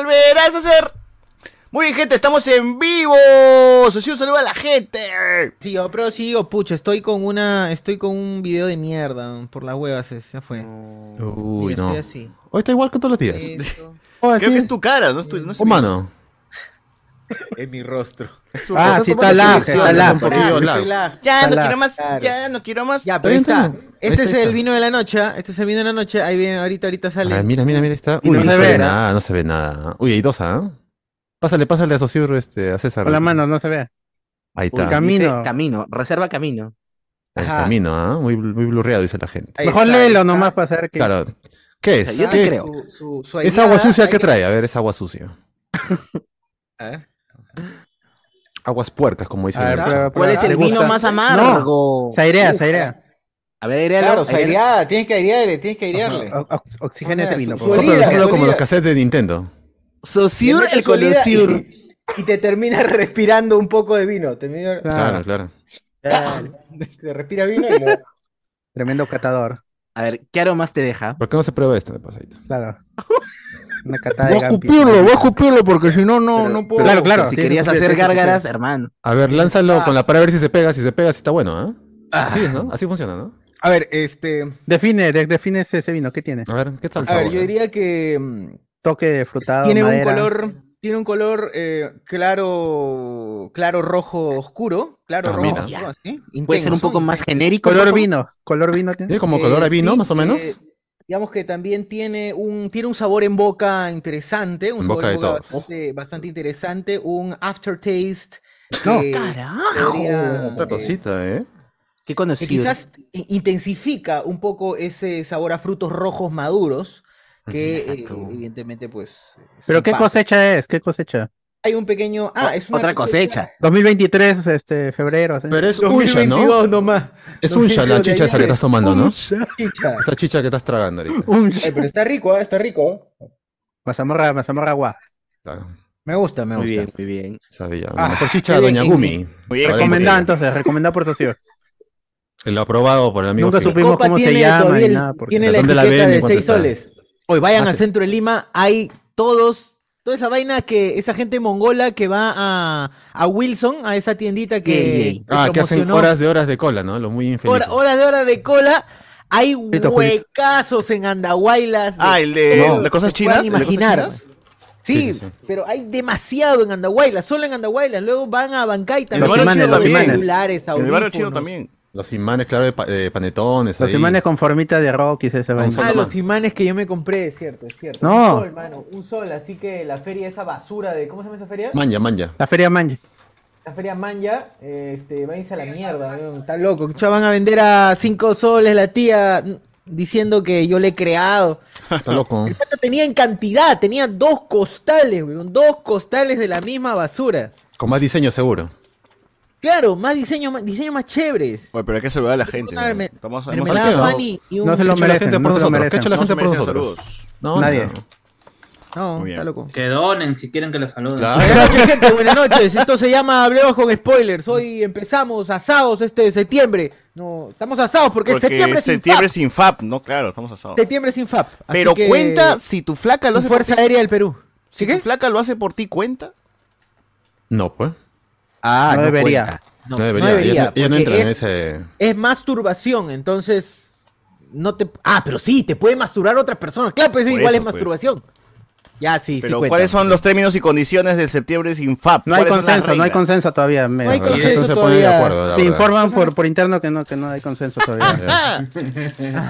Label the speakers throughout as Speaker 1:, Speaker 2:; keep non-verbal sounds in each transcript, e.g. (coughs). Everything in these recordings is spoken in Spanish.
Speaker 1: volverás a hacer. Muy bien, gente, estamos en vivo. Socio, un saludo a la gente.
Speaker 2: Sí, oh, pero sí, oh, pucha, estoy con una, estoy con un video de mierda, por las huevas, es- ya fue.
Speaker 3: Uy,
Speaker 2: Sí,
Speaker 3: no.
Speaker 2: Estoy así.
Speaker 3: Hoy está igual que todos los días. (laughs)
Speaker 2: Esto.
Speaker 3: Oh,
Speaker 1: Creo
Speaker 3: así
Speaker 1: que es tu cara, no es tu. No es tu-
Speaker 3: Humano.
Speaker 1: Es mi rostro.
Speaker 3: Es tu-
Speaker 2: Ah,
Speaker 3: estás
Speaker 2: sí,
Speaker 3: tomando
Speaker 2: está lag,
Speaker 3: direcciones,
Speaker 2: está lag.
Speaker 3: un poquillo
Speaker 2: Estoy
Speaker 3: lag.
Speaker 2: lag.
Speaker 1: Ya
Speaker 2: Está
Speaker 1: no
Speaker 2: lag,
Speaker 1: quiero más,
Speaker 2: claro.
Speaker 1: ya no quiero más.
Speaker 2: Ya, pero ahí
Speaker 3: Está
Speaker 2: está.
Speaker 3: bien, está bien.
Speaker 2: Este es
Speaker 3: Está,
Speaker 2: el
Speaker 3: está.
Speaker 2: vino de la noche, ¿ah? este es el vino de la noche, ahí viene, ahorita, ahorita sale.
Speaker 3: Ah, mira, mira, mira, está.
Speaker 2: Y
Speaker 3: Uy,
Speaker 2: no
Speaker 3: no,
Speaker 2: se
Speaker 3: se,
Speaker 2: ve,
Speaker 3: ve
Speaker 2: ¿no?
Speaker 3: nada, no se ve nada. Uy, hay dos, ¿ah? Pásale, pásale a Sosur, este, a César.
Speaker 4: Con la mano, no se vea.
Speaker 3: Ahí
Speaker 5: Uy,
Speaker 3: está.
Speaker 4: Camino.
Speaker 5: dice camino, reserva camino.
Speaker 3: El
Speaker 2: Ajá.
Speaker 3: camino, ¿ah? Muy, muy blurreado, dice la gente.
Speaker 2: Ahí
Speaker 4: Mejor
Speaker 2: está, ahí
Speaker 4: léelo
Speaker 2: está.
Speaker 4: nomás para saber que.
Speaker 3: Claro. ¿Qué es?
Speaker 5: Yo
Speaker 2: Ah,
Speaker 5: te
Speaker 3: ¿Qué
Speaker 5: creo.
Speaker 2: su- su- su
Speaker 3: Es
Speaker 2: aireada,
Speaker 3: agua sucia
Speaker 2: hay
Speaker 3: que trae. A ver, es agua sucia.
Speaker 2: A ver.
Speaker 3: Aguas puercas, como dice.
Speaker 4: A ver,
Speaker 3: el-
Speaker 4: prueba,
Speaker 5: ¿Cuál
Speaker 4: prueba.
Speaker 5: es el
Speaker 4: ¿Te
Speaker 5: vino
Speaker 4: gusta?
Speaker 5: más amargo?
Speaker 4: No, sairea, sairea.
Speaker 5: A ver, airealo,
Speaker 2: Claro, su
Speaker 5: airealo.
Speaker 2: aireada, tienes que airearle, tienes que airearle.
Speaker 4: O- ox- Oxigena
Speaker 2: Ajá,
Speaker 4: ese vino.
Speaker 2: su-
Speaker 4: por
Speaker 2: su
Speaker 4: favor.
Speaker 3: Sopla,
Speaker 2: Olvida,
Speaker 3: sopla como
Speaker 2: olvida.
Speaker 3: los cassettes de Nintendo.
Speaker 5: Saussure,
Speaker 2: Te
Speaker 5: el
Speaker 2: metes su olida
Speaker 5: Colosur.
Speaker 2: Y, y te terminas (laughs) respirando un poco de vino. Te, mira-
Speaker 3: Claro, claro.
Speaker 2: te respira vino y lo...
Speaker 4: Tremendo catador.
Speaker 5: A ver, ¿qué aromas te deja?
Speaker 3: ¿Por qué no se prueba esto de pasadito?
Speaker 5: (laughs)
Speaker 4: Claro. Una catada de Gampi.
Speaker 3: voy a escupirlo porque si no, no, no
Speaker 4: Pero- Claro, claro.
Speaker 5: Si
Speaker 4: tiene
Speaker 5: querías
Speaker 4: que ser,
Speaker 5: hacer
Speaker 4: tiene que ser.
Speaker 5: gárgaras, hermano.
Speaker 3: A ver, lánzalo con la para ver si se pega, si se pega, si está bueno, ¿ah? Así es, ¿no? Así funciona, ¿no?
Speaker 2: A ver, este...
Speaker 4: Define, de- define ese, ese Este vino. ¿Qué tiene?
Speaker 3: A ver, ¿qué tal?
Speaker 2: A ver,
Speaker 3: sabor,
Speaker 2: yo
Speaker 3: eh?
Speaker 2: diría que... mm,
Speaker 4: Toque frutado.
Speaker 2: tiene
Speaker 4: madera.
Speaker 2: un color tiene un color eh, claro claro rojo oscuro claro
Speaker 3: Ah,
Speaker 2: rojo
Speaker 3: mira.
Speaker 2: oscuro, así,
Speaker 5: Puede ser un
Speaker 2: intenso,
Speaker 5: poco más genérico.
Speaker 4: Color
Speaker 5: ¿no?
Speaker 4: vino. Color vino tiene.
Speaker 3: Tiene como
Speaker 2: Eh,
Speaker 3: color a vino,
Speaker 2: sí,
Speaker 3: más o menos.
Speaker 2: eh, digamos que también tiene un tiene un sabor en boca interesante un
Speaker 3: En
Speaker 2: sabor
Speaker 3: boca de todos.
Speaker 2: bastante, bastante interesante un aftertaste
Speaker 4: No,
Speaker 2: que
Speaker 5: Carajo.
Speaker 2: podría,
Speaker 3: Oh, Otra
Speaker 2: eh,
Speaker 3: cosita, ¿eh?
Speaker 5: Qué
Speaker 2: que
Speaker 5: conocido.
Speaker 2: quizás i- intensifica un poco ese sabor a frutos rojos maduros que eh,
Speaker 5: Exacto.
Speaker 2: evidentemente pues eh,
Speaker 4: Pero ¿qué
Speaker 2: simpático.
Speaker 4: cosecha es? ¿Qué cosecha?
Speaker 2: hay un pequeño ah es una
Speaker 5: Otra cosecha.
Speaker 4: 2023, este, febrero. así.
Speaker 3: Pero es uncha, ¿no?
Speaker 2: nomás.
Speaker 3: Es uncha la
Speaker 2: 2022 de
Speaker 3: chicha esa que
Speaker 2: ayer.
Speaker 3: estás tomando, ¿no?
Speaker 2: Chicha.
Speaker 3: Esa chicha que estás tragando ahorita.
Speaker 4: Un-
Speaker 2: Ay, pero está rico, ¿eh? está rico.
Speaker 4: Mazamorra, mazamorra guá.
Speaker 3: Claro,
Speaker 2: Me gusta, me
Speaker 5: Muy bien, muy bien.
Speaker 3: sabía.
Speaker 2: Ah,
Speaker 3: Mejor chicha
Speaker 2: qué
Speaker 3: Doña
Speaker 2: bien.
Speaker 3: Gumi.
Speaker 4: Recomendado entonces, recomendado por socio.
Speaker 3: Lo aprobado por el amigo.
Speaker 4: Nunca
Speaker 3: Fidel.
Speaker 4: supimos
Speaker 2: Copa
Speaker 4: cómo se
Speaker 2: tiene
Speaker 4: llama
Speaker 2: todavía
Speaker 4: ni
Speaker 2: el-
Speaker 4: nada. Porque...
Speaker 2: tiene la
Speaker 3: ¿Dónde la
Speaker 2: etiqueta
Speaker 3: venden?
Speaker 2: de
Speaker 3: ¿Cuánto
Speaker 2: 6
Speaker 3: está?
Speaker 2: soles. Hoy vayan
Speaker 3: Ah,
Speaker 2: al
Speaker 3: sí.
Speaker 2: centro de Lima, hay todos, toda esa vaina que esa gente mongola que va a, a Wilson, a esa tiendita que,
Speaker 5: Yay.
Speaker 2: que
Speaker 3: Ah, que hacen
Speaker 2: promocionó
Speaker 3: horas de horas de cola, ¿no? Lo muy infeliz.
Speaker 2: hora- horas de horas de cola. Hay
Speaker 4: Frito, Julito.
Speaker 2: huecazos en Andahuaylas. de-
Speaker 1: Ah, el de
Speaker 2: No,
Speaker 1: las cosas
Speaker 2: se puedan
Speaker 1: chinas. ¿El de cosas
Speaker 2: imaginar.
Speaker 1: chinas?
Speaker 2: Sí,
Speaker 3: Sí, sí, sí.
Speaker 2: pero hay demasiado en Andahuaylas, solo en Andahuaylas. Luego van a Bancaita,
Speaker 1: En el barrio
Speaker 4: chino
Speaker 2: los
Speaker 4: también.
Speaker 2: celulares,
Speaker 1: En el barrio chino
Speaker 2: audífonos.
Speaker 1: también.
Speaker 3: Los imanes, claro, de, pa- de panetones.
Speaker 4: Los
Speaker 3: ahí.
Speaker 4: imanes con formita de Rockies, ese
Speaker 3: Vamos
Speaker 4: vaina.
Speaker 2: Ah,
Speaker 3: Solo
Speaker 2: los
Speaker 3: más.
Speaker 2: imanes que yo me compré, es cierto, es cierto.
Speaker 4: No.
Speaker 2: Un sol, mano, un sol. Así que la feria, esa basura de. ¿Cómo se llama esa feria?
Speaker 3: Manja, manja.
Speaker 4: La feria Manje.
Speaker 2: La feria Manja, eh, este, váyanse a la mierda, weón, está loco. Ya van a vender a 5 soles la tía mm, diciendo que yo le he creado.
Speaker 3: (laughs) Está loco.
Speaker 2: El pata tenía en cantidad, tenía dos costales, weón, dos costales de la misma basura.
Speaker 3: Con más diseño, seguro.
Speaker 2: Claro, más diseños más, diseños más chéveres. Ah,
Speaker 1: Oye, pero hay que saludar a la gente.
Speaker 2: Mermelada,
Speaker 1: ¿no? Eh, Estamos, hemos-
Speaker 2: mermelada
Speaker 3: ¿por qué no?
Speaker 2: Fanny y un...
Speaker 4: No se
Speaker 3: ¿Qué
Speaker 4: lo
Speaker 3: ha hecho la
Speaker 4: merecen,
Speaker 3: gente por
Speaker 4: no se lo
Speaker 3: nosotros? ¿Qué ha hecho
Speaker 4: merecen.
Speaker 3: la
Speaker 1: no se
Speaker 3: gente por
Speaker 1: merecen
Speaker 3: nosotros?
Speaker 1: saludos.
Speaker 3: No,
Speaker 4: Nadie.
Speaker 3: no.
Speaker 2: No,
Speaker 1: Muy bien.
Speaker 2: está loco.
Speaker 6: Que donen si quieren que los saluden.
Speaker 3: Claro.
Speaker 6: (laughs)
Speaker 2: Buenas noches, gente, buenas noches. Esto se llama Hablemos con Spoilers. Hoy empezamos asados este septiembre. No, estamos asados porque,
Speaker 1: Porque
Speaker 2: septiembre,
Speaker 1: septiembre,
Speaker 2: es sin FAP.
Speaker 1: sin FAP, ¿no? Claro, estamos asados.
Speaker 2: Septiembre sin FAP. Así
Speaker 1: Pero
Speaker 2: que,
Speaker 1: cuenta si tu flaca lo hace
Speaker 2: Fuerza
Speaker 1: por ti.
Speaker 2: Aérea del Perú.
Speaker 1: Si
Speaker 2: ¿Sí
Speaker 1: tu
Speaker 2: qué?
Speaker 1: flaca lo hace por ti, ¿cuenta?
Speaker 3: No, pues.
Speaker 5: Ah,
Speaker 4: No debería.
Speaker 3: No, debería.
Speaker 2: debería,
Speaker 3: Ella, ella no
Speaker 2: porque
Speaker 3: entra en
Speaker 2: es-
Speaker 3: ese.
Speaker 2: Es masturbación, entonces no te Ah, pero sí, te puede masturbar otra persona. Claro, pues
Speaker 1: Por eso,
Speaker 2: igual es
Speaker 1: pues.
Speaker 2: masturbación. Ya sí, sí
Speaker 1: Pero
Speaker 2: cuenta.
Speaker 1: ¿cuáles son los términos y condiciones del septiembre sin FAP?
Speaker 4: No hay
Speaker 1: ¿Cuáles son las
Speaker 4: consenso, no hay
Speaker 1: reglas?
Speaker 4: consenso todavía. Me,
Speaker 2: No hay
Speaker 3: La gente
Speaker 2: consenso
Speaker 3: no se pone de
Speaker 2: todavía.
Speaker 3: acuerdo. la
Speaker 4: me
Speaker 3: verdad.
Speaker 4: informan por, por interno que no, que no hay consenso
Speaker 3: (laughs)
Speaker 4: todavía.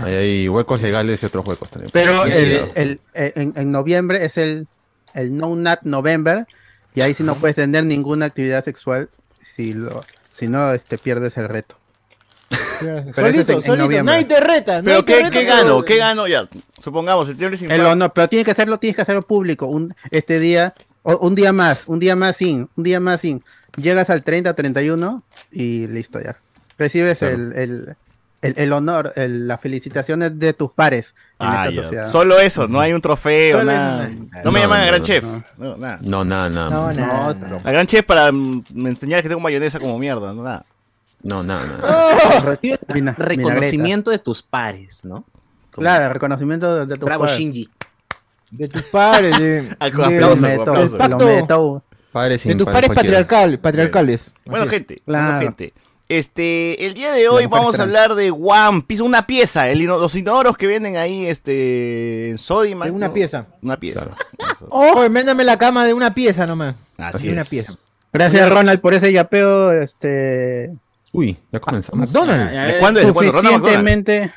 Speaker 3: Ahí hay huecos legales y otros huecos también.
Speaker 4: Pero
Speaker 3: Ten
Speaker 4: el,
Speaker 3: cuidado.
Speaker 4: el- eh, en, en noviembre es el, el No Nat November y ahí sí no puedes tener ninguna actividad sexual si, lo, si no este, pierdes el reto. Pero ese es en-
Speaker 2: solito,
Speaker 4: en
Speaker 2: solito,
Speaker 4: noviembre.
Speaker 2: nadie te reta.
Speaker 1: Pero
Speaker 2: nadie te
Speaker 1: ¿qué,
Speaker 2: reta,
Speaker 1: qué
Speaker 2: pero-
Speaker 1: gano? ¿Qué gano? Ya, supongamos, septiembre sin
Speaker 4: El
Speaker 1: FAP.
Speaker 4: honor, pero tienes que hacerlo, tienes que hacerlo público. Un, este día, o- un día más, un día más sin, un día más sin. Llegas al 30, 31 y listo ya. Recibes
Speaker 3: Claro.
Speaker 4: el, el, el- el honor, el- las felicitaciones de tus pares en
Speaker 1: Ah,
Speaker 4: esta
Speaker 1: ya.
Speaker 4: sociedad.
Speaker 1: Solo eso, no hay un trofeo,
Speaker 2: Solo
Speaker 1: nada.
Speaker 2: eso,
Speaker 1: No,
Speaker 3: No,
Speaker 1: me llaman a
Speaker 3: no,
Speaker 1: Gran
Speaker 3: no.
Speaker 1: Chef. No, nada.
Speaker 3: No, nada, nada.
Speaker 2: No,
Speaker 3: No,
Speaker 2: no,
Speaker 1: A Gran Chef para mm, me enseñar que tengo mayonesa como mierda, no nada.
Speaker 3: nada, nada.
Speaker 2: (laughs)
Speaker 4: Recibes vina- vinagreta.
Speaker 5: Reconocimiento de tus pares, ¿no? Como
Speaker 4: Claro, reconocimiento de, de tus
Speaker 5: Bravo
Speaker 4: pares.
Speaker 5: Shinji.
Speaker 2: De tus padres. De,
Speaker 1: (laughs) Ah, Aplauso,
Speaker 4: Lo meto,
Speaker 1: aplauso.
Speaker 4: Lo meto.
Speaker 3: Padres
Speaker 2: de tus padres patriarcal, patriarcales.
Speaker 1: Bueno,
Speaker 2: Así es.
Speaker 1: gente, bueno,
Speaker 4: Claro.
Speaker 1: gente. Este, el día de hoy
Speaker 4: mujer
Speaker 1: vamos a
Speaker 4: trans.
Speaker 1: hablar de One Piece, una pieza, el ino- los inodoros que venden ahí, este, en Sodimac.
Speaker 2: De una
Speaker 1: ¿no?
Speaker 2: pieza.
Speaker 1: Una pieza. Eso.
Speaker 2: Oye, véndame Oh, pues, la cama de una pieza nomás.
Speaker 1: Así
Speaker 2: de una
Speaker 1: es.
Speaker 2: pieza.
Speaker 4: Gracias, Ronald, por ese yapeo. Este.
Speaker 3: Uy, ya comenzamos.
Speaker 2: McDonald's.
Speaker 6: Ya
Speaker 1: ¿De
Speaker 6: ves,
Speaker 1: cuándo es? ¿De cuándo? Ronald McDonald.
Speaker 4: Suficientemente.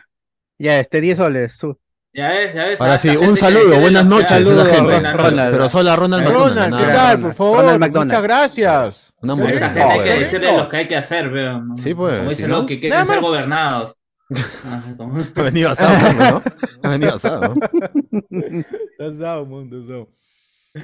Speaker 4: Ya, este 10 soles. su-
Speaker 6: Ya ves, ya ves.
Speaker 3: Ahora
Speaker 6: la-
Speaker 3: sí,
Speaker 6: la
Speaker 3: un
Speaker 6: gente que
Speaker 3: saludo,
Speaker 6: dice
Speaker 3: buenas
Speaker 6: los-
Speaker 3: noches a
Speaker 6: ya,
Speaker 3: la
Speaker 4: Saludos,
Speaker 3: gente.
Speaker 6: Ronald,
Speaker 4: Ronald.
Speaker 3: Pero solo a Ronald McDonald.
Speaker 2: Ronald,
Speaker 3: nada
Speaker 2: ¿qué
Speaker 3: más.
Speaker 2: tal?
Speaker 4: Ronald,
Speaker 2: por favor,
Speaker 4: Ronald McDonald.
Speaker 2: muchas gracias.
Speaker 3: Una
Speaker 6: A
Speaker 3: hamburguesa,
Speaker 6: esa gente hay que
Speaker 3: joder.
Speaker 6: decirle los que hay que hacer, veo. ¿no?
Speaker 3: Sí, pues,
Speaker 6: Como
Speaker 3: si
Speaker 6: dicen
Speaker 3: no-
Speaker 6: los que quieren
Speaker 2: Nada
Speaker 6: ser
Speaker 3: (laughs)
Speaker 2: más.
Speaker 6: gobernados. Ah, como-
Speaker 3: Ha venido asado,
Speaker 2: (laughs)
Speaker 3: ¿no? Ha venido asado.
Speaker 2: Estás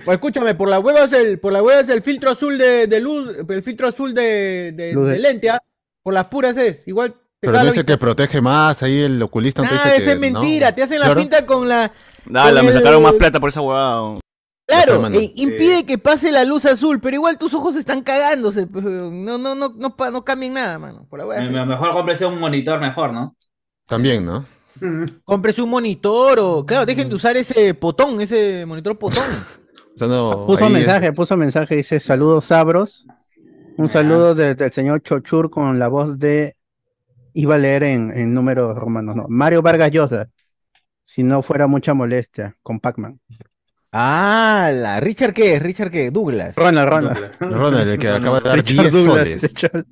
Speaker 2: Pues escúchame, por la hueva es el, por la hueva es el filtro azul de, de luz, el filtro azul de, de,
Speaker 4: Luz de-
Speaker 2: de lente, ¿ah? por las puras es, igual te
Speaker 3: Pero
Speaker 2: caga la
Speaker 3: dice que protege más, ahí el oculista no te
Speaker 2: vista.
Speaker 3: dice
Speaker 2: Ah, esa
Speaker 3: que
Speaker 2: es mentira,
Speaker 3: no.
Speaker 2: te hacen la
Speaker 3: Claro. Ah,
Speaker 2: finta con la.
Speaker 1: Dala, me
Speaker 2: Con el-
Speaker 1: sacaron más plata por esa huevada.
Speaker 2: Pues, Claro,
Speaker 3: hermano.
Speaker 2: eh, impide que pase la luz azul, pero igual tus ojos están cagándose. pues, weón. No, no, no, no, pa- no cambien nada, mano. Por la hueva.
Speaker 6: Me-
Speaker 2: es
Speaker 6: me-
Speaker 2: eso.
Speaker 6: Mejor cómprese un monitor mejor, ¿no?
Speaker 3: También, ¿no?
Speaker 2: Cómprese un monitor o, claro, dejen de usar ese potón, ese monitor potón.
Speaker 3: O sea, no,
Speaker 4: Puso
Speaker 3: ahí-
Speaker 4: mensaje, puso mensaje, dice saludos sabros. Un saludo de- del señor Chochur con la voz de. Iba a leer en, en números romanos, no. Mario Vargas Llosa. Si no fuera mucha molestia con Pac-Man.
Speaker 2: ah, la Richard qué es, Richard qué, Douglas.
Speaker 4: Ronald, Ronald.
Speaker 3: (laughs) Ronald,
Speaker 4: (laughs)
Speaker 3: el que acaba de dar
Speaker 4: Richard
Speaker 3: 10
Speaker 4: Douglas, de
Speaker 3: soles.
Speaker 4: Chol-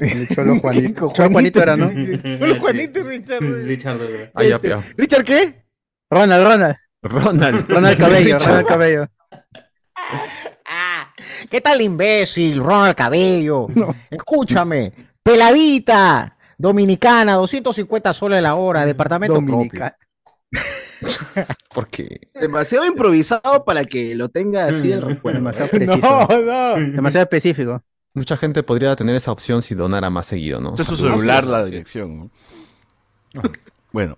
Speaker 4: de Cholo
Speaker 2: ¿Qué
Speaker 4: Juanito.
Speaker 2: cojones?
Speaker 4: Cholo Juanito era, ¿no?
Speaker 2: (laughs) Hola, Juanito
Speaker 4: (laughs)
Speaker 2: y Richard.
Speaker 6: Richard Douglas.
Speaker 3: Ay, ya,
Speaker 2: Este,
Speaker 3: ya.
Speaker 2: ¿Richard qué?
Speaker 4: Ronald, Ronald.
Speaker 3: (laughs) Ronald. (laughs)
Speaker 4: Ronald Cabello,
Speaker 3: Richard.
Speaker 4: Ronald Cabello.
Speaker 2: (laughs) Ah, ¿Qué tal imbécil, Ronald Cabello?
Speaker 4: No.
Speaker 2: Escúchame, peladita, dominicana, 250 soles la hora, departamento propio.
Speaker 4: Dominica.
Speaker 3: ¿Por qué?
Speaker 5: Demasiado improvisado para que lo tenga así
Speaker 4: Mm.
Speaker 5: el
Speaker 4: (laughs)
Speaker 5: recuerdo.
Speaker 4: Demasiado
Speaker 2: (laughs)
Speaker 4: preciso.
Speaker 2: no.
Speaker 4: Demasiado específico.
Speaker 3: Mucha gente podría tener esa opción si donara más seguido, ¿no? Ah,
Speaker 1: Este es su celular, la dirección. ¿no? Bueno.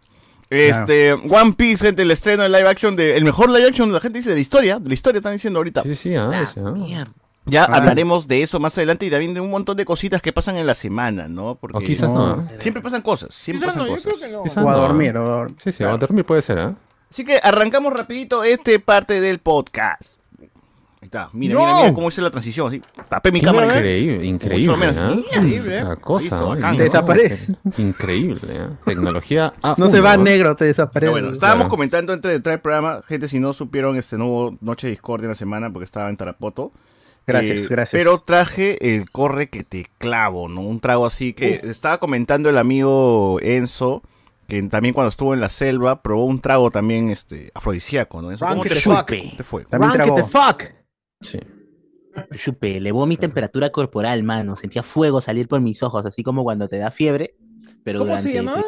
Speaker 1: Este, One Piece, gente, el estreno de live action, de, el mejor live action, la gente dice, de la historia, de la historia están diciendo ahorita.
Speaker 3: Sí, sí, ah, sí, ah.
Speaker 1: Ya hablaremos de eso más adelante y también de un montón de cositas que pasan en la semana, ¿no? Porque
Speaker 3: O quizás no. ¿eh?
Speaker 1: siempre pasan cosas, siempre pasan cosas.
Speaker 3: Quizás
Speaker 4: O a
Speaker 3: no.
Speaker 4: dormir, o a dormir.
Speaker 3: Sí, sí, a dormir puede ser, ¿ah?
Speaker 1: Así que arrancamos rapidito este parte del podcast. Ahí está, mira, mira, mira cómo hice la transición, así. Tapé Ah, mi cámara. así.
Speaker 3: Increíble,
Speaker 1: Mucho
Speaker 3: increíble,
Speaker 1: menos.
Speaker 3: ¿ah?
Speaker 1: Increíble,
Speaker 3: Otra
Speaker 1: Listo,
Speaker 3: cosa. ¿eh? ¿no?
Speaker 1: bacán. (laughs)
Speaker 4: Desaparece.
Speaker 3: (laughs) Increíble, ¿ah? Tecnología
Speaker 4: No se va
Speaker 3: negro
Speaker 4: negro, te
Speaker 1: Ya
Speaker 4: desaparece.
Speaker 1: bueno, estábamos
Speaker 3: Claro.
Speaker 1: comentando entre detrás del programa, gente, si no supieron, este no hubo Noche de Discordia en la semana porque estaba en Tarapoto.
Speaker 4: Gracias,
Speaker 1: Eh,
Speaker 4: gracias.
Speaker 1: Pero traje el corre que te clavo, ¿no? Un trago así que estaba comentando el amigo Enzo, que también cuando estuvo en la selva probó un trago también este afrodisíaco, ¿no? Enzo, ¿cómo
Speaker 2: Rank
Speaker 1: te
Speaker 2: the
Speaker 1: fue?
Speaker 2: fuck.
Speaker 1: ¿Cómo te fue?
Speaker 4: También tragó.
Speaker 2: fuck.
Speaker 3: Sí.
Speaker 7: Chupe, elevó mi temperatura corporal, mano. Sentía fuego salir por mis ojos, así como cuando te da fiebre. Pero
Speaker 2: ¿Cómo
Speaker 7: durante
Speaker 2: se llamaba?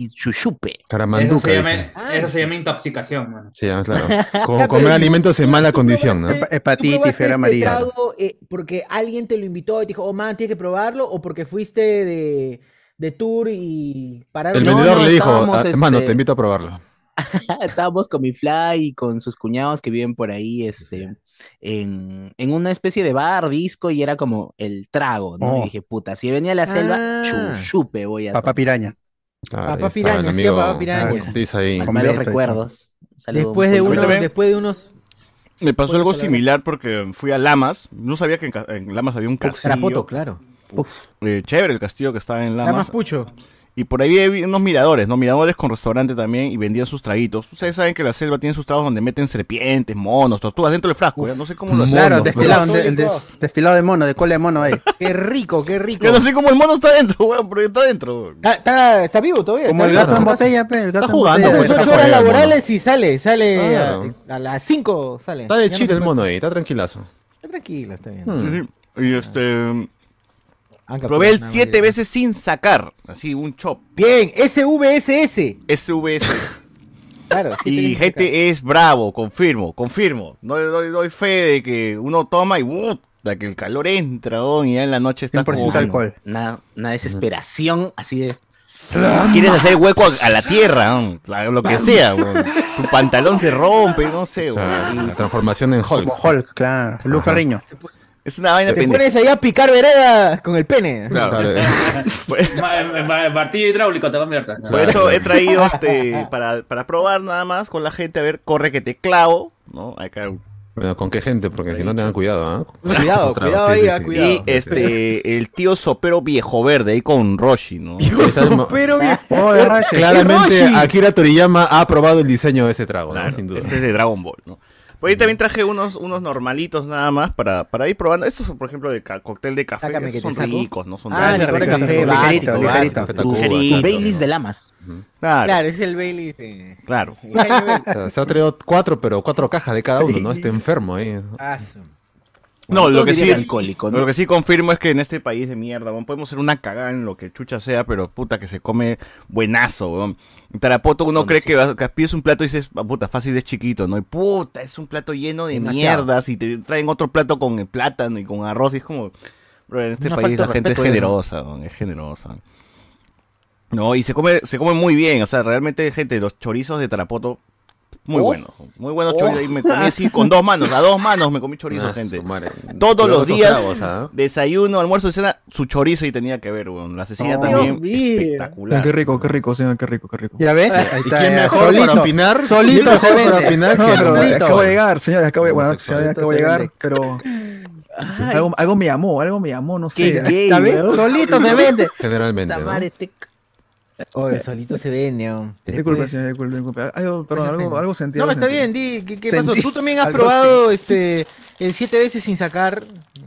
Speaker 7: Y chuchupe.
Speaker 6: Eso
Speaker 3: Caramanduca,
Speaker 6: se, llama,
Speaker 3: dice.
Speaker 6: eso se llama intoxicación,
Speaker 3: (laughs)
Speaker 6: mano.
Speaker 3: Sí, ah,
Speaker 4: (laughs)
Speaker 3: claro. Como comer alimentos en mala condición, ¿no?
Speaker 4: Hep- hepatitis,
Speaker 2: ¿Tú probaste
Speaker 4: fiebre
Speaker 2: este
Speaker 4: amarilla.
Speaker 2: trago, eh, porque alguien te lo invitó y te dijo, oh man, tienes que probarlo, o porque fuiste de, de tour y pararon.
Speaker 3: El
Speaker 7: No,
Speaker 3: vendedor
Speaker 7: no,
Speaker 3: le dijo,
Speaker 7: estábamos,
Speaker 3: "Ah, hermano,
Speaker 7: este-
Speaker 3: te invito a probarlo.
Speaker 7: (laughs) Estábamos con mi fly y con sus cuñados que viven por ahí, este, en, en una especie de bar, disco, y era como el trago, ¿no?
Speaker 4: Oh.
Speaker 7: Y dije, puta, si venía a la selva,
Speaker 2: Ah.
Speaker 7: chuchupe voy a
Speaker 4: Papá piraña.
Speaker 3: Claro,
Speaker 2: Papá
Speaker 3: Ah, ahí estaba
Speaker 2: piraña,
Speaker 3: el
Speaker 2: sí,
Speaker 3: amigo
Speaker 2: papá piraña.
Speaker 3: Ortiz ahí.
Speaker 7: tomar.
Speaker 4: completo,
Speaker 7: Malos recuerdos. Un saludo,
Speaker 2: Después de,
Speaker 7: un
Speaker 2: unos,
Speaker 7: saludo.
Speaker 1: también.
Speaker 2: después de unos...
Speaker 1: Me pasó
Speaker 2: Puedes
Speaker 1: algo
Speaker 2: hablar.
Speaker 1: similar porque fui a Lamas. No sabía que en, Ca- en Lamas había un
Speaker 2: Tarapoto,
Speaker 1: castillo.
Speaker 2: claro.
Speaker 4: Uf.
Speaker 1: Eh, chévere el castillo que estaba en
Speaker 2: Nada
Speaker 1: Lamas.
Speaker 2: más pucho.
Speaker 1: Y por ahí vi unos miradores, ¿no? Miradores con restaurante también y vendían sus traguitos. Ustedes saben que la selva tiene sus tragos donde meten serpientes, monos, tortugas dentro del frasco. ¿ya? No sé cómo lo hacen.
Speaker 4: Claro,
Speaker 3: Mono,
Speaker 4: destilado,
Speaker 2: ¿verdad?
Speaker 4: de, este el des- destilado de mono, de cola de mono ahí.
Speaker 2: Qué rico, qué rico.
Speaker 1: Yo no sé cómo el mono está dentro, weón, pero está dentro. weón.
Speaker 2: Ah, Está, está vivo todavía.
Speaker 4: Como
Speaker 2: está
Speaker 4: el
Speaker 2: vivo.
Speaker 4: gato en botella, pe, el gato en
Speaker 3: jugando,
Speaker 4: botella.
Speaker 3: pues,
Speaker 2: Hace
Speaker 3: está
Speaker 2: sus
Speaker 3: jodido
Speaker 2: ocho horas
Speaker 3: el mono.
Speaker 2: laborales y sale, sale a-
Speaker 3: Claro.
Speaker 2: a, las 5 sale.
Speaker 3: Está de
Speaker 2: Ya no
Speaker 3: chile
Speaker 2: se
Speaker 3: el
Speaker 2: puede-
Speaker 3: mono ahí, está tranquilazo.
Speaker 2: Está tranquilo, está bien.
Speaker 3: Hmm.
Speaker 1: Sí, sí. Y este.
Speaker 2: Anca,
Speaker 1: Probé
Speaker 2: pues,
Speaker 1: el
Speaker 2: nada,
Speaker 1: 7
Speaker 2: bien.
Speaker 1: veces sin sacar. Así, un chop.
Speaker 2: Bien, SVSS.
Speaker 1: SVS.
Speaker 2: Claro, siete
Speaker 1: Y
Speaker 2: veces acá.
Speaker 1: gente es bravo, confirmo, confirmo. No le doy, doy fe de que uno toma y puta, que el calor entra, weón, y ya en la noche está
Speaker 4: 100%
Speaker 1: como.
Speaker 4: alcohol.
Speaker 7: Una, una desesperación así de...
Speaker 1: Quieres hacer hueco a, a la tierra, weón, la- lo que sea, weón. Tu pantalón se rompe, no sé,
Speaker 3: O
Speaker 1: weón.
Speaker 3: sea, la transformación en Hulk.
Speaker 4: Como Hulk, claro. Lu Ferriño.
Speaker 1: Es una vaina
Speaker 2: Te
Speaker 1: pendeja.
Speaker 2: pones ahí a picar veredas con el pene.
Speaker 1: Claro.
Speaker 3: Claro.
Speaker 6: Ma- eh, ma- Martillo hidráulico te conviertes.
Speaker 1: Por eso he traído este para, para probar nada más con la gente, a ver, corre que te clavo, ¿no? Acá.
Speaker 3: Bueno, ¿con qué gente? Porque si no tengan cuidado, ¿ah?
Speaker 2: Cuidado,
Speaker 3: Esos tragos,
Speaker 2: cuidado
Speaker 3: sí,
Speaker 2: ahí,
Speaker 3: sí,
Speaker 2: ah,
Speaker 3: sí.
Speaker 2: cuidado.
Speaker 1: Y este, el tío sopero viejo verde, ahí con Roshi, ¿no?
Speaker 3: Esa es mo-
Speaker 2: Pero bien.
Speaker 4: Oye, Rashi,
Speaker 3: Claramente
Speaker 2: Roshi.
Speaker 3: Akira Toriyama ha aprobado el diseño de ese trago, ¿no?
Speaker 1: Claro,
Speaker 3: Sin duda.
Speaker 1: Este es de Dragon Ball, ¿no? Pues ahí también traje unos, unos normalitos nada más para, para ir probando. Estos son, por ejemplo, de ca- cóctel de café.
Speaker 2: Sácame
Speaker 1: esos
Speaker 2: que te
Speaker 1: son
Speaker 2: saco.
Speaker 1: ricos, ¿no? Son
Speaker 2: Ah,
Speaker 1: grandes,
Speaker 2: ligerito,
Speaker 1: ricos,
Speaker 2: café,
Speaker 1: ricos,
Speaker 2: ligerito,
Speaker 1: ricos,
Speaker 4: ligerito.
Speaker 1: ricos,
Speaker 3: Tu
Speaker 1: ligerito,
Speaker 7: Tu
Speaker 3: Claro,
Speaker 7: Baileys
Speaker 1: ¿no?
Speaker 7: de lamas.
Speaker 1: Claro,
Speaker 2: Claro, es el Bailey. eh,
Speaker 1: claro.
Speaker 2: el año
Speaker 3: (laughs) O sea, Se ha traído cuatro, pero cuatro cajas de cada uno, ¿no? Este enfermo ahí.
Speaker 2: Asu.
Speaker 1: No, lo
Speaker 7: Todos
Speaker 1: que, sí,
Speaker 7: dirían alcohólico, ¿no?
Speaker 1: lo que sí confirmo es que en este país de mierda, weón, podemos ser una cagada en lo que chucha sea, pero puta que se come buenazo, weón. En Tarapoto uno cree que, vas- que pides un plato y dices, "Ah, puta, fácil es chiquito, ¿no? Y puta, es un plato lleno de
Speaker 2: Demasiado.
Speaker 1: mierdas y te traen otro plato con el plátano y con arroz y es como... Bro, en este
Speaker 7: Una
Speaker 1: país
Speaker 7: falta
Speaker 1: la
Speaker 7: de
Speaker 1: gente es
Speaker 7: respeto, ¿eh?
Speaker 1: generosa, weón, es generosa. No, y se come, se come muy bien, o sea, realmente, gente, los chorizos de Tarapoto... Muy
Speaker 2: Oh.
Speaker 1: buenos, muy buenos chorizos. Y me comí así (laughs) con dos manos, a dos manos me comí chorizo,
Speaker 3: Ah, su
Speaker 1: gente.
Speaker 3: madre. Cuidado
Speaker 1: Todos
Speaker 3: con
Speaker 1: los
Speaker 3: esos
Speaker 1: días,
Speaker 3: tragos, ¿ah?
Speaker 1: desayuno, almuerzo, cena, su chorizo y tenía que ver, weón. La asesina
Speaker 4: Oh,
Speaker 1: también
Speaker 2: Dios mío.
Speaker 1: espectacular.
Speaker 8: Qué rico, qué rico, señor, qué rico, qué rico.
Speaker 4: ¿Ya ves? Ahí
Speaker 3: ¿Y
Speaker 4: está,
Speaker 3: quién
Speaker 4: eh,
Speaker 3: mejor para opinar?
Speaker 4: solito
Speaker 3: ¿Quién mejor
Speaker 4: se vende.
Speaker 3: para opinar que el
Speaker 4: No, pero
Speaker 8: Acabo-
Speaker 4: solito.
Speaker 8: acabo de
Speaker 3: homosexual?
Speaker 8: llegar, señores, acabo de, bueno,
Speaker 3: Homosexual.
Speaker 8: señores, acabo de llegar, pero algo, algo me llamó, algo me llamó, no
Speaker 7: Qué
Speaker 8: sé.
Speaker 7: gay,
Speaker 4: ¿Ya ves?
Speaker 7: weón.
Speaker 4: Solito se
Speaker 2: (laughs)
Speaker 4: vende.
Speaker 3: Generalmente,
Speaker 7: Puta
Speaker 3: ¿no?
Speaker 7: madre, este c-
Speaker 2: Oye, solito se vende. weón.
Speaker 8: Disculpe,
Speaker 2: Después-
Speaker 8: señor, disculpe, disculpe. Algo, oh, perdón,
Speaker 2: Pues,
Speaker 8: algo,
Speaker 2: ofende.
Speaker 8: algo sentí.
Speaker 2: No,
Speaker 8: algo
Speaker 2: está
Speaker 8: sentí.
Speaker 2: bien, di, ¿qué, qué
Speaker 8: Sentí
Speaker 2: pasó? Tú también has
Speaker 8: algo
Speaker 2: probado este el siete veces sin sacar.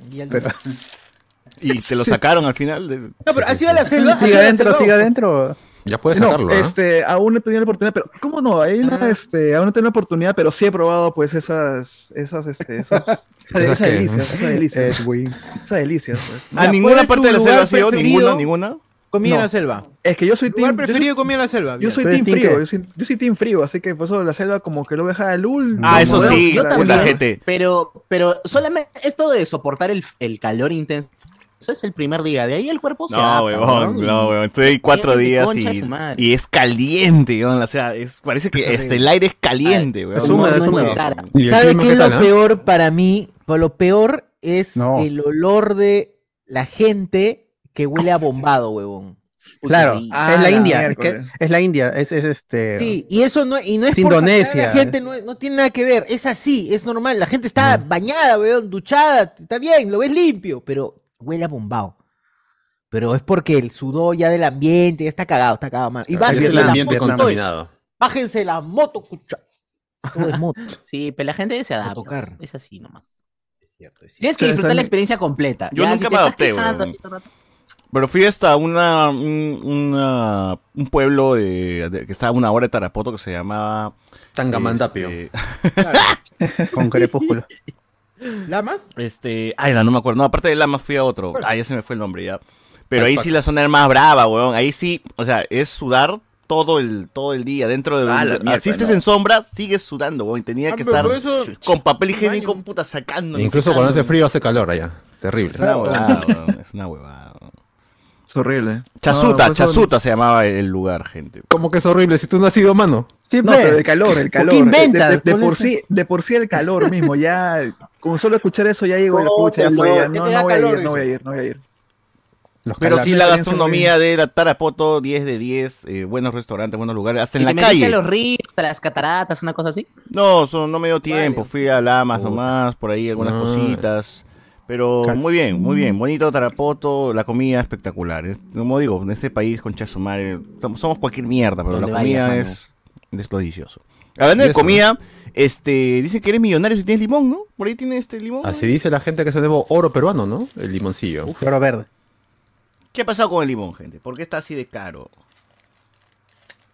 Speaker 2: y al-
Speaker 8: Pero-
Speaker 1: Y se lo sacaron al final. de-
Speaker 2: No, pero ¿has ido a la selva? ¿Has ido
Speaker 4: Siga
Speaker 2: a la
Speaker 4: adentro,
Speaker 2: selva?
Speaker 4: siga adentro.
Speaker 3: Ya puedes
Speaker 8: No,
Speaker 3: sacarlo, ¿ah?
Speaker 8: este, aún no he tenido la oportunidad, pero ¿cómo no? Ahí no, este, aún no he tenido la oportunidad, pero sí he probado pues esas, esas, este, esos, esas,
Speaker 3: ¿Esas qué?
Speaker 8: delicias,
Speaker 4: (laughs)
Speaker 8: esas
Speaker 4: Eh.
Speaker 8: delicias, esas delicias. Pues.
Speaker 1: A
Speaker 2: Ya,
Speaker 1: ninguna
Speaker 2: ¿cuál es
Speaker 1: parte
Speaker 2: tu
Speaker 1: de la selva
Speaker 2: lugar
Speaker 1: ha sido, ninguna,
Speaker 2: preferido?
Speaker 1: ninguna.
Speaker 2: Comida en
Speaker 8: No.
Speaker 2: la selva.
Speaker 8: Es que yo soy
Speaker 2: Lugar
Speaker 8: team, yo soy
Speaker 2: preferido comida en la selva.
Speaker 8: Yo
Speaker 2: bien.
Speaker 8: soy
Speaker 4: ¿Tú eres
Speaker 8: team
Speaker 4: team
Speaker 8: frío,
Speaker 4: qué?
Speaker 8: yo soy, yo soy team frío, así que por eso la selva como que lo voy a dejar al último.
Speaker 1: Ah, eso
Speaker 8: ¿no?
Speaker 1: sí,
Speaker 8: La-
Speaker 1: puta
Speaker 8: la-
Speaker 1: gente.
Speaker 7: Pero, pero solamente esto de soportar el, el calor intenso, eso es el primer día. De ahí el cuerpo se adapta,
Speaker 1: No, weón,
Speaker 7: ¿no? Y-
Speaker 1: no, weón. Estoy cuatro
Speaker 7: haces de
Speaker 1: días
Speaker 7: concha
Speaker 1: y,
Speaker 7: su madre.
Speaker 1: y es caliente, weón. O sea, es, parece que este, el aire es caliente, weón.
Speaker 4: Es húmedo, es húmedo.
Speaker 7: cara.
Speaker 3: ¿Y el
Speaker 2: ¿Sabe
Speaker 3: clima
Speaker 2: qué
Speaker 3: qué
Speaker 2: es lo
Speaker 3: tal, ah?
Speaker 2: peor para mí? Pues lo peor es
Speaker 4: No.
Speaker 2: el olor de la gente que huele a bombado, huevón.
Speaker 4: Claro,
Speaker 7: Uy,
Speaker 8: Ah,
Speaker 4: es la
Speaker 8: la
Speaker 4: India, es,
Speaker 8: miércoles.
Speaker 4: que- es la India, es, es este...
Speaker 2: Sí, y eso no, y no es
Speaker 4: Es Indonesia.
Speaker 2: sacar a La gente no, no tiene nada que ver, es así, es normal. La gente está bañada, weón, duchada, está bien, lo ves limpio, pero huele a bombao. Pero es porque el sudor ya del ambiente ya está cagado, está cagado mal.
Speaker 3: Ese
Speaker 2: Y
Speaker 3: es
Speaker 2: bájense
Speaker 3: el
Speaker 2: la
Speaker 3: ambiente
Speaker 2: moto,
Speaker 3: contaminado.
Speaker 2: bájense la moto, cucha. Todo es moto.
Speaker 7: (laughs) Sí, pero la gente se adapta.
Speaker 2: tocar.
Speaker 7: pues, Es así nomás.
Speaker 2: Es cierto, es
Speaker 7: Tienes que
Speaker 8: Sí, está
Speaker 7: disfrutar la
Speaker 8: bien.
Speaker 7: experiencia completa.
Speaker 1: Yo nunca me
Speaker 7: te estás
Speaker 1: adapté,
Speaker 7: quejando
Speaker 1: weón.
Speaker 7: así todo el rato,
Speaker 1: Pero fui hasta una, un, una- un pueblo de, de- que estaba a una hora de Tarapoto que se llamaba...
Speaker 3: Tangamandapio.
Speaker 1: este, (laughs)
Speaker 4: Con crepúsculo.
Speaker 2: ¿Lamas?
Speaker 1: Este, ay, no, no me acuerdo. No, aparte de Lama fui a otro. Ah, ya se me fue el nombre ya. Pero ahí sí
Speaker 3: Alpacas.
Speaker 1: la zona era más brava, weón. Ahí sí, o sea, es sudar todo el, todo el día. Dentro de.
Speaker 5: Ah, la mierda,
Speaker 1: así estés
Speaker 5: no.
Speaker 1: en sombra, sigues sudando, weón. Tenía que estar con papel higiénico, puta, sacando.
Speaker 3: E Incluso cuando hace frío hace calor allá. Terrible.
Speaker 1: Es una
Speaker 3: (laughs)
Speaker 1: huevada, weón. Es una huevada. weón.
Speaker 8: Es horrible.
Speaker 1: Chasuta,
Speaker 8: No, pues,
Speaker 1: Chasuta se llamaba el lugar, gente.
Speaker 3: ¿Cómo que es horrible si tú no has sido mano?
Speaker 4: Sí,
Speaker 8: No,
Speaker 4: ve.
Speaker 8: pero el calor, el calor.
Speaker 4: inventas?
Speaker 8: De, de- de
Speaker 4: Ponle
Speaker 8: por
Speaker 4: ese-
Speaker 8: sí, de por sí el calor mismo, ya con solo escuchar eso ya digo, la
Speaker 5: No,
Speaker 8: pucha, ya fue,
Speaker 5: calor,
Speaker 8: ya,
Speaker 2: ya
Speaker 8: no,
Speaker 2: te
Speaker 8: no
Speaker 2: da
Speaker 8: voy a
Speaker 2: calor,
Speaker 8: ir, no voy a
Speaker 2: dice.
Speaker 8: ir, Ah, no voy a ir.
Speaker 4: Los
Speaker 1: Pero
Speaker 4: calacas.
Speaker 1: sí, la
Speaker 8: experiencia
Speaker 1: gastronomía de la Tarapoto, 10 de 10, eh, buenos restaurantes, buenos lugares, hasta
Speaker 7: y
Speaker 1: en
Speaker 7: te
Speaker 1: la
Speaker 7: metiste
Speaker 1: calle.
Speaker 7: a los ríos, a las cataratas, una cosa así.
Speaker 1: No, son- no me dio tiempo. Fui a Lamas
Speaker 3: Puta.
Speaker 1: nomás, por ahí algunas
Speaker 3: Ah. Mm.
Speaker 1: cositas. Pero
Speaker 4: Cal-
Speaker 1: muy bien, muy bien. Bonito Tarapoto, la comida espectacular. Es- como digo, en este país, con Chasumare, somos cualquier mierda, pero la
Speaker 7: Donde vayas,
Speaker 1: comida
Speaker 7: mano.
Speaker 1: es, es delicioso. Hablando
Speaker 3: Y
Speaker 1: de
Speaker 3: eso,
Speaker 1: comida, este, dicen que eres millonario si tienes limón, ¿no? Por ahí tienes este limón.
Speaker 3: Así dice la gente que se debo oro peruano, ¿no? El limoncillo.
Speaker 4: Oro verde.
Speaker 1: ¿Qué ha pasado con el limón, gente? ¿Por qué está así de caro?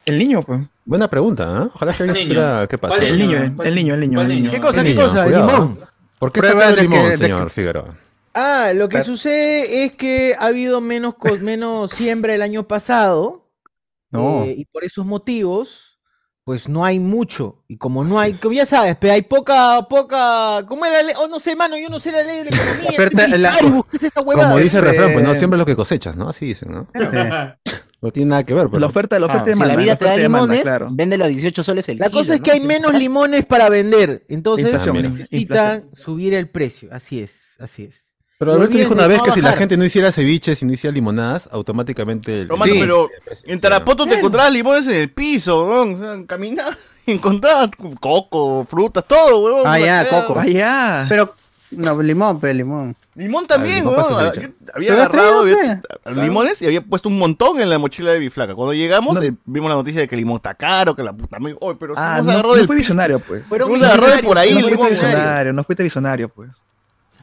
Speaker 8: El niño, pues.
Speaker 3: Buena pregunta, ¿ah? Ojalá que alguien
Speaker 6: Niño.
Speaker 3: supiera qué pasa.
Speaker 6: ¿Cuál
Speaker 8: El
Speaker 3: ¿no?
Speaker 8: niño, el niño, el niño,
Speaker 6: ¿Cuál
Speaker 8: el niño.
Speaker 2: ¿Qué cosa,
Speaker 3: El
Speaker 2: qué
Speaker 3: niño,
Speaker 2: cosa?
Speaker 3: cuidado.
Speaker 2: Limón.
Speaker 3: ¿Por qué está
Speaker 4: Prueba
Speaker 3: caro el
Speaker 4: de que-
Speaker 3: limón,
Speaker 4: de que-
Speaker 3: señor Figueroa?
Speaker 2: Ah, lo que
Speaker 4: Pero-
Speaker 2: sucede es que ha habido menos, cos- menos siembra el año pasado.
Speaker 4: No.
Speaker 2: eh, y por esos motivos, pues no hay mucho. Y como no hay, como ya sabes, pero hay poca, poca. ¿Cómo es la ley? Oh, no sé, mano, yo no sé la ley de la economía.
Speaker 4: oferta-
Speaker 2: Ay,
Speaker 4: la-
Speaker 2: ay, busqué
Speaker 3: (laughs)
Speaker 2: esa huevada.
Speaker 3: Como dice el
Speaker 4: este-
Speaker 3: refrán, pues no siempre lo que cosechas, ¿no? Así dicen, ¿no? No tiene nada que ver, pero Ah,
Speaker 8: La oferta, la oferta
Speaker 7: Si
Speaker 8: demanda,
Speaker 7: la vida te da
Speaker 8: oferta demanda,
Speaker 7: limones,
Speaker 8: claro.
Speaker 7: véndelo a 18 soles el
Speaker 2: La
Speaker 7: kilo,
Speaker 2: cosa es
Speaker 7: ¿no?
Speaker 2: que hay menos limones para vender. Entonces
Speaker 3: Inflación,
Speaker 2: necesitan
Speaker 8: inflación.
Speaker 2: subir el precio. Así es, así es.
Speaker 3: Pero
Speaker 2: No
Speaker 3: Alberto dijo
Speaker 2: olvides de
Speaker 3: una vez
Speaker 2: no
Speaker 3: que si la
Speaker 2: bajar.
Speaker 3: gente no hiciera ceviches y no hiciera limonadas, automáticamente. el-
Speaker 1: Romano,
Speaker 3: Sí.
Speaker 1: pero en Tarapoto te encontrabas limones en el piso, weón. O sea, caminabas (laughs) y encontrabas coco, frutas, todo, weón.
Speaker 4: Ah, ya,
Speaker 1: Era-
Speaker 4: coco.
Speaker 8: Allá.
Speaker 4: Pero, no, limón, pe, limón.
Speaker 1: Limón también,
Speaker 3: Ah, limón
Speaker 1: weón.
Speaker 3: pasa ceviche.
Speaker 1: Yo Había
Speaker 4: Pero
Speaker 1: agarrado
Speaker 4: atrévete.
Speaker 1: había- limones y había puesto un montón en la mochila de mi flaca. Cuando llegamos, eh, vimos la noticia de que el limón está caro, que la puta madre. Oye, pero si
Speaker 8: Ah,
Speaker 1: nos
Speaker 8: no,
Speaker 1: agarró
Speaker 8: no
Speaker 1: del
Speaker 8: fue visionario, pues.
Speaker 2: Fueron
Speaker 1: Unos errores por ahí,
Speaker 8: no
Speaker 1: el
Speaker 8: fuiste
Speaker 1: limón
Speaker 2: visionario.
Speaker 8: visionario, no fuiste visionario, pues.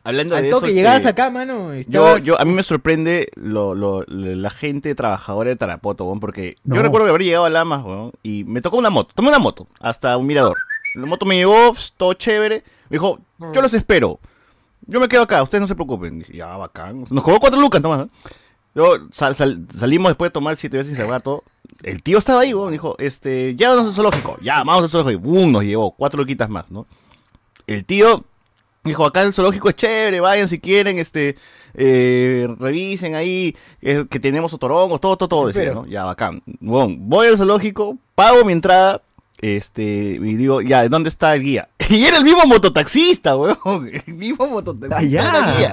Speaker 1: Hablando de
Speaker 2: Al
Speaker 1: eso.
Speaker 2: toque
Speaker 1: este,
Speaker 2: llegabas acá,
Speaker 1: Yo,
Speaker 2: mano. estabas-
Speaker 1: yo, a mí me sorprende lo, lo- la gente trabajadora de Tarapoto, weón, porque yo
Speaker 8: No.
Speaker 1: recuerdo que haber llegado a Lamas, weón, y me tocó una moto, tomé una moto hasta un mirador. La moto me llevó, pss, todo chévere, me dijo, yo
Speaker 2: Mm.
Speaker 1: los espero, yo me quedo acá, ustedes no se preocupen. Dije, ya, bacán. Nos cobró cuatro lucas nomás, ¿eh? Luego sal- sal- salimos después de tomar siete veces sin salvar todo. El tío estaba ahí, weón, dijo, este, ya vamos al zoológico, ya, vamos al zoológico, y boom, nos llevó, cuatro luquitas más, ¿no? El tío dijo, acá el zoológico es chévere, vayan si quieren, este, eh, revisen ahí, eh, que tenemos otorongos, todo, todo, todo,
Speaker 2: Sí,
Speaker 1: decía,
Speaker 2: pero-
Speaker 1: ¿no? Ya, bacán. Bueno, voy al zoológico, pago mi entrada, este, y digo, ya, ¿dónde está el guía? (laughs) Y era el mismo mototaxista, weón, el mismo mototaxista. era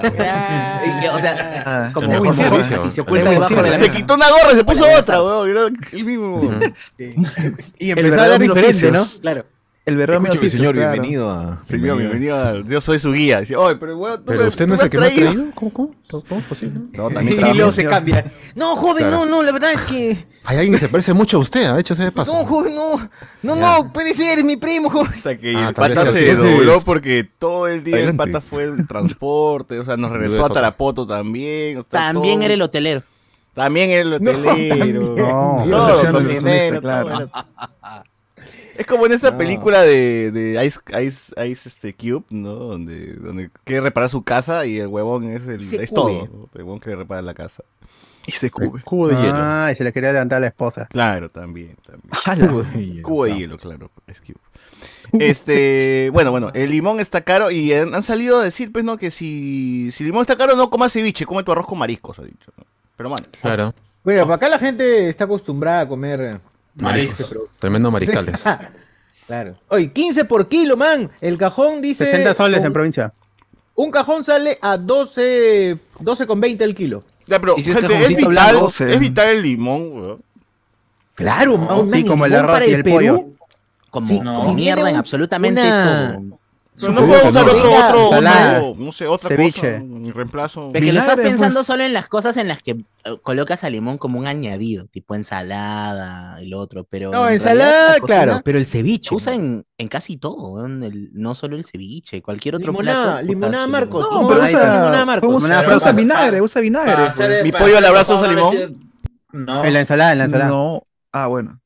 Speaker 1: el
Speaker 8: (laughs)
Speaker 1: guía, weón.
Speaker 7: O sea,
Speaker 8: Ah,
Speaker 7: como
Speaker 3: el mejor
Speaker 7: Uy,
Speaker 3: servicio.
Speaker 7: sí, se
Speaker 3: El
Speaker 7: oculta
Speaker 3: mejor
Speaker 7: debajo de la
Speaker 3: servicio.
Speaker 1: Se
Speaker 7: mesa.
Speaker 1: quitó una gorra y se puso otra, weón, era el mismo.
Speaker 7: (laughs)
Speaker 2: y
Speaker 8: El
Speaker 2: empezaba a
Speaker 8: verdadero
Speaker 2: hablar
Speaker 8: mil
Speaker 2: diferente, ¿no?
Speaker 8: oficios.
Speaker 7: Claro.
Speaker 8: El verdadero
Speaker 9: Escúcheme,
Speaker 8: oficio,
Speaker 9: señor,
Speaker 8: claro.
Speaker 9: bienvenido a.
Speaker 1: Sí, mira, bienvenido al- Yo soy su guía. Decía, oye, pero weón, tú
Speaker 3: Pero
Speaker 1: me-
Speaker 3: usted
Speaker 1: tú
Speaker 3: no es
Speaker 1: me
Speaker 3: el que me ha
Speaker 1: has traído".
Speaker 3: traído. ¿Cómo, cómo? ¿Cómo, cómo es posible?
Speaker 1: No,
Speaker 2: (laughs) Y
Speaker 1: también
Speaker 2: luego
Speaker 1: trabajamos.
Speaker 2: se cambia. No, joven, no, no, la verdad
Speaker 1: (laughs)
Speaker 2: es que.
Speaker 3: Hay alguien que se parece mucho a usted, ha hecho ese de paso.
Speaker 2: No, joven, no. No, no, puede ser, mi primo, joven.
Speaker 1: Hasta que
Speaker 3: Ah,
Speaker 1: el
Speaker 3: tal vez
Speaker 1: pata
Speaker 3: sea
Speaker 1: se
Speaker 3: así.
Speaker 1: dobló
Speaker 3: Sí.
Speaker 1: porque todo el día
Speaker 9: Adelante.
Speaker 1: el pata fue
Speaker 3: (laughs)
Speaker 1: el transporte, o sea, nos regresó a
Speaker 3: Regresó.
Speaker 1: Tarapoto también. o sea,
Speaker 7: También
Speaker 1: todo-
Speaker 7: era el hotelero.
Speaker 1: También era el
Speaker 2: (laughs)
Speaker 1: hotelero.
Speaker 4: No,
Speaker 1: Todo,
Speaker 8: Los opciones
Speaker 1: cocinero,
Speaker 8: son estas,
Speaker 1: todo era- Es como en esta película de, de Ice, Ice, Ice este, Cube, ¿no? Donde, donde quiere reparar su casa y el huevón es el
Speaker 2: Ese
Speaker 1: es
Speaker 2: cubo.
Speaker 1: todo. ¿no? El huevón que repara la casa.
Speaker 8: Y se cube.
Speaker 3: Cubo de hielo.
Speaker 4: Ah, y se le quería adelantar a la esposa.
Speaker 1: Claro, también, también.
Speaker 8: ¡Hala!
Speaker 1: Cubo de hielo, claro. Ice Cube. Este, (laughs) bueno, bueno, el limón está caro y han, han salido a decir, pues, ¿no? Que si, si el limón está caro, no comas ceviche, come tu arroz con mariscos, ha dicho. ¿no? Pero, mano,
Speaker 3: Claro.
Speaker 2: Bueno, pues acá la gente está acostumbrada a comer. eh,
Speaker 6: Mariscos.
Speaker 3: Tremendo
Speaker 4: (laughs)
Speaker 3: mariscales.
Speaker 1: (laughs)
Speaker 2: Claro. Oye, 15 por kilo, man. El cajón dice.
Speaker 4: 60 soles
Speaker 2: un-
Speaker 4: en provincia.
Speaker 2: Un cajón sale a 12, 12 con 20 el kilo.
Speaker 1: ya, pero,
Speaker 7: Y si es
Speaker 1: gente, es,
Speaker 7: cajoncito
Speaker 1: vital,
Speaker 8: blanco,
Speaker 1: es vital el limón, weón.
Speaker 2: Claro, man,
Speaker 4: sí,
Speaker 2: man,
Speaker 4: como el
Speaker 2: limón
Speaker 4: arroz
Speaker 2: para
Speaker 4: y el pollo.
Speaker 7: Como
Speaker 2: Sí,
Speaker 6: no.
Speaker 7: como
Speaker 2: sí,
Speaker 7: mierda
Speaker 2: tiene
Speaker 7: en
Speaker 2: un-
Speaker 7: absolutamente
Speaker 2: una-
Speaker 7: todo.
Speaker 1: Pero no puedo
Speaker 3: Supongo que
Speaker 1: usar
Speaker 3: no.
Speaker 1: otro, otro,
Speaker 4: Ensalada,
Speaker 1: otro, no sé, otra
Speaker 4: ceviche.
Speaker 1: cosa, un reemplazo.
Speaker 7: Es que lo estás
Speaker 8: Vinagre,
Speaker 7: pensando
Speaker 8: pues.
Speaker 7: solo en las cosas en las que eh, colocas al limón como un añadido, tipo ensalada, el otro, pero.
Speaker 2: No,
Speaker 7: en
Speaker 2: ensalada,
Speaker 7: realidad la
Speaker 2: claro.
Speaker 7: cocina
Speaker 2: Pero el ceviche.
Speaker 7: Se usa en, en casi todo, weón, el- no solo el ceviche, cualquier otro
Speaker 2: Limonada,
Speaker 7: plato. puta,
Speaker 2: limonada,
Speaker 7: su-
Speaker 2: Marcos.
Speaker 8: No, pero
Speaker 4: Ahí está.
Speaker 2: Una
Speaker 8: usa,
Speaker 2: marca.
Speaker 8: usa,
Speaker 4: Una
Speaker 8: usa
Speaker 4: marca.
Speaker 8: vinagre,
Speaker 3: ah,
Speaker 8: usa vinagre.
Speaker 6: Para
Speaker 8: pues.
Speaker 6: hacer-
Speaker 1: Mi
Speaker 6: para
Speaker 1: pollo al
Speaker 6: hacer
Speaker 1: abrazo usa
Speaker 6: papas,
Speaker 1: limón.
Speaker 6: No,
Speaker 4: En la ensalada, en la ensalada.
Speaker 8: No. Ah, bueno.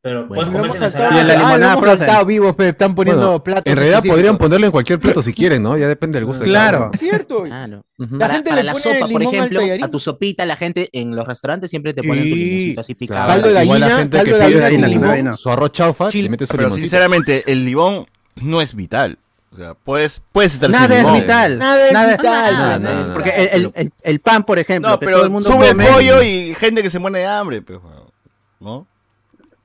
Speaker 6: pero pues,
Speaker 7: Bueno,
Speaker 6: puedes comer sin
Speaker 4: Y en la
Speaker 6: ensalada.
Speaker 4: limonada
Speaker 2: ah, lo hemos
Speaker 4: frozen.
Speaker 2: saltado vivos, pe, están poniendo
Speaker 3: Bueno,
Speaker 2: platos.
Speaker 3: En realidad
Speaker 2: específicos.
Speaker 3: podrían ponerlo en cualquier plato si quieren, ¿no? Ya depende del gusto. de cada
Speaker 4: Claro.
Speaker 2: Es cierto.
Speaker 7: Claro.
Speaker 3: uno. Ujú.
Speaker 2: La
Speaker 7: Para,
Speaker 2: gente
Speaker 7: para
Speaker 2: le
Speaker 7: la
Speaker 2: pone
Speaker 7: sopa, por
Speaker 2: limón al
Speaker 7: ejemplo,
Speaker 2: tallarín.
Speaker 7: a tu sopita, la gente en los restaurantes siempre te ponen tu
Speaker 2: Sí,
Speaker 7: limoncito así picado.
Speaker 3: Claro.
Speaker 2: Caldo de
Speaker 3: Igual la
Speaker 2: gallina,
Speaker 3: gente que
Speaker 2: caldo de
Speaker 3: pide
Speaker 4: gallina,
Speaker 3: su-
Speaker 4: caldo de gallina.
Speaker 3: su arroz chaufa, le mete su
Speaker 1: Pero
Speaker 3: limoncito.
Speaker 1: sinceramente, el limón no es vital. O sea, puedes, puedes estar sin
Speaker 4: Nada es
Speaker 1: limón.
Speaker 4: vital.
Speaker 2: Nada es vital,
Speaker 3: nada,
Speaker 2: man,
Speaker 3: nada,
Speaker 2: es-
Speaker 4: Porque el, el- el- el pan, por ejemplo,
Speaker 1: No,
Speaker 4: que todo
Speaker 1: pero
Speaker 4: el mundo
Speaker 1: sube el
Speaker 4: come,
Speaker 1: pollo y gente que se muere de hambre, pues, bueno, ¿no?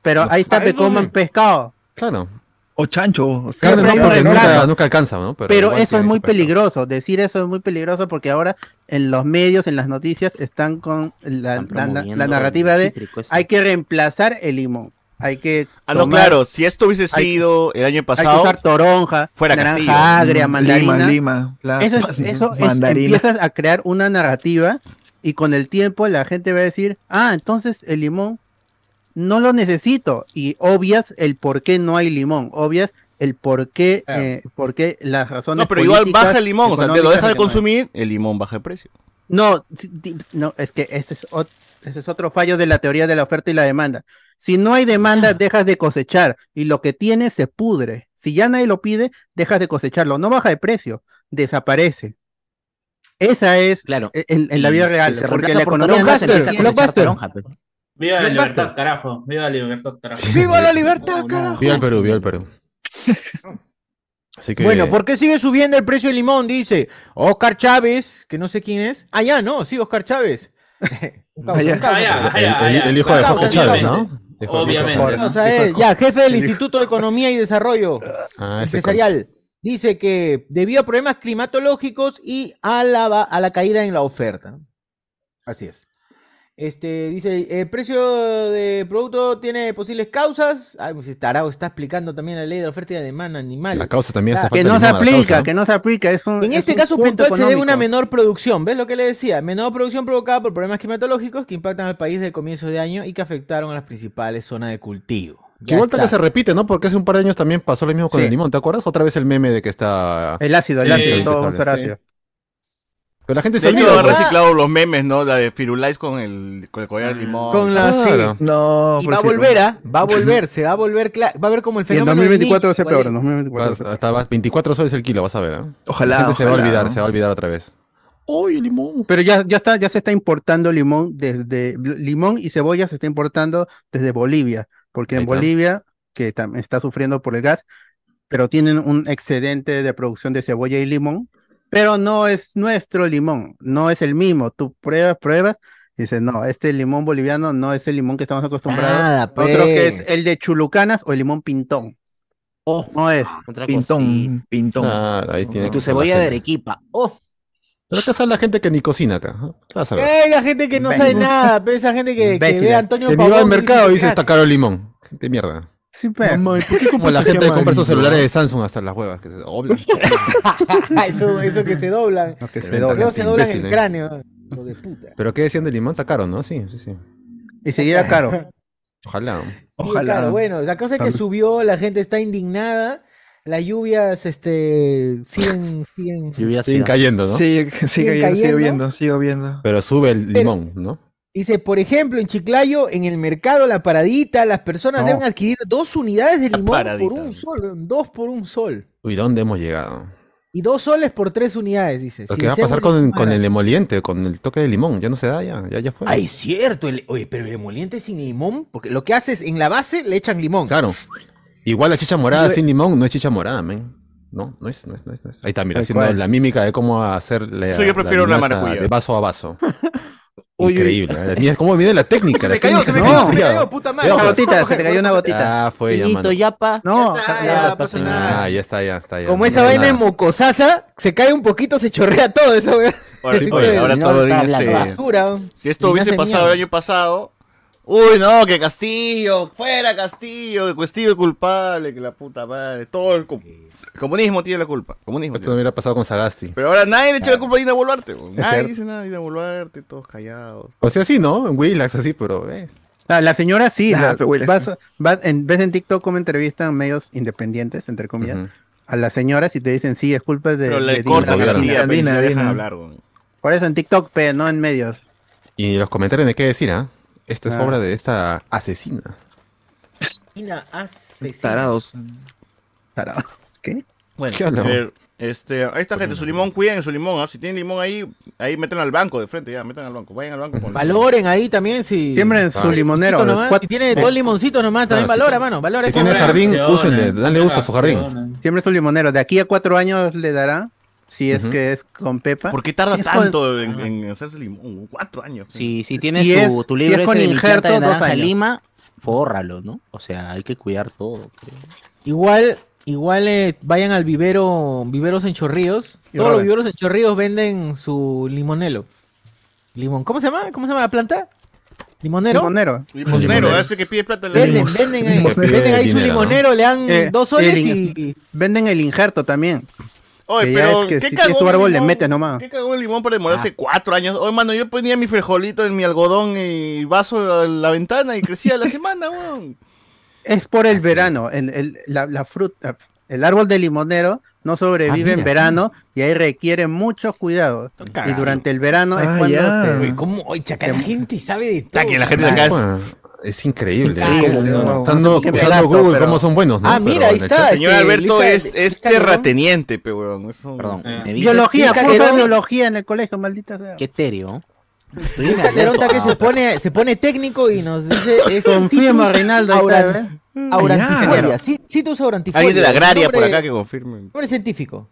Speaker 4: pero ahí está
Speaker 2: Ah,
Speaker 4: que
Speaker 2: eso sí.
Speaker 4: coman pescado.
Speaker 3: Claro.
Speaker 8: O chancho. o sea,
Speaker 3: Carne no,
Speaker 4: hay un
Speaker 3: porque nunca,
Speaker 4: reemplazo.
Speaker 3: nunca alcanza, ¿no? Pero,
Speaker 4: Pero
Speaker 3: igual
Speaker 4: eso es
Speaker 3: tiene
Speaker 4: muy
Speaker 3: su pescado.
Speaker 4: peligroso. Decir eso es muy peligroso porque ahora en los medios, en las noticias, están con la,
Speaker 7: Están
Speaker 4: la- la- la
Speaker 7: promoviendo
Speaker 4: narrativa
Speaker 7: el
Speaker 4: de
Speaker 7: cítrico ese.
Speaker 4: hay que reemplazar el limón. Hay que.
Speaker 1: Ah, no,
Speaker 4: tomar-
Speaker 1: claro, si esto hubiese
Speaker 4: hay-
Speaker 1: sido el año
Speaker 4: Hay que
Speaker 1: pasado,
Speaker 4: usar toronja,
Speaker 1: fuera
Speaker 4: naranja
Speaker 1: Castillo.
Speaker 4: agria, mandarina.
Speaker 8: Mm, Lima, Lima. claro.
Speaker 4: Eso
Speaker 8: (laughs)
Speaker 4: es, eso es,
Speaker 8: mandarina.
Speaker 4: empiezas a crear una narrativa y con el tiempo la gente va a decir, ah, entonces el limón no lo necesito y obvias el por qué no hay limón, obvias el por qué,
Speaker 2: Claro.
Speaker 4: eh, por qué las razones
Speaker 1: no, pero igual
Speaker 4: políticas,
Speaker 1: baja el limón, o sea, te lo
Speaker 4: económicas
Speaker 1: dejas de
Speaker 4: que no hay.
Speaker 1: consumir, el limón baja de precio.
Speaker 4: No, ti- ti- no, es que ese es, ot- ese es otro fallo de la teoría de la oferta y la demanda. Si no hay demanda, dejas de cosechar y lo que tienes se pudre. Si ya nadie lo pide, dejas de cosecharlo. No baja de precio, desaparece. Esa es
Speaker 7: Claro.
Speaker 4: e- en, en la vida
Speaker 7: Y si
Speaker 4: real,
Speaker 7: se
Speaker 4: porque
Speaker 7: reemplaza
Speaker 4: la
Speaker 7: por
Speaker 4: economía no
Speaker 7: toronjas,
Speaker 4: se
Speaker 7: empieza a
Speaker 4: percibe.
Speaker 7: cosechar
Speaker 2: Blockbuster.
Speaker 7: toronja, pues.
Speaker 6: Viva la
Speaker 2: Blockbuster.
Speaker 6: libertad, carajo. Viva la libertad, carajo.
Speaker 2: ¡Viva la libertad, carajo!
Speaker 3: Viva el Perú, viva el Perú. Así que.
Speaker 2: Bueno, ¿por qué sigue subiendo el precio del limón? Dice Oscar Chávez, que no sé quién es. Ah, ya, no, sí,
Speaker 3: (laughs)
Speaker 2: Oscar Chávez. Un causa,
Speaker 4: Allá.
Speaker 2: un causa.
Speaker 6: Allá,
Speaker 3: El,
Speaker 6: allá,
Speaker 3: el-
Speaker 6: allá.
Speaker 3: el hijo de
Speaker 2: Claro,
Speaker 3: Jorge
Speaker 2: obviamente.
Speaker 3: Chávez, ¿no? De Jorge
Speaker 6: Obviamente.
Speaker 2: eh,
Speaker 3: Chávez. (laughs)
Speaker 2: O sea, él, ya, jefe del Instituto de Economía y Desarrollo
Speaker 3: Ah, ese
Speaker 2: Empresarial. Dice que debido a problemas climatológicos y a la, ba- a la caída en la oferta. ¿no? Así es. Este, dice, el precio de producto tiene posibles causas. Ay, pues, tarao, está explicando también la ley de oferta y de demanda animal.
Speaker 3: La causa también hace
Speaker 2: Ah,
Speaker 3: falta.
Speaker 4: Que no se
Speaker 3: limón a la
Speaker 4: aplica,
Speaker 3: causa, ¿no?
Speaker 4: que no se aplica. Es un,
Speaker 2: En
Speaker 4: es
Speaker 2: este
Speaker 4: un
Speaker 2: caso
Speaker 4: punto
Speaker 2: puntual se debe
Speaker 4: económico.
Speaker 2: una menor producción, ¿ves lo que le decía? Menor producción provocada por problemas climatológicos que impactan al país de comienzo de año y que afectaron a las principales zonas de cultivo. Ya
Speaker 3: Igual que
Speaker 2: está.
Speaker 3: se repite, ¿no? Porque hace un par de años también pasó lo mismo con
Speaker 4: Sí.
Speaker 3: el limón. ¿Te acuerdas? Otra vez el meme de que está.
Speaker 4: El ácido, el
Speaker 6: Sí,
Speaker 4: ácido,
Speaker 6: que
Speaker 4: todo
Speaker 3: sale,
Speaker 4: va a usar
Speaker 3: sí.
Speaker 4: ácido.
Speaker 3: Pero la gente se
Speaker 1: De hecho,
Speaker 3: olvida.
Speaker 1: han
Speaker 3: pues.
Speaker 1: reciclado los memes, ¿no? La de Firulais con el, con el collar de limón.
Speaker 2: Con la sí.
Speaker 3: Claro.
Speaker 8: No,
Speaker 2: Y
Speaker 8: pero
Speaker 2: va a
Speaker 8: sí,
Speaker 2: volver, ¿ah? Va a volver, se va a volver, cla- va a ver como el
Speaker 4: Y en
Speaker 2: fenómeno del
Speaker 4: 2024 va a ser
Speaker 2: Niño,
Speaker 4: peor, en
Speaker 2: ¿cuál es?
Speaker 4: 2024 va a
Speaker 3: Vas-
Speaker 4: ser
Speaker 3: hasta vas 24 soles el kilo, vas a ver. ¿eh?
Speaker 8: Ojalá.
Speaker 3: la gente se va a
Speaker 8: ojalá,
Speaker 3: olvidar,
Speaker 8: ¿no?
Speaker 3: se va a olvidar otra vez. ¡Uy, el limón!
Speaker 4: Pero ya, ya está, ya se está importando limón desde limón y cebolla se está importando desde Bolivia, porque
Speaker 3: Ahí
Speaker 4: en
Speaker 3: está.
Speaker 4: Bolivia, que también está sufriendo por el gas, pero tienen un excedente de producción de cebolla y limón, pero no es nuestro limón, no es el mismo. Tú pruebas, pruebas, y dices, no, este limón boliviano no es el limón que estamos acostumbrados.
Speaker 3: Ah,
Speaker 2: Nada,
Speaker 4: Otro que
Speaker 2: pues.
Speaker 4: es el de Chulucanas o el limón pintón.
Speaker 3: Oh,
Speaker 4: no es.
Speaker 7: Otra cosita.
Speaker 8: Pintón, pintón.
Speaker 3: Claro, ahí tiene
Speaker 7: Y tu
Speaker 3: que-
Speaker 7: cebolla
Speaker 3: la
Speaker 7: de
Speaker 3: gente.
Speaker 7: Arequipa. Oh,
Speaker 3: Pero acá sale la gente que ni cocina acá. ¿eh? ¿Qué vas a ver?
Speaker 2: Eh, la gente que no sabe nada, pero esa gente que, que
Speaker 4: Imbéciles.
Speaker 2: ve a Antonio
Speaker 3: Que ni va
Speaker 2: Pavón
Speaker 3: al mercado y
Speaker 2: que
Speaker 3: dice,
Speaker 2: es
Speaker 3: está caro el limón. Gente de mierda.
Speaker 4: Sí, pues. pero-
Speaker 8: Mamá, ¿y por qué
Speaker 3: Como
Speaker 8: compras
Speaker 3: la
Speaker 8: ese
Speaker 3: gente que compra esos
Speaker 8: amarillo?
Speaker 3: celulares de Samsung hasta las huevas. Que se (laughs) doblan.
Speaker 2: caro. (laughs) eso, eso que se doblan.
Speaker 4: no, que se
Speaker 3: Venta,
Speaker 4: dobla.
Speaker 2: Luego se doblan
Speaker 3: imbécil,
Speaker 2: el
Speaker 3: eh.
Speaker 2: cráneo. Lo de puta.
Speaker 3: Pero ¿qué decían del limón? Está caro, ¿no? Sí, sí, sí. (laughs)
Speaker 4: Y seguirá caro.
Speaker 3: Ojalá.
Speaker 2: Sí,
Speaker 8: Ojalá.
Speaker 2: claro, bueno, la cosa es que
Speaker 8: También.
Speaker 2: subió, la gente está indignada, las lluvias este,
Speaker 3: (laughs)
Speaker 2: siguen, siguen.
Speaker 7: lluvia
Speaker 3: Siguen cayendo, ¿no?
Speaker 8: Sí, sigue cayendo,
Speaker 2: Siguen
Speaker 8: sigo
Speaker 2: cayendo.
Speaker 8: viendo, sigo viendo.
Speaker 3: Pero sube el limón, ¿no?
Speaker 2: Dice, por ejemplo, en Chiclayo, en el mercado La Paradita, las personas
Speaker 4: No.
Speaker 2: deben adquirir dos unidades de
Speaker 1: La
Speaker 2: limón por
Speaker 1: Paradita.
Speaker 2: un sol, dos por un sol.
Speaker 3: Uy, ¿dónde hemos llegado?
Speaker 2: Y dos soles por tres unidades, dice.
Speaker 3: Lo
Speaker 2: sin
Speaker 3: que va a
Speaker 2: ser
Speaker 3: pasar
Speaker 2: un limón
Speaker 3: con, con
Speaker 2: barato.
Speaker 3: el emoliente, con el toque de limón. Ya no se da, ya, ya, ya fue.
Speaker 2: Ay, Ah, cierto. el- Oye, pero el emoliente sin limón, porque lo que haces en la base le echan limón.
Speaker 3: Claro.
Speaker 2: (laughs)
Speaker 3: Igual la chicha morada
Speaker 2: Yo-
Speaker 3: sin limón no es chicha morada, men. No, no es, no es, no es, no es. Ahí está, mira,
Speaker 4: Tal
Speaker 3: haciendo
Speaker 4: cual.
Speaker 3: la mímica de cómo hacer la,
Speaker 1: Eso yo prefiero la
Speaker 3: la linaza
Speaker 1: maracuyá.
Speaker 3: De vaso a
Speaker 4: (laughs)
Speaker 3: vaso.
Speaker 7: Uy, uy.
Speaker 3: Increíble. ¿eh? Mira cómo viene la técnica.
Speaker 1: Se
Speaker 3: la
Speaker 1: me cayó,
Speaker 3: técnica
Speaker 1: se me
Speaker 3: es
Speaker 1: cayó, se me
Speaker 3: demasiado.
Speaker 1: cayó, puta
Speaker 2: (laughs)
Speaker 1: madre.
Speaker 3: Ya,
Speaker 4: Una
Speaker 3: pues.
Speaker 4: gotita, se te cayó una gotita.
Speaker 3: Ah, fue ya, mano.
Speaker 7: Pinito, yapa.
Speaker 4: No,
Speaker 1: Ya está,
Speaker 4: ya,
Speaker 1: ya,
Speaker 7: no pasa
Speaker 1: pasa nada.
Speaker 3: Ah, ya está, ya está. ya.
Speaker 2: Como
Speaker 3: No
Speaker 2: esa
Speaker 3: pasa
Speaker 2: vaina es
Speaker 3: nada.
Speaker 2: mocosaza, se cae un poquito, se chorrea todo eso, weón.
Speaker 1: Ahora,
Speaker 3: Sí,
Speaker 1: oye,
Speaker 3: pues,
Speaker 1: ahora
Speaker 7: no
Speaker 1: todo
Speaker 7: está
Speaker 1: bien, este,
Speaker 7: hablando
Speaker 2: Basura.
Speaker 1: Si esto hubiese
Speaker 2: Linaza de
Speaker 1: pasado el
Speaker 2: mierda.
Speaker 1: año pasado. Uy, no, que Castillo, fuera Castillo, que Castillo es culpable, que la puta madre, todo el, cu- el comunismo tiene la culpa, comunismo
Speaker 3: Esto
Speaker 1: tiene.
Speaker 3: no hubiera pasado con Sagasti.
Speaker 1: Pero ahora nadie le echa la culpa a Dina Boluarte, weón. nadie
Speaker 4: cierto.
Speaker 1: dice nada a Dina Boluarte, todos callados.
Speaker 3: O sea, sí, ¿no? En Willax, así, pero. eh.
Speaker 4: La, la señora sí,
Speaker 8: Ah,
Speaker 4: la-
Speaker 8: pero huele
Speaker 4: vas, vas en, ves en TikTok cómo entrevistan medios independientes, entre comillas,
Speaker 3: Ujú.
Speaker 4: a las señoras y te dicen, sí, es culpa de...
Speaker 1: Pero
Speaker 4: de
Speaker 1: le
Speaker 4: Dina
Speaker 1: cortan
Speaker 3: Dina,
Speaker 1: a la
Speaker 3: Dina,
Speaker 1: tía, pero
Speaker 8: Dina,
Speaker 1: no dejan
Speaker 8: Dina.
Speaker 1: hablar, weón.
Speaker 4: Por eso en TikTok, pero no en medios.
Speaker 3: Y los comentarios de qué decir, ¿ah? Esta es
Speaker 4: Ah.
Speaker 3: obra de esta asesina.
Speaker 2: China asesina.
Speaker 8: Tarados.
Speaker 4: Tarado. ¿Qué? Pues
Speaker 1: Bueno,
Speaker 3: ¿Qué hablamos?
Speaker 1: a ver, este, ahí está gente, su limón, cuiden su limón, ¿ah? si tienen limón ahí, ahí meten al banco de frente, ya, metan al banco, vayan al banco. con-
Speaker 2: Valoren ahí también si.
Speaker 4: Siembren su
Speaker 3: Ah.
Speaker 4: limonero.
Speaker 2: Limoncito nomás,
Speaker 4: cuat- eh.
Speaker 2: si tiene dos limoncitos nomás, también
Speaker 3: Claro, sí.
Speaker 2: valora, mano. Valora
Speaker 3: Si
Speaker 2: esa
Speaker 3: tiene
Speaker 2: huevada.
Speaker 3: jardín,
Speaker 6: Acciones,
Speaker 3: úsenle, dale uso a su jardín.
Speaker 6: acciones.
Speaker 4: siembren su limonero. De aquí a cuatro años le dará, si es
Speaker 3: Ujú.
Speaker 4: que es con Pepa.
Speaker 1: ¿Por qué tarda
Speaker 4: Es con-
Speaker 1: tanto en, en hacerse limón? Cuatro años.
Speaker 7: Si, si tienes
Speaker 4: Si
Speaker 7: tu,
Speaker 4: es-
Speaker 7: tu
Speaker 4: si
Speaker 7: libro
Speaker 4: es
Speaker 7: ese
Speaker 4: con
Speaker 7: de mi planta
Speaker 4: injerto,
Speaker 7: de
Speaker 4: dos
Speaker 7: naranja
Speaker 4: años.
Speaker 7: lima, fórralo, ¿no? O sea, hay que cuidar todo. creo.
Speaker 2: Igual, igual eh, vayan al vivero, viveros en Chorrillos.
Speaker 4: Y
Speaker 2: Todos los
Speaker 4: roben.
Speaker 2: viveros en Chorrillos venden su limonelo. Limón, ¿cómo se llama? ¿Cómo se llama la planta? ¿Limonero?
Speaker 4: Limonero.
Speaker 1: Limonero,
Speaker 7: ¿eh?
Speaker 3: Limonero.
Speaker 1: ese pues, que pide plata le
Speaker 2: Venden, venden ahí,
Speaker 3: Limos-
Speaker 2: venden ahí su
Speaker 3: dinero, ¿no?
Speaker 2: limonero, le dan
Speaker 4: Eh,
Speaker 2: dos soles
Speaker 4: el
Speaker 2: y,
Speaker 4: in- Venden el injerto también.
Speaker 1: Oye,
Speaker 4: Que ya
Speaker 1: pero
Speaker 4: es que
Speaker 1: ¿qué
Speaker 4: si
Speaker 1: cagó
Speaker 4: tienes tu árbol,
Speaker 1: el
Speaker 4: le
Speaker 1: limón?
Speaker 4: metes nomás. Ah.
Speaker 1: ¿Qué cagó el limón para demorarse cuatro años? Oye, mano, yo ponía mi frijolito en mi algodón y vaso en la ventana y crecía a
Speaker 4: (laughs)
Speaker 1: la semana, weón.
Speaker 4: Es por el verano. El, el- la, la fruta, el árbol de limonero no sobrevive
Speaker 3: Ah,
Speaker 4: en
Speaker 3: mira.
Speaker 4: verano y ahí requiere mucho cuidado.
Speaker 1: Está
Speaker 4: Y durante el verano es
Speaker 8: Ah,
Speaker 4: cuando
Speaker 8: ya.
Speaker 4: se-
Speaker 2: Oye, ¿cómo? Oye, chaca, la gente sabe de todo.
Speaker 1: Está que la gente de acá es...
Speaker 3: Bueno, es increíble. ¿eh?
Speaker 2: Increíble,
Speaker 3: Como-
Speaker 8: no, no.
Speaker 3: Usando,
Speaker 4: No sé qué
Speaker 3: usando
Speaker 4: pedazo,
Speaker 3: Google,
Speaker 4: pero-
Speaker 3: cómo son buenos, ¿no?
Speaker 2: Ah, mira, ahí
Speaker 3: en el
Speaker 2: está.
Speaker 3: chat-
Speaker 1: Señor
Speaker 2: Este,
Speaker 1: Alberto
Speaker 2: lista-
Speaker 1: es, es
Speaker 2: lista de limón.
Speaker 1: terrateniente, pe, weón. Es un-
Speaker 7: Perdón.
Speaker 6: Eh.
Speaker 7: me dices
Speaker 4: Biología,
Speaker 2: Qué
Speaker 4: curso de
Speaker 2: cajerón.
Speaker 4: biología en el colegio, maldita sea.
Speaker 7: Qué
Speaker 2: (laughs)
Speaker 7: etéreo.
Speaker 2: Calderón está que se pone, se pone técnico y nos dice... es
Speaker 4: Confirma, Reinaldo. ahí está,
Speaker 2: Aura-
Speaker 4: ¿eh?
Speaker 2: Aurantifolia, sí, sí, tú usas aurantifolia.
Speaker 1: Alguien de la agraria por
Speaker 2: Nombre-
Speaker 1: acá que confirme.
Speaker 2: Nombre científico.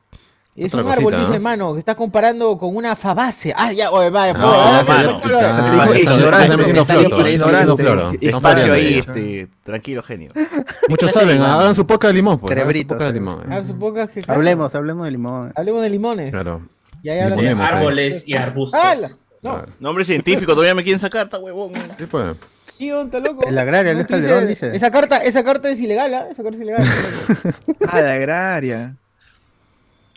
Speaker 2: Es
Speaker 3: Otra
Speaker 2: un
Speaker 3: cosita,
Speaker 2: árbol, dice,
Speaker 3: ¿no?
Speaker 2: hermano, que está comparando con una fabase. Ah, ya, oye, vaya,
Speaker 3: No,
Speaker 2: por favor,
Speaker 3: sí,
Speaker 1: mano.
Speaker 3: ya- ah,
Speaker 1: Digo,
Speaker 3: sí, está-
Speaker 1: ignorante,
Speaker 3: está metiendo
Speaker 1: está
Speaker 3: floto, está metiendo
Speaker 8: ignorante.
Speaker 3: floro. No
Speaker 1: Espacio
Speaker 3: paren de-
Speaker 1: ahí, este, tranquilo, genio.
Speaker 3: Muchos saben, ah, hagan su poca de limón. Pues, hagan su
Speaker 4: Cerebritos.
Speaker 3: poca de limón.
Speaker 2: Ah, supongo que-
Speaker 4: Hablemos, hablemos de limón.
Speaker 2: Hablemos de limones.
Speaker 3: Claro.
Speaker 2: Y ahí hablan de-
Speaker 3: Limonemos. ahí.
Speaker 6: Árboles y arbustos.
Speaker 2: ¡Hala! No,
Speaker 3: claro.
Speaker 1: Nombre científico, todavía me quieren sacar, está huevón. man.
Speaker 3: Sí, pues.
Speaker 2: sí, onda, loco.
Speaker 4: El agrario, Luis
Speaker 2: te dice-
Speaker 4: Calderón dice.
Speaker 2: Esa carta, esa carta es ilegal, ¿ah? Esa carta es ilegal.
Speaker 8: Ah, la agraria.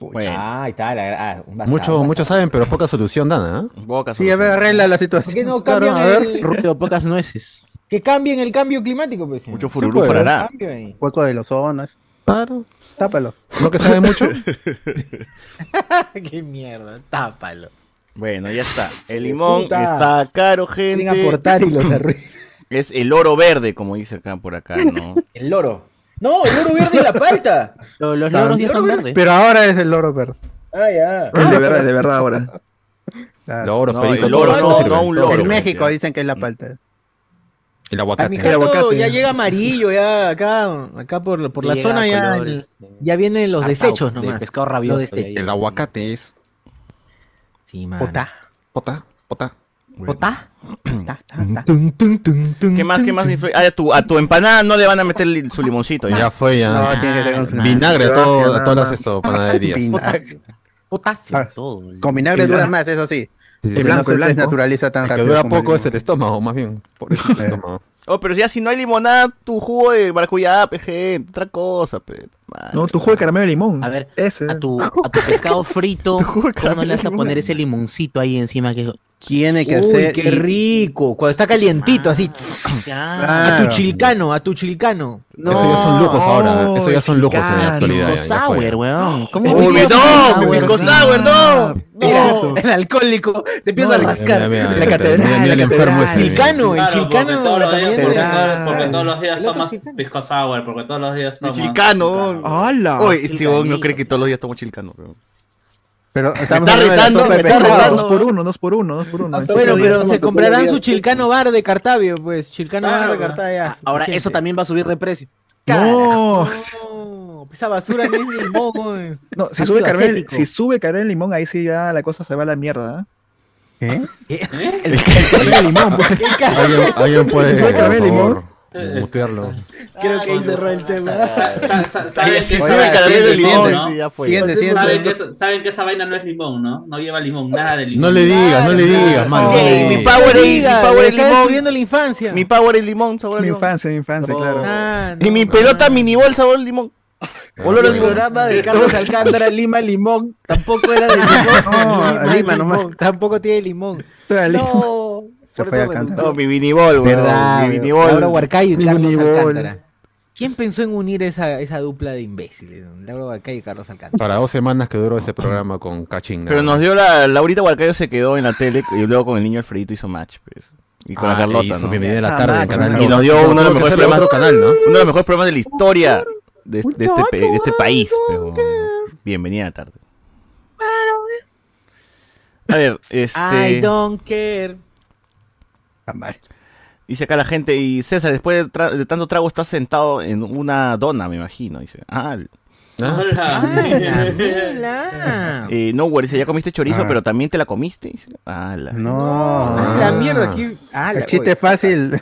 Speaker 1: Bueno,
Speaker 2: Ah, ahí está, la, ah, un basado,
Speaker 3: Mucho-
Speaker 2: un
Speaker 3: Muchos saben, pero poca solución dan, ¿ah?
Speaker 1: boca
Speaker 4: Sí, a ver, arregla la
Speaker 2: basado. ¿Por qué
Speaker 4: situación.
Speaker 2: no
Speaker 3: Claro,
Speaker 2: cambian
Speaker 3: a ver,
Speaker 2: el-
Speaker 7: Ruido, pocas nueces.
Speaker 2: que cambien el cambio climático? Pues,
Speaker 1: Mucho
Speaker 2: Sí,
Speaker 1: fururú
Speaker 2: pues,
Speaker 1: farará.
Speaker 2: cambio
Speaker 4: (laughs)
Speaker 2: ahí.
Speaker 4: Hueco de los ozonos.
Speaker 3: Claro.
Speaker 4: Tápalo.
Speaker 3: No que saben mucho.
Speaker 2: qué mierda, tápalo.
Speaker 1: Bueno, ya está. El limón
Speaker 2: Puta.
Speaker 1: está caro,
Speaker 2: Quieren
Speaker 1: gente.
Speaker 2: aportar y los arruinan.
Speaker 1: Es el oro verde, como dice acá por acá, ¿no?
Speaker 2: El loro. No, el loro verde y la palta.
Speaker 7: Lo- Los loros ya son verdes.
Speaker 4: (laughs) Pero ahora es el loro verde.
Speaker 2: Ah, ya.
Speaker 8: De verdad, de verdad ahora.
Speaker 4: Claro.
Speaker 3: Loro,
Speaker 1: No,
Speaker 3: perico,
Speaker 1: el
Speaker 3: todo,
Speaker 1: oro
Speaker 3: todo
Speaker 1: no,
Speaker 3: sirve,
Speaker 1: no un
Speaker 3: todo
Speaker 1: loro.
Speaker 3: sirve.
Speaker 4: en México
Speaker 1: ya.
Speaker 4: dicen que es la
Speaker 7: Mm.
Speaker 4: palta.
Speaker 3: El
Speaker 2: A mi
Speaker 3: aguacate.
Speaker 2: jato
Speaker 8: aguacate.
Speaker 2: ya llega amarillo, ya acá, acá por, por la
Speaker 7: Llega
Speaker 2: zona ya,
Speaker 7: colores
Speaker 2: el-
Speaker 7: de-
Speaker 2: ya vienen los
Speaker 7: hartao,
Speaker 2: desechos
Speaker 7: de
Speaker 2: nomás.
Speaker 7: pescado rabioso
Speaker 2: Los desechos.
Speaker 7: de ahí.
Speaker 3: El aguacate es
Speaker 2: Sí, mano.
Speaker 4: Potá.
Speaker 3: pota, pota.
Speaker 2: Potá.
Speaker 4: Ta, ta, ta.
Speaker 1: ¿Qué más, qué más? mi Floyd? Ah, a tu, a tu empanada no le van a meter li- su limoncito, ya.
Speaker 3: Ya fue, ya.
Speaker 4: No, tiene que ser con su-
Speaker 3: Vinagre a,
Speaker 8: Gracias,
Speaker 3: todo- a
Speaker 8: nada
Speaker 3: todas las
Speaker 8: más.
Speaker 3: esto, panaderías.
Speaker 4: Vinagre.
Speaker 7: Potasio,
Speaker 4: Ah,
Speaker 7: todo. el-
Speaker 4: Con vinagre
Speaker 8: El
Speaker 4: dura
Speaker 8: blanco.
Speaker 4: más, eso sí.
Speaker 3: Sí, sí,
Speaker 8: El
Speaker 3: sí.
Speaker 8: blanco,
Speaker 4: no
Speaker 8: el
Speaker 4: se
Speaker 8: blanco.
Speaker 4: desnaturaliza tan
Speaker 3: El que
Speaker 4: rápido.
Speaker 3: dura
Speaker 4: como
Speaker 3: poco es el
Speaker 4: limón.
Speaker 3: estómago, más bien. Por eso el
Speaker 4: Eh.
Speaker 3: estómago.
Speaker 1: Oh, pero ya si no hay limonada, tu jugo de maracuyá, pe, gente, otra cosa, pe.
Speaker 3: Ah,
Speaker 1: Madre.
Speaker 8: No, tu jugo de caramelo de limón.
Speaker 7: A ver,
Speaker 8: ese.
Speaker 2: (laughs)
Speaker 7: A tu, a tu pescado frito, ¿cómo no le vas a poner ese limoncito ahí encima? Que...
Speaker 4: Tiene que
Speaker 2: Uy,
Speaker 4: hacer.
Speaker 2: qué rico. Cuando está calientito, así.
Speaker 7: Claro.
Speaker 2: A
Speaker 4: Claro.
Speaker 2: tu chilcano, a tu chilcano.
Speaker 3: Eso ya son lujos
Speaker 8: No,
Speaker 3: ahora. Eso ya son lujos en la
Speaker 8: chicano.
Speaker 3: actualidad. ya,
Speaker 7: Pisco
Speaker 3: ya fue.
Speaker 7: sour, weón. ¿Cómo
Speaker 1: Uy,
Speaker 7: le dices
Speaker 1: no,
Speaker 7: pisco
Speaker 1: pisco
Speaker 7: sí?
Speaker 1: sour, no.
Speaker 2: Mira,
Speaker 8: Exacto.
Speaker 2: (laughs) el alcohólico se empieza a
Speaker 8: No,
Speaker 2: rascar.
Speaker 3: mira, mira,
Speaker 8: La
Speaker 3: mira,
Speaker 8: catedral,
Speaker 3: mira, mira el
Speaker 8: la
Speaker 3: enfermo este.
Speaker 8: catedral.
Speaker 10: este.
Speaker 3: ese.
Speaker 2: Chilcano, el
Speaker 6: Claro, porque
Speaker 2: chilcano.
Speaker 6: todos los días- porque
Speaker 2: también-
Speaker 6: todos- Porque todos los días
Speaker 2: El otro
Speaker 6: tomas
Speaker 2: chilcano.
Speaker 6: pisco sour, porque todos los días
Speaker 1: Mi
Speaker 6: tomas.
Speaker 1: chilcano.
Speaker 8: ¡Hala!
Speaker 1: Oye, este huevón no
Speaker 7: Chilcanito.
Speaker 1: cree que todos los días tomo chilcano, pe.
Speaker 4: Pero estamos
Speaker 1: está
Speaker 4: hablando de la
Speaker 1: retando,
Speaker 4: sopa de
Speaker 1: me está
Speaker 4: pescado.
Speaker 1: retando.
Speaker 8: Dos por uno, dos por uno, dos por uno.
Speaker 2: Bueno, Ah, pero se
Speaker 5: Toma tu
Speaker 2: comprarán
Speaker 5: culo,
Speaker 2: su
Speaker 5: mira.
Speaker 2: chilcano bar de Cartavio, pues. Chilcano bar de
Speaker 6: Claro.
Speaker 2: Cartavio. ya,
Speaker 7: Ahora,
Speaker 2: suficiente.
Speaker 7: eso también va a subir de precio.
Speaker 8: No,
Speaker 2: No, esa basura no es limón, no es-
Speaker 8: no, si
Speaker 2: Ácido
Speaker 8: sube caramelo,
Speaker 2: acético.
Speaker 8: si
Speaker 2: (laughs)
Speaker 8: sube caramelo de limón, ahí sí ya la cosa se va a la mierda. ¿eh? (laughs)
Speaker 4: ¿Eh?
Speaker 8: pues.
Speaker 2: (laughs)
Speaker 3: ¿Alguien, alguien puede,
Speaker 8: ¿Se
Speaker 3: por
Speaker 8: puede caramelo de
Speaker 3: favor,
Speaker 6: limón?
Speaker 3: mutearlo.
Speaker 6: Ah,
Speaker 5: Creo que ahí cerró el tema.
Speaker 1: Ahí
Speaker 6: ¿Saben
Speaker 1: sí
Speaker 6: que
Speaker 1: sube el caramelo de limón,
Speaker 6: ¿no?
Speaker 1: sí, ya fue.
Speaker 4: Siguiente,
Speaker 6: Saben que
Speaker 4: siguiente.
Speaker 6: esa- saben que esa vaina no es limón, ¿no? No lleva limón, nada de limón.
Speaker 3: No le digas, no le digas, mano.
Speaker 1: Ok,
Speaker 3: no le
Speaker 1: mi
Speaker 3: digas.
Speaker 1: power mi
Speaker 2: Diga,
Speaker 1: power
Speaker 2: le
Speaker 1: es
Speaker 2: está
Speaker 1: limón.
Speaker 2: destruyendo la infancia.
Speaker 1: Mi power es limón, sabor a
Speaker 8: Mi
Speaker 1: limón.
Speaker 8: infancia, mi infancia, claro.
Speaker 2: Ah, no.
Speaker 1: Y mi pelota minibol, sabor a limón. Olor a
Speaker 3: Bueno,
Speaker 1: limón.
Speaker 7: programa de Carlos Alcántara, Lima Limón, tampoco era de limón.
Speaker 4: No, Lima
Speaker 2: limón.
Speaker 4: nomás.
Speaker 2: Tampoco tiene limón.
Speaker 8: O sea, li-
Speaker 7: No.
Speaker 4: Se fue a cantar.
Speaker 1: No, mi vinibol, weón. Mi vinibol.
Speaker 2: Laura Huarcayo y
Speaker 8: Mi
Speaker 2: Carlos
Speaker 8: unibol.
Speaker 2: Alcántara. (laughs) ¿Quién pensó en unir esa, esa dupla de imbéciles? Laura Huarcayo y Carlos Alcántara.
Speaker 3: Para dos semanas que duró ese programa con Cachín.
Speaker 1: Pero nos dio la. Laurita Huarcayo se quedó en la tele y luego con el niño Alfredito hizo match, pues. Y con la Carlota,
Speaker 3: Hizo
Speaker 1: ¿no?
Speaker 3: bienvenida a la
Speaker 8: Ah,
Speaker 3: tarde.
Speaker 8: macho,
Speaker 3: en Canal
Speaker 8: macho.
Speaker 3: dos.
Speaker 1: Y nos dio uno de los
Speaker 3: Tuvo que
Speaker 1: mejores
Speaker 3: hacerle
Speaker 1: programas.
Speaker 3: otro canal, ¿no?
Speaker 1: Uno de los mejores programas de la historia de, de este, pe- de este país. pero, bienvenida a la tarde. A ver,
Speaker 2: I
Speaker 1: este.
Speaker 2: don't care.
Speaker 4: Ah, madre.
Speaker 1: Dice acá la gente. Y César, después de, tra- de tanto trago, estás sentado en una dona, me imagino. Dice. Ah,
Speaker 3: Ah,
Speaker 1: (laughs)
Speaker 6: Hola.
Speaker 2: Hola.
Speaker 1: eh, no, güey. Dice, ya comiste chorizo,
Speaker 4: Ah.
Speaker 1: pero también te la comiste. Dice. Ah, la.
Speaker 4: No.
Speaker 2: La mierda aquí. Ah, la-
Speaker 4: El chiste fácil.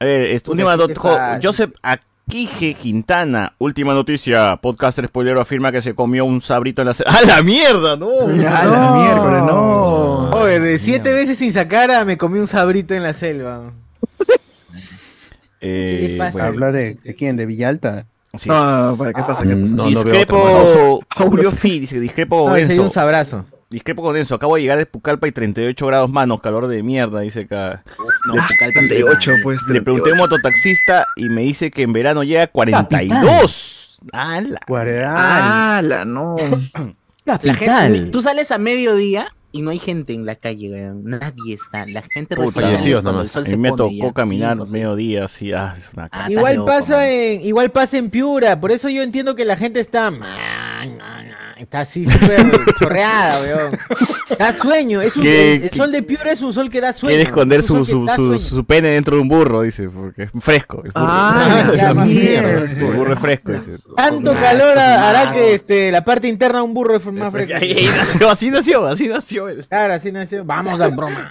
Speaker 1: A ver, este, última
Speaker 2: Puta, sí te
Speaker 1: noticia.
Speaker 2: pasa.
Speaker 1: Joseph Aquije Quintana. Última noticia. Podcaster spoilero afirma que se comió un sabrito en la. ce- (laughs) ¡A la mierda! ¡No!
Speaker 8: ¡A la miércoles, no!
Speaker 2: Oye, de siete veces sin sacar, ah, me comí un sabrito en la selva.
Speaker 1: Eh,
Speaker 2: ¿Qué le pasa?
Speaker 1: bueno,
Speaker 4: Habla de, de quién, de Villalta.
Speaker 1: así es.
Speaker 8: No, para qué pasa. ¿Qué
Speaker 3: Ah, No, no veo otro, mano.
Speaker 1: discrepo Julio Fi, dice, discrepo
Speaker 2: No,
Speaker 1: con
Speaker 2: ese es
Speaker 1: Enzo.
Speaker 2: un sabrazo.
Speaker 1: Discrepo con Enzo. Acabo de llegar de Pucallpa y 38 grados manos, calor de mierda, dice acá.
Speaker 7: No, Pucallpa sí,
Speaker 8: 38, pues.
Speaker 1: Le pregunté a un
Speaker 8: 38.
Speaker 1: mototaxista y me dice que en verano llega a 42. ¡Hala!
Speaker 4: Guareal.
Speaker 8: ¡Hala,
Speaker 2: (clears throat)
Speaker 8: no!
Speaker 7: La gente,
Speaker 2: Capital.
Speaker 7: tú sales a mediodía y no hay gente en la calle, weón. Nadie está. La gente
Speaker 1: Puta,
Speaker 7: recién
Speaker 3: fallecidos
Speaker 7: cuando el
Speaker 3: nomás.
Speaker 7: sol
Speaker 1: A
Speaker 7: se
Speaker 1: mí me
Speaker 7: pone
Speaker 1: tocó
Speaker 7: ya,
Speaker 1: caminar
Speaker 7: cinco, seis.
Speaker 1: mediodía así. Ah, es una
Speaker 7: Ah,
Speaker 2: Igual
Speaker 7: loco,
Speaker 2: pasa
Speaker 7: man.
Speaker 2: en igual pasa en Piura, por eso yo entiendo que la gente está "Ma, na, na, está así
Speaker 1: (laughs)
Speaker 2: súper chorreada, weón. Da sueño, es un,
Speaker 1: ¿Qué-
Speaker 2: el, el
Speaker 1: qué-
Speaker 2: sol de Piura es un sol que da sueño.
Speaker 1: Quiere esconder
Speaker 2: Es un
Speaker 1: su,
Speaker 2: sol
Speaker 1: su,
Speaker 2: que da
Speaker 1: su,
Speaker 2: sueño.
Speaker 1: su pene dentro de un burro, dice, porque es fresco. El burro, (laughs)
Speaker 8: Ah,
Speaker 2: la
Speaker 8: mierda.
Speaker 1: El burro es fresco, dice.
Speaker 2: Tanto
Speaker 7: Con
Speaker 2: calor
Speaker 7: ascos y
Speaker 2: hará
Speaker 7: nada.
Speaker 2: que este, la parte interna de un burro es más
Speaker 1: Porque
Speaker 2: fresca.
Speaker 1: ahí, ahí
Speaker 2: (laughs)
Speaker 1: nació, así nació, así nació él.
Speaker 2: Claro, así nació. Vamos
Speaker 1: (laughs)
Speaker 2: a broma.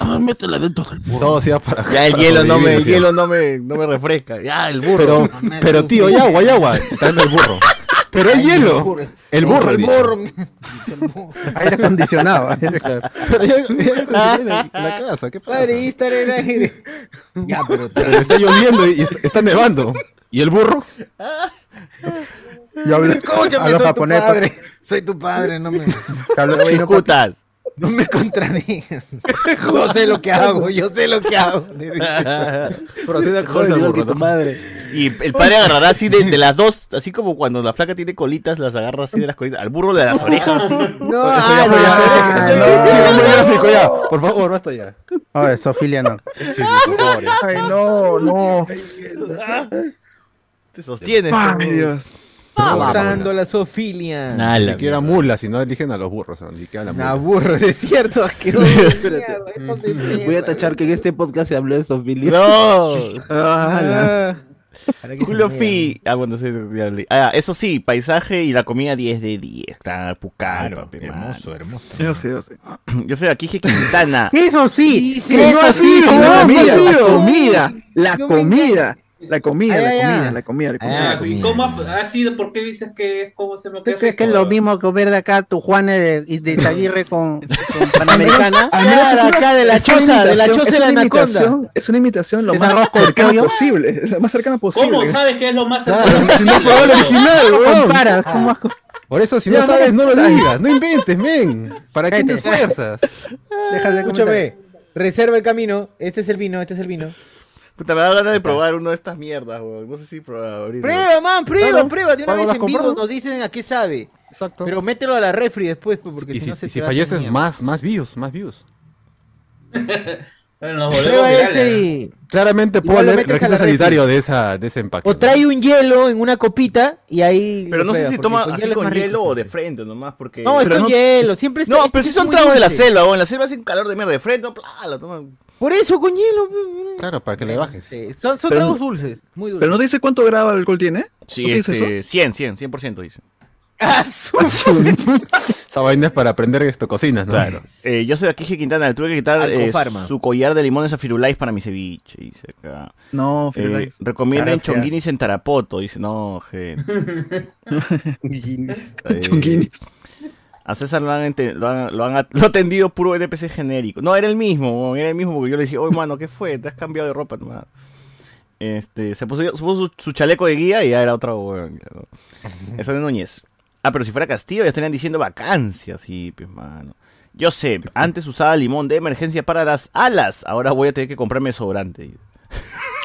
Speaker 7: Ah, Métela dentro del
Speaker 3: Todo se iba para
Speaker 1: Ya el
Speaker 3: para
Speaker 1: hielo no me,
Speaker 3: sobrevivir,
Speaker 1: el
Speaker 3: sí.
Speaker 1: hielo no me, no me refresca. Ya el burro.
Speaker 3: Pero, pero tío, hay agua, hay agua. Tráeme
Speaker 1: (laughs)
Speaker 3: el burro. Pero hay hielo. El burro.
Speaker 2: El
Speaker 3: he dicho.
Speaker 2: burro.
Speaker 4: Aire acondicionado.
Speaker 2: (laughs)
Speaker 3: Pero ya- ya- ya-
Speaker 8: (laughs)
Speaker 3: ya- la casa, ¿qué pasa?
Speaker 2: Padre, estar en el aire. Ya, pero
Speaker 3: Pero está lloviendo y está, está nevando. ¿Y el burro?
Speaker 4: Yo
Speaker 2: (laughs)
Speaker 4: hablo, hablo japonés, pues. pa-
Speaker 2: Soy tu padre, no
Speaker 4: (laughs)
Speaker 2: me,
Speaker 4: hablo
Speaker 1: no
Speaker 4: chino, pa-
Speaker 3: (laughs)
Speaker 1: discutas.
Speaker 2: no me contradigas. (laughs) Yo sé lo que hago, yo sé lo que hago.
Speaker 3: Proceda con el
Speaker 7: Joder, que
Speaker 3: burro.
Speaker 7: tu
Speaker 3: ¿no?
Speaker 7: madre.
Speaker 1: Y el padre agarrará así de, de las dos, así como cuando la flaca tiene colitas, las agarra así de las colitas. Al burro de las
Speaker 3: (laughs)
Speaker 1: orejas. así.
Speaker 2: No,
Speaker 3: Eso ya fue, ya.
Speaker 2: ah,
Speaker 3: Sí,
Speaker 2: no.
Speaker 3: fue muy gráfico, ya. Por favor, basta
Speaker 2: (laughs)
Speaker 3: ya.
Speaker 4: Oye, Sofía no.
Speaker 3: Sí, sí, por favor, ya.
Speaker 8: Ay, no, no.
Speaker 1: Te sostiene.
Speaker 8: Ay, Dios.
Speaker 2: Usando la zoofilia.
Speaker 7: Ah,
Speaker 1: Nada,
Speaker 3: Ni siquiera mula, si no eligen a los burros. ¿no? Ni siquiera la mula.
Speaker 2: Nah, burro, es cierto, asqueroso.
Speaker 3: (laughs)
Speaker 7: Voy a tachar que en este podcast se habló de Sofía.
Speaker 1: No.
Speaker 2: Para que
Speaker 1: Julio
Speaker 2: se
Speaker 1: Fi. Ah, bueno, sí, ya leí. Ah, eso sí, paisaje y la comida 10 de 10. Claro, pucaro, papi,
Speaker 9: hermoso, hermoso.
Speaker 8: Yo sé, yo sé.
Speaker 1: mano. (clears throat) Yo soy aquí dije
Speaker 2: (laughs)
Speaker 1: Quintana.
Speaker 8: Eso sí,
Speaker 2: sí,
Speaker 8: que
Speaker 2: no
Speaker 8: no
Speaker 2: ha
Speaker 8: ha
Speaker 2: sido,
Speaker 8: sido,
Speaker 2: no ha
Speaker 8: la
Speaker 2: sido.
Speaker 8: comida, la
Speaker 2: No me
Speaker 8: comida, la comida,
Speaker 2: Ay, ay,
Speaker 8: la comida,
Speaker 2: ay.
Speaker 8: la comida, la comida.
Speaker 6: Ah,
Speaker 2: Ah,
Speaker 6: ¿y ¿Cómo ha, ha sido? ¿Por qué dices que es como se me
Speaker 4: ¿Tú
Speaker 6: ocurre?
Speaker 4: crees que es lo mismo comer de acá tu Juanes de, de Izaguirre con, con
Speaker 2: Americana.
Speaker 4: Panamericana?
Speaker 8: Al menos
Speaker 2: Claro,
Speaker 8: es una-
Speaker 2: acá de la
Speaker 8: es una
Speaker 2: choza, de la
Speaker 8: imitación,
Speaker 2: choza
Speaker 8: es
Speaker 2: de la
Speaker 8: una
Speaker 2: anaconda.
Speaker 8: imitación, Es una imitación lo
Speaker 4: Es
Speaker 8: más
Speaker 4: arroz con
Speaker 8: cercana
Speaker 4: pollo.
Speaker 8: posible, (laughs) lo más cercana posible.
Speaker 6: ¿Cómo sabes que es lo más
Speaker 3: Claro,
Speaker 6: cercano?
Speaker 3: Ah, si no has probado el original,
Speaker 4: ¿Cómo
Speaker 3: weón. Ah.
Speaker 4: comparas? ¿Cómo has-
Speaker 3: Por eso, si
Speaker 8: Ya,
Speaker 3: no sabes, no lo
Speaker 8: ya.
Speaker 3: digas. No inventes, men. ¿Para qué
Speaker 2: (laughs)
Speaker 3: te esfuerzas?
Speaker 4: Déjale comentar.
Speaker 2: Escúchame, reserva el camino. Este es el vino, este es el vino.
Speaker 1: Puta, me da ganas de probar uno de estas mierdas, weón. No sé si probar ahorita.
Speaker 2: Prueba, man, prueba,
Speaker 3: Claro.
Speaker 2: prueba. De una
Speaker 3: Vamos,
Speaker 2: vez
Speaker 3: las
Speaker 2: en vivo
Speaker 3: compramos.
Speaker 2: nos dicen a qué sabe.
Speaker 3: Exacto.
Speaker 2: Pero mételo a la refri después, pues, porque
Speaker 3: y
Speaker 2: si
Speaker 3: si,
Speaker 2: no se
Speaker 3: y
Speaker 2: te
Speaker 3: si
Speaker 2: va a hacer
Speaker 3: falleces,
Speaker 2: mierda.
Speaker 3: más, más views, más views.
Speaker 6: (laughs) Bueno, nos volvemos
Speaker 2: Prueba
Speaker 6: virales.
Speaker 2: ese y...
Speaker 8: ¿eh?
Speaker 3: Claramente
Speaker 2: Igual
Speaker 3: puedo
Speaker 2: lo
Speaker 3: leer el
Speaker 2: metes a la
Speaker 3: registro
Speaker 2: refri.
Speaker 3: sanitario de, esa, de ese empaque.
Speaker 2: O trae un hielo en una copita y ahí.
Speaker 1: Pero
Speaker 2: lo
Speaker 1: no sé
Speaker 2: prueba,
Speaker 1: si
Speaker 2: porque
Speaker 1: toma
Speaker 2: con
Speaker 1: así
Speaker 2: hielo es
Speaker 1: con
Speaker 2: más rico,
Speaker 1: hielo o de
Speaker 2: siempre.
Speaker 1: frente nomás, porque...
Speaker 2: No, es
Speaker 8: Pero
Speaker 2: con
Speaker 8: no-
Speaker 2: hielo. Siempre está.
Speaker 1: Eh, No,
Speaker 2: este
Speaker 1: pero si
Speaker 2: es
Speaker 1: son
Speaker 2: muy
Speaker 1: tragos de la
Speaker 2: dulce.
Speaker 1: selva, o en la selva hace un calor de mierda de frente, no, pla, la toman.
Speaker 2: Por eso, con hielo.
Speaker 3: Claro, para que le bajes.
Speaker 2: Sí, son son
Speaker 8: Pero-
Speaker 2: tragos dulces. Muy dulces.
Speaker 8: Pero no te dice cuánto grado de alcohol tiene.
Speaker 1: Sí,
Speaker 8: ¿No te dice
Speaker 1: este, 100, 100, 100% dice.
Speaker 3: Esa vaina es para aprender esto, cocinas, ¿no?
Speaker 1: Claro. Eh, yo soy aquí G. Quintana, le tuve que quitar eh,
Speaker 2: Alcofarma.
Speaker 1: su collar de limones a Firulais para mi ceviche, dice acá.
Speaker 8: No,
Speaker 1: Eh,
Speaker 8: Firulais.
Speaker 1: recomienden
Speaker 4: Gracias.
Speaker 1: chonguinis en Tarapoto, dice, no,
Speaker 8: (laughs)
Speaker 1: gente. Eh,
Speaker 8: Chonguinis.
Speaker 1: a César lo han, ente- lo han, lo han at- (laughs) lo han tendido puro NPC genérico. No, era el mismo, era el mismo porque yo le dije, oye, mano, ¿qué fue? Te has cambiado de ropa, hermano. Este, se puso, se puso su, su chaleco de guía y ya era otro weón. ya, ¿no? Esa de Núñez. Ah, pero si fuera Castillo ya estarían diciendo vacancias, sí, pues, mano. Yo sé, antes usaba limón de emergencia para las alas, ahora voy a tener que comprarme desodorante.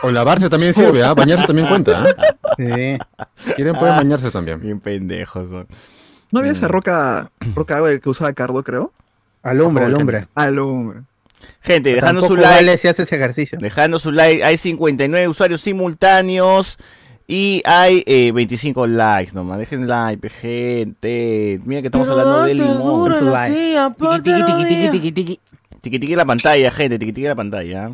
Speaker 3: O lavarse también sirve, ¿ah? Bañarse también cuenta, ¿ah?
Speaker 4: Sí.
Speaker 3: Quieren, pueden bañarse también.
Speaker 1: Bien pendejos son.
Speaker 8: ¿No había
Speaker 3: Mm.
Speaker 8: esa roca, roca agua que usaba Cardo, creo?
Speaker 4: Alumbra, alumbra.
Speaker 8: Ah, el hombre.
Speaker 1: Gente, dejando su
Speaker 4: Tampoco
Speaker 1: like.
Speaker 4: vale si haces ejercicio.
Speaker 1: Dejando su like, hay 59 usuarios simultáneos y hay eh, 25 likes nomás. Dejen like, pe, gente. Mira que estamos hablando de limón. eh.
Speaker 4: duro, Su like.
Speaker 2: Tiqui, tiqui, tiqui, tiqui, tiqui.
Speaker 1: Tiquitique la pantalla, gente, tiquitique la pantalla.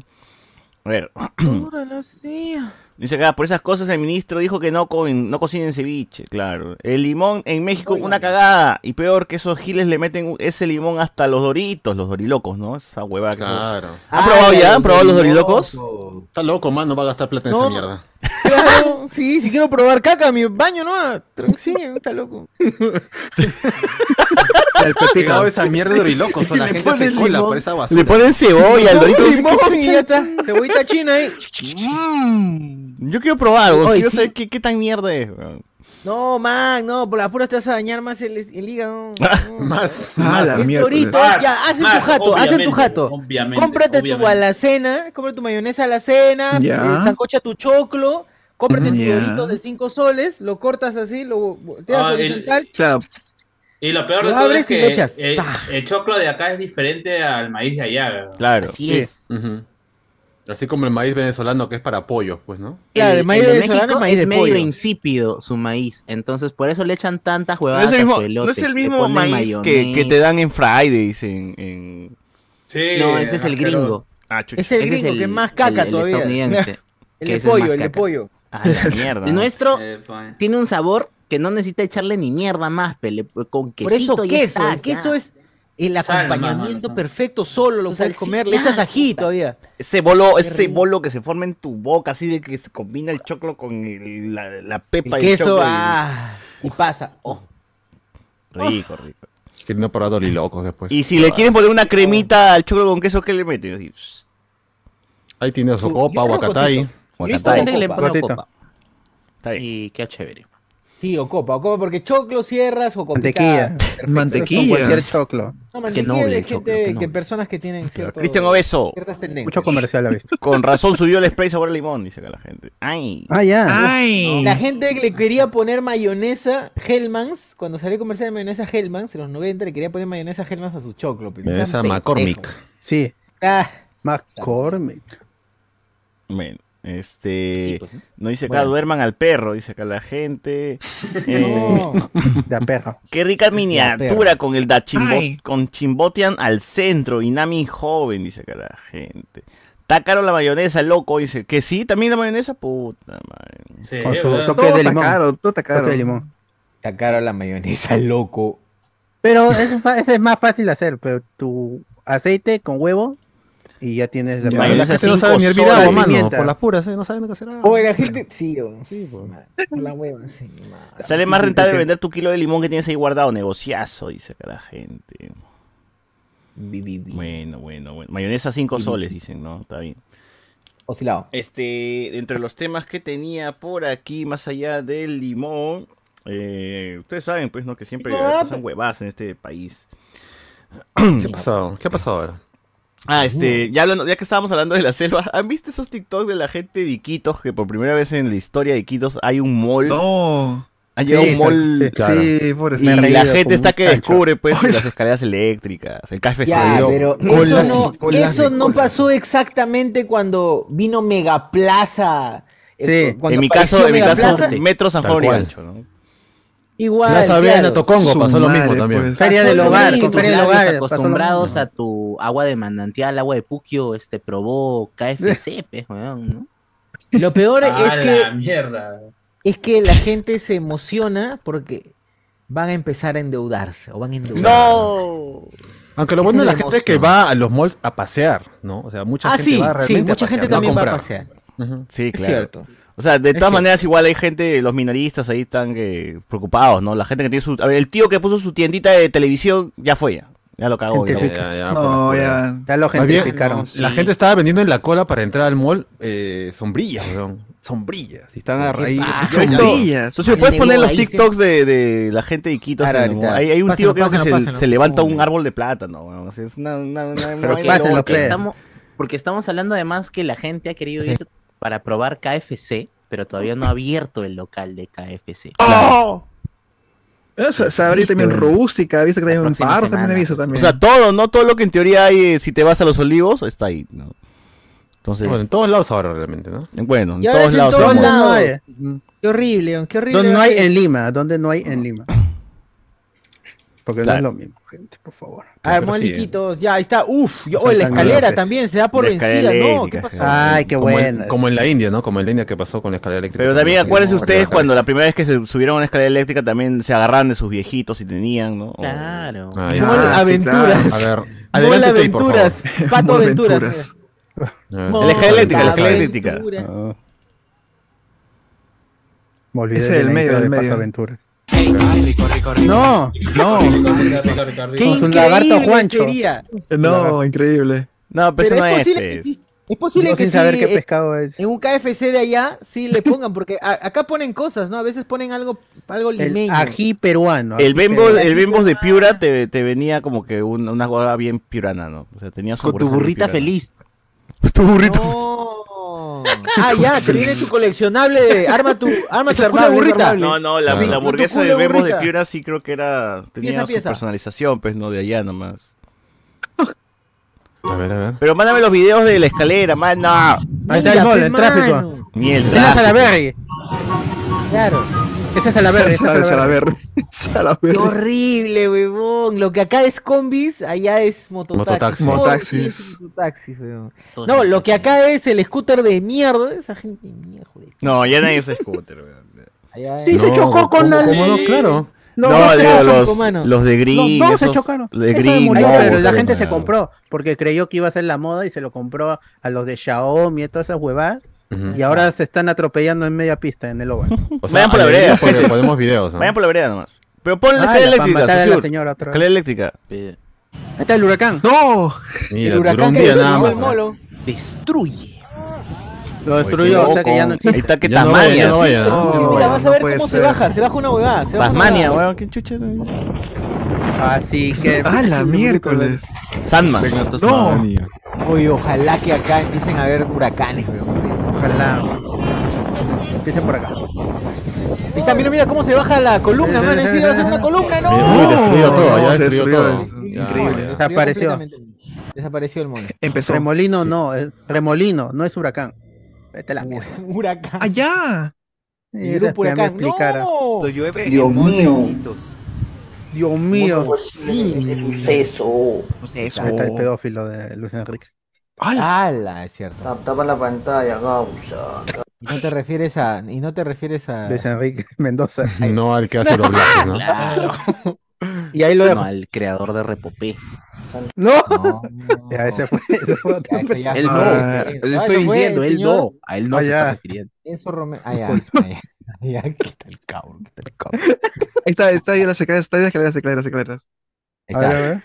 Speaker 1: A ver. (clears throat) Dice acá, por esas cosas el ministro dijo que no, co- no cocinen ceviche, claro. El limón en México, una cagada. Y peor que esos giles le meten ese limón hasta los doritos, los dorilocos, ¿no? Esa huevada que son.
Speaker 3: Claro.
Speaker 1: ¿Han probado
Speaker 2: Ay,
Speaker 1: ya? ¿Han probado los dorilocos?
Speaker 9: Loco.
Speaker 3: Está loco, man, no va a gastar plata en
Speaker 2: No.
Speaker 3: esa mierda.
Speaker 2: Claro, (laughs) sí, si quiero probar caca, mi baño, ¿no? Tru- Sí, está loco.
Speaker 4: El pepito.
Speaker 3: Pegado esa mierda de oriloco, son la gente se cola por esa basura.
Speaker 1: Le ponen cebolla al dorito.
Speaker 2: Limón y ya está. Cebollita china ahí.
Speaker 1: Yo quiero probar, güey.
Speaker 2: Oye,
Speaker 1: Quiero
Speaker 2: sí.
Speaker 1: saber qué, qué tan mierda es, weón.
Speaker 2: No, man, no, por las puras te vas a dañar más el, el hígado.
Speaker 3: (laughs)
Speaker 2: no.
Speaker 3: Más,
Speaker 8: Ah,
Speaker 3: más.
Speaker 8: la
Speaker 2: Es
Speaker 8: miércoles.
Speaker 2: torito,
Speaker 6: Más,
Speaker 2: ya, hacen tu
Speaker 6: más,
Speaker 2: jato, hacen tu
Speaker 6: obviamente,
Speaker 2: jato.
Speaker 6: obviamente,
Speaker 2: Cómprate tu
Speaker 6: obviamente.
Speaker 2: alacena, cómprate tu mayonesa alacena,
Speaker 8: Ya.
Speaker 2: eh, sancocha tu choclo, cómprate tu
Speaker 8: Ya.
Speaker 2: dorito de 5 soles, lo cortas así, lo volteas
Speaker 6: Ah, el-
Speaker 2: horizontal.
Speaker 8: Claro,
Speaker 6: Y lo peor
Speaker 2: Lo
Speaker 6: de todo
Speaker 2: abres
Speaker 6: es
Speaker 2: y
Speaker 6: que
Speaker 2: le echas.
Speaker 6: eh,
Speaker 2: Pa.
Speaker 6: el choclo de acá es diferente al maíz de allá. ¿verdad?
Speaker 1: Claro.
Speaker 7: Así es.
Speaker 3: Ujú. Así como el maíz venezolano que es para pollo, pues, ¿no?
Speaker 2: Claro, el
Speaker 7: el,
Speaker 2: maíz
Speaker 7: el de
Speaker 2: venezolano es
Speaker 7: México
Speaker 2: maíz
Speaker 7: es
Speaker 2: de
Speaker 7: medio
Speaker 2: pollo.
Speaker 7: insípido su maíz, entonces por eso le echan tantas
Speaker 1: No
Speaker 7: huevadas
Speaker 1: es el
Speaker 7: a
Speaker 1: mismo,
Speaker 7: su
Speaker 1: no
Speaker 7: elote.
Speaker 1: es el
Speaker 7: Le
Speaker 1: mismo
Speaker 7: ponen
Speaker 1: maíz que, que
Speaker 7: mayonesa.
Speaker 1: te dan en Fridays, en... en...
Speaker 6: Sí,
Speaker 7: No, ese es el gringo.
Speaker 1: Ah, chucha.
Speaker 2: Es el
Speaker 7: Ese
Speaker 2: gringo,
Speaker 7: es
Speaker 2: que es más caca
Speaker 7: el- el
Speaker 2: todavía. (laughs)
Speaker 7: estadounidense.
Speaker 2: El
Speaker 7: que
Speaker 2: de
Speaker 7: ese es
Speaker 2: pollo,
Speaker 7: más
Speaker 2: el de
Speaker 7: caca.
Speaker 2: pollo.
Speaker 1: A (laughs) la mierda.
Speaker 7: El nuestro
Speaker 6: Epa.
Speaker 7: tiene un sabor que no necesita echarle ni mierda más, pele, con
Speaker 2: Por
Speaker 7: quesito
Speaker 2: eso
Speaker 7: y
Speaker 2: queso,
Speaker 7: está,
Speaker 2: el queso
Speaker 7: ya.
Speaker 2: es el
Speaker 6: Sal,
Speaker 2: acompañamiento
Speaker 6: mano,
Speaker 2: perfecto, solo lo puedes
Speaker 7: Su salsita,
Speaker 2: comer, le echas ají todavía.
Speaker 1: Ese bolo, ese
Speaker 2: rico.
Speaker 1: bolo que se forma en tu boca, así de que se combina el choclo con el- la, la pepa
Speaker 2: El
Speaker 1: y el
Speaker 2: queso,
Speaker 1: choclo. y-
Speaker 2: ah, y pasa. Oh,
Speaker 1: Rico, rico.
Speaker 3: Que no he probado ni locos después.
Speaker 1: Y si le quieren poner una cremita al choclo con queso, ¿qué le meten? Así, pss,
Speaker 3: Ahí tiene su
Speaker 2: Yo-
Speaker 3: copa,
Speaker 2: yo creo que
Speaker 3: huacatay.
Speaker 7: Yo he visto
Speaker 1: guacatay.
Speaker 7: gente que le
Speaker 2: Copa.
Speaker 7: pone
Speaker 4: Gotita.
Speaker 7: copa.
Speaker 1: Está bien.
Speaker 7: Y qué chévere.
Speaker 2: sí, o copa, o copa, porque choclo cierras o con
Speaker 4: Mantequilla.
Speaker 2: picada.
Speaker 4: Con
Speaker 8: Mantequilla.
Speaker 4: cualquier choclo.
Speaker 2: No,
Speaker 7: Qué
Speaker 2: mantequilla
Speaker 7: noble
Speaker 2: de
Speaker 7: el choclo,
Speaker 2: gente,
Speaker 7: qué noble.
Speaker 2: que personas que tienen cierto,
Speaker 1: Cristian Obeso,
Speaker 2: ciertas tendencias.
Speaker 4: Mucho comercial ha visto.
Speaker 1: con razón subió el spray sabor a limón, dice acá la gente. Ay.
Speaker 4: Ah, ya.
Speaker 8: Ay.
Speaker 2: La gente que le quería poner mayonesa Hellmans, cuando salió comercial de mayonesa Hellmans en los 90, le quería poner mayonesa Hellmans a su choclo. pues, sean
Speaker 3: Esa
Speaker 2: pendejos.
Speaker 3: McCormick.
Speaker 4: Sí.
Speaker 2: Ah,
Speaker 4: McCormick.
Speaker 1: Men, este.
Speaker 7: Sí, pues, ¿no?
Speaker 1: No dice acá,
Speaker 7: Bueno.
Speaker 1: duerman al perro, dice acá la
Speaker 4: (laughs)
Speaker 1: gente. Eh, (laughs)
Speaker 2: no.
Speaker 4: La perra.
Speaker 1: Qué rica
Speaker 2: perra.
Speaker 1: miniatura con el Dachimbo
Speaker 8: Ay.
Speaker 1: con Chimbotian al centro y Nami joven, dice acá la gente. Está caro la mayonesa, loco, dice. Que sí, también la mayonesa, puta madre.
Speaker 6: Sí,
Speaker 4: Con su
Speaker 6: weón.
Speaker 4: toque
Speaker 8: Todo
Speaker 4: de
Speaker 8: está
Speaker 4: limón.
Speaker 8: caro, todo está caro.
Speaker 4: Toque de limón.
Speaker 2: Está cara la mayonesa, loco.
Speaker 4: Pero eso es, fa- (laughs) eso es más fácil de hacer, pero tu aceite con huevo y ya tienes la
Speaker 1: Ya, mayonesa
Speaker 4: mayonesa.
Speaker 3: La gente no
Speaker 1: cinco
Speaker 3: sabe ni hervir
Speaker 1: soles.
Speaker 3: agua, mano.
Speaker 4: Pimienta.
Speaker 3: Por las puras, ¿eh? No saben hacer agua.
Speaker 2: Oye, la gente. Sí, weón. Madre, por la hueva, sí, madre.
Speaker 1: Sale más rentable vender tu kilo de limón que tienes ahí guardado, negociazo, dice acá la gente.
Speaker 2: Bi, bi, bi.
Speaker 1: Bueno, bueno, bueno. Mayonesa 5 soles, dicen, ¿no? Está bien.
Speaker 2: Oscilado.
Speaker 1: Este, entre los temas que tenía por aquí, más allá del limón, eh, ustedes saben, pues, ¿no? Que siempre
Speaker 2: Limón.
Speaker 1: pasan huevadas en este país. (clears throat)
Speaker 3: ¿Qué ha pasado? ¿Qué ha pasado ahora?
Speaker 1: Ah, este, ya, hablando- ya que estábamos hablando de la selva, (laughs) ¿han visto esos TikTok de la gente de Iquitos? Que por primera vez en la historia de Iquitos hay un mall.
Speaker 8: No.
Speaker 1: ha llegado
Speaker 4: Sí,
Speaker 1: un mall.
Speaker 4: sí,
Speaker 3: claro.
Speaker 8: Sí, por
Speaker 1: Y
Speaker 8: eso.
Speaker 4: Me he reído
Speaker 1: la gente
Speaker 4: como
Speaker 1: está
Speaker 4: un
Speaker 1: que
Speaker 4: cacho.
Speaker 1: descubre, pues, las escaleras eléctricas, el café
Speaker 2: Ya,
Speaker 1: frío.
Speaker 2: pero
Speaker 3: colas
Speaker 2: eso
Speaker 3: y
Speaker 2: no,
Speaker 3: colas
Speaker 2: eso
Speaker 3: de
Speaker 2: no
Speaker 3: colas.
Speaker 2: pasó exactamente cuando vino Megaplaza.
Speaker 4: Sí,
Speaker 2: Eh, cuando
Speaker 1: en mi
Speaker 2: apareció
Speaker 1: caso, en mi caso,
Speaker 2: Megaplaza,
Speaker 1: Metro San
Speaker 3: Tal
Speaker 1: Juan y
Speaker 3: cual.
Speaker 1: Gancho, ¿no?
Speaker 2: igual.
Speaker 3: Plaza Vena,
Speaker 2: claro.
Speaker 3: Tocongo,
Speaker 8: Su
Speaker 3: pasó lo mismo
Speaker 8: madre,
Speaker 3: también.
Speaker 8: pues.
Speaker 4: Feria
Speaker 2: Pasó
Speaker 4: del
Speaker 2: lo
Speaker 4: hogar,
Speaker 2: mismo,
Speaker 4: con
Speaker 7: Tus
Speaker 4: feria del
Speaker 7: labios
Speaker 4: hogar.
Speaker 7: acostumbrados a tu agua de manantial, agua de puquio, este, probó KFC, pues, weón, ¿no?
Speaker 2: Lo peor
Speaker 10: Ah,
Speaker 6: A
Speaker 2: es
Speaker 6: la
Speaker 2: que,
Speaker 6: mierda.
Speaker 2: es que la gente se emociona porque van a empezar a endeudarse o van a endeudarse.
Speaker 1: ¡No!
Speaker 3: Aunque lo
Speaker 2: Esa
Speaker 3: bueno de
Speaker 2: es
Speaker 3: la
Speaker 2: la
Speaker 3: gente es que
Speaker 2: emoción.
Speaker 3: va a los malls a pasear, ¿no? O sea, mucha
Speaker 2: Ah,
Speaker 3: gente
Speaker 2: sí,
Speaker 3: va
Speaker 2: sí,
Speaker 3: realmente
Speaker 2: mucha
Speaker 3: a pasear,
Speaker 2: gente
Speaker 3: no
Speaker 2: también va a
Speaker 3: comprar.
Speaker 2: pasear.
Speaker 3: Ujú.
Speaker 1: Sí,
Speaker 2: Es
Speaker 1: claro.
Speaker 2: cierto.
Speaker 1: O sea, de todas
Speaker 2: Es cierto.
Speaker 1: maneras, igual hay gente, los minoristas ahí están que, preocupados, ¿no? La gente que tiene su. A ver, el tío que puso su tiendita de televisión ya fue ya. Ya lo cagó. ya.
Speaker 4: Gente
Speaker 3: Ya, ya, ya, por las
Speaker 8: No,
Speaker 3: puras.
Speaker 8: ya.
Speaker 4: Ya lo
Speaker 3: Más bien,
Speaker 4: gentrificaron.
Speaker 3: La gente estaba vendiendo en la cola para entrar al mall eh, sombrillas, weón. Sombrillas. Y están a raíz.
Speaker 1: Yo he visto-
Speaker 8: Sombrillas.
Speaker 1: Entonces, ¿puedes
Speaker 2: Ahí
Speaker 1: poner los
Speaker 2: ahí se-
Speaker 1: TikToks de, de la gente de Iquitos?
Speaker 2: Ahora,
Speaker 1: en el-
Speaker 2: ahorita.
Speaker 1: Hay, hay un tío que creo
Speaker 2: Pásenlo,
Speaker 1: que
Speaker 2: pásenlo,
Speaker 1: se,
Speaker 2: pásenlo.
Speaker 1: se levanta un
Speaker 2: Pónganlo.
Speaker 1: árbol de plátano. weón. O sea, es una, una- una- una
Speaker 4: Pero
Speaker 1: vaina
Speaker 4: pásenlo,
Speaker 1: loca.
Speaker 7: porque
Speaker 4: Fede.
Speaker 7: estamos, porque estamos hablando además que la gente ha querido ir para probar KFC, pero todavía no ha abierto el local de KFC.
Speaker 8: ¡Oh! Eh, se- se abrió también rústica, he visto que
Speaker 7: La
Speaker 8: hay un
Speaker 7: próxima
Speaker 8: par, también
Speaker 7: semana.
Speaker 8: he visto también.
Speaker 1: O sea, todo, ¿no? Todo lo que en teoría hay, eh, si te vas a los olivos, está ahí, ¿no? Entonces,
Speaker 3: Bueno,
Speaker 1: bueno,
Speaker 3: en todos lados ahora realmente, ¿no?
Speaker 1: en
Speaker 2: Y ahora
Speaker 1: todos
Speaker 2: es en
Speaker 1: lados.
Speaker 2: todos
Speaker 1: hay malls.
Speaker 4: ¿Dónde no
Speaker 2: lados.
Speaker 4: hay?
Speaker 2: Qué horrible, weón, qué horrible.
Speaker 4: ¿Dónde no
Speaker 2: va a
Speaker 4: hay
Speaker 2: ser.
Speaker 4: en Lima? ¿Dónde no hay en Lima? Porque
Speaker 1: Claro.
Speaker 4: no es lo mismo, gente, por favor.
Speaker 2: A ver,
Speaker 3: Pero sí,
Speaker 2: Moliquitos, ya, ahí está. Uf, yo- oh, la
Speaker 4: eh. Faltan
Speaker 2: escalera
Speaker 4: bloques.
Speaker 2: también se da por
Speaker 1: La
Speaker 2: vencida,
Speaker 1: escalera
Speaker 2: ¿no? ¿Qué
Speaker 1: eléctrica,
Speaker 2: pasó?
Speaker 1: sí.
Speaker 4: Ay, qué
Speaker 3: como,
Speaker 4: bueno.
Speaker 3: en, como en la India, ¿no? Como en la India que pasó con la escalera eléctrica.
Speaker 1: Pero también acuérdense
Speaker 3: Como-
Speaker 1: ustedes cuando la
Speaker 3: Ah,
Speaker 1: primera vez que se subieron a una escalera eléctrica también se agarraban de sus viejitos y tenían, ¿no? O-
Speaker 7: Claro.
Speaker 3: ahí
Speaker 2: Mol
Speaker 3: está.
Speaker 8: Ah, sí,
Speaker 2: aventuras.
Speaker 3: A ver,
Speaker 2: Mol
Speaker 3: adelante, Tate, por favor.
Speaker 2: aventuras. Pato
Speaker 8: Mol
Speaker 2: aventuras.
Speaker 3: A ver.
Speaker 1: Mol- La escalera eléctrica, la escalera
Speaker 2: Pato
Speaker 1: eléctrica.
Speaker 2: Aventuras.
Speaker 4: Ah. Me olvidé
Speaker 8: Ese
Speaker 4: de
Speaker 8: el
Speaker 4: la
Speaker 8: medio,
Speaker 4: intro
Speaker 8: el
Speaker 4: de
Speaker 8: medio.
Speaker 4: Pato Aventuras. No,
Speaker 6: Rico,
Speaker 4: no.
Speaker 6: rico, rico, rico, rico.
Speaker 2: Qué
Speaker 4: Con su
Speaker 2: increíble
Speaker 4: lagarto Juancho.
Speaker 2: sería.
Speaker 8: Eh, No, increíble.
Speaker 1: No, pero,
Speaker 2: Pero
Speaker 1: eso no es.
Speaker 2: es
Speaker 8: este.
Speaker 2: posible, que
Speaker 1: pues.
Speaker 2: sí- es posible
Speaker 4: Yo
Speaker 2: que
Speaker 4: sin
Speaker 2: sí,
Speaker 4: saber qué
Speaker 2: eh,
Speaker 4: pescado es.
Speaker 2: en un KFC de allá sí le pongan, porque a- acá ponen cosas, ¿no? A veces ponen algo, algo
Speaker 4: El
Speaker 2: limeño.
Speaker 4: ají peruano.
Speaker 1: El
Speaker 4: ají
Speaker 1: bembo,
Speaker 4: peruano.
Speaker 1: el Bembos de Piura te, te venía como que un- una guada bien piurana, ¿no? O sea, tenía su
Speaker 7: Con tu
Speaker 1: guarda bien
Speaker 7: burrita
Speaker 1: piurana.
Speaker 7: feliz.
Speaker 1: (laughs) Tu burrita.
Speaker 2: No. Ah, ya, te viene tu coleccionable
Speaker 4: Eh,
Speaker 2: de arma
Speaker 4: (laughs)
Speaker 2: tu arma tu culo de burrita.
Speaker 1: No, no, la,
Speaker 3: Claro.
Speaker 1: la hamburguesa
Speaker 2: Con tu
Speaker 1: de
Speaker 2: culo de
Speaker 1: Bembos de
Speaker 2: burrita.
Speaker 1: Piura sí creo que era tenía
Speaker 2: Pieza,
Speaker 1: su
Speaker 2: pieza.
Speaker 1: personalización, pues no de allá nomás.
Speaker 3: A ver, a ver.
Speaker 1: Pero mándame los videos de la escalera, mano.
Speaker 4: Ahí está el
Speaker 2: Mira,
Speaker 4: mall,
Speaker 2: pe,
Speaker 4: el tráfico.
Speaker 2: mano.
Speaker 1: Ni el
Speaker 4: Esa es
Speaker 1: tráfico.
Speaker 4: Salaberry. (laughs)
Speaker 2: Claro.
Speaker 4: Esa es Salaberry. Esa es Salaberry.
Speaker 8: Salaver.
Speaker 2: Qué
Speaker 8: Salaver.
Speaker 2: horrible, huevón. Lo que acá es combis, allá es
Speaker 3: Mototaxis.
Speaker 2: mototaxis. Todo
Speaker 8: Mototaxis.
Speaker 2: es mototaxis, huevón. No, lo que acá es el scooter de mierda, esa gente de mierda, joder.
Speaker 1: No, ya nadie usa scooter, weón.
Speaker 2: Allá
Speaker 4: Sí,
Speaker 2: es-
Speaker 4: se chocó con
Speaker 3: ¿cómo-
Speaker 4: la-
Speaker 3: cómo no? Claro.
Speaker 1: No,
Speaker 2: dos
Speaker 1: digo,
Speaker 2: chocan,
Speaker 1: los,
Speaker 2: comano.
Speaker 1: los de Green.
Speaker 4: Los dos se
Speaker 1: esos-
Speaker 4: chocaron.
Speaker 1: los De
Speaker 4: Eso
Speaker 1: Green,
Speaker 4: de murió,
Speaker 1: no,
Speaker 4: pero la
Speaker 1: pues,
Speaker 4: gente se
Speaker 1: no.
Speaker 4: compró porque creyó que iba a ser la moda y se lo compró a los de Xiaomi y todas esas huevadas.
Speaker 3: Ujú.
Speaker 4: Y ahora se están atropellando en media pista en el Oval.
Speaker 3: O
Speaker 1: Vayan por la
Speaker 3: alegría
Speaker 1: vereda,
Speaker 3: porque
Speaker 4: (laughs)
Speaker 1: gente.
Speaker 3: Ponemos videos. ¿no?
Speaker 1: Vayan por la vereda nomás. Pero ponle
Speaker 4: Ah,
Speaker 1: escalera
Speaker 4: la- para
Speaker 1: eléctrica,
Speaker 4: matar a la
Speaker 1: Sosur.
Speaker 4: señora otra vez.
Speaker 1: Escalera eléctrica.
Speaker 4: Ahí está el huracán.
Speaker 8: No.
Speaker 3: Mira,
Speaker 2: el
Speaker 3: duró
Speaker 2: huracán
Speaker 3: un
Speaker 2: que
Speaker 3: día
Speaker 2: hizo
Speaker 3: nada
Speaker 2: el
Speaker 3: más. ¿no?
Speaker 2: molo.
Speaker 7: Destruye.
Speaker 4: Lo destruyó, o sea que ya no
Speaker 1: Ahí
Speaker 4: existe.
Speaker 1: está que
Speaker 3: Ya no vaya, ya no
Speaker 1: Tasmania.
Speaker 3: vaya. ¿no?
Speaker 8: No,
Speaker 2: Mira, vas a
Speaker 8: no
Speaker 2: ver
Speaker 8: puede
Speaker 2: cómo se
Speaker 8: ser.
Speaker 2: baja, se baja una huevada. Se baja una
Speaker 1: Tasmania,
Speaker 2: huevada.
Speaker 1: weón. ¿Qué chucha?
Speaker 4: Así que.
Speaker 8: A la miércoles.
Speaker 1: Sandman.
Speaker 8: No.
Speaker 2: Oye, ojalá que acá empiecen a haber huracanes, weón.
Speaker 4: Ojalá. Empiecen por acá.
Speaker 2: Ahí está, mira, mira cómo se baja la columna, man. Ahí sí debe ser una columna,
Speaker 3: Mira, Uy,
Speaker 2: ¿no?
Speaker 3: destruyó
Speaker 8: No,
Speaker 3: todo, ya
Speaker 8: se
Speaker 3: destruyó
Speaker 8: destruyó,
Speaker 3: todo.
Speaker 8: es
Speaker 3: Ya,
Speaker 8: increíble.
Speaker 3: ya.
Speaker 4: Desapareció.
Speaker 2: completamente. Desapareció el mono.
Speaker 8: Empezó.
Speaker 4: Remolino no, es remolino, no es huracán. Vete a la mierda.
Speaker 2: Un huracán.
Speaker 8: Allá.
Speaker 2: Y
Speaker 4: Esa
Speaker 2: era un
Speaker 4: es que me
Speaker 2: huracán.
Speaker 4: explicara.
Speaker 2: ¡No!
Speaker 5: Dios mío.
Speaker 4: Dios mío.
Speaker 9: Eso.
Speaker 4: Ahí está el pedófilo de Luis Enrique.
Speaker 2: ¡Hala! Es cierto.
Speaker 9: Tapaba la pantalla, causa.
Speaker 2: Y no te refieres a. Y no te refieres a.
Speaker 4: Luis Enrique (laughs) Mendoza.
Speaker 3: No al que hace los bloques,
Speaker 4: (laughs)
Speaker 3: ¿no?
Speaker 4: Y ahí lo
Speaker 7: No,
Speaker 4: dejo.
Speaker 7: al creador de Repopé.
Speaker 4: No.
Speaker 1: (laughs)
Speaker 2: No.
Speaker 4: (laughs) Ya, ese fue. Ese fue otro
Speaker 2: Ya, eso ya
Speaker 4: personaje.
Speaker 7: Él no.
Speaker 8: Ah,
Speaker 2: fue.
Speaker 7: Le
Speaker 2: Ah,
Speaker 7: estoy
Speaker 2: eso fue
Speaker 7: diciendo,
Speaker 2: el
Speaker 7: él
Speaker 2: señor
Speaker 7: no. A él no se
Speaker 4: Allá.
Speaker 7: está refiriendo.
Speaker 1: (laughs)
Speaker 2: Enzo Romero. Ah, ya. ah, ya. Ah, ya, quita el cabrón, quita el cabrón.
Speaker 8: Ahí está, ahí está ahí las escaleras, está ahí las escaleras, escaleras, escaleras.
Speaker 2: Ahí
Speaker 4: A ver,
Speaker 2: está.
Speaker 4: a ver.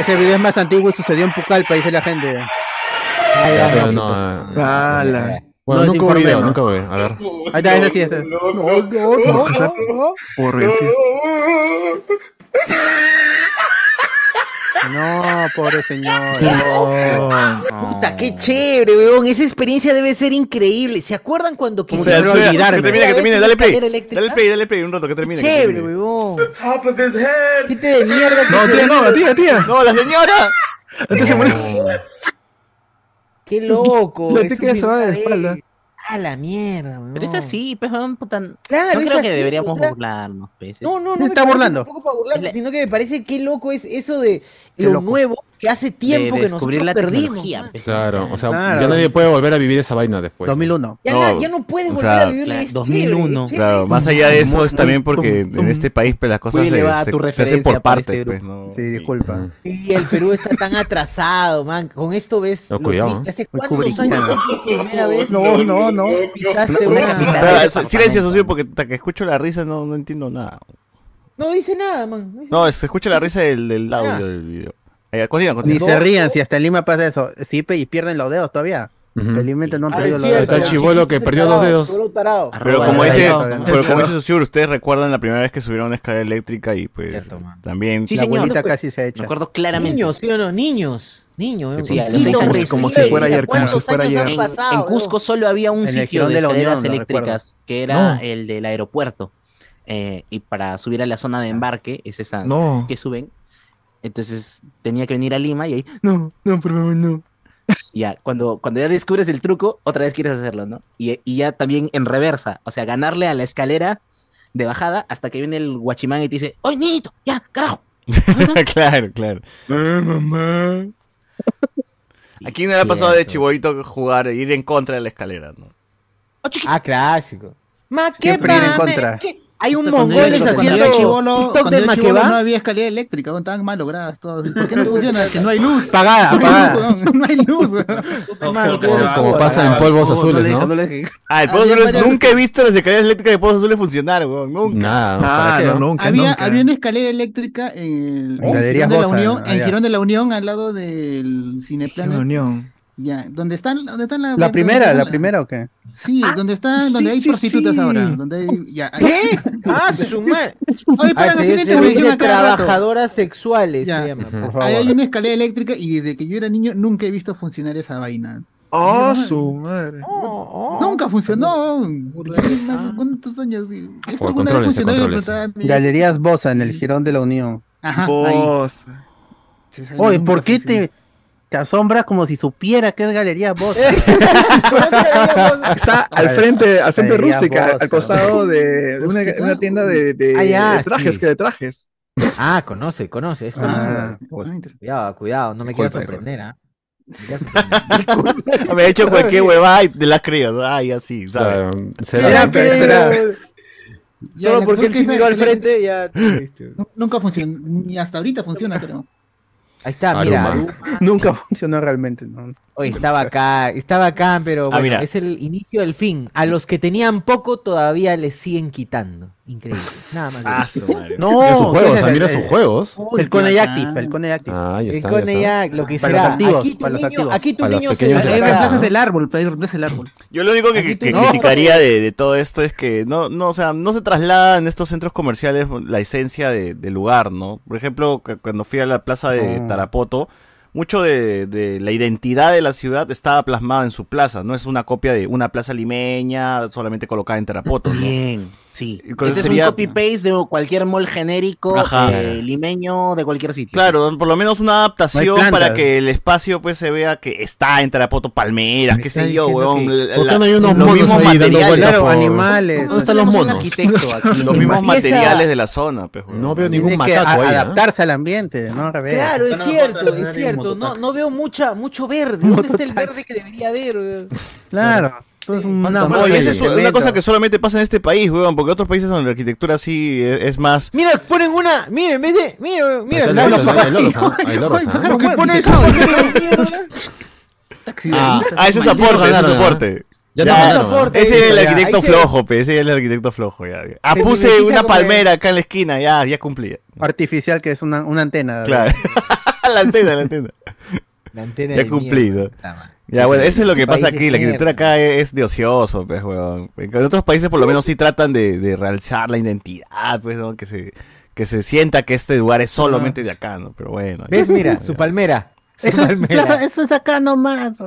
Speaker 4: Ese video es más antiguo y sucedió en Pucallpa, dice la gente.
Speaker 2: Ah, ya,
Speaker 3: Pero
Speaker 2: no,
Speaker 3: no,
Speaker 2: quita.
Speaker 3: eh,
Speaker 8: Ah, la-
Speaker 2: Ya, ya.
Speaker 3: Bueno,
Speaker 4: No
Speaker 3: nunca hubo
Speaker 4: desinformemos.
Speaker 3: video, nunca hubo. A ver.
Speaker 4: Ahí está, ese sí, ese.
Speaker 8: Por pasar- por decir.
Speaker 4: No, pobre señor.
Speaker 2: Puta, qué chévere, weón. Esa experiencia debe ser increíble. ¿Se acuerdan cuando
Speaker 1: O
Speaker 2: quisieron
Speaker 1: sea, espera,
Speaker 2: olvidarme?
Speaker 1: Que termine, que termine.
Speaker 2: Una
Speaker 1: Dale play.
Speaker 2: escalera eléctrica.
Speaker 1: Dale play, dale play. Un rato, que termine. que
Speaker 2: Chévere,
Speaker 1: termine.
Speaker 2: weón. Gente de mierda que
Speaker 8: No,
Speaker 2: se
Speaker 8: tía, no, la tía, tía.
Speaker 1: No, la señora.
Speaker 8: La tía se murió.
Speaker 2: Qué loco.
Speaker 8: La
Speaker 2: es
Speaker 8: tía
Speaker 2: un
Speaker 8: que ya se va de
Speaker 2: virus,
Speaker 8: espalda.
Speaker 2: eh. A la mierda, weón.
Speaker 7: Pero es así, pues, weón, puta. No
Speaker 2: Claro, es
Speaker 7: creo
Speaker 2: así,
Speaker 7: que deberíamos
Speaker 2: o sea,
Speaker 7: burlarnos, pues.
Speaker 2: No, no, no.
Speaker 4: Se
Speaker 2: me
Speaker 4: está
Speaker 2: parece
Speaker 4: burlando.
Speaker 2: tampoco para burlarnos,
Speaker 7: La-
Speaker 2: sino que me parece qué loco es eso de
Speaker 4: Qué
Speaker 2: lo
Speaker 4: loco.
Speaker 2: nuevo que hace tiempo que
Speaker 7: descubrir
Speaker 2: nosotros
Speaker 7: la
Speaker 2: perdimos.
Speaker 7: tecnología,
Speaker 2: man.
Speaker 7: pues.
Speaker 3: Claro, o sea,
Speaker 4: Claro.
Speaker 3: ya nadie puede volver a vivir esa vaina después.
Speaker 4: 2001.
Speaker 2: Ya,
Speaker 1: No,
Speaker 2: no, ya no puedes
Speaker 1: o
Speaker 2: volver
Speaker 1: sea,
Speaker 2: a vivir
Speaker 7: la- 2001.
Speaker 1: Claro, más allá de eso es también porque en este país pues, las cosas
Speaker 7: Muy
Speaker 1: se,
Speaker 7: elevada
Speaker 1: se-
Speaker 7: tu
Speaker 1: se hacen
Speaker 7: referencia
Speaker 1: por
Speaker 7: para este
Speaker 1: partes.
Speaker 7: grupo.
Speaker 1: Pues, ¿no?
Speaker 4: Sí, disculpa.
Speaker 2: Y el Perú está tan atrasado, man. Con esto ves.
Speaker 3: No,
Speaker 2: lo
Speaker 3: cuidado,
Speaker 2: triste. ¿Hace
Speaker 4: Muy
Speaker 2: cuántos
Speaker 4: cubriquiano.
Speaker 2: años fue tu primera vez?
Speaker 4: No, no, no.
Speaker 2: Pisaste
Speaker 7: Una
Speaker 2: una-
Speaker 7: capital.
Speaker 1: Espera,
Speaker 7: del
Speaker 1: so- silencio,
Speaker 7: departamento.
Speaker 1: socio, porque hasta que escucho la risa no, no entiendo nada.
Speaker 2: No dice nada, man. dice
Speaker 1: No, se escucha la risa del, del audio del video. Ahí, continúa,
Speaker 4: Ni
Speaker 1: continúa.
Speaker 4: se rían
Speaker 7: pues,
Speaker 4: si hasta en Lima pasa eso. Sí, pe, y pierden los dedos todavía. Felizmente no han
Speaker 2: nada. Ah,
Speaker 4: perdido
Speaker 2: es
Speaker 4: los
Speaker 2: cierto,
Speaker 3: Está el
Speaker 4: dedos.
Speaker 2: man.
Speaker 3: chibolo que perdió dos dedos.
Speaker 2: Chibolo tarado.
Speaker 1: Pero
Speaker 7: Arroba
Speaker 1: como
Speaker 7: la
Speaker 1: dice,
Speaker 7: radio.
Speaker 4: Ah, Ahí está.
Speaker 1: pero como dice Sosur, ustedes recuerdan la primera vez que subieron una escalera eléctrica y pues
Speaker 2: Cierto, man.
Speaker 1: también
Speaker 7: Sí,
Speaker 4: La
Speaker 7: señor.
Speaker 4: abuelita casi se
Speaker 7: Me
Speaker 4: echa.
Speaker 7: acuerdo claramente.
Speaker 2: Niños, ¿sí o no? Niños. Niños.
Speaker 7: Sí,
Speaker 2: ¿eh?
Speaker 7: sí, a los
Speaker 2: Quito
Speaker 7: seis años,
Speaker 2: recién,
Speaker 7: como si fuera
Speaker 8: ayer, como
Speaker 2: ¿cuántos
Speaker 8: si fuera
Speaker 2: años
Speaker 8: ayer.
Speaker 2: han
Speaker 7: En,
Speaker 2: pasado,
Speaker 7: en
Speaker 2: bro?
Speaker 7: Cusco solo había
Speaker 4: En
Speaker 7: un
Speaker 4: el
Speaker 7: sitio
Speaker 4: Girón
Speaker 7: de
Speaker 4: de la Unión,
Speaker 7: escaleras
Speaker 4: lo
Speaker 7: eléctricas, que era
Speaker 8: No.
Speaker 2: eh,
Speaker 7: el del aeropuerto. Eh, y para subir a la
Speaker 4: Ah.
Speaker 7: zona de embarque, es esa
Speaker 8: No.
Speaker 7: que suben. Entonces tenía que venir a Lima y ahí,
Speaker 8: No, no, por favor, no.
Speaker 7: ya, cuando, cuando ya descubres el truco, otra vez quieres hacerlo, ¿no? Y, y ya también en reversa, o sea, ganarle a la escalera de bajada hasta que viene el guachimán y te dice, ¡Oye, niñito! ¡Ya, carajo!
Speaker 1: (laughs) claro, claro.
Speaker 8: Eh, mamá.
Speaker 1: ¿A quién le ha pasado de
Speaker 7: Cierto.
Speaker 1: chibolito jugar, ir en contra de la escalera? ¿no?
Speaker 7: ¡Oh, chiquito!
Speaker 2: Ah, clásico. Ma, ¿qué
Speaker 4: Siempre ir en
Speaker 2: mames?
Speaker 4: contra.
Speaker 2: ¿Qué? Hay un
Speaker 9: Cuando yo-
Speaker 2: mongoles
Speaker 9: cuando
Speaker 2: haciendo
Speaker 9: yo chibolo-
Speaker 2: TikTok
Speaker 9: cuando
Speaker 2: de
Speaker 9: yo chibolo No
Speaker 2: Maqueba.
Speaker 9: había escalera eléctrica, weón, estaban mal logradas
Speaker 2: (laughs)
Speaker 9: todas. ¿Por qué no funciona? Que no (laughs) hay luz.
Speaker 4: Apagada, apagada.
Speaker 9: weón, No hay luz. weón.
Speaker 6: creo que se va.
Speaker 3: Como pasa en polvos
Speaker 7: Oh,
Speaker 3: azules,
Speaker 7: le
Speaker 3: ¿no?
Speaker 7: deja, le deja.
Speaker 1: Ah, el Pozo
Speaker 9: Había
Speaker 1: Azules,
Speaker 9: varias-
Speaker 1: nunca he visto las escaleras eléctricas de Pozo Azules funcionar, weón. Nunca.
Speaker 3: Nada, ¿para
Speaker 8: Ah,
Speaker 3: qué,
Speaker 8: no,
Speaker 3: no?
Speaker 8: nunca,
Speaker 9: había,
Speaker 1: (laughs)
Speaker 8: nunca.
Speaker 9: había una escalera eléctrica en, el- en
Speaker 4: Galerías
Speaker 9: Girón de la
Speaker 4: Bosa,
Speaker 9: Unión, en
Speaker 4: allá.
Speaker 9: Girón de la Unión, al lado del
Speaker 8: La
Speaker 9: Cineplanet.
Speaker 8: unión.
Speaker 9: Ya, donde están, donde están la,
Speaker 4: ¿La
Speaker 9: donde
Speaker 4: primera?
Speaker 9: están
Speaker 4: ¿La primera o qué?
Speaker 9: Sí,
Speaker 2: Ah,
Speaker 9: donde están,
Speaker 8: sí,
Speaker 9: donde hay
Speaker 8: sí,
Speaker 9: prostitutas
Speaker 8: sí.
Speaker 9: ahora, donde hay, ya, ahí-
Speaker 2: ¿Qué? Ah, su madre.
Speaker 9: (laughs) Oye,
Speaker 2: Ah,
Speaker 9: esperan
Speaker 2: se-
Speaker 9: hacer
Speaker 2: se dice
Speaker 9: intervención acá. rato.
Speaker 2: trabajadoras sexuales
Speaker 9: Ya.
Speaker 2: se llama.
Speaker 3: Ujú.
Speaker 4: Por
Speaker 9: Ahí hay
Speaker 4: favor.
Speaker 9: una escalera eléctrica y desde que yo era niño nunca he visto funcionar esa vaina.
Speaker 3: ¡Ah,
Speaker 8: Oh, su madre.
Speaker 2: Oh, oh.
Speaker 9: Nunca funcionó. Una- ¿Cuántos años?
Speaker 3: Joder,
Speaker 9: ¿Esto alguna vez
Speaker 3: contrólense,
Speaker 9: funcionó? Le
Speaker 3: contrólense.
Speaker 9: preguntaba a mi-
Speaker 4: Galerías Bosa en el Girón de la Unión.
Speaker 9: Ajá, ahí.
Speaker 8: Vos.
Speaker 4: Oye, ¿por qué te, te asombras como si supiera que es Galería (laughs) Boss?
Speaker 8: Está Ah, al frente, al frente
Speaker 4: Galería
Speaker 8: rústica,
Speaker 4: Bosa.
Speaker 8: al costado de una,
Speaker 4: Rústica.
Speaker 8: una tienda de, de-
Speaker 2: Ah, ya,
Speaker 8: de trajes,
Speaker 2: sí.
Speaker 8: que de trajes.
Speaker 2: Ah, conoce, conoce. es
Speaker 4: Ah,
Speaker 2: conocido.
Speaker 4: pues,
Speaker 2: Cuidado, cuidado, no me quiero
Speaker 3: Disculpa,
Speaker 2: sorprender, ¿ah? No me quiero sorprender.
Speaker 1: (laughs) Me ha hecho
Speaker 2: (laughs)
Speaker 1: cualquier huevada y te la creo. Ay, así, ¿sabes?
Speaker 3: será.
Speaker 9: Solo porque él se miró al frente, (laughs) ya. Nunca funcionó, ni hasta ahorita funciona, creo.
Speaker 2: Ahí
Speaker 3: Ah,
Speaker 2: está,
Speaker 3: Aruma.
Speaker 2: mira.
Speaker 4: Nunca funcionó realmente. ¿no?
Speaker 2: Hoy estaba acá, estaba acá, pero bueno,
Speaker 1: mira.
Speaker 2: es el inicio del fin. A los que tenían poco todavía les siguen quitando. Increíble. Nada más.
Speaker 1: Ah, su madre.
Speaker 3: Mira sus
Speaker 4: ¿qué
Speaker 3: juegos,
Speaker 4: pues, es
Speaker 3: ah,
Speaker 4: el-
Speaker 3: mira
Speaker 4: el-
Speaker 3: sus juegos.
Speaker 4: El Cone Active, el Cone Active.
Speaker 3: Ah, ahí
Speaker 2: El
Speaker 3: está. ya
Speaker 2: Cone
Speaker 3: está.
Speaker 2: ya, lo que
Speaker 4: Para los
Speaker 2: será.
Speaker 4: activos,
Speaker 2: aquí tu
Speaker 4: para los
Speaker 2: niño,
Speaker 4: activos.
Speaker 2: aquí tu
Speaker 3: Para los pequeños
Speaker 2: niños se
Speaker 3: de la
Speaker 2: encarga.
Speaker 9: Reemplazas el árbol, pues, reemplazas el árbol.
Speaker 1: Yo lo único que, que- que
Speaker 2: No.
Speaker 1: criticaría de, de todo esto es que no, no, o sea, no se traslada en estos centros comerciales la esencia de- del lugar, ¿no? Por ejemplo, cu- cuando fui a la plaza de
Speaker 4: No.
Speaker 1: Tarapoto, mucho de, de la identidad de la ciudad estaba plasmada en su plaza, no es una copia de una plaza limeña solamente colocada en Tarapoto, ¿no?
Speaker 7: Bien, sí.
Speaker 1: Y con eso
Speaker 7: Este es
Speaker 1: sería-
Speaker 7: un copy-paste de cualquier mall genérico,
Speaker 1: Ajá.
Speaker 7: eh, limeño, de cualquier sitio.
Speaker 1: Claro, por lo menos una adaptación
Speaker 4: plantas.
Speaker 1: para que el espacio pues se vea que está en Tarapoto palmeras,
Speaker 4: Me
Speaker 1: qué
Speaker 4: está
Speaker 1: sé yo,
Speaker 4: diciendo
Speaker 1: weón.
Speaker 4: que-
Speaker 1: la-
Speaker 3: ¿Por
Speaker 1: la-
Speaker 3: qué no hay unos
Speaker 1: los
Speaker 3: monos
Speaker 1: mismos
Speaker 3: ahí dando
Speaker 1: materiales,
Speaker 3: vueltas?
Speaker 4: Claro,
Speaker 3: por-
Speaker 4: animales.
Speaker 3: ¿Dónde están los
Speaker 7: Tenemos un
Speaker 3: monos?
Speaker 1: (laughs)
Speaker 7: arquitecto aquí.
Speaker 1: los mismos
Speaker 2: Empieza-
Speaker 1: materiales de la zona, pues, weón.
Speaker 3: No veo
Speaker 4: Tiene
Speaker 3: ningún
Speaker 4: que
Speaker 3: macaco
Speaker 4: a-
Speaker 3: ahí. ¿ah?
Speaker 4: adaptarse al ambiente, ¿no? Al revés.
Speaker 2: Claro, es
Speaker 6: Están
Speaker 2: cierto,
Speaker 6: aguantando
Speaker 2: es
Speaker 6: el
Speaker 2: cierto. No,
Speaker 6: mototaxi.
Speaker 2: no veo mucha, mucho verde. ¿Dónde está el verde que debería haber? weón?
Speaker 4: Claro. Todo es un- una
Speaker 1: Bueno,
Speaker 4: bolsa
Speaker 1: y
Speaker 4: de
Speaker 1: esa es una
Speaker 4: cemento.
Speaker 1: cosa que solamente pasa en este país, weón, porque otros países donde la arquitectura sí es, es más...
Speaker 2: Mira, ponen una. Mira, en vez de. Mira, mira.
Speaker 3: Ahí están
Speaker 2: no,
Speaker 3: los-
Speaker 2: los papás-
Speaker 3: Hay loros, ¿ah? Hay loros, ¿ah?
Speaker 2: ¿Por qué ponen esa mierda?
Speaker 1: Ah, ah, ese es
Speaker 3: Malditos
Speaker 1: aporte, ese es
Speaker 3: ganaron,
Speaker 1: soporte.
Speaker 3: Ya te
Speaker 1: Ya,
Speaker 3: mandaron, ¿ah?
Speaker 2: soporte.
Speaker 1: Ese es el
Speaker 2: Ya,
Speaker 1: arquitecto
Speaker 2: ahí se-
Speaker 1: flojo, pe, ese es el arquitecto flojo, ya. ya. Ah,
Speaker 2: Se
Speaker 1: puse
Speaker 2: mimetiza
Speaker 1: una
Speaker 2: como
Speaker 1: palmera acá en la esquina, ya, ya cumplí.
Speaker 4: Artificial que es una, una antena.
Speaker 1: Claro. (laughs) la antena, la antena.
Speaker 2: La antena
Speaker 1: Ya
Speaker 2: de
Speaker 1: cumplido.
Speaker 2: mierda, puta madre.
Speaker 1: Ya, bueno, eso es lo que pasa
Speaker 2: Este País de
Speaker 1: aquí. La arquitectura
Speaker 2: mierda.
Speaker 1: acá es de ocioso, pues, weón. En otros países por lo menos sí tratan de, de realzar la identidad, pues, ¿no? Que se, que se sienta que este lugar es solamente de acá, ¿no? Pero bueno.
Speaker 2: ¿Ves?
Speaker 1: ya.
Speaker 2: Mira, su palmera. Su
Speaker 4: Eso es,
Speaker 2: palmera.
Speaker 4: plaza- eso es acá nomás.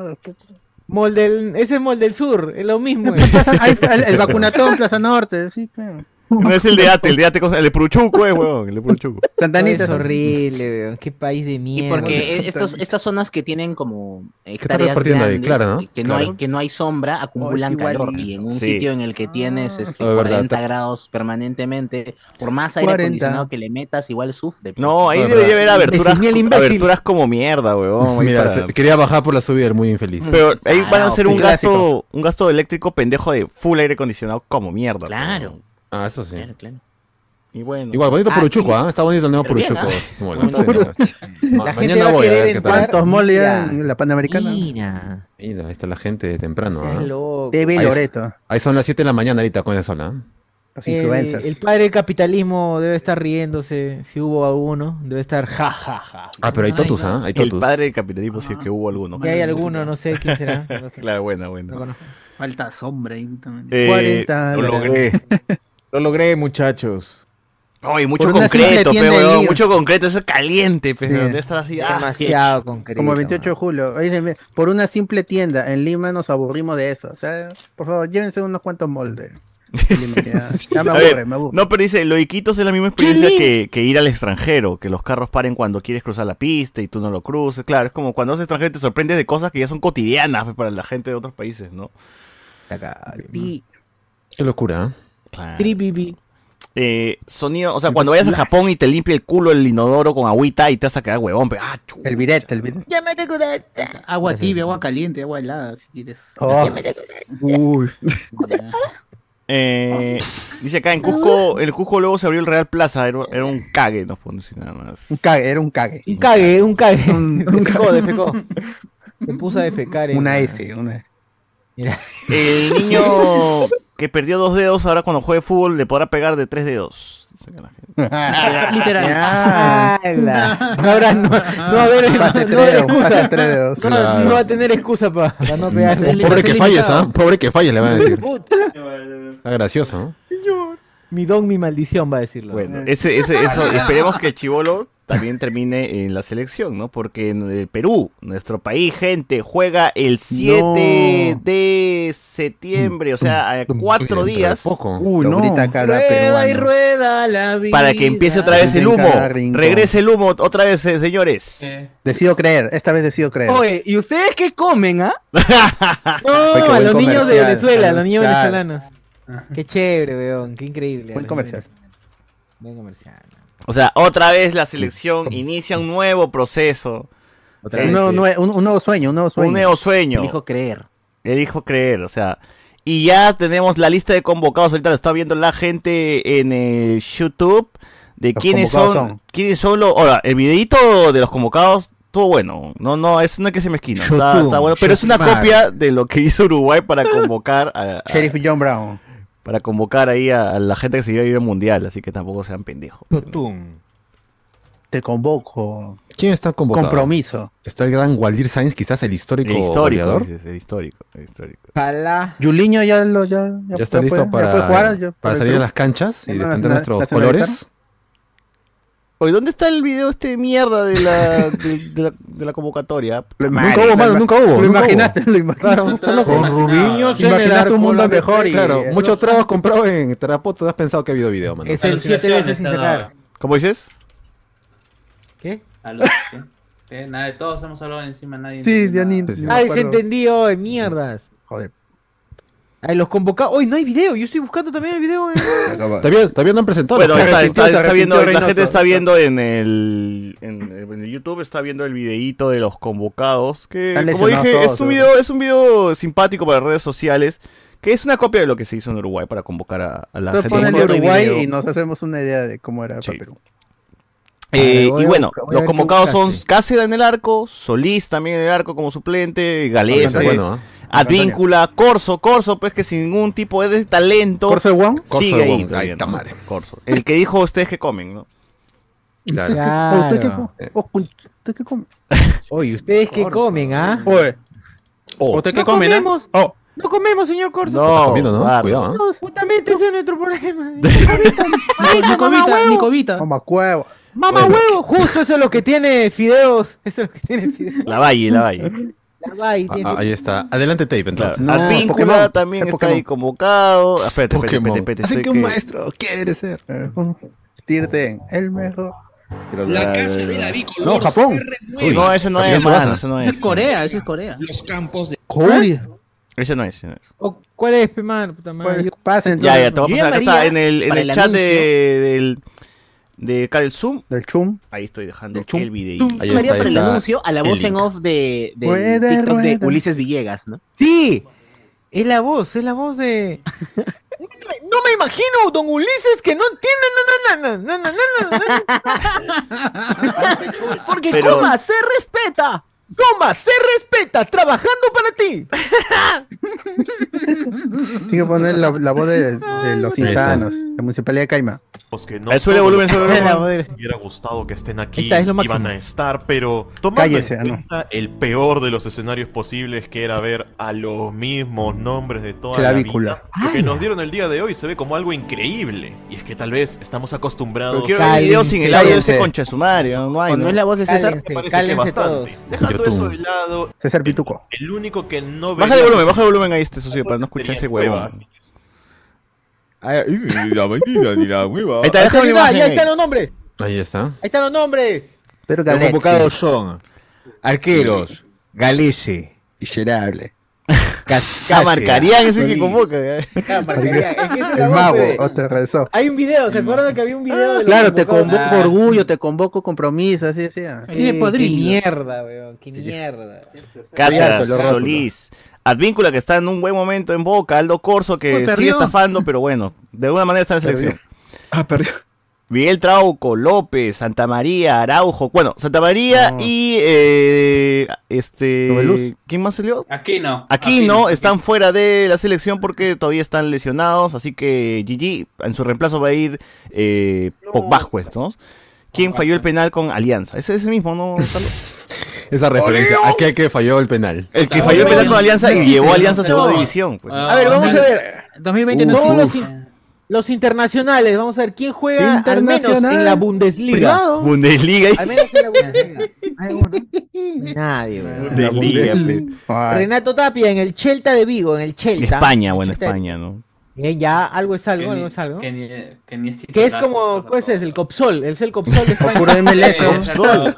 Speaker 2: Mall del- ese es Mall del Sur, es lo mismo. eh.
Speaker 4: Plaza- hay- el, el vacunatón, Plaza Norte. Sí, claro.
Speaker 1: (laughs) No es el de Ate, el de Ate, cosa- el de Puruchuco, eh, weón, el de Puruchuco.
Speaker 4: Santanita.
Speaker 2: es horrible, weón. Qué país de
Speaker 7: Y
Speaker 2: mierda.
Speaker 7: porque e- estos, estas zonas que tienen como
Speaker 3: estás
Speaker 7: hectáreas
Speaker 3: partiendo ahí?
Speaker 7: grandes, eh,
Speaker 3: Claro, ¿no?
Speaker 7: que, no
Speaker 3: Claro.
Speaker 7: hay, que no hay sombra, acumulan
Speaker 4: sí,
Speaker 7: calor.
Speaker 4: Oh, igualito.
Speaker 7: Y en un
Speaker 1: Sí.
Speaker 7: sitio en el que tienes este,
Speaker 3: Ah, de verdad.
Speaker 7: 40 grados permanentemente, por más aire
Speaker 4: 40.
Speaker 7: acondicionado que le metas, igual sufre. pues.
Speaker 1: No, ahí
Speaker 3: No,
Speaker 1: debería
Speaker 3: verdad.
Speaker 1: haber aberturas,
Speaker 2: Imbécil, imbécil.
Speaker 1: aberturas como mierda, weón. ahí
Speaker 3: Mira,
Speaker 1: para-
Speaker 3: se- oh, quería bajar por la subida, el muy infeliz.
Speaker 1: Pero ahí
Speaker 2: Ah,
Speaker 1: van a
Speaker 7: Claro,
Speaker 1: hacer un
Speaker 4: pues.
Speaker 1: gasto, un gasto eléctrico pendejo de full aire acondicionado como mierda.
Speaker 7: Claro,
Speaker 3: Ah, eso sí.
Speaker 7: claro, claro.
Speaker 1: Y bueno.
Speaker 3: Igual, bonito
Speaker 7: Ah,
Speaker 3: Puruchuco,
Speaker 7: sí.
Speaker 3: ¿ah? Está bonito el nuevo
Speaker 7: Pero bien,
Speaker 3: Puruchuco.
Speaker 7: ¿ah?
Speaker 3: Simón,
Speaker 7: Bonito.
Speaker 3: mañana-
Speaker 1: (laughs)
Speaker 3: Ma-
Speaker 2: La gente
Speaker 3: Mañana
Speaker 2: va a
Speaker 3: voy a ver
Speaker 2: querer
Speaker 3: qué tal.
Speaker 2: entrar.
Speaker 4: ¿Cuántos moles
Speaker 2: Ya.
Speaker 4: en la Panamericana?
Speaker 2: Mira,
Speaker 3: Mira, ahí está la gente temprano,
Speaker 2: seas
Speaker 3: ¿ah?
Speaker 2: loco.
Speaker 4: TV
Speaker 3: Ahí-
Speaker 4: Loreto.
Speaker 3: Ahí son las 7 de la mañana ahorita con el sol, ¿ah?
Speaker 4: Los
Speaker 2: El,
Speaker 4: influencers.
Speaker 2: el padre del capitalismo debe estar riéndose, si hubo alguno, debe estar ja ja ja.
Speaker 3: Ah, pero hay totus, ¿ah? Hay
Speaker 1: El
Speaker 3: totus.
Speaker 1: padre del capitalismo, si es que hubo alguno.
Speaker 2: Y hay alguno, no sé quién
Speaker 3: (laughs)
Speaker 2: será. no
Speaker 1: (laughs)
Speaker 2: sé,
Speaker 1: Claro, buena,
Speaker 2: no
Speaker 1: buena.
Speaker 2: conozco.
Speaker 9: Falta sombra ahí. puta madre.
Speaker 1: Eh,
Speaker 4: 40 dólares.
Speaker 2: (laughs) Lo logré, muchachos.
Speaker 1: Ay, mucho
Speaker 4: Por una simple
Speaker 1: concreto, pe,
Speaker 4: tienda de
Speaker 1: weón,
Speaker 4: libros.
Speaker 1: mucho concreto, eso es caliente, pero
Speaker 4: Sí.
Speaker 1: debe estar así. ah,
Speaker 2: Demasiado concreto.
Speaker 4: Como el 28 de
Speaker 2: mano.
Speaker 4: julio. Ahí dice, mira, por una simple tienda en Lima nos aburrimos de eso. O sea, por favor, llévense unos
Speaker 1: (laughs)
Speaker 4: cuantos moldes. En Lima, ya, ya me
Speaker 1: A
Speaker 4: aburre,
Speaker 1: ver,
Speaker 4: me aburre.
Speaker 1: No, pero dice, lo de Iquitos es la misma experiencia que, que ir al extranjero, que los carros paren cuando quieres cruzar la pista y tú no lo cruces. Claro, es como cuando eres extranjero te sorprendes de cosas que ya son cotidianas pues, para la gente de otros países, ¿no?
Speaker 4: Y
Speaker 3: Qué locura, ¿ah?
Speaker 1: Claro.
Speaker 2: Tripipi.
Speaker 1: Eh, sonido, o sea, cuando vayas a Japón y te limpie el culo el inodoro con agüita y te vas a quedar huevón, pe, ah, chu-
Speaker 4: el biret, el biret.
Speaker 9: Agua tibia, agua caliente, agua helada, si quieres.
Speaker 4: Oh,
Speaker 8: Uy.
Speaker 9: Ya.
Speaker 1: (laughs) Eh, dice acá en Cusco, en Cusco luego se abrió el Real Plaza, era, era un cague, nos pone así nada más.
Speaker 4: un cague, era un cague.
Speaker 2: Un cague, un cague. (laughs)
Speaker 4: (laughs)
Speaker 2: defecó, defecó. Se puso a
Speaker 1: (laughs)
Speaker 2: defecar. en
Speaker 4: Una
Speaker 2: la-
Speaker 4: S, una E.
Speaker 1: El niño que perdió dos dedos ahora cuando juegue fútbol le podrá pegar de tres dedos. Saca la gente.
Speaker 2: (laughs)
Speaker 4: Literal.
Speaker 2: ¡Hala! No habrá, no, no va a haber-
Speaker 4: Pase
Speaker 2: no va a haber
Speaker 4: tres, un pase
Speaker 2: excusa.
Speaker 4: tres dedos.
Speaker 2: No,
Speaker 3: Claro.
Speaker 2: no va a tener excusa para no pegarle.
Speaker 3: Mm. Pobre que falles, ¿ah? Pobre que falles, le van a decir. Está gracioso, ¿no?
Speaker 2: Mi don, mi maldición, va a
Speaker 1: (laughs)
Speaker 2: decirlo. (laughs)
Speaker 1: Bueno, ese, ese, eso, esperemos que el Chivolo también termine en la selección, ¿no? Porque en el Perú, nuestro país, gente, juega el 7
Speaker 4: No.
Speaker 1: de septiembre, o sea, a cuatro
Speaker 4: Dentro de
Speaker 1: días.
Speaker 4: poco. Uy, no. Grita cada
Speaker 1: Rueda y
Speaker 4: peruano.
Speaker 7: rueda la vida.
Speaker 1: Para que empiece otra vez el
Speaker 4: En
Speaker 1: humo.
Speaker 4: cada rincón.
Speaker 1: Regrese el humo otra vez, eh, señores.
Speaker 4: Decido creer, esta vez decido creer.
Speaker 7: Oye, ¿y ustedes qué comen, ah?
Speaker 4: Ay, qué
Speaker 2: a
Speaker 4: buen
Speaker 2: los niños de
Speaker 4: comercial,
Speaker 2: Venezuela, a los niños
Speaker 4: claro.
Speaker 2: venezolanos. Qué chévere, weón, qué increíble.
Speaker 4: Buen comercial.
Speaker 2: Buen comercial.
Speaker 1: O sea, otra vez la selección inicia un nuevo proceso.
Speaker 4: Un nuevo, nue- un, un nuevo sueño, un nuevo sueño.
Speaker 1: Un nuevo sueño.
Speaker 4: Elijo
Speaker 7: creer.
Speaker 1: Le dijo creer, o sea. Y ya tenemos la lista de convocados. Ahorita lo está viendo la gente en eh, YouTube. De
Speaker 4: Los
Speaker 1: quiénes son,
Speaker 4: convocados son.
Speaker 1: Quiénes son los. Ahora, el videito de los convocados estuvo bueno. No, no, eso no hay que ser mezquino. Está,
Speaker 4: YouTube,
Speaker 1: está bueno. Pero es una
Speaker 4: YouTube.
Speaker 1: copia de lo que hizo Uruguay para convocar a. a-
Speaker 4: Sheriff John Brown.
Speaker 1: para convocar ahí a, a la gente que se iba a ir al mundial. Así que tampoco sean pendejos.
Speaker 4: Te convoco.
Speaker 3: ¿Quién está convocado?
Speaker 4: Compromiso.
Speaker 3: Está el gran Waldir Sainz, quizás el histórico.
Speaker 1: El histórico,
Speaker 3: goleador.
Speaker 1: dices, el histórico, el histórico.
Speaker 2: Ojalá.
Speaker 4: Yuliño ya lo ya,
Speaker 3: Ya está listo
Speaker 4: puede- ya
Speaker 3: para,
Speaker 4: puede jugar, ya-
Speaker 3: para salir
Speaker 4: el
Speaker 3: a las
Speaker 4: Perú.
Speaker 3: canchas y
Speaker 4: Ya
Speaker 3: defender
Speaker 4: nacional-
Speaker 3: nuestros
Speaker 4: nacionalizaron.
Speaker 3: colores.
Speaker 1: Oye, ¿dónde está el video este de mierda de la, de, de la, de la convocatoria? (laughs)
Speaker 3: Nunca hubo, mano, nunca hubo.
Speaker 4: Lo
Speaker 3: nunca
Speaker 4: imaginaste,
Speaker 3: hubo.
Speaker 4: lo imaginaste.
Speaker 3: (laughs) Claro, está loco.
Speaker 6: Con Rubiños en el
Speaker 4: Imaginaste
Speaker 6: arco,
Speaker 4: un mundo
Speaker 6: la
Speaker 4: mejor y. eh,
Speaker 3: Claro, muchos tragos comprados en Terapoto. Has pensado que ha habido video, mano.
Speaker 2: Es el siete veces sin sacar.
Speaker 1: ¿Cómo dices?
Speaker 2: ¿Qué?
Speaker 10: Aló,
Speaker 2: (laughs)
Speaker 10: ¿qué? ¿Qué? Nada, de todos hemos hablado encima, nadie.
Speaker 4: Sí,
Speaker 10: entiende
Speaker 4: ya ni.
Speaker 10: nada.
Speaker 4: ni me
Speaker 2: Ay, se
Speaker 4: acuerdo.
Speaker 2: entendió, de mierdas.
Speaker 4: Joder.
Speaker 2: Ay, los convocados. Hoy no hay video, yo estoy buscando también el
Speaker 1: (laughs)
Speaker 2: video. eh.
Speaker 3: Todavía, todavía no han presentado.
Speaker 1: Bueno,
Speaker 3: la
Speaker 1: está,
Speaker 3: foto.
Speaker 1: está-
Speaker 4: se
Speaker 1: está viendo,
Speaker 4: arrepintió
Speaker 1: la gente
Speaker 4: Reynoso.
Speaker 1: está viendo en el, en, en el YouTube, está viendo el videíto de los convocados. Que,
Speaker 4: Están
Speaker 1: como
Speaker 4: lesionados
Speaker 1: dije,
Speaker 4: todos,
Speaker 1: es un,
Speaker 4: seguro.
Speaker 1: video, es un video simpático para redes sociales, que es una copia de lo que se hizo en Uruguay para convocar a, a la
Speaker 4: Entonces
Speaker 1: gente.
Speaker 4: ponele
Speaker 1: Foto y video.
Speaker 4: Uruguay y nos hacemos una idea de cómo era para Perú.
Speaker 1: Eh,
Speaker 2: Vale, voy
Speaker 1: y
Speaker 2: a
Speaker 1: bueno,
Speaker 2: buscar- voy a
Speaker 1: los
Speaker 2: ver qué
Speaker 1: convocados son
Speaker 2: buscaste.
Speaker 1: Cáceres en el arco, Solís también en el arco como suplente, Galese,
Speaker 3: Bastante bueno, ¿eh?
Speaker 1: Advíncula, Corso, Corso, pues que sin ningún tipo de talento
Speaker 4: Corso de Wong.
Speaker 3: Corso
Speaker 1: sigue
Speaker 3: de Wong,
Speaker 1: ahí. todavía,
Speaker 3: ahí está
Speaker 1: ¿no?
Speaker 3: madre.
Speaker 1: Corso. El que dijo ustedes que comen, ¿no?
Speaker 3: Claro.
Speaker 4: Oh, ¿tú qué
Speaker 2: Claro.
Speaker 4: co-
Speaker 1: Eh.
Speaker 4: oh, con- ¿Tú qué comes?
Speaker 2: Oye, ¿ustedes qué comen, ah?
Speaker 9: Oye,
Speaker 3: Oh,
Speaker 9: ¿usted qué
Speaker 2: No
Speaker 4: ah?
Speaker 9: come, no?
Speaker 2: comemos.
Speaker 9: Oh,
Speaker 2: No comemos, señor Corso.
Speaker 1: No,
Speaker 3: comiendo, ¿no?
Speaker 1: Bardo.
Speaker 3: Cuidado, ¿eh?
Speaker 2: No, justamente ese es nuestro problema.
Speaker 9: ni cobita, ni cobita.
Speaker 4: Toma cuevo.
Speaker 2: Mamá huevo, justo eso es lo que tiene fideos. Eso es lo que tiene fideos.
Speaker 1: La Valle, la Valle.
Speaker 2: La vaina tiene.
Speaker 3: Ah, ahí está. Adelante, Tape, entonces.
Speaker 4: No,
Speaker 1: Advíncula
Speaker 4: Pokémon,
Speaker 1: también
Speaker 4: es
Speaker 1: está
Speaker 4: Pokémon.
Speaker 1: ahí convocado. Ah, Espérate, espérate,
Speaker 3: Pokémon.
Speaker 1: espérate, espérate,
Speaker 3: Así
Speaker 1: estoy
Speaker 3: que un
Speaker 1: que-
Speaker 3: maestro quiere ser.
Speaker 4: Eh, Convertirte en el mejor.
Speaker 11: La casa de la bicolor
Speaker 4: No, Japón.
Speaker 11: se
Speaker 1: Uy,
Speaker 11: renueva.
Speaker 1: no, ese no
Speaker 3: Capitán
Speaker 1: es, mano,
Speaker 3: Tsubasa.
Speaker 1: ese no
Speaker 9: Esa
Speaker 1: es.
Speaker 9: es Corea, esa es Corea.
Speaker 11: Los campos de
Speaker 4: Joder.
Speaker 1: Ese no es, ese no es.
Speaker 2: O- ¿Cuál es, pe, mano? Puta madre.
Speaker 4: Pues,
Speaker 2: Yo-
Speaker 4: Pasa
Speaker 1: Ya,
Speaker 4: entonces.
Speaker 1: ya, te voy a
Speaker 10: Yo
Speaker 1: pasar. Acá está
Speaker 10: llamaría
Speaker 1: en el, en
Speaker 10: para
Speaker 1: el
Speaker 10: el
Speaker 1: chat
Speaker 10: anuncio.
Speaker 1: de, del, de acá del Zoom.
Speaker 4: Del chum.
Speaker 1: Ahí estoy dejando
Speaker 3: Del chum.
Speaker 1: el videíto.
Speaker 3: Ahí
Speaker 7: María
Speaker 3: está,
Speaker 7: para
Speaker 3: ahí
Speaker 7: el
Speaker 3: está
Speaker 7: anuncio a la
Speaker 3: el
Speaker 7: voz
Speaker 1: (laughs)
Speaker 7: en
Speaker 3: link.
Speaker 7: off de, del
Speaker 4: Rueda,
Speaker 7: TikTok de
Speaker 4: rueda.
Speaker 7: Ulises Villegas, ¿no?
Speaker 2: Sí, es la voz, es la
Speaker 1: (laughs)
Speaker 2: voz de. No me- No me imagino, don Ulises, que no entiende. na, na, na, na, na, na, na, na, na.
Speaker 7: Porque
Speaker 1: Pero-
Speaker 7: coma, se respeta.
Speaker 2: Toma, se respeta, trabajando para ti.
Speaker 4: Tiene que poner la, la voz de, de los insanos. La municipalidad de Caima.
Speaker 12: Los que no
Speaker 1: Ahí Eh, sube el
Speaker 12: todos
Speaker 1: volumen,
Speaker 12: los
Speaker 1: sube el
Speaker 12: que
Speaker 1: volumen.
Speaker 2: La voz de-
Speaker 12: me hubiera gustado que estén aquí
Speaker 2: Esta es lo
Speaker 12: iban
Speaker 2: máximo.
Speaker 12: a estar, pero tomando
Speaker 4: Cállese,
Speaker 12: en
Speaker 4: ¿no?
Speaker 12: cuenta el peor de los escenarios posibles que era ver a los mismos nombres de toda
Speaker 4: Clavícula.
Speaker 12: la vida, lo que nos dieron el día de hoy se ve como algo increíble y es que tal vez estamos acostumbrados
Speaker 1: Pero quiero ver el video sin el audio de ese
Speaker 4: Cállense.
Speaker 1: concha de sumario. No hay,
Speaker 7: Cuando
Speaker 1: ¿no?
Speaker 7: es la voz de César,
Speaker 2: Cállense,
Speaker 12: Parece que
Speaker 2: cállense todos.
Speaker 12: bastante. Dejando
Speaker 3: YouTube.
Speaker 12: eso de lado,
Speaker 4: César Pituco.
Speaker 12: el único que no pues,
Speaker 1: Baja el
Speaker 12: veía-
Speaker 1: volumen, baja el volumen ahí, este socio, para no escuchar ese huevón.
Speaker 12: Así
Speaker 1: Ahí está,
Speaker 2: Ahí
Speaker 1: déjame
Speaker 2: está,
Speaker 1: imagen
Speaker 2: ya
Speaker 1: ahí.
Speaker 2: están los nombres.
Speaker 3: Ahí está.
Speaker 2: Ahí están los nombres.
Speaker 4: Pero
Speaker 13: Los
Speaker 4: Galaxy.
Speaker 13: convocados son arqueros, Galese,
Speaker 1: (laughs)
Speaker 4: Miserable.
Speaker 13: Cas-
Speaker 1: Camarcarían ese que convoca. eh.
Speaker 2: Ah, marcaría, es que esa es la
Speaker 4: El
Speaker 2: voz
Speaker 4: mago.
Speaker 2: de-
Speaker 4: Otro regresó.
Speaker 2: Hay un video, ¿se acuerdan que había un video? de los
Speaker 4: Claro, te
Speaker 2: convocados?
Speaker 4: convoco orgullo, te convoco compromiso, así decía.
Speaker 2: Eh,
Speaker 9: Tiene
Speaker 2: Qué
Speaker 9: podrido.
Speaker 2: mierda, weón, qué mierda.
Speaker 1: Cáceres,
Speaker 4: lo rótulo.
Speaker 1: Solís. Advíncula que está en un buen momento en Boca, Aldo Corso que
Speaker 9: Uy,
Speaker 1: sigue
Speaker 9: perdió.
Speaker 1: estafando, pero bueno, de alguna manera está en la
Speaker 4: Perdió.
Speaker 1: selección.
Speaker 8: Ah, perdió.
Speaker 1: Miguel Trauco, López, Santa María, Araujo, bueno, Santa María
Speaker 4: No.
Speaker 1: y eh, este
Speaker 4: Noveluz.
Speaker 1: ¿quién más salió?
Speaker 10: Aquí no.
Speaker 1: Aquí (laughs) no, están fuera de la selección porque todavía están lesionados, así que Gigi en su reemplazo va a ir eh, Pogbajuez, ¿no? ¿Quién falló el penal con Alianza? Ese ese mismo, ¿no? Carlos? (laughs)
Speaker 3: Esa referencia. Aquel que falló el penal.
Speaker 1: El
Speaker 12: Ah,
Speaker 1: que falló el penal con Alianza y llevó a Alianza a segunda división. pues.
Speaker 10: Ah,
Speaker 2: A ver, vamos a ver.
Speaker 9: 2020 no
Speaker 2: Todos
Speaker 9: tuvo.
Speaker 2: los, in- Los internacionales, vamos a ver quién juega al menos
Speaker 9: Internacional.
Speaker 2: en la Bundesliga.
Speaker 9: Privado.
Speaker 1: Bundesliga.
Speaker 2: Al menos en la Bundesliga. Hay uno. Nadie, weón.
Speaker 1: Bundesliga, pe.
Speaker 2: Renato Tapia en el Celta de Vigo, en el Celta.
Speaker 1: España, bueno,
Speaker 2: Celta.
Speaker 1: España, ¿no?
Speaker 2: Bien, Eh, ya algo es algo,
Speaker 10: Que ni-
Speaker 2: algo es algo.
Speaker 10: Que ni, que ni es titular.
Speaker 2: Que es como, ¿cuál es? El Copsol, es el Copsol
Speaker 1: (laughs)
Speaker 2: de España.
Speaker 10: puro MLS, ¿no? Copsol.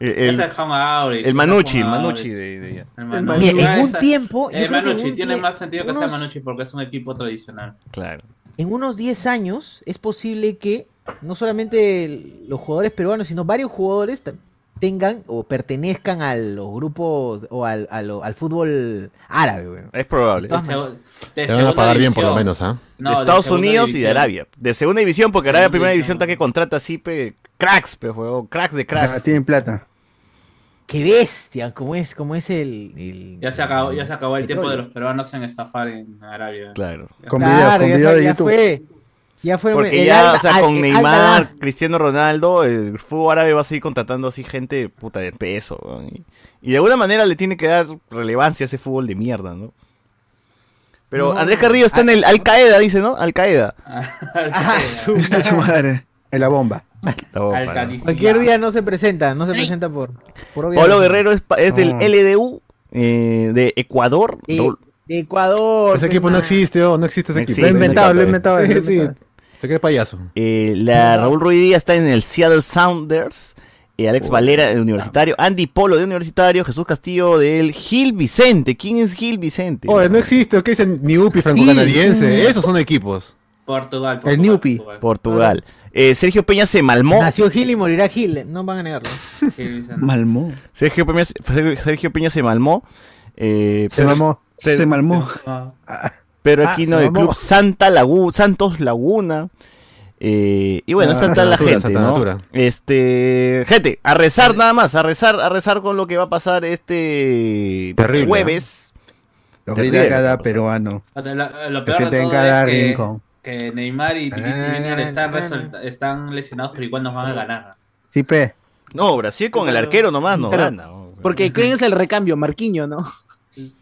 Speaker 1: Eh,
Speaker 10: Es
Speaker 1: El,
Speaker 10: el Jamauri,
Speaker 1: el Manucci, el
Speaker 10: Jamauri.
Speaker 1: Manucci de, de allá.
Speaker 10: El
Speaker 2: Mira, en
Speaker 10: Ah,
Speaker 2: un
Speaker 10: esa-
Speaker 2: tiempo, yo
Speaker 10: eh,
Speaker 2: creo que en
Speaker 10: Manucci,
Speaker 2: un
Speaker 10: tiene
Speaker 2: tie-
Speaker 10: más sentido que sea
Speaker 2: unos-
Speaker 10: Manucci porque es un equipo tradicional.
Speaker 1: Claro.
Speaker 2: en unos 10 años es posible que no solamente el- los jugadores peruanos, sino varios jugadores ta- tengan o pertenezcan a los grupos o al, a lo- al fútbol árabe. weón.
Speaker 1: Es probable.
Speaker 2: De seg-
Speaker 10: de
Speaker 1: Te van a
Speaker 10: segunda
Speaker 1: pagar
Speaker 10: división.
Speaker 1: bien, por lo menos,
Speaker 3: ¿ah?
Speaker 10: No,
Speaker 1: de
Speaker 10: de
Speaker 1: Estados
Speaker 10: segunda
Speaker 1: Unidos y de
Speaker 10: división.
Speaker 1: Arabia. De segunda división, porque Arabia,
Speaker 10: Segunda
Speaker 1: primera división, está que contrata así, pe, cracks, pe, juego, cracks de
Speaker 10: Ah,
Speaker 1: cracks.
Speaker 4: tienen plata.
Speaker 2: Qué bestia, cómo es, cómo es el, el-
Speaker 10: Ya se acabó, ya se acabó el tiempo de
Speaker 2: Petróleo.
Speaker 10: los peruanos en estafar en Arabia.
Speaker 1: Claro.
Speaker 4: Con
Speaker 10: video,
Speaker 2: Claro,
Speaker 10: con
Speaker 2: ya
Speaker 10: video
Speaker 2: sa-
Speaker 10: de
Speaker 2: ya
Speaker 10: YouTube.
Speaker 2: fue. Ya fue
Speaker 1: Porque
Speaker 2: el
Speaker 1: ya,
Speaker 2: Al-
Speaker 1: o sea,
Speaker 2: Al-
Speaker 1: con
Speaker 2: el
Speaker 1: Neymar,
Speaker 2: Al-Galán.
Speaker 1: Cristiano Ronaldo, el fútbol árabe va a seguir contratando así gente puta de peso. weón. Y, y de alguna manera le tiene que dar relevancia a ese fútbol de mierda, ¿no? Pero
Speaker 2: No. ah,
Speaker 1: Andrés Carrillo está en el Al Qaeda, dice, ¿no? (laughs) Al Qaeda.
Speaker 4: su madre. En la bomba.
Speaker 2: Cualquier día no se presenta, no se presenta por, por obvias
Speaker 1: Pablo
Speaker 2: razones.
Speaker 1: Guerrero es, pa- es del
Speaker 2: No.
Speaker 1: LDU eh, de Ecuador.
Speaker 2: De,
Speaker 1: Doble-
Speaker 2: de Ecuador.
Speaker 3: Ese
Speaker 2: pe,
Speaker 3: equipo no
Speaker 2: man.
Speaker 3: existe, oh, no existe ese
Speaker 1: No
Speaker 3: equipo.
Speaker 1: existe Lo he ese inventado, equipo. lo he inventado,
Speaker 3: Sí,
Speaker 1: lo he
Speaker 3: sí.
Speaker 1: inventado.
Speaker 3: Se cree payaso.
Speaker 1: Eh, la Raúl Ruiz Díaz está en el Seattle Sounders. eh, Alex Valera del Universitario. Andy Polo de Universitario. Jesús Castillo del Gil Vicente. ¿Quién es Gil Vicente?
Speaker 3: Oye, no existe, ¿qué dicen? Ni UPI franco-canadiense. Esos son equipos.
Speaker 10: Portugal.
Speaker 1: El Newpi. Portugal. Eh, Sergio Peña se malmó.
Speaker 2: Nació Gil y morirá Gil, no van a negarlo.
Speaker 1: Malmó. Sergio Peña, se- Sergio Peña se malmó. eh,
Speaker 4: Se
Speaker 1: pero-
Speaker 4: mamó.
Speaker 1: pero-
Speaker 4: Se malmó.
Speaker 1: Pero
Speaker 4: Ah,
Speaker 1: aquí
Speaker 4: se
Speaker 1: no, el
Speaker 4: mamó.
Speaker 1: club Santa Lagu- Santos Laguna. Eh, y bueno,
Speaker 3: Ah,
Speaker 1: está tal la
Speaker 3: Natura,
Speaker 1: gente,
Speaker 3: Santa
Speaker 1: ¿no?
Speaker 3: Natura.
Speaker 1: Este, gente, a rezar nada más, a rezar, a rezar con lo que va a pasar este
Speaker 4: Terrible,
Speaker 1: jueves.
Speaker 4: Lo
Speaker 1: Terrible.
Speaker 4: grita cada peruano.
Speaker 10: O sea, Lo, lo
Speaker 4: Que
Speaker 10: peor
Speaker 4: se
Speaker 10: de
Speaker 4: tenga
Speaker 10: todo
Speaker 4: cada
Speaker 10: es que,
Speaker 4: rincón.
Speaker 10: que Neymar y Vinicius
Speaker 1: Ah,
Speaker 10: Junior están, resol- están lesionados, pero igual nos van a ganar.
Speaker 4: Sí, pe.
Speaker 1: No, Brasil con el arquero nomás no
Speaker 7: Claro.
Speaker 1: gana.
Speaker 7: Porque ¿quién es el recambio? Marquiño, ¿no?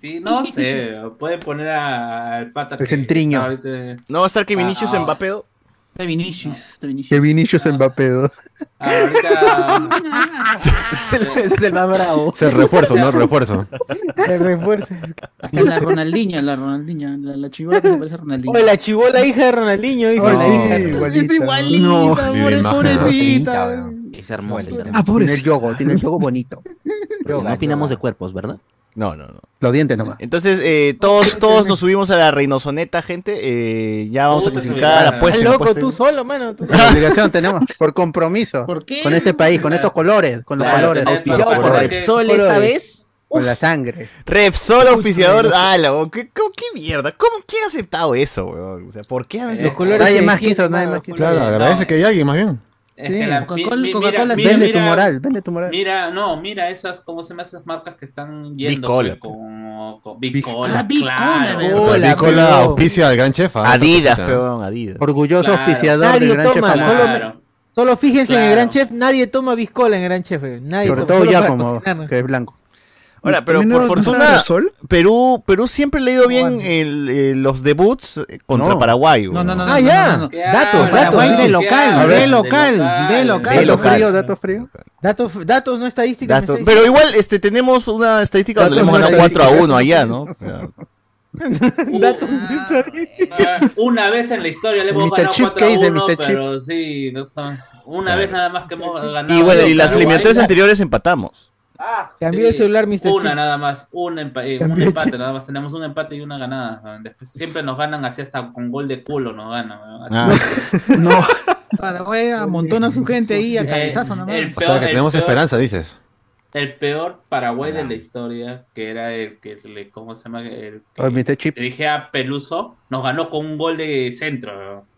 Speaker 10: Sí, no sé, pueden poner a- al pata.
Speaker 4: El centriño.
Speaker 1: No va a
Speaker 10: Ah,
Speaker 1: estar que Vinicius en Mbappé.
Speaker 10: De Vinicius, de
Speaker 4: Que Vinicius Mbappé. (laughs) ¿no?
Speaker 7: Ese es el más bravo.
Speaker 3: Es el refuerzo, ¿no? El refuerzo.
Speaker 2: El refuerzo.
Speaker 14: Hasta la Ronaldinha, la Ronaldinha, la, la chivola que se parece a Ronaldinho.
Speaker 2: Oye, la chivola hija de Ronaldinho, dice.
Speaker 14: Ay,
Speaker 2: la
Speaker 14: sí,
Speaker 2: hija de-
Speaker 14: igualita. Es igualita,
Speaker 2: No.
Speaker 14: pobre-
Speaker 2: Vive imagen de
Speaker 14: pobrecita.
Speaker 7: Es hermoso. es hermoso.
Speaker 4: Ah, Tiene el yogo, tiene el yogo bonito.
Speaker 7: No opinamos de cuerpos, ¿verdad?
Speaker 1: No, no, no.
Speaker 4: Los dientes nomás.
Speaker 1: Entonces, eh, todos, todos nos subimos a la reinosoneta, gente. eh, ya vamos a
Speaker 4: Puta,
Speaker 1: clasificar a la apuesta.
Speaker 4: Ah,
Speaker 2: Estás
Speaker 1: la
Speaker 2: loco
Speaker 1: apuesta.
Speaker 2: tú solo, mano. tú-
Speaker 4: Por obligación tenemos, por compromiso. Con este país, con estos colores, con los
Speaker 1: Claro,
Speaker 4: colores.
Speaker 1: tenemos Auspiciado que- por
Speaker 4: Colores.
Speaker 1: Repsol esta
Speaker 4: Colores.
Speaker 1: vez.
Speaker 4: Con la sangre.
Speaker 1: Repsol oficiador. Ah, la, ¿qué, qué, qué mierda? ¿Cómo, ¿Quién ha aceptado eso, weón? O sea, ¿por qué han
Speaker 9: Eh,
Speaker 1: aceptado?
Speaker 4: nadie más quiso, nadie más quiso.
Speaker 3: Claro, agradece que hay alguien más bien.
Speaker 10: Es que la- mi- mi- mira- mira-
Speaker 4: vende tu
Speaker 10: mira-
Speaker 4: moral, vende tu moral.
Speaker 10: Mira, no, mira esas, ¿cómo se llama esas marcas que están yendo?
Speaker 3: Bicola,
Speaker 10: pues, Como, con Bicola,
Speaker 14: Ah, Bicola,
Speaker 10: claro.
Speaker 3: Pero Nicola auspicia al gran chef. ¿ah?
Speaker 1: Adidas,
Speaker 3: Otra cosita.
Speaker 1: peón, Adidas.
Speaker 4: Orgulloso
Speaker 3: Claro.
Speaker 4: auspiciador
Speaker 3: Nadie
Speaker 4: del gran chef
Speaker 2: toma,
Speaker 4: famoso.
Speaker 2: solo me- Solo fíjense en el
Speaker 1: Claro.
Speaker 2: Gran Chef, nadie toma biscola en el Gran Chef. eh, Nadie
Speaker 4: Sobre
Speaker 2: toma,
Speaker 4: todo
Speaker 2: solo
Speaker 4: ya
Speaker 2: para
Speaker 4: como
Speaker 2: cocinarnos.
Speaker 4: que es blanco.
Speaker 1: Ahora, pero
Speaker 4: ¿También
Speaker 1: por
Speaker 4: no- no sabe
Speaker 1: fortuna,
Speaker 4: Repsol?
Speaker 1: Perú, Perú siempre le ha ido bien el- eh, los debuts eh, contra
Speaker 4: No.
Speaker 1: Paraguay.
Speaker 9: No, no, no, no,
Speaker 2: Ah,
Speaker 9: no,
Speaker 2: ya.
Speaker 9: no, no.
Speaker 2: Datos,
Speaker 9: Paraguay
Speaker 2: datos.
Speaker 9: de local,
Speaker 2: A ver.
Speaker 9: de local, de local.
Speaker 1: De local.
Speaker 4: frío, dato frío.
Speaker 2: Datos, datos, no estadísticas.
Speaker 1: Datos-
Speaker 2: me está
Speaker 1: pero
Speaker 2: diciendo.
Speaker 1: igual este, tenemos una estadística donde le
Speaker 2: Datos
Speaker 1: hemos ganado
Speaker 2: no
Speaker 1: 4 a
Speaker 2: estadísticas.
Speaker 1: 1 allá, ¿no? O sea,
Speaker 2: (laughs) Datos
Speaker 10: Ah, Una vez en la historia le hemos
Speaker 4: Mr.
Speaker 10: ganado
Speaker 4: Chip
Speaker 10: 4 a
Speaker 4: Case de
Speaker 10: 1,
Speaker 4: Mr. Chip.
Speaker 10: pero sí, no son- una vez nada más que hemos ganado.
Speaker 1: y bueno, y las
Speaker 10: contra Uruguay.
Speaker 1: eliminatorias anteriores empatamos.
Speaker 2: Cambié Ah, de celular, Mr.
Speaker 10: Una
Speaker 2: Chip.
Speaker 10: nada más, un, empa- eh, un
Speaker 2: Cambié de
Speaker 10: empate,
Speaker 2: chip.
Speaker 10: nada más. Tenemos un empate y una ganada. weón. Después siempre nos ganan así hasta con gol de culo nos ganan. weón. Así.
Speaker 9: No. Paraguay amontona su gente ahí a cabezazo nomás.
Speaker 10: el
Speaker 3: O sea, que
Speaker 10: el
Speaker 3: tenemos
Speaker 10: peor-
Speaker 3: esperanza, dices.
Speaker 10: El peor Paraguay de la historia, que era el que le, ¿cómo se llama? El que
Speaker 4: Oye, Mr. Chip.
Speaker 10: dirige a Peluso, nos ganó con un gol de centro. weón.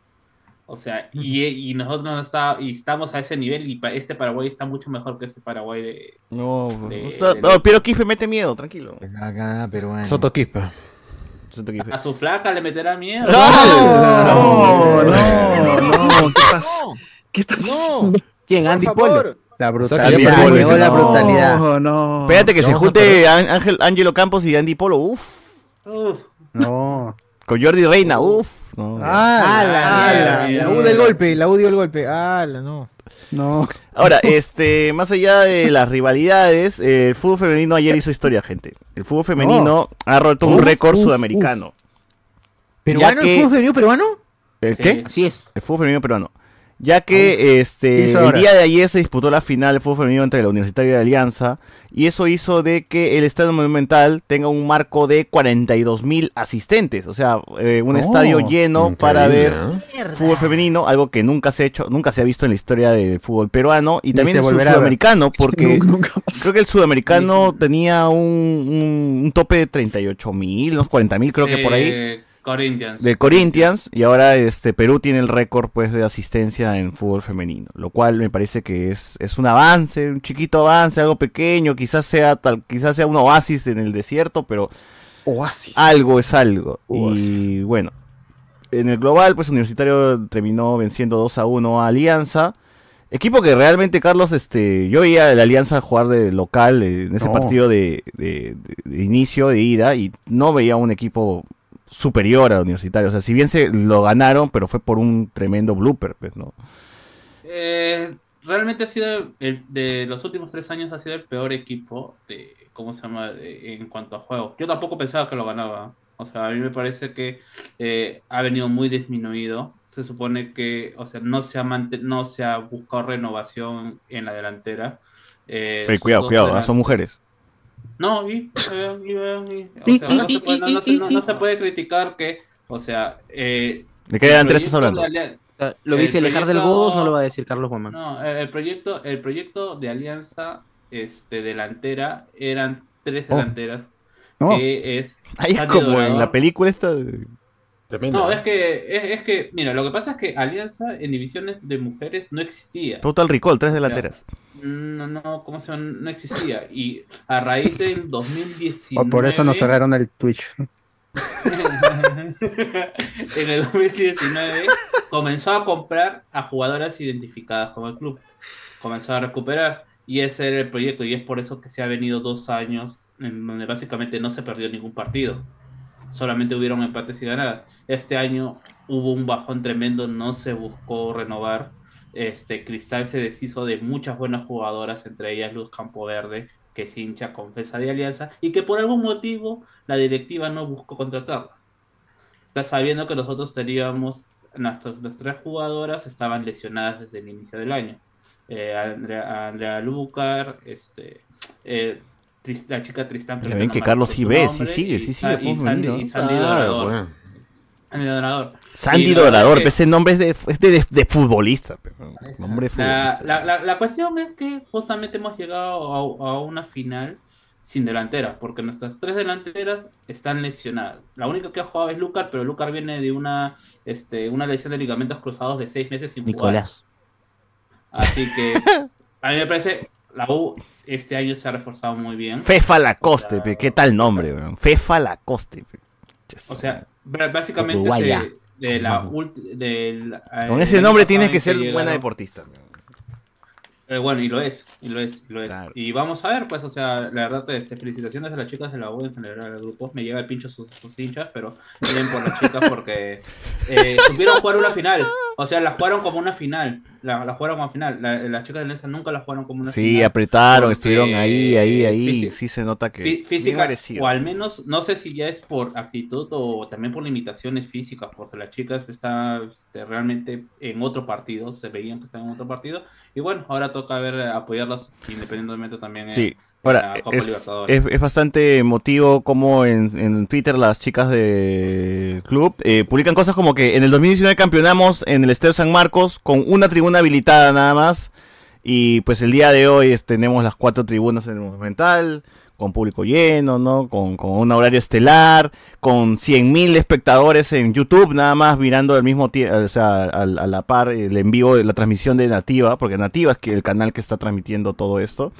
Speaker 10: O sea, y, y nosotros no está, y estamos a ese nivel y pa- este Paraguay está mucho mejor que ese Paraguay de...
Speaker 1: No,
Speaker 10: de-
Speaker 1: Está-
Speaker 10: de-
Speaker 1: no, Piero Quispe mete miedo, tranquilo.
Speaker 4: Pues
Speaker 2: Acá, peruano.
Speaker 3: Soto Quispe.
Speaker 1: Soto Quispe.
Speaker 10: A su flaca le meterá miedo.
Speaker 1: (laughs)
Speaker 10: Ah,
Speaker 1: ¡No!
Speaker 4: No, no, ¿qué pasa?
Speaker 10: ¿Qué
Speaker 1: (laughs)
Speaker 10: está pasando?
Speaker 7: ¿Quién? Andy Polo.
Speaker 4: La
Speaker 1: Saca ya
Speaker 4: brutalidad,
Speaker 1: Polo,
Speaker 4: llegó
Speaker 1: dices,
Speaker 4: la
Speaker 1: no.
Speaker 4: brutalidad.
Speaker 1: No,
Speaker 4: no.
Speaker 1: Espérate que se
Speaker 4: Vamos a
Speaker 1: junte Ángel, Ángelo Campos y Andy Polo. Uf.
Speaker 10: Uf.
Speaker 4: No.
Speaker 1: Con Jordi Reina, uff.
Speaker 2: Ah, la,
Speaker 1: ala,
Speaker 2: la,
Speaker 1: ala.
Speaker 2: U del golpe, la U dio el golpe. Ah, la no.
Speaker 4: No.
Speaker 2: (laughs)
Speaker 1: Ahora, este, más allá de las rivalidades, eh, el fútbol femenino ayer hizo historia, gente. El fútbol femenino
Speaker 2: Oh.
Speaker 1: ha roto un
Speaker 2: Uf,
Speaker 1: récord
Speaker 2: uf,
Speaker 1: sudamericano.
Speaker 2: ¿Peruano
Speaker 1: Ya que-
Speaker 2: el fútbol femenino peruano?
Speaker 1: ¿El
Speaker 2: Sí,
Speaker 1: ¿Eh, qué?
Speaker 7: Así es.
Speaker 1: El fútbol femenino peruano. Ya que este
Speaker 2: Diez
Speaker 1: el
Speaker 2: horas.
Speaker 1: día de ayer se disputó la final del fútbol femenino entre la Universitaria de Alianza y eso hizo de que el Estadio Monumental tenga un marco de 42 mil asistentes, o sea, eh, un
Speaker 13: Oh,
Speaker 1: estadio lleno para ver
Speaker 13: increíble,
Speaker 1: fútbol femenino, algo que nunca se ha hecho, nunca se ha visto en la historia del fútbol peruano y
Speaker 13: Ni
Speaker 1: también
Speaker 13: se
Speaker 1: el sud-
Speaker 13: volverá a ver. (laughs)
Speaker 1: sudamericano porque
Speaker 13: Nunca,
Speaker 1: creo que el sudamericano tenía un, un- un tope de 38 mil, unos 40 mil creo que por ahí
Speaker 10: Eh, Corinthians.
Speaker 1: de Corinthians y ahora este Perú tiene el récord pues de asistencia en fútbol femenino, lo cual me parece que es, es un avance, un chiquito avance, algo pequeño, quizás sea tal, quizás sea un oasis en el desierto, pero
Speaker 3: oasis.
Speaker 1: algo es algo. Y bueno, en el global pues Universitario terminó venciendo 2 a 1 a Alianza. Equipo que realmente, Carlos, este, yo veía a la Alianza jugar de local eh, en ese
Speaker 13: No.
Speaker 1: partido de, de- de- de inicio, de ida, y no veía un equipo superior a Universitario. O sea, si bien se lo ganaron, pero fue por un tremendo blooper, pues, ¿no?
Speaker 10: Eh, realmente ha sido, el- de los últimos tres años, ha sido el peor equipo de, ¿cómo se llama?, de- en cuanto a juego. Yo tampoco pensaba que lo ganaba. O sea, a mí me parece que eh, ha venido muy disminuido. Se supone que, o sea, no se ha, mante- no se ha buscado renovación en la delantera. Eh,
Speaker 1: Ey,
Speaker 10: son
Speaker 1: cuidado,
Speaker 10: dos
Speaker 1: cuidado, ah,
Speaker 10: delan-
Speaker 1: son mujeres.
Speaker 10: no, y, eh, y, eh, y, o sea, no se puede- no- no se- no- no se puede criticar que, o sea, eh,
Speaker 1: ¿De qué
Speaker 10: el
Speaker 1: delantera estás
Speaker 10: proyecto
Speaker 1: hablando?
Speaker 10: de Alea-
Speaker 7: Ah, Lo
Speaker 10: el
Speaker 7: dice Alejar del
Speaker 10: proyecto-
Speaker 7: Godos, no lo va a decir Carlos Guamán.
Speaker 10: No, eh, el proyecto, el proyecto de alianza este, delantera eran tres
Speaker 1: Oh.
Speaker 10: delanteras.
Speaker 1: No.
Speaker 10: Que es
Speaker 1: (laughs) Ahí es
Speaker 10: Santi
Speaker 1: como en
Speaker 10: Dorador.
Speaker 1: la película esta. de-
Speaker 10: No,
Speaker 1: ¿eh?
Speaker 10: es que, es, es que, mira, lo que pasa es que Alianza en divisiones de mujeres no existía.
Speaker 1: Total Recall, tres delanteras.
Speaker 10: No, no, ¿cómo se llama? No existía. Y a raíz del 2019.
Speaker 4: O Ah, por eso nos cerraron el Twitch.
Speaker 10: (laughs) en el 2019 comenzó a comprar a jugadoras identificadas con el club. Comenzó a recuperar y ese era el proyecto y es por eso que se ha venido dos años en donde básicamente no se perdió ningún partido. Solamente hubieron empates y ganadas. Este año hubo un bajón tremendo, no se buscó renovar. Este Cristal se deshizo de muchas buenas jugadoras, entre ellas Luz Campo Verde, que es hincha confesa de Alianza y que por algún motivo la directiva no buscó contratarla está sabiendo que nosotros teníamos nuestras, nuestras jugadoras estaban lesionadas desde el inicio del año. Eh, Andrea, Andrea Lucar, este, eh, Tris- la chica Tristán. pero
Speaker 1: Ya ven
Speaker 10: no
Speaker 1: que
Speaker 10: me
Speaker 1: Carlos
Speaker 10: acuerdo
Speaker 1: sí
Speaker 10: su
Speaker 1: ve,
Speaker 10: nombre,
Speaker 1: sí sigue,
Speaker 10: y
Speaker 1: sí
Speaker 10: Sa-
Speaker 1: sigue
Speaker 10: y
Speaker 1: fútbol,
Speaker 10: Sandy,
Speaker 1: ¿no?
Speaker 10: y Sandy
Speaker 1: Claro,
Speaker 10: Dorador.
Speaker 1: bueno.
Speaker 10: Sandy Dorador. Y
Speaker 1: Sandy
Speaker 10: la verdad
Speaker 1: Dorador,
Speaker 10: es que-
Speaker 1: pero ese nombre es de, es de- de- de futbolista. pe, Nombre de
Speaker 10: la,
Speaker 1: futbolista.
Speaker 10: la- la- la cuestión es que justamente hemos llegado a, a una final sin delantera, porque nuestras tres delanteras están lesionadas. La única que ha jugado es Lucar, pero Lucar viene de una, este, una lesión de ligamentos cruzados de seis meses sin jugar.
Speaker 7: Nicolás.
Speaker 10: Así
Speaker 1: (laughs)
Speaker 10: que a mí me parece la U este año se ha reforzado muy bien.
Speaker 1: Fefa Lacoste, pe, ¿qué tal nombre? weón? Fefa Lacoste. pe.
Speaker 10: O sea, br- básicamente
Speaker 1: Uruguaya.
Speaker 10: se- de la ulti- del-
Speaker 1: Con
Speaker 10: eh,
Speaker 1: ese
Speaker 10: el
Speaker 1: nombre
Speaker 10: año
Speaker 1: tienes
Speaker 10: pasado
Speaker 1: que
Speaker 10: en
Speaker 1: ser buena
Speaker 10: llegaron-
Speaker 1: deportista.
Speaker 10: Eh, bueno, y lo es, y lo es, y lo es. Y vamos a ver, pues, o sea, la verdad, este, felicitaciones a las chicas de la U en general, al grupo. Me llega el pincho sus, sus hinchas, pero bien por las chicas porque
Speaker 1: (laughs)
Speaker 10: eh, supieron jugar una final. O sea, la jugaron como una final. La, la jugaron como final. La- las chicas de Lensa nunca la jugaron como una
Speaker 1: Sí,
Speaker 10: final.
Speaker 1: apretaron,
Speaker 10: porque
Speaker 1: estuvieron ahí, ahí, ahí.
Speaker 10: física-
Speaker 1: Sí se nota que.
Speaker 10: fí-
Speaker 1: bien
Speaker 10: física,
Speaker 1: agresivo.
Speaker 10: o al menos, no sé si ya es por actitud o también por limitaciones físicas, porque las chicas están este, realmente en otro partido, se veían que estaban en otro partido, y bueno, ahora toca ver eh, apoyarlas independientemente también en-
Speaker 1: Sí.
Speaker 10: en
Speaker 1: Ahora,
Speaker 10: la Copa
Speaker 1: es,
Speaker 10: Libertadores.
Speaker 1: es, es bastante emotivo como en, en Twitter las chicas del club eh, publican cosas como que en el 2019 campeonamos en el Estadio San Marcos con una tribuna habilitada nada más. Y pues el día de hoy es- tenemos las cuatro tribunas en el Monumental, con público lleno, ¿no? Con, con un horario estelar, con 100.000 espectadores en YouTube nada más mirando al mismo tiempo, o sea, al- a, la par el en vivo, de la transmisión de Nativa, porque Nativa es que el canal que está transmitiendo todo esto.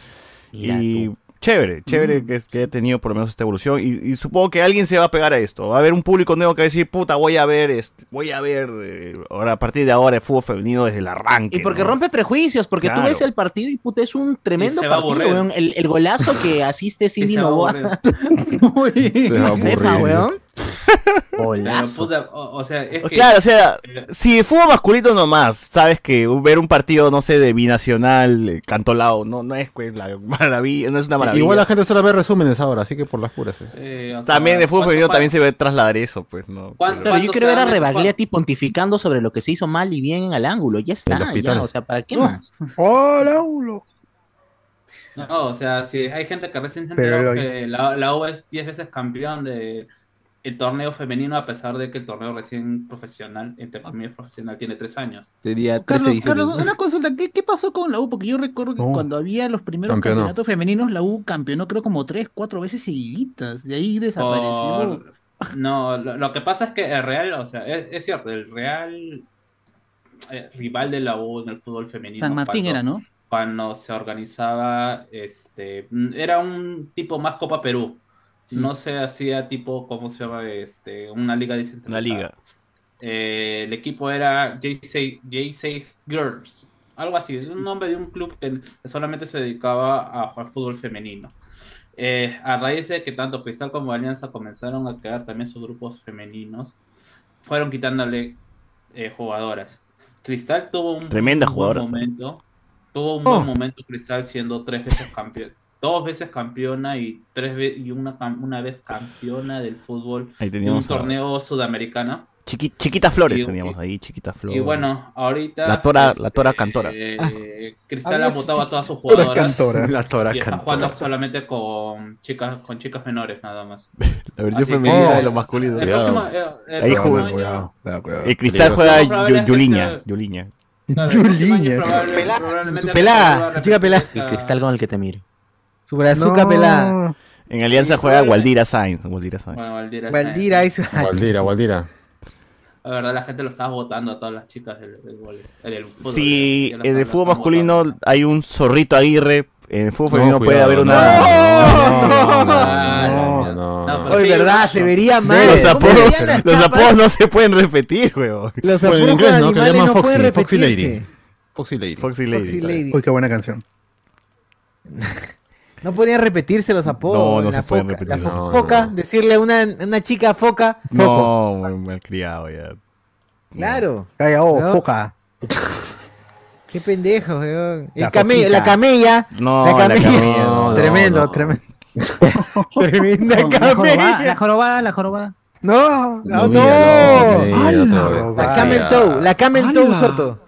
Speaker 1: y chévere, chévere
Speaker 7: Mm.
Speaker 1: que, que haya tenido por lo menos esta evolución. Y, y supongo que alguien se va a pegar a esto. Va a haber un público nuevo que va a decir, puta, voy a ver, este, voy a ver eh, ahora a partir de ahora el fútbol femenino desde el arranque.
Speaker 7: Y porque
Speaker 1: ¿no?
Speaker 7: rompe prejuicios, porque tú
Speaker 1: Claro.
Speaker 7: ves el partido y puta, es un tremendo
Speaker 1: se va a
Speaker 7: partido,
Speaker 1: aburrir.
Speaker 7: weón. El,
Speaker 1: (laughs)
Speaker 7: el golazo que asiste Cindy
Speaker 1: se va a
Speaker 7: Novoa. (laughs)
Speaker 1: aburrir. Se va a aburrir. (laughs)
Speaker 7: Fefa, weón.
Speaker 10: Pero,
Speaker 1: Golazo.
Speaker 10: puta, o, o sea, es que.
Speaker 1: Oh,
Speaker 10: eh,
Speaker 1: Claro, o sea, si fútbol masculino nomás, sabes que ver un partido, no sé, de binacional, eh, cantolao, no, no es pues, la maravilla, no es una maravilla.
Speaker 3: Igual la gente solo ve resúmenes ahora, así que por las puras. eh.
Speaker 10: eh, o sea,
Speaker 1: También de fútbol
Speaker 10: ¿cuánto
Speaker 1: femenino
Speaker 10: pa-
Speaker 1: también se ve trasladar eso, pues, ¿no?
Speaker 10: ¿Cuánto-
Speaker 7: Claro, yo
Speaker 10: cuánto
Speaker 7: quiero
Speaker 10: se
Speaker 7: ver a
Speaker 10: dan de-
Speaker 7: Rebagliati pontificando sobre lo que se hizo mal y bien en el ángulo. Ya
Speaker 1: El
Speaker 7: está,
Speaker 1: hospital.
Speaker 7: ya, o sea, ¿para qué
Speaker 1: No.
Speaker 7: más?
Speaker 4: Hola, Ulo.
Speaker 10: No, o sea, si hay gente que recién se
Speaker 4: Pero
Speaker 10: enteró
Speaker 4: lo-
Speaker 10: que la, la U es 10 veces campeón de el torneo femenino, a pesar de que el torneo recién profesional, entre comillas profesional, tiene 3 años.
Speaker 5: Tenía
Speaker 9: Carlos,
Speaker 5: 13 ediciones.
Speaker 9: Carlos, una consulta, ¿qué, qué pasó con la U? Porque yo recuerdo que
Speaker 5: No.
Speaker 9: cuando había los primeros
Speaker 5: Campeonó.
Speaker 9: campeonatos femeninos, la U campeonó creo como tres, cuatro veces seguiditas. De ahí desapareció.
Speaker 10: Por- No, lo, lo que pasa es que el Real, o sea, es, es cierto, el Real eh, rival de la U en el fútbol femenino.
Speaker 9: San Martín
Speaker 10: cuando-
Speaker 9: era, ¿no?
Speaker 10: Cuando se organizaba, este, mm, era un tipo más Copa Perú.
Speaker 9: Sí.
Speaker 10: No se hacía tipo, ¿cómo se llama? Este, una liga descentralizada.
Speaker 1: Una liga.
Speaker 10: Eh, el equipo era J6, J6 Girls, algo así, es un nombre de un club que solamente se dedicaba a jugar fútbol femenino. Eh, a raíz de que tanto Cristal como Alianza comenzaron a crear también sus grupos femeninos, fueron quitándole eh, jugadoras. Cristal tuvo un
Speaker 1: Tremenda
Speaker 10: buen
Speaker 1: jugadora.
Speaker 10: momento, tuvo un
Speaker 1: Oh.
Speaker 10: buen momento Cristal siendo tres veces campeón, dos veces campeona y tres ve- y una, cam- una vez campeona del fútbol
Speaker 1: Ahí
Speaker 10: de un
Speaker 1: teníamos a-
Speaker 10: torneo sudamericano.
Speaker 1: Chiqui- chiquitas flores
Speaker 10: Y-
Speaker 1: teníamos ahí, chiquitas flores.
Speaker 10: Y bueno, ahorita.
Speaker 1: La tora,
Speaker 10: este,
Speaker 1: la tora cantora.
Speaker 10: eh, Cristal
Speaker 1: Había
Speaker 10: ha votado a
Speaker 1: chiqui-
Speaker 10: todas sus
Speaker 1: tora
Speaker 10: jugadoras.
Speaker 1: cantora. La tora
Speaker 10: y está
Speaker 1: cantora.
Speaker 10: jugando solamente con chicas, con chicas menores, nada más.
Speaker 1: (laughs) La versión
Speaker 10: Así
Speaker 1: femenina
Speaker 10: que-
Speaker 1: de lo masculino.
Speaker 10: El
Speaker 1: Cuidado.
Speaker 10: próximo, eh, el
Speaker 1: Ahí
Speaker 10: próximo
Speaker 1: juega.
Speaker 10: año-
Speaker 1: Cuidado,
Speaker 3: cuidado, cuidado.
Speaker 1: El cristal
Speaker 10: Lo
Speaker 1: juega
Speaker 10: probable es que
Speaker 1: Yuliña.
Speaker 10: sea-
Speaker 1: Yuliña.
Speaker 10: Claro, el próximo año
Speaker 1: Yuliña.
Speaker 10: probable-
Speaker 1: Pelada,
Speaker 10: probablemente
Speaker 1: su pelada,
Speaker 10: pueda
Speaker 1: su chica pelada.
Speaker 10: repetir esa-
Speaker 7: El cristal con el que te miro.
Speaker 2: Su
Speaker 1: (laughs)
Speaker 2: brazuca
Speaker 1: No.
Speaker 2: pelada.
Speaker 1: En Alianza juega Waldira Sainz. Waldira Sainz.
Speaker 10: Bueno, Valdira.
Speaker 2: Valdira es.
Speaker 3: Gualdira, Gualdira.
Speaker 10: La verdad, la gente lo estaba votando a todas las chicas del, del, vole- eh, del fútbol.
Speaker 1: Si
Speaker 10: Ya lo
Speaker 1: en el
Speaker 10: están-
Speaker 1: eh, fútbol
Speaker 10: lo están votando.
Speaker 1: masculino hay un zorrito Aguirre, en el fútbol
Speaker 3: No,
Speaker 1: femenino puede
Speaker 3: cuidado,
Speaker 1: haber
Speaker 3: no,
Speaker 1: una.
Speaker 3: no, no,
Speaker 10: Ah,
Speaker 3: no, no, no, no.
Speaker 1: Oye,
Speaker 2: Oye, verdad, se vería mal. ¿eh?
Speaker 1: Los
Speaker 2: ¿Cómo
Speaker 1: apodos,
Speaker 2: serían las
Speaker 1: los
Speaker 2: chapas?
Speaker 1: apodos no se pueden repetir, weón.
Speaker 2: Los Bueno, en apodos inglés, con ¿no? Que le animales llaman no Foxy, pueden Foxy Lady. repetirse.
Speaker 3: Foxy Lady.
Speaker 1: Foxy Lady.
Speaker 2: Foxy Lady.
Speaker 4: Uy, qué buena canción.
Speaker 2: No podían repetirse los apodos.
Speaker 1: No, no
Speaker 2: la
Speaker 1: se pueden
Speaker 2: foca,
Speaker 1: repetir,
Speaker 2: la fo-
Speaker 1: no,
Speaker 2: foca, decirle a una, una chica foca.
Speaker 1: No, muy malcriado ya.
Speaker 2: Claro.
Speaker 4: Calla, oh,
Speaker 2: ¿No?
Speaker 4: foca.
Speaker 2: Qué pendejo, weón. El
Speaker 4: La
Speaker 2: came-
Speaker 4: foquita.
Speaker 2: la camella.
Speaker 1: No,
Speaker 2: la
Speaker 4: (laughs)
Speaker 2: camella.
Speaker 4: tremendo, tremendo.
Speaker 2: (laughs) Tremenda
Speaker 9: No, la jorobada,
Speaker 2: camella.
Speaker 9: la jorobada, la jorobada.
Speaker 4: No,
Speaker 3: Mira,
Speaker 2: No, no.
Speaker 3: mira, otra vez.
Speaker 2: La camel toe, la camel toe, Soto.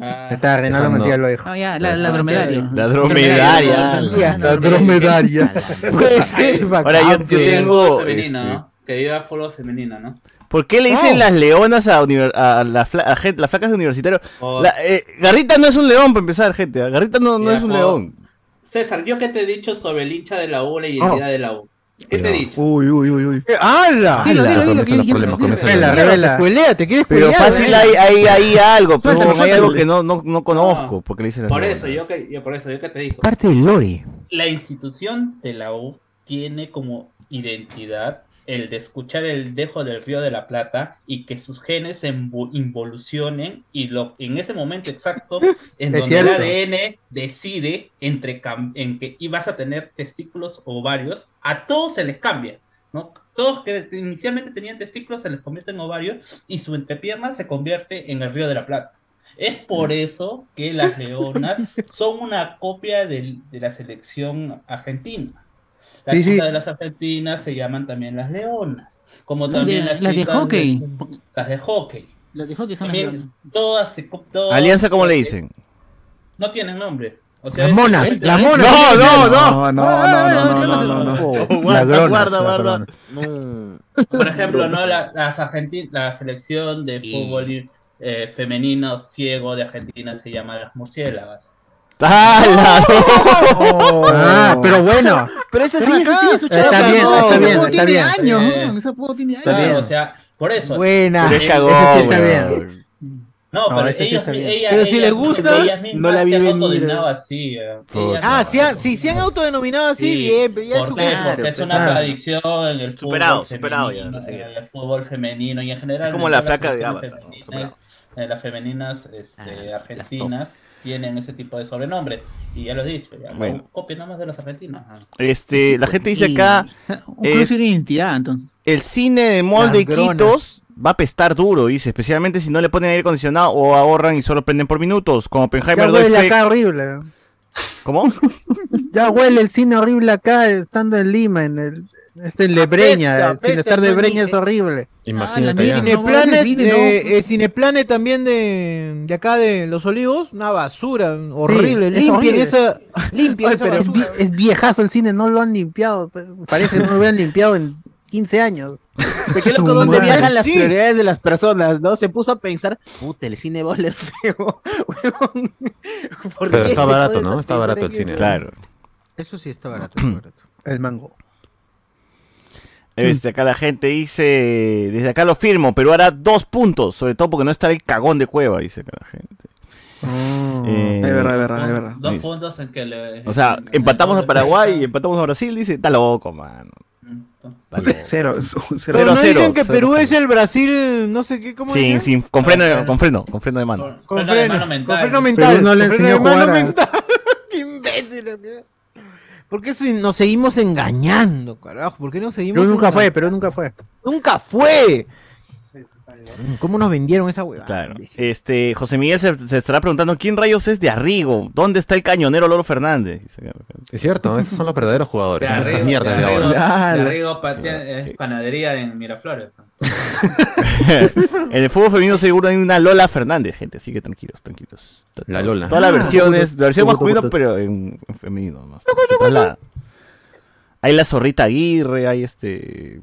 Speaker 1: Ah,
Speaker 4: Está, Reinaldo
Speaker 3: Dejando-
Speaker 4: Mentira lo dijo.
Speaker 9: No, Ah, ya, la, la dromedaria.
Speaker 1: La dromedaria.
Speaker 4: La dromedaria.
Speaker 2: Puede ser,
Speaker 1: Ahora yo, yo
Speaker 10: Y el
Speaker 1: tengo.
Speaker 10: fútbol femenino,
Speaker 1: este,
Speaker 10: ¿no? Que viva el fútbol femenino, ¿no?
Speaker 1: ¿Por qué le dicen
Speaker 10: Oh.
Speaker 1: las leonas a, univer- a, la fla- a gente- las flacas de universitario?
Speaker 10: Oh.
Speaker 1: La- eh, Garrita no es un león, para empezar, gente. Garrita no, no
Speaker 10: Ya,
Speaker 1: es un
Speaker 10: oh.
Speaker 1: león.
Speaker 10: César, yo que te he dicho sobre el hincha de la U, la identidad
Speaker 4: Oh.
Speaker 10: de la U. ¿Qué te he dicho?
Speaker 3: Uy, uy, uy,
Speaker 2: Eh,
Speaker 3: uy.
Speaker 2: ¡Hala!
Speaker 10: Dilo, dilo, dilo,
Speaker 3: Comienzan los
Speaker 10: dilo,
Speaker 3: problemas,
Speaker 10: dilo,
Speaker 3: comienzan
Speaker 10: dilo.
Speaker 3: los
Speaker 2: Revela,
Speaker 3: problemas.
Speaker 2: te cuelea, te quieres
Speaker 1: Pero
Speaker 2: cuelear,
Speaker 1: fácil
Speaker 2: revela.
Speaker 1: hay, hay, hay algo, pero
Speaker 2: Suéltalo,
Speaker 1: hay algo
Speaker 2: suéltalo.
Speaker 1: que no, no, no conozco. porque le dicen las
Speaker 10: Por
Speaker 1: leonas?
Speaker 10: eso, yo que, yo por eso, yo que te digo.
Speaker 2: Parte del lore.
Speaker 10: La institución de la U tiene como identidad el de escuchar el dejo del Río de la Plata y que sus genes se invo- involucionen y lo, en ese momento exacto en
Speaker 4: (laughs) Es
Speaker 10: donde
Speaker 4: cierto.
Speaker 10: el ADN decide entre cam- en que ibas a tener testículos o ovarios, a todos se les cambia, ¿no? Todos que inicialmente tenían testículos se les convierte en ovarios y su entrepierna se convierte en el Río de la Plata. Es
Speaker 9: Mm.
Speaker 10: por eso que las
Speaker 9: (laughs)
Speaker 10: leonas son una copia del- de la selección argentina. Las
Speaker 4: Sí, sí.
Speaker 10: chicas de las argentinas se llaman también las leonas, como
Speaker 9: Las
Speaker 10: también
Speaker 9: de-
Speaker 10: las
Speaker 9: las de
Speaker 10: chicas de-
Speaker 9: hockey.
Speaker 10: las de hockey.
Speaker 9: La dejó que son las
Speaker 10: También
Speaker 9: dromedas.
Speaker 10: todas se co- todas-
Speaker 1: ¿Alianza cómo le dicen?
Speaker 10: No tienen nombre. O sea,
Speaker 1: Las
Speaker 10: es-
Speaker 1: monas,
Speaker 10: es-
Speaker 1: las
Speaker 10: es-
Speaker 1: monas. No, no, no.
Speaker 3: No,
Speaker 9: Ah,
Speaker 3: no, no, no, no, no, no.
Speaker 1: Oh,
Speaker 3: La
Speaker 1: Guarda,
Speaker 3: grona,
Speaker 1: guarda,
Speaker 3: la
Speaker 1: guarda.
Speaker 3: grona.
Speaker 9: Mm.
Speaker 10: Por ejemplo, ¿no? La, las argenti- la selección de fútbol eh, femenino ciego de Argentina se llama las murciélagas.
Speaker 1: ¡Hala!
Speaker 4: Ah, pero bueno.
Speaker 7: Pero esa
Speaker 9: sí, Oh. esa sí es su chapa,
Speaker 4: Está bien,
Speaker 9: no,
Speaker 4: está
Speaker 9: ese
Speaker 4: bien,
Speaker 9: juego
Speaker 4: está
Speaker 9: tiene
Speaker 4: bien.
Speaker 9: años,
Speaker 10: Eh,
Speaker 9: ¿no? Ese juego tiene
Speaker 4: Está
Speaker 10: Claro,
Speaker 4: bien.
Speaker 10: o sea, por eso.
Speaker 2: Buena.
Speaker 10: Este
Speaker 1: Pero es cagón,
Speaker 4: Ese sí está
Speaker 1: weón.
Speaker 4: bien.
Speaker 10: No,
Speaker 4: No,
Speaker 10: pero
Speaker 4: ese sí
Speaker 10: ellos-
Speaker 4: está bien.
Speaker 10: ellas-
Speaker 2: Pero si
Speaker 10: ellas-
Speaker 2: les gusta,
Speaker 10: ellas mismas
Speaker 2: no la vi
Speaker 10: se han
Speaker 2: venir.
Speaker 10: autodenominado así. eh. Ellas
Speaker 1: Puta.
Speaker 2: Ah,
Speaker 10: no.
Speaker 2: si, han- si se han autodenominado así,
Speaker 10: Sí,
Speaker 2: bien, pero ya es
Speaker 10: ¿Por
Speaker 2: su
Speaker 10: qué?
Speaker 2: claro,
Speaker 10: Porque es una
Speaker 2: claro.
Speaker 10: tradición en el fútbol
Speaker 1: Superado,
Speaker 10: femenino,
Speaker 1: superado ya, no sé.
Speaker 10: en el fútbol femenino y en general.
Speaker 1: Es como la
Speaker 10: en todas
Speaker 1: flaca
Speaker 10: las
Speaker 1: de
Speaker 10: selecciones
Speaker 1: Avatar,
Speaker 10: femeninas, eh, las femeninas
Speaker 2: Ah,
Speaker 10: este, argentinas tienen ese tipo de sobrenombre. Y ya lo he dicho, ya,
Speaker 1: Bueno.
Speaker 10: copien nomás de las argentinas. ah.
Speaker 1: Este, la gente dice acá.
Speaker 14: Un
Speaker 1: eh,
Speaker 14: cruce de identidad, entonces.
Speaker 1: el cine de mall de
Speaker 14: Langrona.
Speaker 1: Quitos va a pestar duro, dice. Especialmente si no le ponen aire acondicionado o ahorran y solo prenden por minutos. Como Oppenheimer
Speaker 4: Ya
Speaker 1: 2
Speaker 4: huele
Speaker 1: fue-
Speaker 4: acá horrible.
Speaker 1: ¿Cómo?
Speaker 4: (laughs) Ya huele el cine horrible acá, estando en Lima, en el, este, en Lebreña.
Speaker 2: Apesta,
Speaker 4: El cine
Speaker 2: apesta,
Speaker 4: estar de
Speaker 2: no Ah, es
Speaker 4: Breña
Speaker 2: ni-
Speaker 4: es horrible.
Speaker 3: Imagínate
Speaker 4: mía,
Speaker 3: ya.
Speaker 4: no,
Speaker 2: Cineplanet,
Speaker 4: ese cine, no.
Speaker 2: de- eh, Cineplanet también de, de acá de Los Olivos, una basura horrible,
Speaker 4: es
Speaker 2: limpia
Speaker 4: horrible.
Speaker 2: esa, limpia
Speaker 4: Oye,
Speaker 2: (laughs) esa
Speaker 4: pero es,
Speaker 2: basura.
Speaker 4: vie- es viejazo el cine, no lo han limpiado. pues, Parece que no lo habían
Speaker 2: (laughs)
Speaker 4: limpiado en
Speaker 1: (clears throat)
Speaker 4: 15 años.
Speaker 7: Pero qué loco dónde viajan las prioridades de las personas, ¿no? Se puso a pensar, puta, el cine va a oler feo, (laughs) huevón. ¿Por
Speaker 12: Pero
Speaker 7: qué
Speaker 12: está
Speaker 7: te
Speaker 12: barato,
Speaker 7: jodes
Speaker 12: ¿no?
Speaker 7: tanto
Speaker 12: Está
Speaker 7: en
Speaker 12: barato el
Speaker 7: Breña?
Speaker 12: cine.
Speaker 1: Claro.
Speaker 2: Eso sí está barato, está barato.
Speaker 4: El mango.
Speaker 1: Este, acá la gente dice, desde acá lo firmo, pero hará dos puntos, sobre todo porque no está el cagón de cueva, dice acá la gente. Eh,
Speaker 8: es verdad, es verdad, es
Speaker 10: Dos-
Speaker 8: verdad.
Speaker 10: Dos
Speaker 1: Listo.
Speaker 10: puntos en que le.
Speaker 1: O sea,
Speaker 10: en- en-
Speaker 1: empatamos a Paraguay y empatamos a Brasil, dice, está loco, mano. Está loco.
Speaker 8: Cero,
Speaker 2: Pero no dicen que Perú es el Brasil, no sé qué, ¿cómo
Speaker 1: Sin,
Speaker 2: dicen?
Speaker 1: sin, con freno, con freno, con freno de mano.
Speaker 2: Con
Speaker 10: Freno de
Speaker 2: freno,
Speaker 10: mano mental.
Speaker 2: con freno
Speaker 10: Perú
Speaker 2: mental.
Speaker 4: no le
Speaker 2: con
Speaker 4: enseñó
Speaker 2: freno de
Speaker 4: a
Speaker 2: mano
Speaker 4: jugar a-
Speaker 2: mental. ¡Qué imbécil! ¿qué? ¿Por qué si nos seguimos engañando, carajo? ¿Por qué nos seguimos
Speaker 4: Pero nunca fue,
Speaker 2: engañando?
Speaker 4: pero nunca fue.
Speaker 2: ¡Nunca fue! ¿Cómo nos vendieron esa huevada?
Speaker 1: Claro. Este, José Miguel se, se estará preguntando quién rayos es de Arrigo, dónde está el cañonero Loro Fernández.
Speaker 3: Es cierto, esos son los verdaderos jugadores. son estas mierdas de
Speaker 10: Arrigo-
Speaker 3: ahora.
Speaker 10: de Arrigo patea- es panadería en Miraflores.
Speaker 1: en el fútbol femenino seguro hay una Lola Fernández, gente, así que tranquilos, tranquilos.
Speaker 3: La Lola.
Speaker 1: Todas las versiones, la versión
Speaker 3: Tucu,
Speaker 1: masculina,
Speaker 3: tucu, tucu.
Speaker 1: pero en, en femenino. ¿no? Se traslada. Hay la zorrita Aguirre, hay este.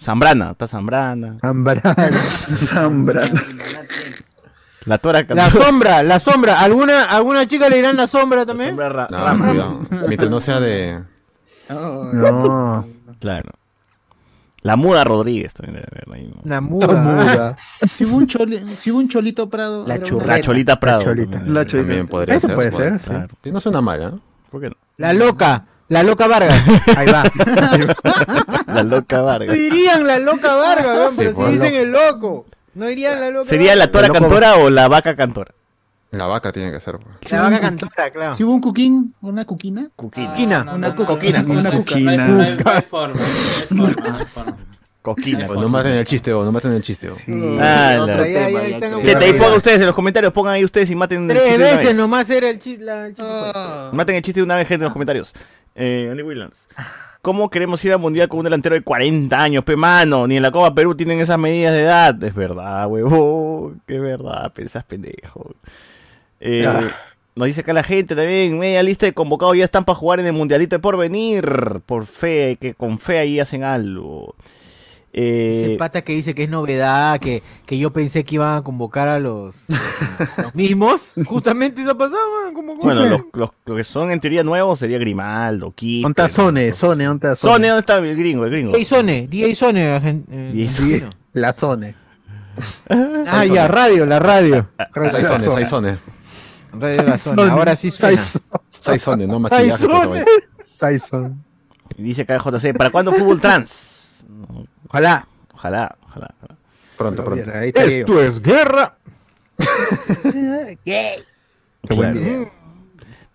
Speaker 1: Zambrana, está Zambrana.
Speaker 4: Zambrana.
Speaker 8: Zambrana.
Speaker 1: La Tora
Speaker 2: La sombra, la sombra. ¿Alguna, alguna chica le dirán la sombra también?
Speaker 4: Ah,
Speaker 1: Ah,
Speaker 3: No, cuidado. Mientras no sea de.
Speaker 4: No.
Speaker 1: Claro. La Muda Rodríguez también debe haber ahí, ¿no?
Speaker 2: La
Speaker 1: La
Speaker 2: (laughs)
Speaker 1: muda.
Speaker 14: Si hubo un, choli- si hubo un cholito Prado.
Speaker 1: La
Speaker 14: era una-
Speaker 1: churra- La Cholita Prado.
Speaker 4: La cholita.
Speaker 1: También.
Speaker 8: La cholita.
Speaker 3: También podría
Speaker 4: Eso
Speaker 3: ser.
Speaker 4: puede ser, sí.
Speaker 3: claro. No suena ¿eh? mala, ¿no?
Speaker 1: ¿Por qué no?
Speaker 2: La loca, la loca Vargas.
Speaker 1: (laughs)
Speaker 4: Ahí va.
Speaker 1: La loca Vargas.
Speaker 2: Dirían la loca Vargas, weón, pero
Speaker 1: Sí,
Speaker 2: si
Speaker 1: pues,
Speaker 2: dicen el loco. No dirían la loca
Speaker 1: ¿Sería la
Speaker 2: Vargas.
Speaker 1: Tora Cantora o la Vaca Cantora?
Speaker 3: La vaca tiene que ser. pues.
Speaker 2: La vaca cantora, claro.
Speaker 14: Si hubo un cuquín, una cuquina.
Speaker 1: Coquina.
Speaker 14: Una coquina.
Speaker 1: Coquina.
Speaker 14: Una
Speaker 10: Coquina. No hay- no hay forma, no hay forma, no
Speaker 2: Ah,
Speaker 3: (laughs)
Speaker 10: hay forma.
Speaker 1: Coquina.
Speaker 3: Pues no maten el chiste, oh, no maten el chiste. oh.
Speaker 1: Ah,
Speaker 2: Otro
Speaker 1: la-
Speaker 2: tema, ya creo.
Speaker 1: Gente, ahí pongan ustedes en los comentarios, pongan ahí ustedes y maten el
Speaker 2: Tres
Speaker 1: chiste de una
Speaker 2: veces
Speaker 1: vez.
Speaker 2: nomás era el chiste. La chiste
Speaker 1: Maten el chiste de una vez, gente, en los comentarios. Eh, Andy Williams. ¿Cómo queremos ir al mundial con un delantero de 40 años, pe mano? Ni en la Copa Perú tienen esas medidas de edad. Es verdad, huevón. Que verdad, pensás pendejo. Eh, Nos dice acá la gente también, media lista de convocados ya están para jugar en el mundialito de porvenir. Por fe, que con fe ahí hacen algo. Eh,
Speaker 2: Ese pata que dice que es novedad, que, que yo pensé que iban a convocar a los, los mismos. (laughs) Justamente eso ha pasado, weón, como- como-
Speaker 1: bueno, los, los- los que son en teoría nuevos sería Grimaldo, Quispe.
Speaker 4: Onta Sone, Sone, Onta Sone.
Speaker 1: Sone, ¿dónde está el gringo? El gringo.
Speaker 2: DJ Sone, DJ Sone. argen- eh,
Speaker 1: Y eso-
Speaker 2: argentino.
Speaker 4: La Sone.
Speaker 2: Ah, ya, radio, la radio.
Speaker 3: Saizones, saizones.
Speaker 2: Radio la zona, ahora sí suena.
Speaker 1: (laughs)
Speaker 3: Saizones, no maquillaje. por favor.
Speaker 4: Saison.
Speaker 1: Dice acá el JC, ¿para cuándo fútbol trans?
Speaker 4: Ojalá.
Speaker 1: Ojalá, ojalá. ojalá.
Speaker 3: Pronto, pronto.
Speaker 4: Ahí está Diego.
Speaker 2: es guerra. (laughs)
Speaker 4: Gay.
Speaker 1: Claro.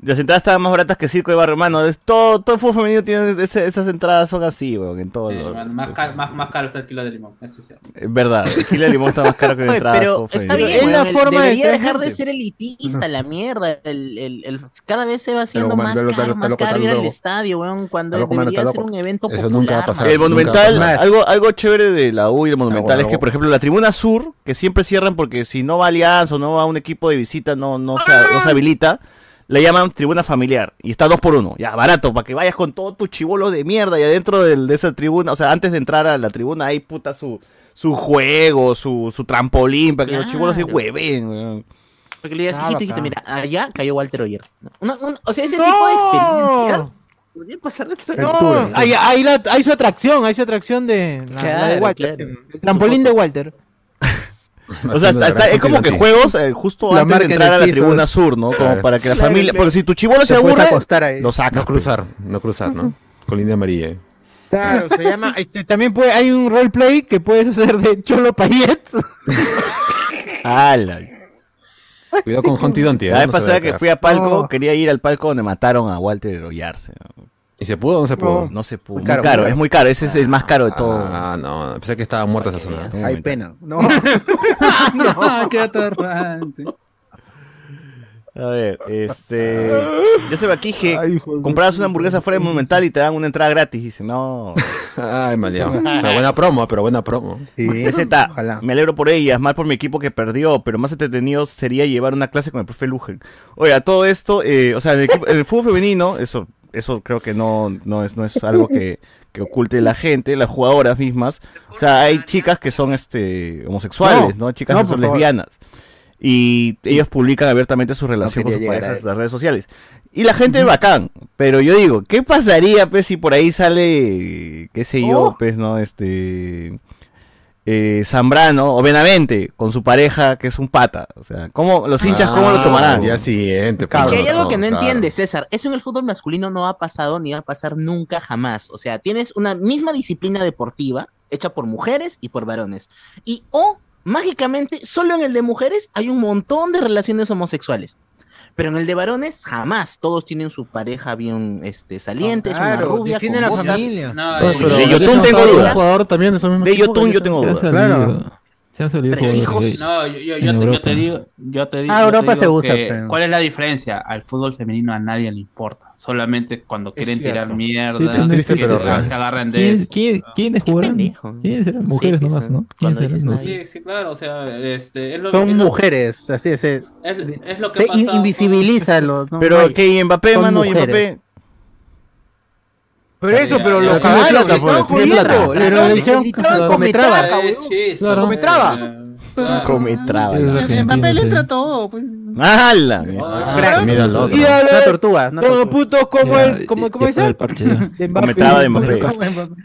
Speaker 1: Las entradas estaban más baratas que Circo de Barrio Hermano. Es Todo, todo el fútbol femenino tiene ese- esas entradas, son así, weón, en todo.
Speaker 10: Eh,
Speaker 1: lo-
Speaker 10: bueno, más, ca- más, más caro está el kilo de limón. Eso es cierto.
Speaker 1: Es verdad, el kilo de limón está más caro que la
Speaker 7: Oye,
Speaker 1: entrada.
Speaker 7: pero
Speaker 1: fútbol
Speaker 7: está
Speaker 1: femenino.
Speaker 7: bien,
Speaker 2: Es la
Speaker 7: weón,
Speaker 2: forma de
Speaker 7: debería
Speaker 2: traer
Speaker 7: dejar de
Speaker 2: gente.
Speaker 7: ser elitista la mierda. El, el- el- cada vez se va haciendo
Speaker 3: loco, mano,
Speaker 7: más
Speaker 3: está loco,
Speaker 7: caro,
Speaker 3: está
Speaker 7: más
Speaker 3: loco,
Speaker 7: caro
Speaker 3: está
Speaker 7: ir al
Speaker 3: loco.
Speaker 7: estadio, weón, cuando
Speaker 3: Está loco, mano,
Speaker 7: debería
Speaker 3: está
Speaker 7: ser
Speaker 3: loco.
Speaker 7: un evento
Speaker 3: Eso
Speaker 7: popular.
Speaker 3: nunca va a pasar.
Speaker 7: man.
Speaker 1: El Monumental,
Speaker 3: Nunca va a pasar. Ah,
Speaker 1: algo, algo chévere de la U y el Monumental
Speaker 3: Agua,
Speaker 1: es que,
Speaker 3: agua.
Speaker 1: por ejemplo, la Tribuna Sur, que siempre cierran porque si no va Alianza o no va un equipo de visita, no, no, se, no se habilita, le llaman Tribuna Familiar y está dos por uno. Ya, barato, para que vayas con todo tu chivolo de mierda y adentro del- de esa tribuna, o sea, antes de entrar a la tribuna, hay puta su, su juego, su, su trampolín, para que los chivolos se
Speaker 7: Claro.
Speaker 1: hueven. weón.
Speaker 7: Porque le digas,
Speaker 2: Ah,
Speaker 7: hijito, hijito, mira,
Speaker 2: bacán.
Speaker 7: allá cayó Walter Oyers. Una- una- o sea, ese
Speaker 2: ¡No!
Speaker 7: tipo de experiencias podría pasar dentro de
Speaker 2: No, hay, hay la- hay su atracción, hay su atracción de, la- la de
Speaker 7: Claro,
Speaker 2: Walter.
Speaker 7: claro.
Speaker 2: El trampolín de Walter.
Speaker 1: O sea,
Speaker 3: Haciendo
Speaker 1: está-
Speaker 3: la
Speaker 1: está-
Speaker 3: gran
Speaker 1: es como que
Speaker 3: contigo.
Speaker 1: juegos eh, justo
Speaker 4: La
Speaker 1: antes de
Speaker 4: marca en
Speaker 1: entrar
Speaker 4: el
Speaker 1: a la
Speaker 4: piso.
Speaker 1: tribuna sur, ¿no? Como
Speaker 3: Claro.
Speaker 1: para que la familia. Porque si tu chivolo se
Speaker 4: Te puedes
Speaker 1: aburre,
Speaker 4: acostar ahí.
Speaker 1: lo saca.
Speaker 3: No cruzar, no cruzar, ¿no? Con línea amarilla. eh.
Speaker 2: Claro, se llama. Este, también puede, hay un roleplay que puedes hacer de Cholo Payet.
Speaker 1: Ala.
Speaker 3: Cuidado con Humpty Dumpty. ¿eh?
Speaker 1: La vez
Speaker 3: No se vaya
Speaker 1: pasada
Speaker 3: a
Speaker 1: que
Speaker 3: cagar.
Speaker 1: fui a Palco,
Speaker 3: No.
Speaker 1: quería ir al Palco donde mataron a Walter Ollarse.
Speaker 3: ¿Y se pudo o no se pudo?
Speaker 1: No, se pudo. Muy caro, es muy caro. Ese es el más caro de todo.
Speaker 3: Ah, no. Pensé que estaba muerta esa zona.
Speaker 1: Hay
Speaker 9: pena. No. (laughs) no, qué aterrante.
Speaker 1: A ver, este. Yo se me quije. Comprabas una hamburguesa fuera de Monumental y te dan una entrada gratis. Dice, no.
Speaker 3: Ay, (laughs) maleado. Pero buena promo, pero buena promo.
Speaker 1: Meseta, me alegro por ellas, mal por mi equipo que perdió, pero más entretenido sería llevar una clase con el profe Lujen. Oiga, todo esto, eh, o sea, en el, equipo- en el fútbol femenino, eso, eso creo que no, no, es, no es algo que, que oculte la gente, las jugadoras mismas. O sea, hay chicas que son este homosexuales, ¿no?
Speaker 13: No,
Speaker 1: Chicas
Speaker 13: no,
Speaker 1: que son
Speaker 13: por favor.
Speaker 1: lesbianas. Y ellas publican abiertamente su relación
Speaker 13: quería
Speaker 1: con sus
Speaker 13: llegar a
Speaker 1: parejas en
Speaker 13: eso.
Speaker 1: las redes sociales. Y la gente bacán, pero yo digo, ¿qué pasaría, pues, si por ahí sale, qué sé
Speaker 3: Oh.
Speaker 1: yo, pues, no, este eh, Zambrano o Benavente con su pareja que es un pata. O sea, ¿cómo, los hinchas, ¿cómo lo tomarán?
Speaker 3: Al día Ah, siguiente. pues,
Speaker 7: Que hay algo que no
Speaker 3: claro.
Speaker 7: entiende, César. Eso en el fútbol masculino no ha pasado ni va a pasar nunca jamás. O sea, tienes una misma disciplina deportiva hecha por mujeres y por varones. Y o, mágicamente, solo en el de mujeres hay un montón de relaciones homosexuales. Pero en el de varones, jamás. Todos tienen su pareja bien este, saliente, es una
Speaker 2: Claro,
Speaker 7: rubia.
Speaker 2: defiende
Speaker 7: con
Speaker 2: la
Speaker 7: botas.
Speaker 2: familia.
Speaker 7: No,
Speaker 3: Pues,
Speaker 7: eh,
Speaker 3: pero
Speaker 7: de
Speaker 3: ¿por qué
Speaker 7: Yotun
Speaker 3: son
Speaker 7: tengo
Speaker 3: todos
Speaker 7: dudas.
Speaker 3: jugador también de esos mismos
Speaker 7: De
Speaker 3: equipos?
Speaker 7: Yotun yo
Speaker 3: Se
Speaker 7: tengo
Speaker 3: han
Speaker 7: dudas.
Speaker 3: salido.
Speaker 15: Se han salido
Speaker 3: Tres
Speaker 15: todos
Speaker 3: hijos.
Speaker 15: gays.
Speaker 10: No, yo, yo-
Speaker 15: En
Speaker 10: yo te, yo
Speaker 15: Europa.
Speaker 10: te digo, yo te digo.
Speaker 15: Ah,
Speaker 10: yo te
Speaker 15: Europa
Speaker 10: digo
Speaker 15: se usa,
Speaker 10: que-
Speaker 15: pero-
Speaker 10: ¿Cuál es la diferencia? Al fútbol femenino a nadie le importa. Solamente cuando quieren
Speaker 15: cierto.
Speaker 10: tirar mierda.
Speaker 15: Sí, pero es triste,
Speaker 10: que
Speaker 15: pero
Speaker 10: se,
Speaker 15: real.
Speaker 10: se agarran de
Speaker 15: ¿Quién-
Speaker 10: eso.
Speaker 15: quién- quiénes
Speaker 10: Qué
Speaker 15: jugarán?
Speaker 10: pendejo, ¿no?
Speaker 15: ¿Quiénes serán? Mujeres
Speaker 10: pues,
Speaker 15: nomás, ¿no? ¿Quiénes
Speaker 10: cuando
Speaker 15: serán?
Speaker 10: dices,
Speaker 15: No.
Speaker 10: Sí, sí, claro, o sea, este, es lo,
Speaker 4: Son
Speaker 10: es lo-
Speaker 4: mujeres, así es. es-
Speaker 10: Es, es lo que
Speaker 4: Se
Speaker 10: pasa
Speaker 4: in-
Speaker 10: con-
Speaker 4: invisibiliza los.
Speaker 1: Pero que y Mbappé,
Speaker 4: Son
Speaker 1: mano, y
Speaker 4: mujeres.
Speaker 1: Mbappé. Pero
Speaker 4: eso,
Speaker 1: pero lo cagaron,
Speaker 4: pues,
Speaker 1: le estaban jodiendo, le-
Speaker 4: Pero
Speaker 1: le
Speaker 4: le dijeron
Speaker 1: gritaron
Speaker 4: come
Speaker 1: Cometrava,
Speaker 4: traba.
Speaker 1: cabrón.
Speaker 4: Claro.
Speaker 9: Cometrava.
Speaker 1: Come traba.
Speaker 9: En papel entra todo. Pues.
Speaker 1: ¡Hala!
Speaker 9: Crack.
Speaker 1: Mira
Speaker 3: el otro.
Speaker 4: Una tortuga.
Speaker 9: Como
Speaker 4: putos como
Speaker 9: el- como-
Speaker 4: ¿Cómo
Speaker 15: Ya está el parche, ya.
Speaker 1: Cometrava de Mbappé.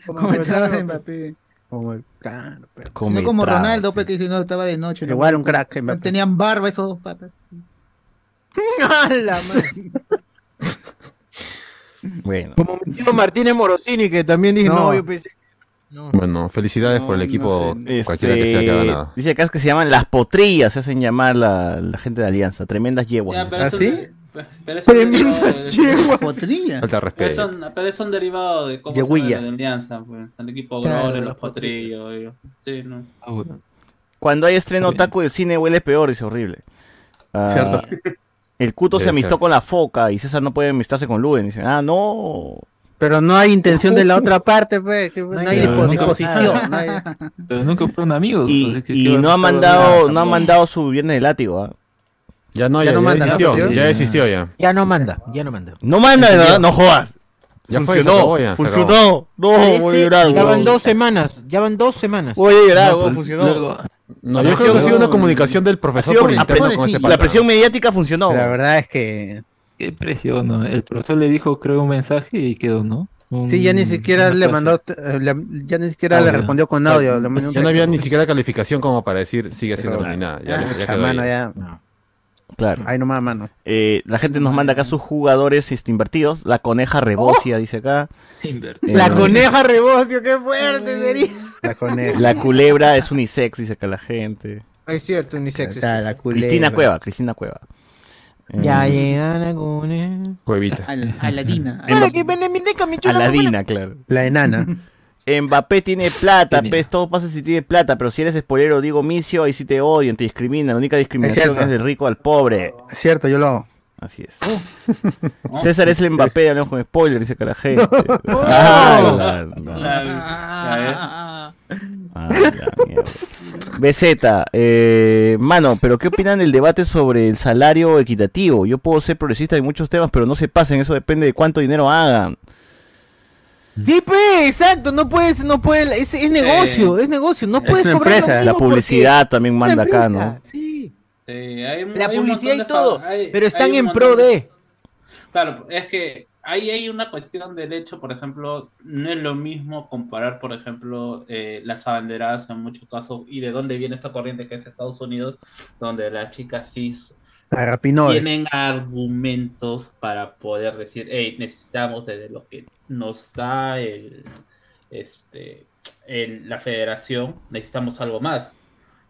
Speaker 9: Cometraba de Mbappé.
Speaker 4: Como el claro, pero-
Speaker 9: No como Ronaldo, pe, que si no estaba de noche. ¿no?
Speaker 4: Igual un crack.
Speaker 9: No Tenían barba esos dos (laughs) patas.
Speaker 2: ¡Hala,
Speaker 1: Bueno.
Speaker 2: Como mi tío Martínez Morosini, que también dije, no,
Speaker 3: No.
Speaker 2: yo pensé.
Speaker 3: Bueno, felicidades por el equipo, cualquiera que sea que ha
Speaker 1: Este,
Speaker 3: ganado.
Speaker 1: dice acá que se llaman las potrillas, se hacen llamar la, la gente de Alianza, tremendas yeguas.
Speaker 10: Ya, pero
Speaker 1: ¿Ah,
Speaker 10: eso-
Speaker 1: sí?
Speaker 10: pero
Speaker 1: (laughs)
Speaker 10: eso-
Speaker 1: Tremendas yeguas.
Speaker 9: Potrillas.
Speaker 1: Falta de
Speaker 10: Pero
Speaker 1: respeto.
Speaker 10: son, pero son derivados de cómo son
Speaker 1: Yeguillas.
Speaker 10: de Alianza, pues. El equipo
Speaker 1: Claro,
Speaker 10: Grones,
Speaker 1: de
Speaker 10: los
Speaker 1: los
Speaker 10: potrillos. yo- Sí, no.
Speaker 1: Ah, Cuando hay estreno taco del cine huele peor, es horrible. Ah,
Speaker 10: Cierto.
Speaker 1: El Cuto se
Speaker 4: Debe
Speaker 1: amistó
Speaker 4: ser.
Speaker 1: con la foca y César no puede amistarse con Luen. Dice, ah, no.
Speaker 4: Pero no hay intención
Speaker 2: (laughs)
Speaker 4: de la otra parte, pues, que no hay
Speaker 1: Pero
Speaker 4: dispo-
Speaker 1: nunca-
Speaker 4: disposición. no hay-
Speaker 1: Ah,
Speaker 15: Pero nunca fueron amigos.
Speaker 1: Y,
Speaker 15: así que
Speaker 1: y
Speaker 15: ¿qué van
Speaker 1: no
Speaker 15: a
Speaker 1: ha
Speaker 15: estar
Speaker 1: mandado,
Speaker 15: hablando?
Speaker 1: no ha mandado su viernes de látigo, ¿ah?
Speaker 3: Ya no,
Speaker 2: Ya ya- no ya manda,
Speaker 3: desistió,
Speaker 2: ¿no?
Speaker 3: ya desistió ya.
Speaker 2: Ya no manda, ya no manda.
Speaker 1: No manda, de verdad, no jodas.
Speaker 3: Ya fue, se
Speaker 1: funcionó.
Speaker 3: acabó ya, se
Speaker 1: funcionó.
Speaker 3: acabó.
Speaker 1: No, voy a llorar,
Speaker 2: Ya van
Speaker 1: huevón.
Speaker 2: dos semanas, ya van dos semanas.
Speaker 1: Voy a llorar,
Speaker 2: No,
Speaker 1: huevón,
Speaker 2: pues,
Speaker 1: funcionó.
Speaker 2: luego-
Speaker 3: No, yo creo que ha sido una comunicación del
Speaker 1: Ha
Speaker 3: profesor
Speaker 1: sido
Speaker 3: por
Speaker 1: la
Speaker 3: interno
Speaker 1: presión-
Speaker 3: con ese
Speaker 1: la
Speaker 3: pata.
Speaker 1: presión mediática funcionó.
Speaker 4: La verdad es que.
Speaker 15: Qué presión, ¿no? El profesor le dijo, creo, un mensaje y quedó, ¿no? Un-
Speaker 4: Sí, ya ni siquiera
Speaker 15: una
Speaker 4: le
Speaker 15: frase.
Speaker 4: mandó, eh, le- ya ni siquiera le
Speaker 15: Audio.
Speaker 4: respondió
Speaker 3: O
Speaker 4: con
Speaker 3: sea,
Speaker 4: audio. le mandó un
Speaker 3: ya no había ni siquiera calificación como para decir sigue siendo ni nada. Ya, ya
Speaker 4: Pucha,
Speaker 3: quedó ahí.
Speaker 4: mano, ya.
Speaker 1: Claro.
Speaker 4: Ahí nomás, mano.
Speaker 1: Eh, la gente nos manda acá sus jugadores este, invertidos. La coneja
Speaker 4: Oh.
Speaker 1: rebocia, dice acá.
Speaker 15: Invertido.
Speaker 2: La
Speaker 1: Eh,
Speaker 2: coneja rebocio, qué fuerte sería.
Speaker 4: La coneja.
Speaker 1: La culebra es unisex, dice acá la gente.
Speaker 2: Es cierto, unisex.
Speaker 4: Está la culebra.
Speaker 1: Cristina Cueva, Cristina Cueva. Eh,
Speaker 2: Ya llegan algunas.
Speaker 1: Cuevita.
Speaker 9: Al-
Speaker 1: (laughs)
Speaker 9: Aladina.
Speaker 1: Mira que
Speaker 2: viene mi neca, mi
Speaker 1: Aladina, claro.
Speaker 4: La enana.
Speaker 1: (laughs) Mbappé tiene plata, pues todo pasa si tiene plata, pero si eres espolero, digo micio, ahí sí te odian, te discriminan. La única
Speaker 4: Es
Speaker 1: discriminación
Speaker 4: cierto.
Speaker 1: es del rico al pobre.
Speaker 4: Es cierto, yo lo hago.
Speaker 1: Así es. César es el Mbappé de Hablemos con Spoiler, dice acá
Speaker 15: (laughs)
Speaker 1: la gente.
Speaker 15: Oh.
Speaker 4: No.
Speaker 1: Ah, la- la- Ah, la mierda. BZ, eh, mano, pero ¿qué opinan del debate sobre el salario equitativo? Yo puedo ser progresista en muchos temas, pero no se pasen, eso depende de cuánto dinero hagan.
Speaker 2: Sí, pe, exacto, no puedes, no puedes, es, es negocio, es negocio, no puedes cobrar Pues, lo mismo
Speaker 1: La
Speaker 2: porque-
Speaker 1: publicidad también
Speaker 2: una
Speaker 1: manda acá,
Speaker 2: empresa,
Speaker 1: ¿no?
Speaker 2: Sí,
Speaker 10: Sí, hay un-
Speaker 2: la
Speaker 10: hay un
Speaker 2: publicidad
Speaker 10: montón
Speaker 2: y
Speaker 10: de
Speaker 2: todo,
Speaker 10: fa- hay-
Speaker 2: pero están
Speaker 10: hay un
Speaker 2: en
Speaker 10: montón
Speaker 2: pro de...
Speaker 10: Claro, es que ahí hay una cuestión del hecho, por ejemplo, no es lo mismo comparar, por ejemplo, eh, las abanderadas en muchos casos y de dónde viene esta corriente que es Estados Unidos, donde las chicas cis
Speaker 4: La Rapinoe.
Speaker 10: tienen argumentos para poder decir, hey, necesitamos desde lo que nos da el, este, el- la federación, necesitamos algo más.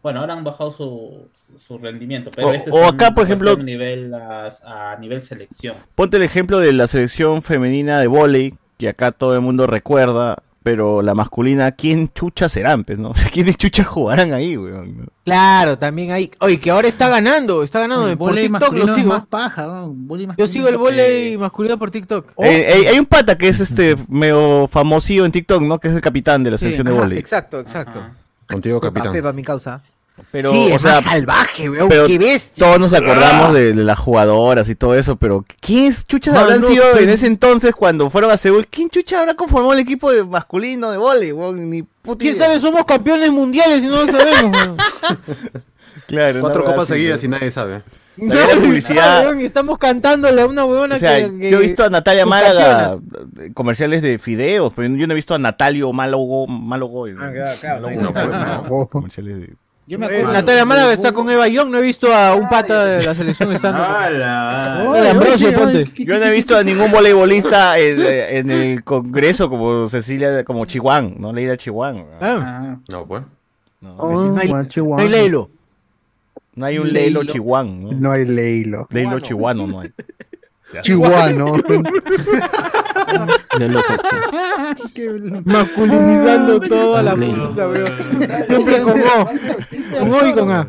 Speaker 10: Bueno, ahora han bajado su, su rendimiento, pero
Speaker 1: O-
Speaker 10: este
Speaker 1: o
Speaker 10: es
Speaker 1: acá, por ejemplo-
Speaker 10: cuestión de nivel a, a nivel selección.
Speaker 1: Ponte el ejemplo de la selección femenina de vóley, que acá todo el mundo recuerda, pero la masculina, ¿quién chucha serán? Pues, ¿no? (laughs) ¿Quiénes chucha jugarán ahí, weón? no?
Speaker 2: Claro, también hay. Oye, que ahora está ganando, está ganando.
Speaker 9: El
Speaker 2: por
Speaker 9: volei
Speaker 2: TikTok
Speaker 9: masculino
Speaker 2: lo
Speaker 9: es
Speaker 2: sigo.
Speaker 9: más paja, ¿no? Un vóley
Speaker 2: Yo
Speaker 9: masculino
Speaker 2: sigo el
Speaker 9: que-
Speaker 2: volei masculino por TikTok.
Speaker 1: Eh, hay- hay un pata que es este medio famosillo en TikTok, ¿no? Que es el capitán de la
Speaker 2: Sí,
Speaker 1: selección de
Speaker 2: ajá,
Speaker 1: vóley.
Speaker 2: Exacto, exacto.
Speaker 1: Contigo,
Speaker 2: A Pepa, mi causa.
Speaker 1: Pero,
Speaker 2: sí,
Speaker 1: o
Speaker 2: es
Speaker 1: sea,
Speaker 2: más salvaje, weón.
Speaker 1: pero
Speaker 2: Qué bestia.
Speaker 1: Todos nos
Speaker 3: Ah.
Speaker 1: acordamos de, de las jugadoras y todo eso, pero ¿quiénes chuchas
Speaker 2: Mano,
Speaker 1: habrán sido
Speaker 2: pero-
Speaker 1: en ese entonces cuando fueron a Seúl? ¿Quién chucha habrá conformado el equipo de masculino de vóley, weón? Ni puta
Speaker 2: ¿Quién
Speaker 1: idea.
Speaker 2: sabe? Somos campeones mundiales y no lo sabemos, weón.
Speaker 1: Claro,
Speaker 3: Cuatro
Speaker 1: una
Speaker 3: copas
Speaker 1: hueá así,
Speaker 3: seguidas
Speaker 1: ¿no?
Speaker 3: y nadie sabe.
Speaker 1: También (laughs) la publicidad-
Speaker 2: weón, y estamos cantándole a Ah, una huevona
Speaker 1: O sea,
Speaker 2: que, que-
Speaker 1: yo he visto a Natalia
Speaker 2: que
Speaker 1: Málaga
Speaker 2: ocasiona.
Speaker 1: eh, comerciales de fideos, pero yo no he visto a Natalio Málago. Málago eh,
Speaker 9: claro, claro,
Speaker 1: Málago,
Speaker 9: no,
Speaker 1: no,
Speaker 9: claro. (laughs)
Speaker 1: no, comerciales de-
Speaker 9: Yo me
Speaker 2: Eh,
Speaker 9: acuerdo.
Speaker 2: Natalia Málaga está con Eva Young, no he visto a un pata de la selección estando.
Speaker 10: ¡Hala!
Speaker 2: Hola, Ambrosio, ponte.
Speaker 1: Yo no he visto a ningún voleibolista en, eh, en el Congreso como Cecilia, como Chihuán, ¿no? Leida Chihuán.
Speaker 3: No, pues.
Speaker 1: No,
Speaker 4: no hay-
Speaker 1: no
Speaker 4: Chihuán.
Speaker 1: hay Leilo. No hay un Leilo,
Speaker 4: Leilo.
Speaker 1: Chihuán. ¿no?
Speaker 4: No hay Leilo.
Speaker 1: Leilo Chihuano no hay.
Speaker 4: (laughs) Chihuano.
Speaker 9: (laughs)
Speaker 15: Ya loco está.
Speaker 2: Masculinizando toda la
Speaker 15: Leilo.
Speaker 2: puta, weón. Siempre con O. Con O y con A.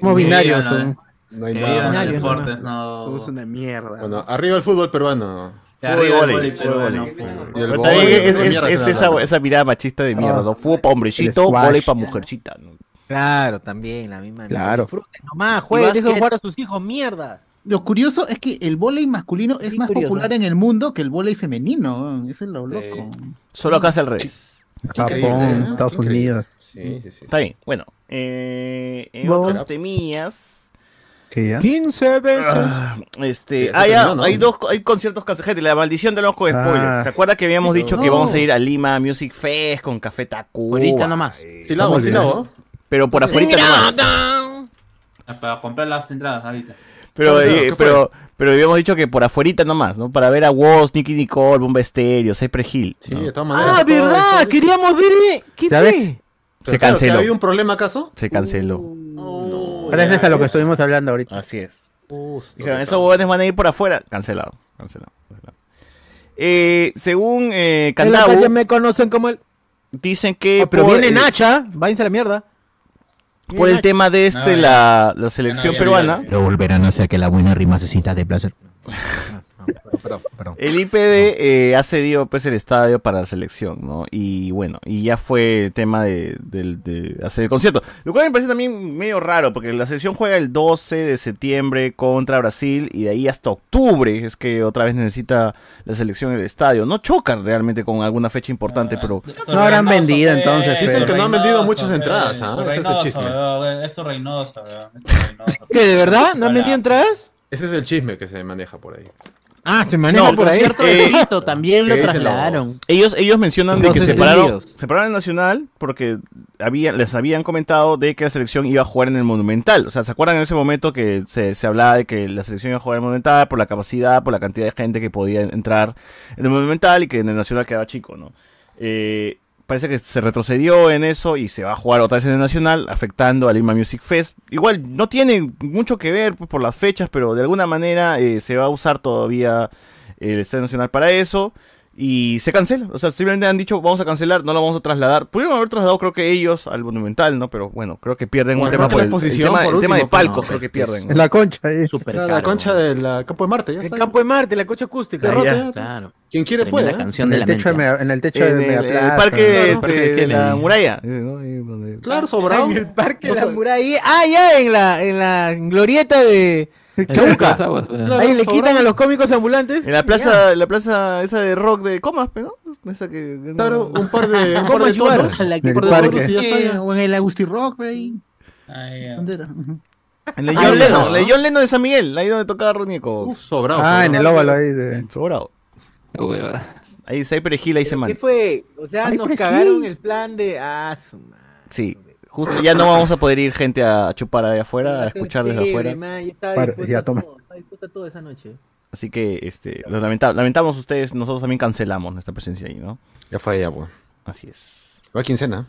Speaker 4: Como binarios,
Speaker 10: Sí,
Speaker 4: son.
Speaker 3: No hay
Speaker 10: Sí,
Speaker 3: nada.
Speaker 10: los
Speaker 3: Nadie,
Speaker 10: deportes, no.
Speaker 3: Somos
Speaker 9: una mierda.
Speaker 3: Bueno, arriba el fútbol peruano.
Speaker 10: Ya, arriba el
Speaker 3: Fútbol,
Speaker 10: vóley,
Speaker 3: fútbol,
Speaker 10: peruano,
Speaker 3: fútbol.
Speaker 10: fútbol.
Speaker 3: Y (laughs) el
Speaker 1: Pero
Speaker 3: vóley,
Speaker 1: también es,
Speaker 3: qué
Speaker 1: es-
Speaker 3: mierda
Speaker 1: es
Speaker 3: están
Speaker 1: esa,
Speaker 3: hablando.
Speaker 1: esa mirada machista de mierda, ¿no? Fútbol para hombrecito,
Speaker 4: Ah, el squash.
Speaker 1: vóley para mujercita. ¿no?
Speaker 2: Claro, también, la misma.
Speaker 4: Claro.
Speaker 2: Disfruten nomás, jueguen,
Speaker 9: Y
Speaker 2: dejen
Speaker 9: básquet.
Speaker 2: jugar a sus hijos, mierda.
Speaker 9: Lo curioso es que el vóley masculino es más
Speaker 2: curioso.
Speaker 9: popular en el mundo que el vóley femenino. weón. Eso es lo loco.
Speaker 1: Solo acá es al revés.
Speaker 4: Japón, Estados Unidos.
Speaker 1: Está bien, bueno. Eh, en
Speaker 4: Vamos.
Speaker 1: otros temillas.
Speaker 4: ¿Qué ya?
Speaker 1: 15 veces. este,
Speaker 4: Ya se
Speaker 1: ah, ya,
Speaker 4: terminó, ¿no?
Speaker 1: hay dos hay conciertos cancelados. Gente, La maldición de los con spoilers.
Speaker 4: Ah.
Speaker 1: ¿Se acuerda que habíamos dicho que
Speaker 4: No.
Speaker 1: vamos a ir a Lima Music Fest con Café Tacuba?
Speaker 7: Ahorita nomás.
Speaker 1: Eh,
Speaker 3: Sí la hago, sí la hago.
Speaker 1: Pero por afuera nomás.
Speaker 10: Ah, Para comprar las entradas ahorita.
Speaker 1: Pero, eh,
Speaker 10: ¿Qué fue?
Speaker 1: pero, pero habíamos dicho que por afuerita nomás, ¿no? Para ver a Woz, Nicky Nicole, Bomba Estéreo, Cypress Hill. Sí,
Speaker 3: de todas maneras.
Speaker 2: Ah,
Speaker 3: todo-
Speaker 2: verdad, queríamos ver. eh, ¿Qué
Speaker 1: ¿Ya ves?
Speaker 2: fue?
Speaker 1: Se
Speaker 3: Pero claro, ¿que ¿Ha
Speaker 1: canceló.
Speaker 3: habido un problema acaso?
Speaker 1: Se canceló. Uh,
Speaker 4: Gracias a lo que estuvimos hablando ahorita.
Speaker 1: Así es. Dijeron, esos huevones van a ir por afuera. Cancelado. Cancelado. cancelado. Eh, según eh,
Speaker 2: En la
Speaker 1: Candabu,
Speaker 2: calle me conocen como el.
Speaker 1: dicen que.
Speaker 2: Ah, pero
Speaker 1: por,
Speaker 2: viene
Speaker 1: eh,
Speaker 2: Nacha, váyanse a la mierda.
Speaker 1: Por el tema de este,
Speaker 2: Ah,
Speaker 1: la, la selección peruana,
Speaker 13: Pero volverán a hacer que la buena rima se sienta de placer.
Speaker 1: el IPD eh, ha cedido pues, el estadio para la selección, ¿no? Y bueno, y ya fue el tema de, del- de hacer el concierto. Lo cual me parece también medio raro, porque la selección juega el 12 de septiembre contra Brasil y de ahí hasta octubre es que otra vez necesita la selección el estadio. No chocan realmente con alguna fecha importante, pero...
Speaker 4: No habrán vendido entonces.
Speaker 3: Dicen que no han vendido muchas entradas, ¿ah?
Speaker 10: Esto
Speaker 3: Ese es el
Speaker 10: Reynosa,
Speaker 3: chisme.
Speaker 10: weón, esto Reynosa, weón.
Speaker 2: ¿Qué, de verdad? ¿No
Speaker 10: Hola.
Speaker 2: han vendido entradas?
Speaker 3: Ese es el chisme que se maneja por ahí.
Speaker 2: Ah, se maneja
Speaker 1: No,
Speaker 2: por ahí.
Speaker 1: concierto de Eh, Fito
Speaker 7: también
Speaker 1: lo Ellos, ellos mencionan de
Speaker 2: Los
Speaker 1: que separaron,
Speaker 2: entendidos.
Speaker 1: separaron el Nacional porque había, les habían comentado de que la selección iba a jugar en el Monumental. O sea, ¿se acuerdan en ese momento que se, se hablaba de que la selección iba a jugar en el Monumental por la capacidad, por la cantidad de gente que podía entrar en el Monumental y que en el Nacional quedaba chico, ¿no? Eh, parece que se retrocedió en eso y se va a jugar otra vez en el Nacional, afectando a Lima Music Fest. Igual, no tiene mucho que ver pues, por las fechas, pero de alguna manera eh, se va a usar todavía el Estadio Nacional para eso. Y se cancela. O sea, simplemente han dicho, vamos a cancelar, no lo vamos a trasladar. Pudieron haber trasladado, creo que ellos, al Monumental, ¿no? Pero bueno, creo que pierden un
Speaker 3: Bueno,
Speaker 1: tema
Speaker 3: creo que
Speaker 1: por
Speaker 3: la
Speaker 1: el, el
Speaker 3: exposición,
Speaker 1: tema,
Speaker 3: por
Speaker 1: el tema de
Speaker 3: último, pues,
Speaker 1: palcos,
Speaker 3: no,
Speaker 1: creo que
Speaker 3: pues,
Speaker 1: pierden.
Speaker 4: En la concha. eh.
Speaker 3: Era la concha del ah, Campo de Marte, ya
Speaker 2: El
Speaker 3: está.
Speaker 2: campo de Marte, la cocha acústica.
Speaker 3: Cerró,
Speaker 2: Ya.
Speaker 3: ya. Quien quiere
Speaker 2: Tremenda
Speaker 3: puede. ¿eh?
Speaker 7: canción.
Speaker 4: En
Speaker 7: de
Speaker 4: el
Speaker 7: la
Speaker 4: techo de
Speaker 7: mente.
Speaker 4: Mega- en el techo
Speaker 1: En
Speaker 4: de
Speaker 1: el, el
Speaker 4: Megaplaza.
Speaker 1: parque
Speaker 4: Claro,
Speaker 1: de,
Speaker 4: parque
Speaker 1: la
Speaker 4: Kennedy.
Speaker 1: muralla. eh, ¿no? Ahí donde-
Speaker 3: Claro, sobrado.
Speaker 2: En el parque de
Speaker 3: O
Speaker 2: la
Speaker 3: sea-
Speaker 2: muralla. Ah, ya, en la, en la glorieta de Chabuca.
Speaker 15: Las aguas, weón.
Speaker 2: Ahí le quitan a los cómicos ambulantes.
Speaker 1: En la plaza, la plaza esa de rock de Comas, ¿no? Esa que.
Speaker 3: Claro, un par de, un par
Speaker 2: Comas
Speaker 3: de
Speaker 2: Yubar.
Speaker 3: tonos.
Speaker 2: Ojalá
Speaker 4: que-
Speaker 3: Un par de
Speaker 4: Parque.
Speaker 3: tonos y ya está.
Speaker 9: Eh,
Speaker 3: ya.
Speaker 9: o en el Agustín Rock, por ahí. ¿Dónde era?
Speaker 1: En el
Speaker 9: Ah,
Speaker 1: John
Speaker 9: ya.
Speaker 1: Lennon, en el John Lennon de San Miguel, ahí donde tocaba Ronnie Cox.
Speaker 3: sobrado.
Speaker 4: Ah, en el óvalo ahí. de-
Speaker 1: Sobrado. Ahí Cypress Hill, ahí se man.
Speaker 2: ¿Qué fue? O sea,
Speaker 4: Ay,
Speaker 2: nos
Speaker 4: pues sí.
Speaker 2: cagaron el plan de. Ah, su madre.
Speaker 1: Sí. Justo ya no vamos a poder ir gente a chupar allá afuera, a Ah, escuchar desde
Speaker 2: Chévere,
Speaker 1: afuera.
Speaker 2: man, yo estaba
Speaker 1: Para-
Speaker 2: dispuesto
Speaker 1: ya
Speaker 2: a
Speaker 1: toma.
Speaker 2: todo, estaba dispuesto a todo esa noche.
Speaker 1: Así que este, lo lamenta- lamentamos ustedes, nosotros también cancelamos nuestra presencia ahí, ¿no?
Speaker 3: Ya fue allá, pues.
Speaker 1: Así es.
Speaker 3: Va a quincena.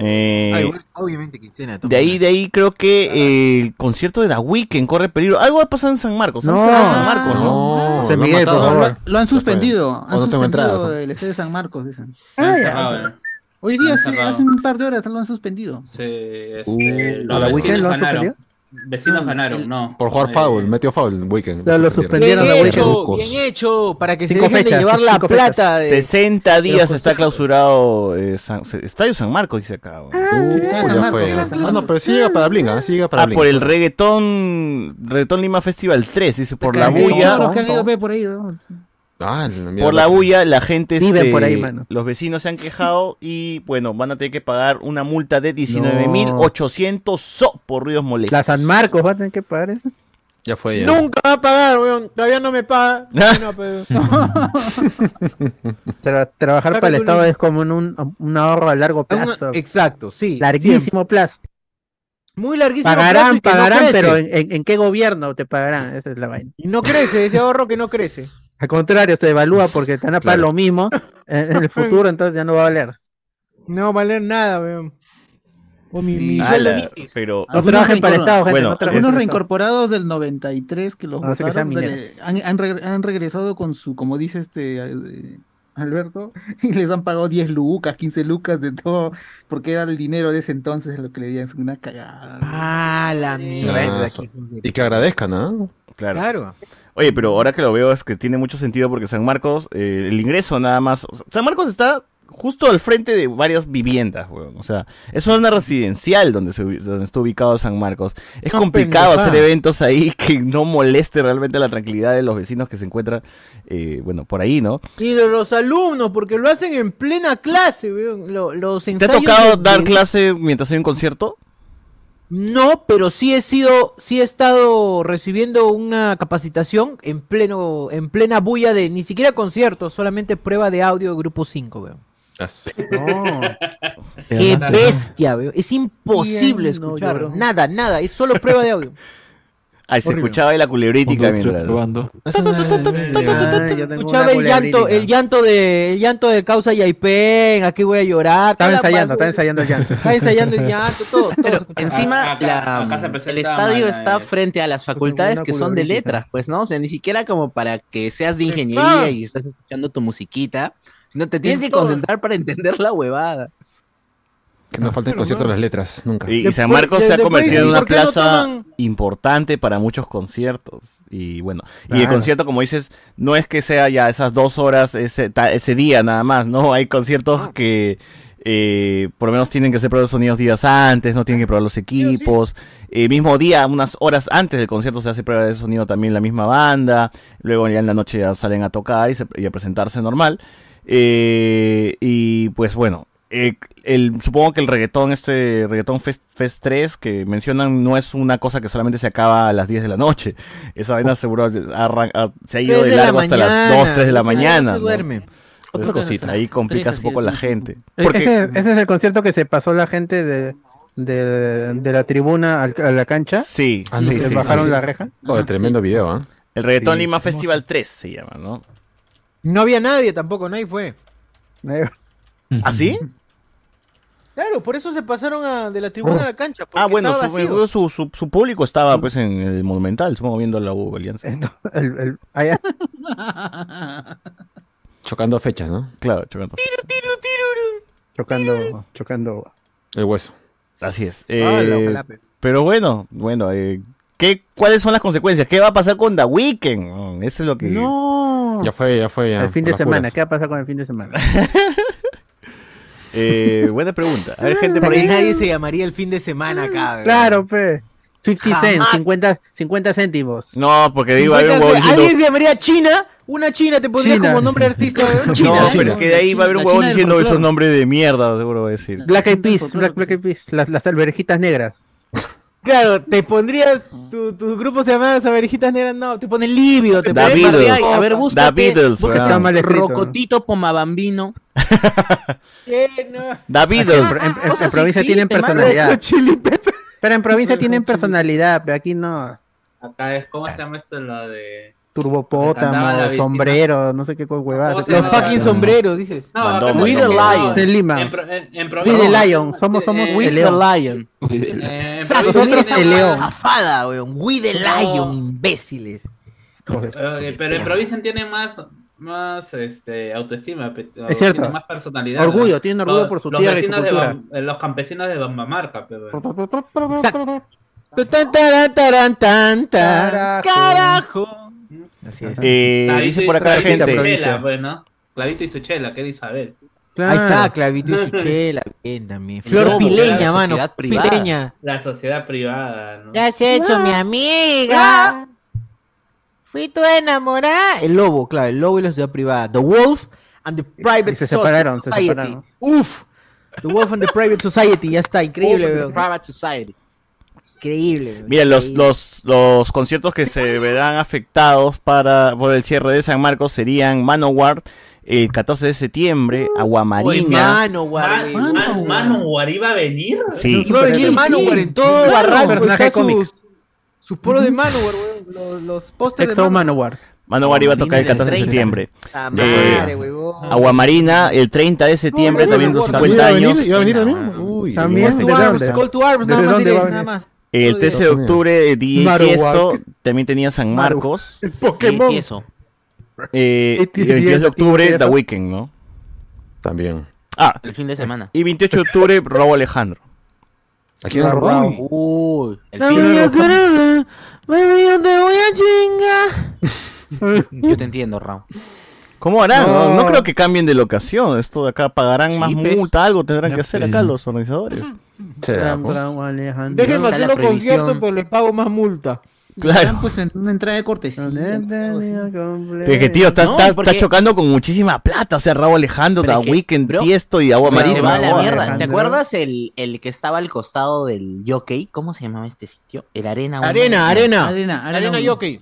Speaker 1: Eh,
Speaker 2: Ah, igual, obviamente quincena.
Speaker 1: de ahí, de ahí creo que eh, el concierto de The Weeknd corre peligro. Algo ha pasado en San Marcos. Han
Speaker 9: No.
Speaker 1: cerrado San Marcos,
Speaker 9: No,
Speaker 1: ¿no?
Speaker 9: San
Speaker 1: lo han
Speaker 9: Miguel,
Speaker 1: matado.
Speaker 9: por favor. Lo han suspendido. Han
Speaker 1: O no tengo
Speaker 9: suspendido
Speaker 1: entradas, ¿no?
Speaker 9: el estadio de San Marcos, dicen.
Speaker 10: Ah, ya.
Speaker 9: Hoy día,
Speaker 10: Han
Speaker 9: sí,
Speaker 10: cerrado.
Speaker 9: hace un par de horas lo han suspendido.
Speaker 10: Sí, este,
Speaker 3: Uh,
Speaker 10: los
Speaker 3: ¿a la
Speaker 10: vecinos
Speaker 3: Weekend lo han
Speaker 10: ganaron.
Speaker 3: suspendido?
Speaker 10: Vecinos ganaron, no. Eh,
Speaker 3: Por jugar foul, metió foul Weekend.
Speaker 4: Lo- lo suspendieron
Speaker 3: la
Speaker 4: a
Speaker 3: Weekend.
Speaker 2: Bien hecho, para que
Speaker 4: Cinco
Speaker 2: se dejen
Speaker 4: fechas,
Speaker 2: de llevar la
Speaker 4: cinco
Speaker 2: plata. De...
Speaker 1: 60
Speaker 2: de los
Speaker 1: días está clausurado eh, San- se- Estadio San Marcos, dice acá. güey.
Speaker 3: Ah, ya fue. Ah, no, pero sí llega para Blinga, sí llega para
Speaker 1: Ah,
Speaker 3: Blinga.
Speaker 1: por el reggaetón, reggaetón Lima Festival 3, dice, por la
Speaker 9: Hay
Speaker 1: bulla.
Speaker 9: choros que han ido, ve, por ahí, ¿no?
Speaker 3: Ah,
Speaker 1: Por la bulla, la gente
Speaker 9: Viven
Speaker 1: este,
Speaker 9: por ahí, mano.
Speaker 1: los vecinos se han quejado y bueno, van a tener que pagar una multa de 19.800 so por ruidos molestos.
Speaker 4: La San Marcos va a tener que pagar eso.
Speaker 3: Ya fue
Speaker 1: eh,
Speaker 3: ya.
Speaker 2: Nunca va a pagar, weón. Todavía no
Speaker 1: (laughs)
Speaker 2: me paga. No, pero-
Speaker 4: Tra- trabajar para el Estado es como un, un, un ahorro a largo plazo.
Speaker 2: Exacto, sí.
Speaker 4: Larguísimo plazo.
Speaker 2: Muy larguísimo. plazo
Speaker 4: Pagarán,
Speaker 2: y que no
Speaker 4: pagarán,
Speaker 2: crece.
Speaker 4: pero en, en- en qué gobierno te pagarán? Esa es la vaina.
Speaker 2: Y no crece, ese ahorro que no crece.
Speaker 4: Al contrario, se devalúa porque te van a pagar lo mismo eh, en el futuro, entonces ya no va a valer.
Speaker 2: No valer nada, weón.
Speaker 9: O mi-
Speaker 1: Ah,
Speaker 9: sueldo
Speaker 1: la-
Speaker 9: ni-
Speaker 1: pero
Speaker 9: Algunos
Speaker 4: trabajen para el
Speaker 9: reincor-
Speaker 4: Estado, gente, no trabajen
Speaker 9: algunos
Speaker 4: para el Estado.
Speaker 9: reincorporados del 93 que los
Speaker 4: No sé que sean
Speaker 9: votaron, dale,
Speaker 4: mineros.
Speaker 9: han, han reg- han regresado con su, como dice este eh, Alberto, (laughs) y les han pagado 10 lucas, 15 lucas de todo, porque era el dinero de ese entonces lo que le dieron, es una cagada.
Speaker 2: Ah, la
Speaker 1: mierda,
Speaker 3: eso. Y que agradezcan, ¿ah? ¿no?
Speaker 1: Claro. Oye, pero ahora que lo veo es que tiene mucho sentido porque San Marcos, eh, el ingreso nada más. o sea, San Marcos está justo al frente de varias viviendas, weón. O sea, es una zona residencial donde, se ubi- donde está ubicado San Marcos. Es
Speaker 2: No,
Speaker 1: complicado
Speaker 2: pendejada.
Speaker 1: hacer eventos ahí (laughs) que no moleste realmente la tranquilidad de los vecinos que se encuentran, eh, bueno, por ahí, ¿no?
Speaker 2: Y de los alumnos, porque lo hacen en plena clase, weón. Lo- los
Speaker 1: ¿Te ha
Speaker 2: ensayos
Speaker 1: tocado
Speaker 2: de-
Speaker 1: dar
Speaker 2: de-
Speaker 1: clase mientras hay un concierto?
Speaker 2: No, pero sí he sido, sí he estado recibiendo una capacitación en pleno, en plena bulla de ni siquiera conciertos, solamente prueba de audio de grupo 5, weón. Qué bestia, weón. Es imposible
Speaker 9: Bien, no
Speaker 2: escuchar
Speaker 9: lloró.
Speaker 2: nada, nada, es solo prueba
Speaker 1: (laughs)
Speaker 2: de audio.
Speaker 1: Ay, se
Speaker 2: Horrible.
Speaker 1: escuchaba ahí la culebrítica
Speaker 16: Cuando estoy
Speaker 1: mientras.
Speaker 16: probando.
Speaker 9: (laughs)
Speaker 2: Escuchaba el llanto, el llanto de, el llanto de causa Yaipen, aquí voy a llorar.
Speaker 4: Estaba
Speaker 2: toda la
Speaker 4: ensayando, estaba
Speaker 2: basura.
Speaker 4: ensayando el llanto.
Speaker 2: (laughs) Estaba ensayando
Speaker 4: (laughs)
Speaker 2: el llanto, todo, todo. se escuchaba.
Speaker 7: Encima,
Speaker 10: Ah, Acá-
Speaker 7: la-
Speaker 10: acá se presenta eh.
Speaker 7: el estadio
Speaker 10: Manae.
Speaker 7: está frente a las facultades que son de letras, pues, ¿no? O sea, ni siquiera como para que seas de
Speaker 2: Ah.
Speaker 7: ingeniería y estás escuchando tu musiquita, sino te tienes que concentrar para entender la huevada.
Speaker 3: Que Ah, no falta el concierto de las letras, nunca.
Speaker 1: Y, y San Marcos se ha convertido en una plaza importante para muchos conciertos. Y bueno, y el
Speaker 3: Claro.
Speaker 1: concierto, como dices, no es que sea ya esas dos horas, ese, ta- ese día nada más, ¿no? Hay conciertos que eh, por lo menos tienen que hacer pruebas de sonidos días antes, no tienen que probar los equipos. Eh, mismo día, unas horas antes del concierto se hace prueba de sonido también la misma banda. Luego ya en la noche ya salen a tocar y, se- y a presentarse normal. Eh, y pues bueno, eh, el, supongo que el reggaetón, este reggaetón Fest, Fest 3 que mencionan, no es una cosa que solamente se acaba a las 10 de la noche. (laughs) Esa vaina seguro arran- ah, se ha ido
Speaker 2: 3
Speaker 1: de
Speaker 2: de la
Speaker 1: largo hasta las
Speaker 2: mañana,
Speaker 1: 2, 3 de la
Speaker 2: o sea, no se
Speaker 1: mañana.
Speaker 2: duerme.
Speaker 1: Otra cosita. Ahí complicas un poco la gente.
Speaker 4: E- Ese, ese es el concierto que se pasó la gente de, de, de la tribuna al- a la cancha.
Speaker 1: Sí,
Speaker 4: Ah, no,
Speaker 1: sí,
Speaker 4: que
Speaker 1: sí,
Speaker 4: bajaron
Speaker 1: sí.
Speaker 4: la reja.
Speaker 3: Oye, tremendo video, ¿ah?
Speaker 1: El reggaetón
Speaker 3: Sí,
Speaker 1: Lima Festival 3 se llama, ¿no?
Speaker 2: No había nadie tampoco, nadie fue.
Speaker 1: ¿Así?
Speaker 2: Claro, por eso se pasaron a- de la tribuna a la cancha.
Speaker 1: Ah, bueno, su,
Speaker 2: vacío.
Speaker 1: su- su- su público estaba pues en el Monumental, supongo, viendo la U Alianza.
Speaker 4: El- el- allá-
Speaker 3: Chocando fechas, ¿no?
Speaker 1: Claro, chocando.
Speaker 4: chocando, chocando.
Speaker 3: El hueso.
Speaker 1: Así es.
Speaker 4: Ah, la
Speaker 1: Eh,
Speaker 4: ojalá, pe.
Speaker 1: pero bueno, bueno, eh, ¿qué, ¿cuáles son las consecuencias? ¿Qué va a pasar con The Weeknd? Mm, Eso es lo que...
Speaker 4: No.
Speaker 3: Ya fue, ya fue. Ya,
Speaker 4: el fin
Speaker 3: por
Speaker 4: de
Speaker 3: las
Speaker 4: semana,
Speaker 3: puras.
Speaker 4: ¿qué va a pasar con el fin de semana?
Speaker 1: Eh, buena pregunta. A ver,
Speaker 4: (laughs)
Speaker 1: gente por
Speaker 2: Porque
Speaker 1: ahí.
Speaker 2: nadie se llamaría el fin de semana acá, weón.
Speaker 4: Claro, pues. 50 cents,
Speaker 2: Jamás.
Speaker 4: 50, 50 céntimos.
Speaker 1: No, porque digo, hay un huevón
Speaker 2: Entonces, Alguien se
Speaker 1: diciendo...
Speaker 2: llamaría China, una China te pondría
Speaker 4: China.
Speaker 2: como nombre de artista, weón.
Speaker 1: No,
Speaker 2: China.
Speaker 1: pero que de ahí va a haber un
Speaker 4: La
Speaker 1: huevón
Speaker 4: China del
Speaker 1: diciendo
Speaker 4: folclore.
Speaker 1: esos nombres de mierda, seguro va a decir.
Speaker 4: Black Eyed Peas, Black, Black Eyed Peas, las, las alberjitas negras.
Speaker 2: Claro, te pondrías, tu, tu grupo se llama las Abejitas Negras, no, te pones Livio, te
Speaker 1: Da
Speaker 2: pones
Speaker 1: Beatles.
Speaker 7: Así hay, a ver,
Speaker 1: Da
Speaker 7: búscate,
Speaker 1: Beatles,
Speaker 7: búscate
Speaker 1: weón. Está mal escrito,
Speaker 7: Rocotito Pomabambino.
Speaker 1: David.
Speaker 4: En, en- en- en
Speaker 7: Cosas
Speaker 4: provincia tienen
Speaker 7: existen, mano.
Speaker 4: personalidad. Pero en provincia tienen personalidad, pero aquí no.
Speaker 10: Acá es, ¿cómo se llama esto? La de
Speaker 4: Turbopótamo,
Speaker 2: Cantaba la vecina.
Speaker 4: sombrero, no sé qué co- huevadas.
Speaker 2: Los fucking sombreros, dices.
Speaker 4: No, acá
Speaker 2: Bandoma.
Speaker 4: no. We the Lion. De Lima.
Speaker 10: En, pro- en- en
Speaker 4: We
Speaker 10: provincia-
Speaker 4: the Lion, somos, somos
Speaker 10: eh,
Speaker 4: el león.
Speaker 10: Eh, en
Speaker 2: Exacto,
Speaker 10: provincia-
Speaker 2: nosotros el león.
Speaker 10: Ah,
Speaker 2: Afada, weón. We the
Speaker 10: No.
Speaker 2: lion, imbéciles.
Speaker 10: eh, Pero en provincia tiene más, más este, autoestima, pe- o
Speaker 4: cierto.
Speaker 10: tiene más personalidad.
Speaker 4: Orgullo,
Speaker 10: ¿no?
Speaker 4: tienen orgullo por su
Speaker 10: los
Speaker 4: tierra y su
Speaker 10: vecinos de
Speaker 4: cultura.
Speaker 10: Bam- eh, los campesinos de Bambamarca. pe, weón.
Speaker 2: Tu tan, taran, taran, tan, tan. Carajo. Así es.
Speaker 1: Eh,
Speaker 10: Clavito
Speaker 1: dice
Speaker 10: y-
Speaker 1: por acá la
Speaker 10: Clavito y
Speaker 1: gente.
Speaker 10: su chela, pues, ¿no? Clavito y su chela, ¿qué dice Isabel?
Speaker 2: Ahí está, Clavito
Speaker 10: (laughs)
Speaker 2: y Suchela, bien también. Flor
Speaker 10: Luego,
Speaker 2: pileña,
Speaker 10: la
Speaker 2: mano.
Speaker 10: sociedad privada.
Speaker 2: Pileña.
Speaker 10: La sociedad privada, ¿no? Ah,
Speaker 2: Ya se ha hecho
Speaker 9: Ah.
Speaker 2: mi amiga. Fui tu enamorada. El lobo, claro, el lobo y la sociedad privada. The Wolf and the Private
Speaker 4: Y se
Speaker 2: Soci-
Speaker 4: separaron, se
Speaker 2: Society.
Speaker 4: separaron.
Speaker 2: Uf. The Wolf and the Private Society, ya está, increíble,
Speaker 7: Wolf and the
Speaker 2: weón. Private Society. Increíble, weón.
Speaker 1: Mira, los, los, los conciertos que se verán afectados para, por el cierre de San Marcos serían Manowar el 14 de septiembre,
Speaker 2: Uh, Uy,
Speaker 1: Aguamarina.
Speaker 2: mano, guarda.
Speaker 10: Man- Man- Manowar iba a venir.
Speaker 1: Sí.
Speaker 2: Iba a venir
Speaker 1: Sí.
Speaker 2: Manowar en todo
Speaker 1: Claro,
Speaker 2: Barranco.
Speaker 1: personaje
Speaker 2: está
Speaker 1: cómic.
Speaker 2: Sus, sus poros de Manowar, weón. Los, los pósteres de
Speaker 4: Exo
Speaker 2: Manowar.
Speaker 4: Manowar.
Speaker 1: Manowar iba a tocar el 14 de
Speaker 4: 30.
Speaker 1: septiembre.
Speaker 2: Ah,
Speaker 1: Eh,
Speaker 2: madre, huevón.
Speaker 1: Aguamarina el 30 de septiembre,
Speaker 2: No,
Speaker 1: también
Speaker 2: no,
Speaker 1: los
Speaker 2: no,
Speaker 1: 50
Speaker 3: ¿Iba a venir?
Speaker 1: años.
Speaker 3: ¿Iba a venir también? Uy,
Speaker 1: También.
Speaker 3: señor.
Speaker 2: Call to arms, call to arms, Pues nada
Speaker 4: ¿Desde
Speaker 2: más
Speaker 4: dónde
Speaker 2: diré,
Speaker 4: va a
Speaker 2: nada más.
Speaker 1: El 13 de
Speaker 4: Dios mío.
Speaker 1: octubre, eh, DJ
Speaker 4: Marowak.
Speaker 1: Tiesto, también tenía San
Speaker 4: Marowak.
Speaker 1: Marcos.
Speaker 4: El Pokémon.
Speaker 1: Eh, eh, y el 22 de octubre, The Weeknd, ¿no?
Speaker 12: También.
Speaker 1: Ah,
Speaker 7: El fin de semana.
Speaker 1: y 28 de octubre, Raúl Alejandro.
Speaker 12: ¿A
Speaker 7: quién han robado? Uy, el
Speaker 2: No
Speaker 7: fin
Speaker 2: me
Speaker 7: de
Speaker 2: yo quiero, baby, yo te voy a chingar.
Speaker 7: Yo te entiendo, Raúl.
Speaker 1: ¿Cómo harán? No.
Speaker 7: No.
Speaker 1: No creo que cambien de locación. Esto de acá pagarán más
Speaker 7: pues.
Speaker 1: multa, algo tendrán
Speaker 7: Ya,
Speaker 1: que hacer
Speaker 7: pues.
Speaker 1: acá los organizadores.
Speaker 2: Déjenme
Speaker 4: Está la
Speaker 2: hacer los
Speaker 4: previsión.
Speaker 2: conciertos, pero les pago más multa.
Speaker 1: Claro.
Speaker 9: Están, pues en una entrada de cortesía. pues,
Speaker 1: Es que tío, estás,
Speaker 7: No,
Speaker 1: estás-
Speaker 7: porque-
Speaker 1: estás chocando con muchísima plata. O sea, Raúl Alejandro,
Speaker 7: Pero
Speaker 1: The
Speaker 7: es que,
Speaker 1: Weeknd,
Speaker 7: bro,
Speaker 1: Tiesto y Agua
Speaker 7: Se
Speaker 1: Marina.
Speaker 7: va a la
Speaker 1: Agua
Speaker 7: mierda. ¿Te
Speaker 1: Alejandro.
Speaker 7: acuerdas el, el que estaba al costado del Jockey? ¿Cómo se llamaba este sitio? El Arena. uno.
Speaker 2: Arena,
Speaker 7: No.
Speaker 2: arena. Arena, jockey.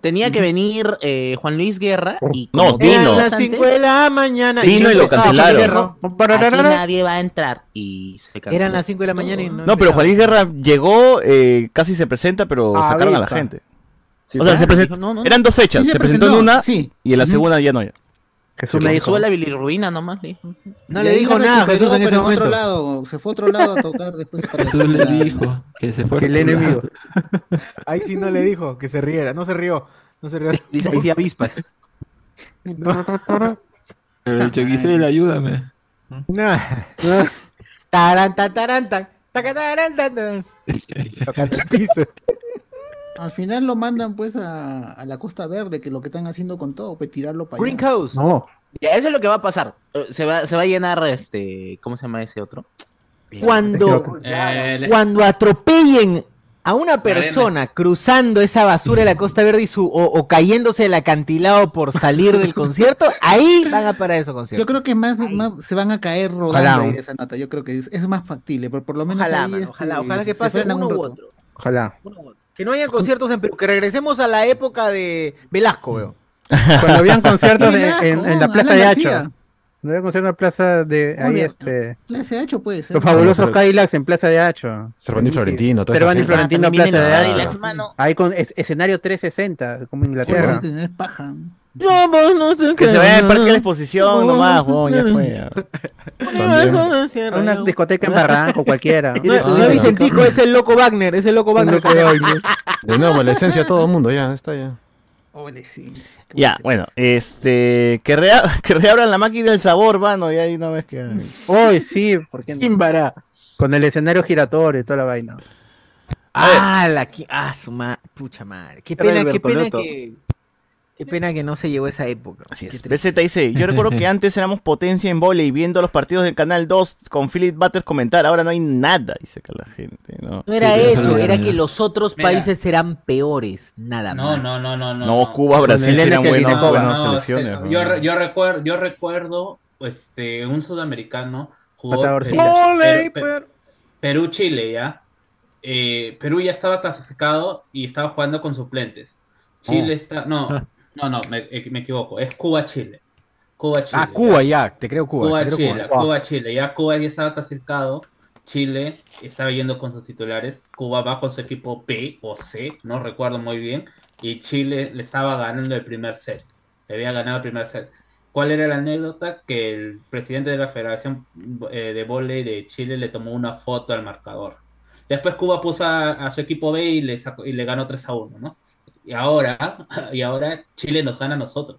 Speaker 7: Tenía que venir eh, Juan Luis Guerra
Speaker 2: Oh,
Speaker 7: y
Speaker 1: No,
Speaker 7: como dos
Speaker 1: vino.
Speaker 7: años
Speaker 2: A las 5 de
Speaker 7: antes,
Speaker 2: la mañana.
Speaker 1: Vino y lo
Speaker 2: empezaba,
Speaker 1: cancelaron.
Speaker 2: Guerra.
Speaker 7: aquí nadie va a entrar y se canceló.
Speaker 2: Eran las 5 de la mañana y no.
Speaker 1: No, pero Juan Luis Guerra llegó, eh, casi se presenta, pero
Speaker 2: Ah,
Speaker 1: sacaron a la
Speaker 2: avispa.
Speaker 1: gente.
Speaker 7: Sí,
Speaker 1: o sea,
Speaker 7: claro,
Speaker 1: se presentó,
Speaker 7: dijo, no, no, no.
Speaker 1: eran dos fechas.
Speaker 7: Sí,
Speaker 1: se
Speaker 7: se
Speaker 1: presentó en
Speaker 7: presentó,
Speaker 1: una
Speaker 7: sí.
Speaker 1: y en la
Speaker 7: Ujú.
Speaker 1: segunda ya no. ya.
Speaker 7: Jesús me dijo la bilirruina nomás. le dijo.
Speaker 2: No le dijo nada a Jesús en ese
Speaker 9: pero a otro
Speaker 2: momento.
Speaker 9: lado, se fue a otro lado a tocar
Speaker 2: pues, (laughs)
Speaker 9: después para
Speaker 15: Jesús le dijo que se fuera.
Speaker 9: Sí, el
Speaker 15: a otro
Speaker 9: enemigo.
Speaker 15: lado.
Speaker 2: Ahí sí no le dijo que se riera. No se rió. No se rió.
Speaker 7: Dice, ahí sí avispas.
Speaker 15: Pero el Choquisel, ayúdame.
Speaker 2: No. Taran, tan, taran, tan. Taca, taran, tan, tan. Tocando el piso.
Speaker 9: (laughs) Al final lo mandan pues a, a la Costa Verde, que lo que están haciendo con todo, pues tirarlo para
Speaker 2: Green
Speaker 9: allá.
Speaker 2: Coast.
Speaker 4: No.
Speaker 7: Ya, eso es lo que va a pasar. Eh, Se va, se va a llenar este. ¿Cómo se llama ese otro?
Speaker 2: Cuando,
Speaker 10: Eh, les-
Speaker 2: cuando atropellen a una persona cruzando esa basura de la Costa Verde y su, o, o cayéndose del acantilado por salir del concierto, ahí van a parar esos
Speaker 9: Yo
Speaker 2: conciertos.
Speaker 9: creo que más, más se van a caer rodando
Speaker 2: Ojalá.
Speaker 9: ahí de esa nota. Yo creo que es, es más factible, pero por lo menos.
Speaker 2: Ojalá,
Speaker 9: ahí,
Speaker 2: mano,
Speaker 9: este,
Speaker 2: ojalá, ojalá que
Speaker 9: se
Speaker 2: pase
Speaker 9: frenan
Speaker 2: uno
Speaker 9: un
Speaker 2: u
Speaker 9: rato.
Speaker 2: otro.
Speaker 4: Ojalá.
Speaker 2: Que no haya conciertos en Perú, que regresemos a la época de Velasco, veo.
Speaker 4: Cuando habían conciertos en,
Speaker 9: Relajo,
Speaker 4: en- en la
Speaker 9: Alan
Speaker 4: Plaza de Hacho.
Speaker 9: García.
Speaker 4: Cuando había conciertos en la Plaza de ahí
Speaker 9: Oye,
Speaker 4: este.
Speaker 9: Plaza de Hacho puede ser.
Speaker 4: Los fabulosos
Speaker 3: pero-
Speaker 4: Cadillacs en Plaza de Hacho.
Speaker 3: Cervando y Florentino, toda esa
Speaker 4: Cervando y
Speaker 3: gente.
Speaker 4: Florentino,
Speaker 3: Ah, también
Speaker 4: Plaza
Speaker 3: vienen los
Speaker 4: de
Speaker 3: Cadillacs,
Speaker 4: Hacho. Ahí con es- escenario 360, como Inglaterra.
Speaker 9: Tiene paja.
Speaker 1: Que se vaya al parque de la exposición nomás, huevón, ya fue. ya.
Speaker 4: A Una discoteca en Barranco,
Speaker 2: (laughs)
Speaker 4: cualquiera.
Speaker 2: No, no es Vicentico, es el loco Wagner, es el loco Wagner. (laughs)
Speaker 3: De nuevo, la esencia de todo el mundo, ya, está ya.
Speaker 9: Ole, sí.
Speaker 1: Ya, bueno, este. Que, rea- (laughs) que reabran la máquina del sabor, mano, y ahí una vez que.
Speaker 4: Hoy sí, porque Con el escenario giratorio y toda la vaina.
Speaker 2: Ah, la qui- ah, su ma- pucha madre. Qué
Speaker 4: Era el
Speaker 2: pena, qué pena
Speaker 4: Bertolotto.
Speaker 2: que qué pena que no se llegó a esa época. Así
Speaker 1: es. BZ dice, yo recuerdo (laughs) que antes éramos potencia en volei viendo los partidos del Canal 2 con Philip Butters comentar, ahora no hay nada, dice acá la gente. No,
Speaker 2: No era
Speaker 1: Sí,
Speaker 2: eso,
Speaker 1: sí,
Speaker 2: era
Speaker 1: sí.
Speaker 2: que los otros
Speaker 10: Mira.
Speaker 2: países eran peores, nada
Speaker 10: No,
Speaker 2: más.
Speaker 10: no, no, no, no.
Speaker 1: No, Cuba, Brasil
Speaker 4: Con el
Speaker 1: eran
Speaker 4: Elena
Speaker 1: buenos,
Speaker 4: Kelinekova.
Speaker 1: buenas
Speaker 10: No,
Speaker 1: selecciones.
Speaker 10: se-
Speaker 1: ¿no?
Speaker 10: yo, re- yo recuerdo, yo recuerdo este, un sudamericano jugó
Speaker 4: Matadorcillas.
Speaker 10: Perú-
Speaker 4: Ole,
Speaker 10: Perú- Perú-Chile, ¿ya? Eh, Perú ya estaba clasificado y estaba jugando con suplentes. Chile
Speaker 2: Oh.
Speaker 10: está... No, no, no, me, eh, me equivoco. Es Cuba-Chile. Cuba-Chile.
Speaker 2: Ah, Cuba ya, te creo Cuba. te creo
Speaker 10: Cuba-Chile.
Speaker 2: Cuba.
Speaker 10: Cuba-Chile. Ya Cuba ya estaba clasificado. Chile estaba yendo con sus titulares. Cuba va con su equipo B o C, no recuerdo muy bien. y Chile le estaba ganando el primer set. Le había ganado el primer set. ¿Cuál era la anécdota? Que el presidente de la Federación eh, de Voley de Chile le tomó una foto al marcador. Después Cuba puso a, a su equipo B y le, sacó- y le ganó 3 a 1, ¿no? Y ahora, (laughs) y ahora Chile nos gana a nosotros.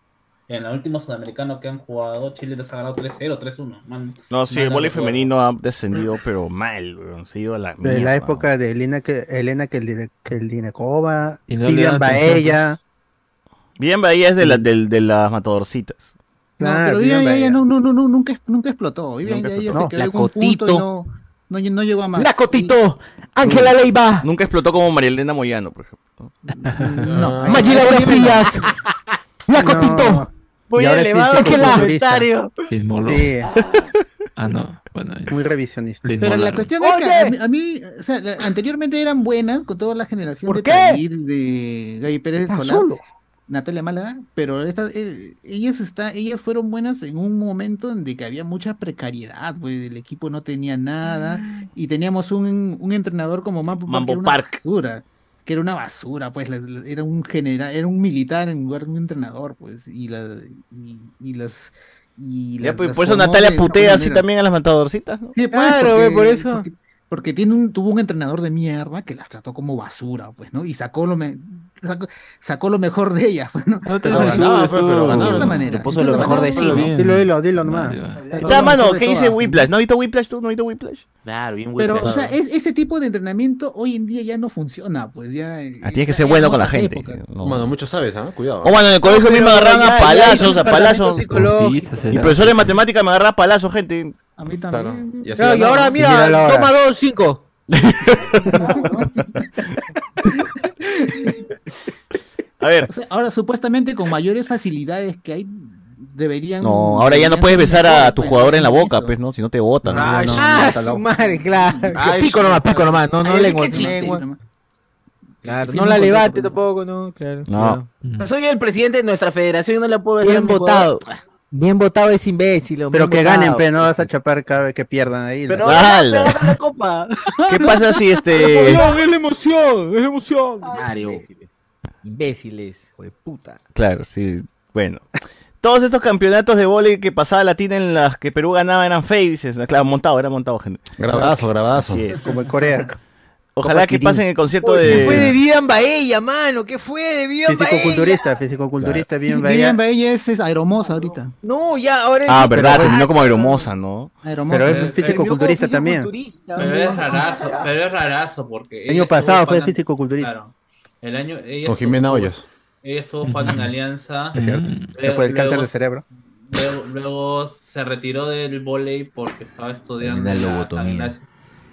Speaker 10: En el último sudamericano que han jugado, Chile nos ha ganado 3-0, 3-1. Man-
Speaker 1: No, sí,
Speaker 10: man,
Speaker 1: el vóley
Speaker 10: no recuerdo.
Speaker 1: femenino ha descendido, pero mal, weón. Se ha ido a la
Speaker 4: De
Speaker 1: mierda.
Speaker 4: la época de Elena, que, Elena Keldinekova,
Speaker 1: Y no le
Speaker 4: Vivian
Speaker 1: dan atención,
Speaker 3: pues.
Speaker 4: Baella.
Speaker 1: Bien, Bahía es de, la, del- de las matadorcitas.
Speaker 9: No,
Speaker 4: Claro,
Speaker 9: pero
Speaker 4: Vivian
Speaker 9: Vivian Yaya
Speaker 4: Bahía.
Speaker 9: no, no, no, no, nunca, nunca explotó. Vivian
Speaker 1: Nunca
Speaker 9: Yaya
Speaker 1: explotó.
Speaker 9: se
Speaker 1: La
Speaker 9: quedó con un punto y
Speaker 1: Cotito.
Speaker 9: no, no, no llegó a más.
Speaker 2: La Cotito, Ángela Leiva,
Speaker 1: Nunca explotó como María Elena Moyano, por ejemplo.
Speaker 9: No.
Speaker 2: Maggi Laura Frías, La Cotito.
Speaker 4: Voy Y ahora elevado sí es como futbolista. comentario.
Speaker 15: Sí. Ah, no. Bueno,
Speaker 4: Muy revisionista.
Speaker 9: Pero la cuestión es que a mí, a mí, o sea, la- anteriormente eran buenas con toda la generación de Tahir, de Gaby Pérez
Speaker 4: Está
Speaker 9: Solá,
Speaker 4: solo.
Speaker 9: Natalia Málaga, pero esta- eh, ellas está, ellas fueron buenas en un momento en de que había mucha precariedad, pues el equipo no tenía nada y teníamos un, un entrenador como Mambo, Park,
Speaker 1: Mambo
Speaker 9: que era una basura, que era una basura, pues las- las- era un general, era un militar en lugar de un entrenador, pues y la- y, y las y
Speaker 1: Ya,
Speaker 9: las-
Speaker 1: pues,
Speaker 9: las
Speaker 1: por eso
Speaker 9: formó
Speaker 1: Natalia
Speaker 9: de una
Speaker 1: putea así
Speaker 9: manera.
Speaker 1: también a las matadorcitas, ¿no?
Speaker 9: Sí, pues,
Speaker 2: Claro,
Speaker 9: porque-
Speaker 2: ve, por eso.
Speaker 9: Porque, porque tiene un, tuvo un entrenador de mierda que las trató como basura, pues, ¿no? Y sacó lo, me- sacó, sacó lo mejor de ellas, pues, ¿no?
Speaker 15: No te
Speaker 9: De
Speaker 15: censures,
Speaker 9: cierta
Speaker 15: eso, pero ganaba,
Speaker 9: manera,
Speaker 15: ¿no?
Speaker 9: manera.
Speaker 15: Le puso
Speaker 9: de
Speaker 15: lo
Speaker 9: cierta
Speaker 15: mejor de
Speaker 9: manera,
Speaker 15: sí, ¿no?
Speaker 9: pero-
Speaker 4: Dilo, dilo, dilo nomás.
Speaker 1: Está, mano,
Speaker 9: de
Speaker 1: ¿qué
Speaker 9: todas.
Speaker 1: dice Whiplash? ¿No has visto Whiplash tú? ¿No has visto Whiplash?
Speaker 7: Claro, bien
Speaker 9: Pero,
Speaker 7: Wilfred.
Speaker 9: o sea, es- ese tipo de entrenamiento hoy en día ya no funciona, pues, ya... eh,
Speaker 1: Ah, tienes que
Speaker 9: está
Speaker 1: ser
Speaker 9: en
Speaker 1: bueno con la
Speaker 9: otras
Speaker 1: gente.
Speaker 9: épocas.
Speaker 1: No.
Speaker 12: Mano, mucho sabes, ¿ah? Cuidado.
Speaker 1: O bueno, en el colegio a mí
Speaker 12: mismo
Speaker 1: me agarraban
Speaker 12: agarran
Speaker 1: a palazos, a palazos. Y
Speaker 12: será.
Speaker 1: profesor de matemáticas me agarraba a palazos, gente.
Speaker 9: A mí
Speaker 12: también. Y así
Speaker 2: Claro, y
Speaker 12: ganamos.
Speaker 2: ahora mira,
Speaker 1: Míralo ahora.
Speaker 2: toma
Speaker 9: (laughs)
Speaker 2: dos, cinco.
Speaker 1: A ver.
Speaker 9: O sea, ahora supuestamente con mayores facilidades que hay deberían
Speaker 1: No, ahora ya no
Speaker 9: deberían
Speaker 1: puedes
Speaker 9: ser
Speaker 1: besar a
Speaker 9: mejores,
Speaker 1: tu
Speaker 9: pues,
Speaker 1: jugador
Speaker 9: ¿no?
Speaker 1: en la boca, pues, ¿no? Si no te botan. ¿no?
Speaker 9: Ay,
Speaker 1: No, no,
Speaker 2: Ah,
Speaker 1: no, está
Speaker 2: su
Speaker 1: loco.
Speaker 2: madre, claro. Que
Speaker 1: Ay,
Speaker 2: pico nomás, pico nomás. No, no
Speaker 7: Ay,
Speaker 2: lengua.
Speaker 7: qué chiste.
Speaker 2: lengua. Claro,
Speaker 7: Firma
Speaker 2: no la
Speaker 7: un contrato,
Speaker 2: levante tampoco, no, claro.
Speaker 1: No.
Speaker 7: Soy el presidente de nuestra federación y no la puedo dejar
Speaker 2: Bien
Speaker 7: a mi
Speaker 2: votado.
Speaker 7: jugador.
Speaker 2: Bien votado es imbécil.
Speaker 4: Pero que ganen, pero
Speaker 2: pero
Speaker 4: no vas a chapar cada vez que pierdan ahí. Ah,
Speaker 7: Pero
Speaker 4: La-
Speaker 7: ahora
Speaker 1: ¡Hala!
Speaker 7: me
Speaker 4: (laughs)
Speaker 7: gana la copa.
Speaker 1: (laughs) ¿Qué pasa si este.
Speaker 2: es la emoción, es la emoción.
Speaker 7: Mario.
Speaker 2: Imbéciles, hijo de puta.
Speaker 1: Claro, sí. Bueno. Todos estos campeonatos de vóley que pasaba Latina en las que Perú ganaba eran fake, dices. No, Claro, montado, era montado, gente.
Speaker 3: Grabadazo, grabadazo.
Speaker 1: Así es.
Speaker 4: Como en Corea.
Speaker 1: Ojalá que
Speaker 4: Copa Kirin.
Speaker 1: pasen el concierto
Speaker 2: Oye, ¿Qué fue de
Speaker 1: de.
Speaker 2: Vivian Baella, mano? ¿Qué fue de Vivian Baella?
Speaker 4: Fisicoculturista, fisicoculturista, bien
Speaker 9: Vivian
Speaker 4: Bahía.
Speaker 9: Bahía es, es aeromosa ahorita.
Speaker 2: No, ya, ahora
Speaker 1: Ah, verdad, terminó como aeromosa, ¿no?
Speaker 9: Aeromosa.
Speaker 4: Pero
Speaker 10: Pero
Speaker 4: es
Speaker 10: es
Speaker 4: físico-culturista también.
Speaker 10: Pero es rarazo, pero es rarazo porque. ella
Speaker 4: El año
Speaker 10: estuvo
Speaker 4: pasado fue
Speaker 10: jugando-
Speaker 4: físico-culturista.
Speaker 10: Claro. El año, ella
Speaker 3: Con
Speaker 10: estuvo-
Speaker 3: Jimena Hoyos.
Speaker 10: Ella estuvo jugando en Alianza.
Speaker 4: Es cierto.
Speaker 10: Luego-
Speaker 4: Después del cáncer
Speaker 10: luego-
Speaker 4: de cerebro.
Speaker 10: Luego, luego se retiró del volei porque estaba estudiando
Speaker 1: Termina
Speaker 10: en la
Speaker 1: lobotomía.
Speaker 10: San Ignacio,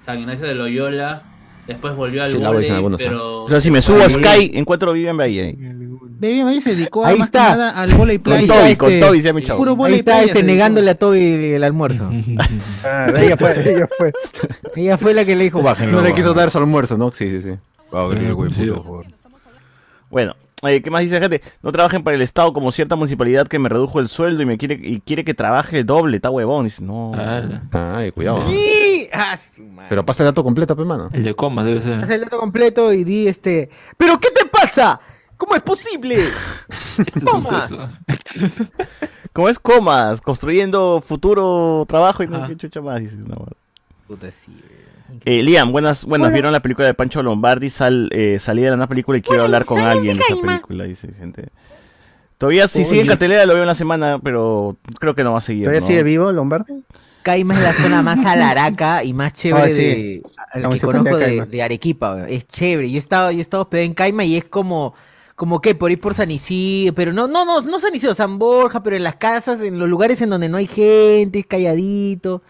Speaker 10: San Ignacio de Loyola. Después volvió al
Speaker 1: Sí, la
Speaker 10: volei,
Speaker 1: dicen algunos, ¿eh?
Speaker 10: pero...
Speaker 1: O sea, si me subo a Sky, encuentro a Vivian Bahía ¿eh? ahí.
Speaker 9: Vivian Bahía se dedicó a,
Speaker 2: Ahí
Speaker 9: más
Speaker 2: está.
Speaker 9: que nada al volei
Speaker 1: Con
Speaker 9: playa.
Speaker 1: Toby, con
Speaker 2: este-
Speaker 1: Toby, se mi chavo.
Speaker 9: Puro
Speaker 2: Ahí
Speaker 9: volei
Speaker 2: está
Speaker 9: playa se
Speaker 2: este
Speaker 9: dedicó.
Speaker 2: (laughs) negándole a Toby
Speaker 9: (laughs)
Speaker 2: el almuerzo.
Speaker 4: Ah, ella fue, ella fue.
Speaker 2: Ella fue la que le dijo, bájenlo.
Speaker 3: No le
Speaker 2: weón.
Speaker 3: quiso dar su almuerzo, ¿no? Sí, Mm, sí, sí.
Speaker 1: Bueno, eh, ¿qué más dice la gente? No trabajen para el Estado como cierta municipalidad que me redujo el sueldo y me quiere y quiere que trabaje el doble, está huevón. Dice, no.
Speaker 3: Ay, cuidado. ¿no?
Speaker 2: Y- ah, su madre.
Speaker 3: Pero pasa el dato
Speaker 4: (laughs)
Speaker 3: completo, pe, mano.
Speaker 15: El de coma debe ser.
Speaker 2: Haz el dato completo y di este. ¿Pero qué te pasa? ¿Cómo es posible?
Speaker 1: (laughs)
Speaker 15: Este
Speaker 2: Toma.
Speaker 15: suceso.
Speaker 1: Como es comas, construyendo futuro trabajo y no
Speaker 15: Ajá.
Speaker 1: qué chucha más, dice. No.
Speaker 2: Puta, sí.
Speaker 1: Eh, Liam, buenas, buenas, vieron la película de Pancho Lombardi, sal, eh, salí de la nueva película y quiero hablar con alguien de esa película, dice gente. Todavía si sigue en cartelera lo veo en la semana, pero creo que no va a seguir.
Speaker 4: ¿Todavía
Speaker 1: ¿no?
Speaker 4: sigue vivo Lombardi?
Speaker 2: Caima es la
Speaker 4: (laughs)
Speaker 2: zona más alaraca y más chévere
Speaker 4: Ah, sí.
Speaker 2: de, al
Speaker 4: Vamos
Speaker 2: que
Speaker 4: a poner
Speaker 2: conozco
Speaker 4: a
Speaker 2: de,
Speaker 4: Caima.
Speaker 2: de Arequipa. weón. Es chévere. Yo he estado, yo he estado hospedado en Caima y es como, como que por ahí por San Isidro, pero no, no, no, no San Isidro, San Borja, pero en las casas, en los lugares en donde no hay gente, es calladito.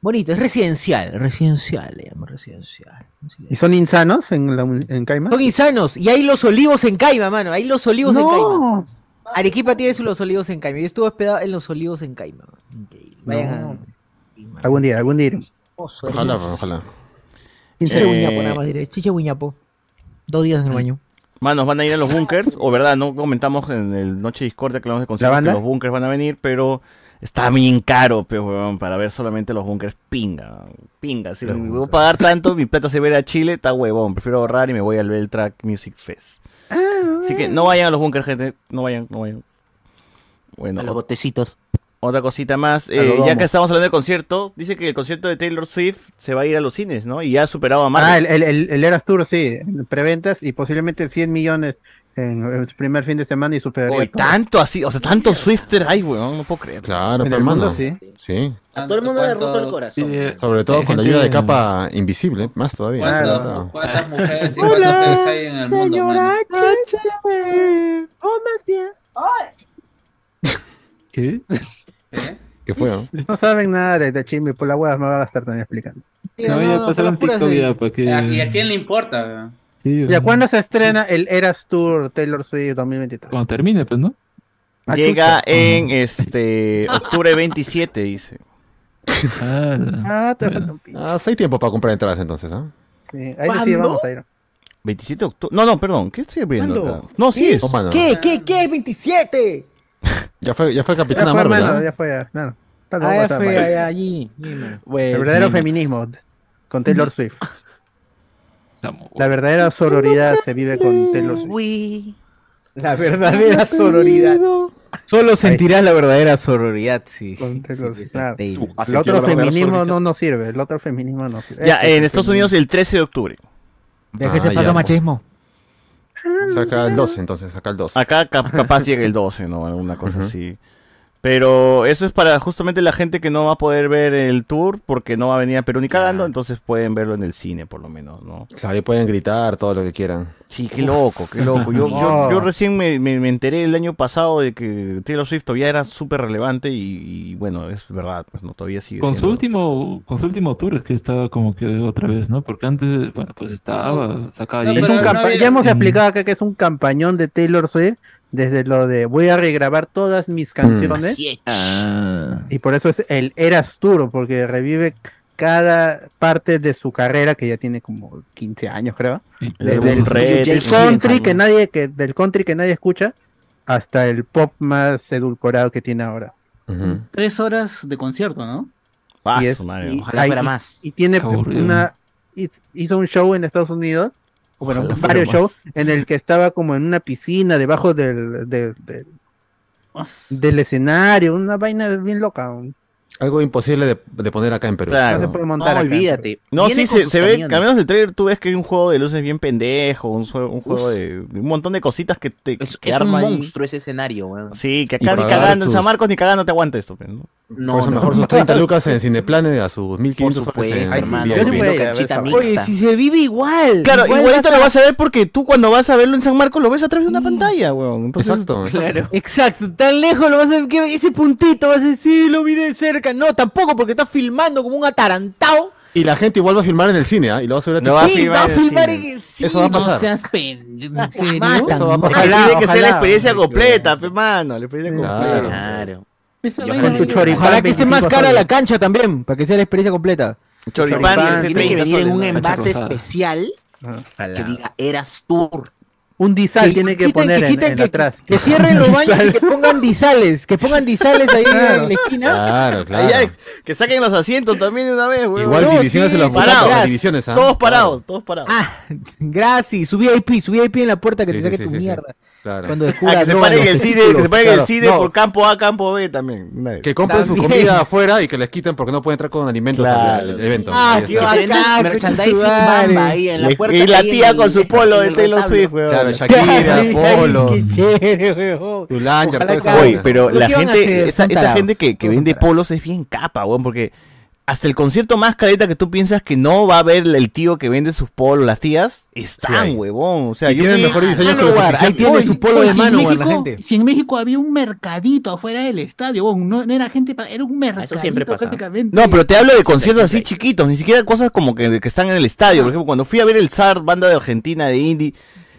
Speaker 2: Bonito, es residencial, residencial, le llamo residencial.
Speaker 4: ¿Y son insanos en, la, un- en Caima?
Speaker 2: Son insanos. Y hay los olivos en Caima, mano. Hay los olivos en Caima.
Speaker 4: No.
Speaker 2: Arequipa tiene sus los olivos en Caima. Yo estuve hospedado en los olivos en Caima. mano. Increíble. Vayan
Speaker 4: No.
Speaker 2: a-
Speaker 4: Algún día, algún día. iremos.
Speaker 2: Hermoso,
Speaker 3: Ojalá,
Speaker 2: hermoso.
Speaker 3: ojalá.
Speaker 2: Chiche
Speaker 1: Eh,
Speaker 2: Guiñapo, nada más diré. Chiche Guiñapo. Dos días en el baño.
Speaker 1: Manos, van a ir a los bunkers, o verdad, no comentamos en el Noche Discordia que hablamos de conciertos que
Speaker 4: banda?
Speaker 1: los bunkers van a venir, pero está bien caro, pero huevón, para ver solamente los bunkers, pinga, pinga. Si me voy a pagar tanto, mi plata se va a ir a Chile, está huevón, prefiero ahorrar y me voy al Beltrack Music Fest. Así que no vayan a los bunkers, gente, no vayan, no vayan. Bueno,
Speaker 7: A los botecitos.
Speaker 1: Otra cosita más,
Speaker 7: A los
Speaker 1: eh, ya
Speaker 7: domos.
Speaker 1: que estamos hablando de concierto, dice que el concierto de Taylor Swift se va a ir a los cines, ¿no? Y ya ha superado a Marvel.
Speaker 4: Ah, el, el, el, el Eras Tour, sí. Preventas y posiblemente 100 millones en el primer fin de semana y superaría.
Speaker 1: Oye,
Speaker 4: todo.
Speaker 1: tanto así, o sea, tanto Swifter hay, weón, no puedo creer.
Speaker 3: Claro,
Speaker 4: En
Speaker 3: pero
Speaker 4: el mundo,
Speaker 3: mano.
Speaker 4: sí.
Speaker 3: Sí.
Speaker 7: A todo el mundo le ha roto el
Speaker 10: cuánto-
Speaker 7: corazón.
Speaker 3: Sobre todo
Speaker 15: Hay
Speaker 3: con la
Speaker 15: gente-
Speaker 3: ayuda de capa invisible, más todavía.
Speaker 10: ¿Cuánto-
Speaker 3: Claro. (laughs)
Speaker 10: ¿Cuántas mujeres y cuántos hombres hay en el mundo? mano?
Speaker 7: Oh, más bien.
Speaker 15: ¿Qué?
Speaker 2: ¿Eh?
Speaker 3: ¿Qué fue? no?
Speaker 4: No saben nada de, de chisme, por la hueá me va a gastar también explicando.
Speaker 15: No, ya pasaron TikTok ya, para que...
Speaker 2: Ah,
Speaker 10: ¿A- ¿Y a quién le importa? weón?
Speaker 15: Sí,
Speaker 4: ¿Y a cuándo se estrena el Eras Tour Taylor Swift 2023?
Speaker 15: Cuando termine, pues, ¿no?
Speaker 1: Llega en este octubre 27, dice.
Speaker 4: Ah, te falta un pi-
Speaker 3: Ah, sí hay tiempo para comprar entradas entonces, ¿ah?
Speaker 4: sí. Ahí sí
Speaker 2: ¿Cuándo?
Speaker 4: vamos a ir.
Speaker 1: 27 de octubre. No, no, perdón, ¿qué estoy viendo
Speaker 4: ¿Cuándo?
Speaker 1: acá? No, sí
Speaker 3: ¿Qué?
Speaker 1: es.
Speaker 3: Oh, mano.
Speaker 2: ¿Qué? ¿Qué? ¿Qué? ¡27!
Speaker 3: Ya fue, ya fue
Speaker 4: Ya
Speaker 3: Capitana
Speaker 4: fue,
Speaker 3: Marvel.
Speaker 4: hermano,
Speaker 3: ¿ah?
Speaker 4: ya fue. ya, Claro. Está loco,
Speaker 2: Ah,
Speaker 4: está
Speaker 2: fue
Speaker 4: mal.
Speaker 2: allá, allí.
Speaker 4: El verdadero feminismo con Taylor
Speaker 15: (laughs)
Speaker 4: Swift.
Speaker 15: Samu-
Speaker 4: La verdadera sororidad se vive con Taylor Swift.
Speaker 7: Uy.
Speaker 2: La verdadera sororidad. Solo sentirás la verdadera sororidad, sí.
Speaker 4: Con Taylor Swift, claro.
Speaker 2: Taylor.
Speaker 3: Así
Speaker 4: El
Speaker 3: que la
Speaker 4: otro
Speaker 3: verdadera
Speaker 4: feminismo
Speaker 3: sororidad.
Speaker 4: no nos sirve. El otro feminismo no sirve.
Speaker 1: Ya,
Speaker 4: Este es
Speaker 1: en
Speaker 4: el
Speaker 1: Estados
Speaker 4: feminismo.
Speaker 1: Unidos el 13 de octubre.
Speaker 2: Ya que
Speaker 3: Ah,
Speaker 2: se
Speaker 3: ya,
Speaker 2: pasa machismo.
Speaker 3: O sea, acá el 12, entonces, acá el 12.
Speaker 1: Acá cap- capaz llega el 12, ¿no? Alguna cosa así. Pero eso es para justamente la gente que no va a poder ver el tour porque no va a venir a Perú ni cagando, entonces pueden verlo en el cine por lo menos, ¿no?
Speaker 3: Claro, y pueden gritar todo lo que quieran.
Speaker 1: Sí, qué loco, qué loco. Yo, yo, yo recién me, me- me enteré el año pasado de que Taylor Swift todavía era súper relevante y, y bueno, es verdad, pues no, todavía sigue
Speaker 15: Con su
Speaker 1: siendo.
Speaker 15: último, con su último tour es que estaba como que otra vez, ¿no? Porque antes, bueno, pues estaba, sacaba
Speaker 10: No,
Speaker 15: discos.
Speaker 4: Es un
Speaker 10: Pero
Speaker 4: campa-
Speaker 10: no había-
Speaker 4: Ya hemos
Speaker 15: Mm.
Speaker 4: explicado acá que es un campañón de Taylor Swift. Desde lo de voy a regrabar todas mis canciones.
Speaker 7: Así es.
Speaker 15: Mm. Ah,
Speaker 4: Y por eso es el Eras Tour, porque revive cada parte de su carrera que ya tiene como 15 años, creo.
Speaker 15: y-
Speaker 1: El
Speaker 4: Desde
Speaker 1: álbum
Speaker 4: el,
Speaker 1: Red,
Speaker 4: del
Speaker 1: el-
Speaker 4: country que nadie que del country que nadie escucha hasta el pop más edulcorado que tiene ahora.
Speaker 3: Ujú.
Speaker 9: Tres horas de concierto, ¿no?
Speaker 1: Ah,
Speaker 4: y es-
Speaker 1: su madre.
Speaker 4: y-
Speaker 7: Ojalá
Speaker 4: hay-
Speaker 7: fuera
Speaker 4: y-
Speaker 7: más.
Speaker 4: Y tiene
Speaker 15: Qué aburrido.
Speaker 4: una hiz- hizo un show en Estados Unidos, bueno,
Speaker 1: Ojalá fuera
Speaker 4: varios
Speaker 1: más.
Speaker 4: shows en el que estaba como en una piscina debajo del del, del- del escenario, una vaina bien loca. aún.
Speaker 3: Algo imposible de, de poner acá en Perú.
Speaker 1: Claro.
Speaker 4: No se puede montar. acá.
Speaker 7: No, olvídate.
Speaker 1: Ah, No,
Speaker 7: Viene
Speaker 1: sí,
Speaker 7: con
Speaker 1: se,
Speaker 7: sus
Speaker 1: se ve,
Speaker 7: camiones.
Speaker 1: que al menos el trailer tú ves que hay un juego de luces bien pendejo, un, sue- un juego de, de un montón de cositas que te
Speaker 7: Es,
Speaker 1: que
Speaker 7: es un
Speaker 1: arma ahí.
Speaker 7: monstruo ese escenario, weón.
Speaker 1: Sí, que
Speaker 3: Y
Speaker 1: acá ni
Speaker 3: pagar
Speaker 1: cagando en San
Speaker 3: tus-
Speaker 1: Marcos ni cagando te aguanta esto. pues, ¿no?
Speaker 3: Por eso mejor sus 30 lucas en Cineplane a sus 1500
Speaker 7: Por supuesto,
Speaker 3: soles en
Speaker 7: hermano.
Speaker 4: Yo sí
Speaker 3: VIP.
Speaker 4: voy a ir a ver
Speaker 7: canchita
Speaker 4: esa
Speaker 2: Oye,
Speaker 7: mixta.
Speaker 2: si se vive igual.
Speaker 1: Claro,
Speaker 2: igual
Speaker 1: igualito
Speaker 2: vas a-
Speaker 1: lo vas a ver porque tú cuando vas a verlo en San Marcos lo ves a través de
Speaker 7: Mm.
Speaker 1: una pantalla, weón. Entonces,
Speaker 3: Exacto. exacto.
Speaker 2: pues, Exacto, tan lejos lo vas a ver, que ese puntito vas a decir, sí, lo vi de cerca. No, tampoco, porque está filmando como un atarantado.
Speaker 3: Y la gente igual va a filmar en el cine, ¿ah? Y lo va a subir a
Speaker 1: No
Speaker 3: TikTok.
Speaker 1: va a
Speaker 2: sí,
Speaker 1: filmar
Speaker 2: va a
Speaker 1: en el
Speaker 2: filmar
Speaker 1: cine.
Speaker 2: en... Sí,
Speaker 3: Eso va a
Speaker 2: no,
Speaker 3: pasar.
Speaker 9: No seas pendejo. ¿En serio?
Speaker 2: matan,
Speaker 4: Eso va a
Speaker 2: ¿no?
Speaker 1: es que
Speaker 4: Ojalá,
Speaker 1: tiene que ser la
Speaker 4: ojalá.
Speaker 1: experiencia completa, pe, mano. La experiencia
Speaker 3: Claro.
Speaker 1: completa.
Speaker 7: Claro.
Speaker 9: Esa
Speaker 7: Yo
Speaker 9: vaina
Speaker 7: con
Speaker 9: no-
Speaker 7: tu
Speaker 4: choripán.
Speaker 2: Ojalá que esté más
Speaker 4: 25
Speaker 2: cara
Speaker 4: soles.
Speaker 2: la cancha también, para que sea la experiencia completa.
Speaker 1: Choripán,
Speaker 4: Choripán,
Speaker 1: este
Speaker 7: Tiene que
Speaker 1: 30
Speaker 7: venir en
Speaker 1: soles,
Speaker 7: un
Speaker 1: ¿no?
Speaker 7: envase
Speaker 15: rosada.
Speaker 7: especial que diga Eras Tour.
Speaker 4: Un disal tiene que
Speaker 2: quiten,
Speaker 4: poner en-
Speaker 2: quiten,
Speaker 4: en
Speaker 2: que,
Speaker 4: atrás.
Speaker 2: que
Speaker 4: (laughs)
Speaker 2: cierren los baños y que pongan disales, que pongan disales ahí en la esquina.
Speaker 3: Claro,
Speaker 1: Ay, ay,
Speaker 3: claro.
Speaker 1: que saquen los asientos también de una vez, weón.
Speaker 3: Igual
Speaker 1: No,
Speaker 3: divisiones
Speaker 1: sí,
Speaker 3: en los
Speaker 1: parados.
Speaker 3: botados, divisiones, ¿ah?
Speaker 1: Todos parados, todos parados.
Speaker 2: (laughs) Gracias, subí IP, subí IP en la puerta que
Speaker 3: Sí,
Speaker 2: te
Speaker 3: sí,
Speaker 2: saque
Speaker 3: sí,
Speaker 2: tu
Speaker 3: sí, sí.
Speaker 2: mierda.
Speaker 3: Claro.
Speaker 2: Cuando
Speaker 1: Ah,
Speaker 2: descubras
Speaker 1: que se
Speaker 2: drogas,
Speaker 1: paren el CIDE, que se paren el
Speaker 3: claro,
Speaker 1: CIDE
Speaker 3: no.
Speaker 1: por campo A, campo B también. una vez.
Speaker 3: Que compren su
Speaker 2: También.
Speaker 3: comida afuera y que les quiten porque no pueden entrar con alimentos
Speaker 1: Claro.
Speaker 3: al, al evento.
Speaker 2: Ah,
Speaker 3: Ahí
Speaker 2: qué
Speaker 7: Que
Speaker 3: está.
Speaker 7: te vendan
Speaker 2: bacán,
Speaker 7: merchandising
Speaker 2: concha su madre.
Speaker 7: bamba ahí en la
Speaker 1: Le-
Speaker 7: puerta.
Speaker 1: y la
Speaker 7: ahí en
Speaker 1: tía
Speaker 7: el-
Speaker 1: con su polo de
Speaker 7: en el
Speaker 1: Taylor
Speaker 7: retablo.
Speaker 1: Swift, weón.
Speaker 3: Claro,
Speaker 2: Ay,
Speaker 3: Shakira,
Speaker 2: ay,
Speaker 3: Polo,
Speaker 2: Qué chévere, weón.
Speaker 3: tu lanyard,
Speaker 2: Ojalá
Speaker 3: toda esa
Speaker 2: que-
Speaker 1: Oye,
Speaker 3: vaina.
Speaker 1: pero
Speaker 2: Lo
Speaker 1: la
Speaker 2: que iban a
Speaker 1: gente,
Speaker 2: hacer,
Speaker 1: esta,
Speaker 2: son
Speaker 1: esta
Speaker 2: tarados,
Speaker 1: gente que, que
Speaker 2: son
Speaker 1: vende
Speaker 2: tarados.
Speaker 1: polos es bien capa, weón, porque hasta el concierto más careta que tú piensas que no va a haber el tío que vende sus polos, las tías, están,
Speaker 3: Sí.
Speaker 1: huevón. O sea,
Speaker 3: Y
Speaker 1: yo
Speaker 3: tienen
Speaker 1: fui-
Speaker 3: mejores diseños que los
Speaker 1: Manowar, Ahí
Speaker 3: oficiales.
Speaker 1: tiene
Speaker 9: Oye,
Speaker 1: su polo
Speaker 9: oye,
Speaker 1: de
Speaker 9: si en
Speaker 1: mano, la
Speaker 9: México-
Speaker 1: gente.
Speaker 9: Si en México había un mercadito afuera del estadio, bueno, no, no era gente, para- era un mercadito
Speaker 7: siempre pasa.
Speaker 9: prácticamente.
Speaker 1: No, pero te hablo de conciertos así chiquitos, ni siquiera cosas como que, que están en el estadio. Por ejemplo, cuando fui a ver el SAR, banda de Argentina, de indie,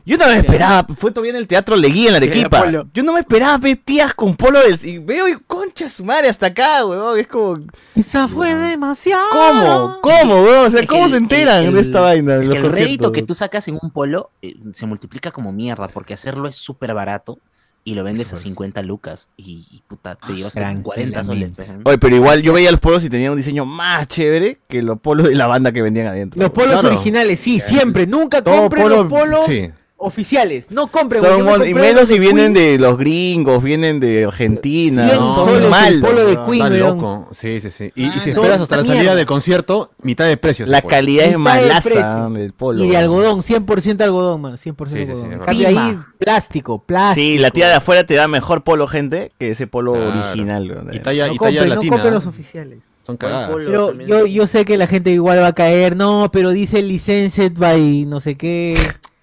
Speaker 1: yo no me esperaba, fue todavía en el Teatro Leguía, en Arequipa. Yo no me esperaba ver tías con polo de... Y veo, y, ¿cómo concha su madre hasta acá, weón. Es como.
Speaker 2: Esa fue demasiado.
Speaker 1: ¿Cómo? ¿Cómo, weón? O sea,
Speaker 7: Es que
Speaker 1: ¿cómo
Speaker 7: el-
Speaker 1: se enteran
Speaker 7: el-
Speaker 1: de esta vaina? de
Speaker 7: Es
Speaker 1: los
Speaker 7: que el rédito
Speaker 1: conciertos?
Speaker 7: que tú sacas en un polo eh, se multiplica como mierda, porque hacerlo es súper barato y lo vendes a 50 lucas y, y puta,
Speaker 2: Ah,
Speaker 7: te llevas como 40 soles. pues, ¿no?
Speaker 1: Oye, pero igual yo veía los polos y tenían un diseño más chévere que los polos de la banda que vendían adentro.
Speaker 2: Los polos
Speaker 1: Claro.
Speaker 2: originales, sí, siempre. Nunca
Speaker 1: Todo
Speaker 2: compren los
Speaker 1: polo-
Speaker 2: polos
Speaker 1: sí.
Speaker 2: oficiales. No compren.
Speaker 1: Son
Speaker 2: güey. Yo me
Speaker 1: mon- y
Speaker 2: compré
Speaker 1: menos
Speaker 2: los
Speaker 1: si
Speaker 2: de
Speaker 1: vienen
Speaker 2: Queen.
Speaker 1: de los gringos, vienen de Argentina.
Speaker 3: Cien
Speaker 1: No,
Speaker 3: soles el
Speaker 1: malos,
Speaker 3: polo de
Speaker 1: weón.
Speaker 3: Queen,
Speaker 1: Están
Speaker 3: weón.
Speaker 1: locos.
Speaker 3: Sí, sí, sí. Y, y si
Speaker 1: todo
Speaker 3: esperas hasta
Speaker 1: esta
Speaker 3: la salida
Speaker 1: mierda.
Speaker 3: del concierto, mitad de precio.
Speaker 1: La calidad es
Speaker 2: Mitad de
Speaker 1: malaza
Speaker 2: precio.
Speaker 1: del polo.
Speaker 2: Y de
Speaker 1: weón.
Speaker 2: algodón, 100% algodón, mano. 100%
Speaker 3: Sí, sí, sí,
Speaker 2: algodón.
Speaker 3: es
Speaker 2: En cambio
Speaker 3: verdad.
Speaker 2: ahí, plástico, plástico.
Speaker 1: Sí, la tía de afuera te da mejor polo, gente, que ese polo
Speaker 3: Claro.
Speaker 1: original. weón.
Speaker 3: Y talla,
Speaker 2: No
Speaker 3: y talla
Speaker 2: compren, no
Speaker 3: latina.
Speaker 1: Ah.
Speaker 2: compren los oficiales.
Speaker 3: Son cagadas.
Speaker 2: Pero yo, yo sé que la gente igual va a caer, no, pero dice licensed by no sé qué.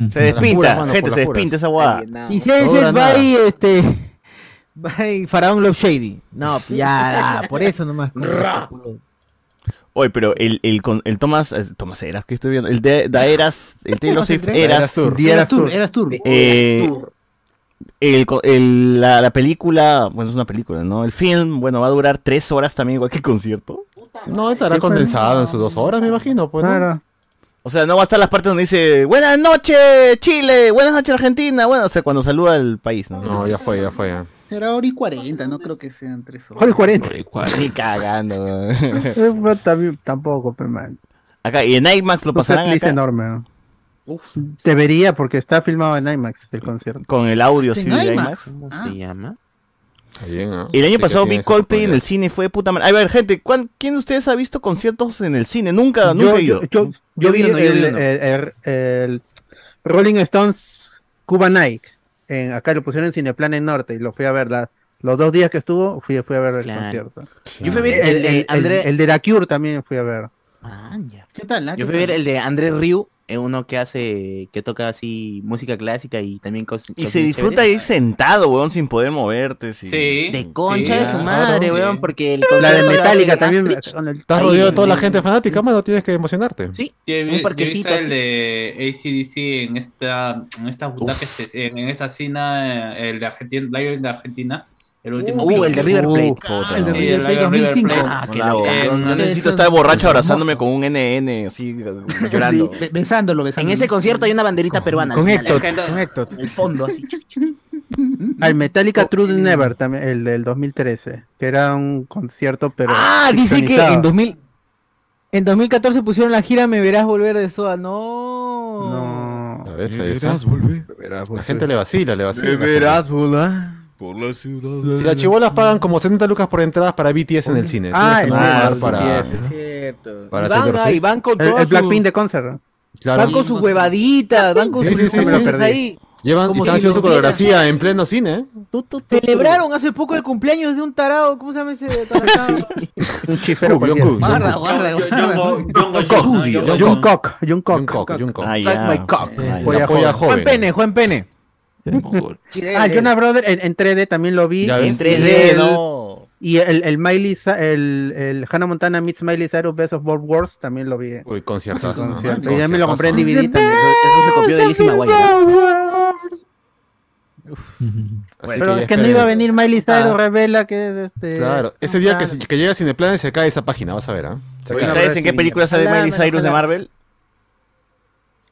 Speaker 1: Se despinta, gente, se despinta esa guada.
Speaker 2: Licensed
Speaker 1: No dura
Speaker 2: by este. (laughs) By Faraón Love Shady. No, pues, ya, da, por eso nomás.
Speaker 1: Oye, pero el, el, con- el Tomás, es- Tomás Eras, que estoy viendo, el de, de Eras, el Taylor Swift
Speaker 9: Eras
Speaker 1: Eras,
Speaker 9: Tour.
Speaker 1: The
Speaker 9: Eras Tour, Eras Tour.
Speaker 1: eh,
Speaker 9: Eras Tour.
Speaker 1: el co- el- la, la película, bueno, es una película, ¿no? El film, bueno, va a durar tres horas también, igual que el concierto.
Speaker 3: No, estará
Speaker 1: Sí, pues,
Speaker 3: condensado en sus dos horas, me imagino. Pues, ¿no?
Speaker 1: O sea, no va a estar las partes donde dice, buenas noches, Chile, buenas noches, Argentina, bueno, o sea, cuando saluda al país, ¿no?
Speaker 3: No, ya fue, ya fue. ya.
Speaker 9: Será hora y 40, no creo que sean 3 horas.
Speaker 4: Hora y 40.
Speaker 1: Ni cagando. weón.
Speaker 4: (laughs) Eh, pero también- tampoco, pero man.
Speaker 1: Acá, y en IMAX lo
Speaker 4: Es un
Speaker 1: pasarán
Speaker 4: setlist
Speaker 1: acá,
Speaker 4: enorme. ¿no? Debería, porque está filmado en IMAX el concierto.
Speaker 1: con el audio, sí,
Speaker 4: ¿En
Speaker 1: de
Speaker 4: IMAX?
Speaker 1: IMAX. Ah.
Speaker 7: ¿Cómo se llama?
Speaker 1: El año
Speaker 3: Sí que
Speaker 1: pasado
Speaker 3: tiene
Speaker 1: vi
Speaker 3: esa
Speaker 1: Coldplay en el cine, fue de puta madre. A ver, gente, ¿cuán- ¿quién de ustedes ha visto conciertos en el cine? Nunca, nunca
Speaker 4: Yo,
Speaker 1: he ido.
Speaker 4: yo, yo- yo vi
Speaker 1: uno,
Speaker 4: el, eh,
Speaker 1: yo vi uno.
Speaker 4: el- el- el Rolling Stones Cuba Nike. En, acá lo pusieron en Cineplan en Norte y lo fui a ver. la- los dos días que estuvo, fui, fui a ver el
Speaker 7: Claro.
Speaker 4: concierto.
Speaker 7: Yo fui a ver el
Speaker 4: el,
Speaker 7: de
Speaker 4: el- el-
Speaker 7: André-
Speaker 4: el de La Cure también fui a ver.
Speaker 9: ¿Qué tal? ah?
Speaker 7: Yo
Speaker 9: ¿Qué
Speaker 7: fui a ver
Speaker 9: tal?
Speaker 7: el de André Ryu, eh, uno que hace, que toca así música clásica y también cos-
Speaker 1: Y
Speaker 7: cosas
Speaker 1: se
Speaker 7: muy
Speaker 1: disfruta
Speaker 7: chéveres.
Speaker 1: ahí sentado, weón, sin poder moverte. Sí.
Speaker 7: De concha
Speaker 1: Sí,
Speaker 7: de su
Speaker 1: claro.
Speaker 7: madre, weón, porque el
Speaker 4: La de
Speaker 7: concierto era
Speaker 4: Metallica
Speaker 7: de
Speaker 4: también.
Speaker 7: Astrid.
Speaker 4: con el-
Speaker 3: Estás
Speaker 7: Ahí
Speaker 3: rodeado de
Speaker 7: en-
Speaker 3: toda la gente fanática, mano. Tienes que emocionarte.
Speaker 7: Sí.
Speaker 10: Yo he vi-
Speaker 7: Un
Speaker 10: yo he
Speaker 7: parquecito
Speaker 10: visto el
Speaker 7: así.
Speaker 10: de ACDC en esta, en esta butaca, este- en, en esta cena, eh, el de Argentina, Live de Argentina, el último.
Speaker 7: Uh,
Speaker 10: pico.
Speaker 7: el de River Plate. Uh,
Speaker 1: puta,
Speaker 10: Ah, el de
Speaker 1: no.
Speaker 10: River Plate
Speaker 1: Sí, el River
Speaker 10: 2005.
Speaker 1: Plate.
Speaker 10: Ah, qué
Speaker 1: Hola,
Speaker 10: loco.
Speaker 1: weón.
Speaker 10: Eso
Speaker 1: Yo necesito
Speaker 10: es
Speaker 1: estar borracho
Speaker 10: hermoso.
Speaker 1: abrazándome con un NN, así, llorando.
Speaker 9: Sí, be- besándolo, besándolo.
Speaker 7: En ese concierto hay una banderita peruana.
Speaker 4: con
Speaker 7: al final,
Speaker 4: Héctor,
Speaker 7: la gente-
Speaker 4: con Héctor.
Speaker 7: En el fondo, así.
Speaker 4: Al Metallica True Never, también, el del 2013, que era un concierto, pero.
Speaker 2: Ah, dice que
Speaker 4: ficcionizado.
Speaker 2: en 2000 en 2014 pusieron la gira Me verás volver de Soda. No.
Speaker 4: No.
Speaker 3: A ver, ahí
Speaker 17: Me
Speaker 3: está.
Speaker 17: verás volver.
Speaker 3: La gente le vacila, le vacila. la gente.
Speaker 17: volar
Speaker 18: por la ciudad.
Speaker 3: Si las chibolas pagan como 70 lucas por entradas para BTS en el cine.
Speaker 4: Ah,
Speaker 3: Tienes que
Speaker 4: el
Speaker 3: pagar
Speaker 4: BTS,
Speaker 3: para-
Speaker 2: Cierto.
Speaker 3: Para
Speaker 2: y van,
Speaker 3: Taylor
Speaker 2: ah,
Speaker 3: Swift.
Speaker 2: y van con
Speaker 4: El,
Speaker 2: todo
Speaker 4: el Blackpink
Speaker 2: su-
Speaker 4: de concert.
Speaker 3: Claro.
Speaker 2: Van con sus huevaditas, van con
Speaker 3: Sí,
Speaker 2: sus
Speaker 3: sí, sí, me lo
Speaker 2: cosas
Speaker 3: perdí.
Speaker 2: ahí.
Speaker 3: Llevan y
Speaker 2: Como
Speaker 3: están
Speaker 2: si
Speaker 3: haciendo su
Speaker 2: no hubieran-
Speaker 3: coreografía en pleno cine. ¿eh?
Speaker 2: Celebraron hace poco el cumpleaños de un tarado, ¿cómo se llama ese
Speaker 19: (laughs)
Speaker 2: tarado?
Speaker 4: Un chifero.
Speaker 3: Cubi, un cubi.
Speaker 4: cualquiera.
Speaker 2: Guarda,
Speaker 10: guarda, guarda.
Speaker 15: Ah,
Speaker 3: Ah,
Speaker 4: Cock. John Cock. John
Speaker 3: John
Speaker 4: Cock.
Speaker 3: Cock, John Cock.
Speaker 1: Ah,
Speaker 4: Suck
Speaker 1: ya.
Speaker 4: my cock. eh,
Speaker 1: Ah, ya.
Speaker 3: Polla
Speaker 4: joven.
Speaker 3: joven.
Speaker 2: Juan Pene, Juan Pene.
Speaker 4: Ah, Jonah Brother en, en 3D también lo vi.
Speaker 3: Ya ves.
Speaker 1: En
Speaker 4: Y
Speaker 1: 3D,
Speaker 4: el-
Speaker 1: no.
Speaker 4: Y el, el Miley, Sa- el, el Hannah Montana meets Miley Cyrus Best of Both Worlds también lo vi. en
Speaker 3: Uy, conciertazo.
Speaker 4: concierto. Y ya me lo compré en
Speaker 3: Conciertazo.
Speaker 4: DVD también.
Speaker 7: Eso se copió de Lizzie McGuire. ¿no?
Speaker 3: Así
Speaker 4: Pero
Speaker 3: ya
Speaker 4: es que no
Speaker 3: esperen.
Speaker 4: iba a venir Miley Cyrus, revela que es este.
Speaker 3: Ah. Claro, ese día que, se- que llega Cineplanet se cae esa página, vas a ver, ¿ah? Se
Speaker 1: Oye,
Speaker 3: cae.
Speaker 1: ¿Sabes en qué película sale
Speaker 4: Ojalá,
Speaker 1: Miley Cyrus de
Speaker 4: ojalá.
Speaker 1: Marvel?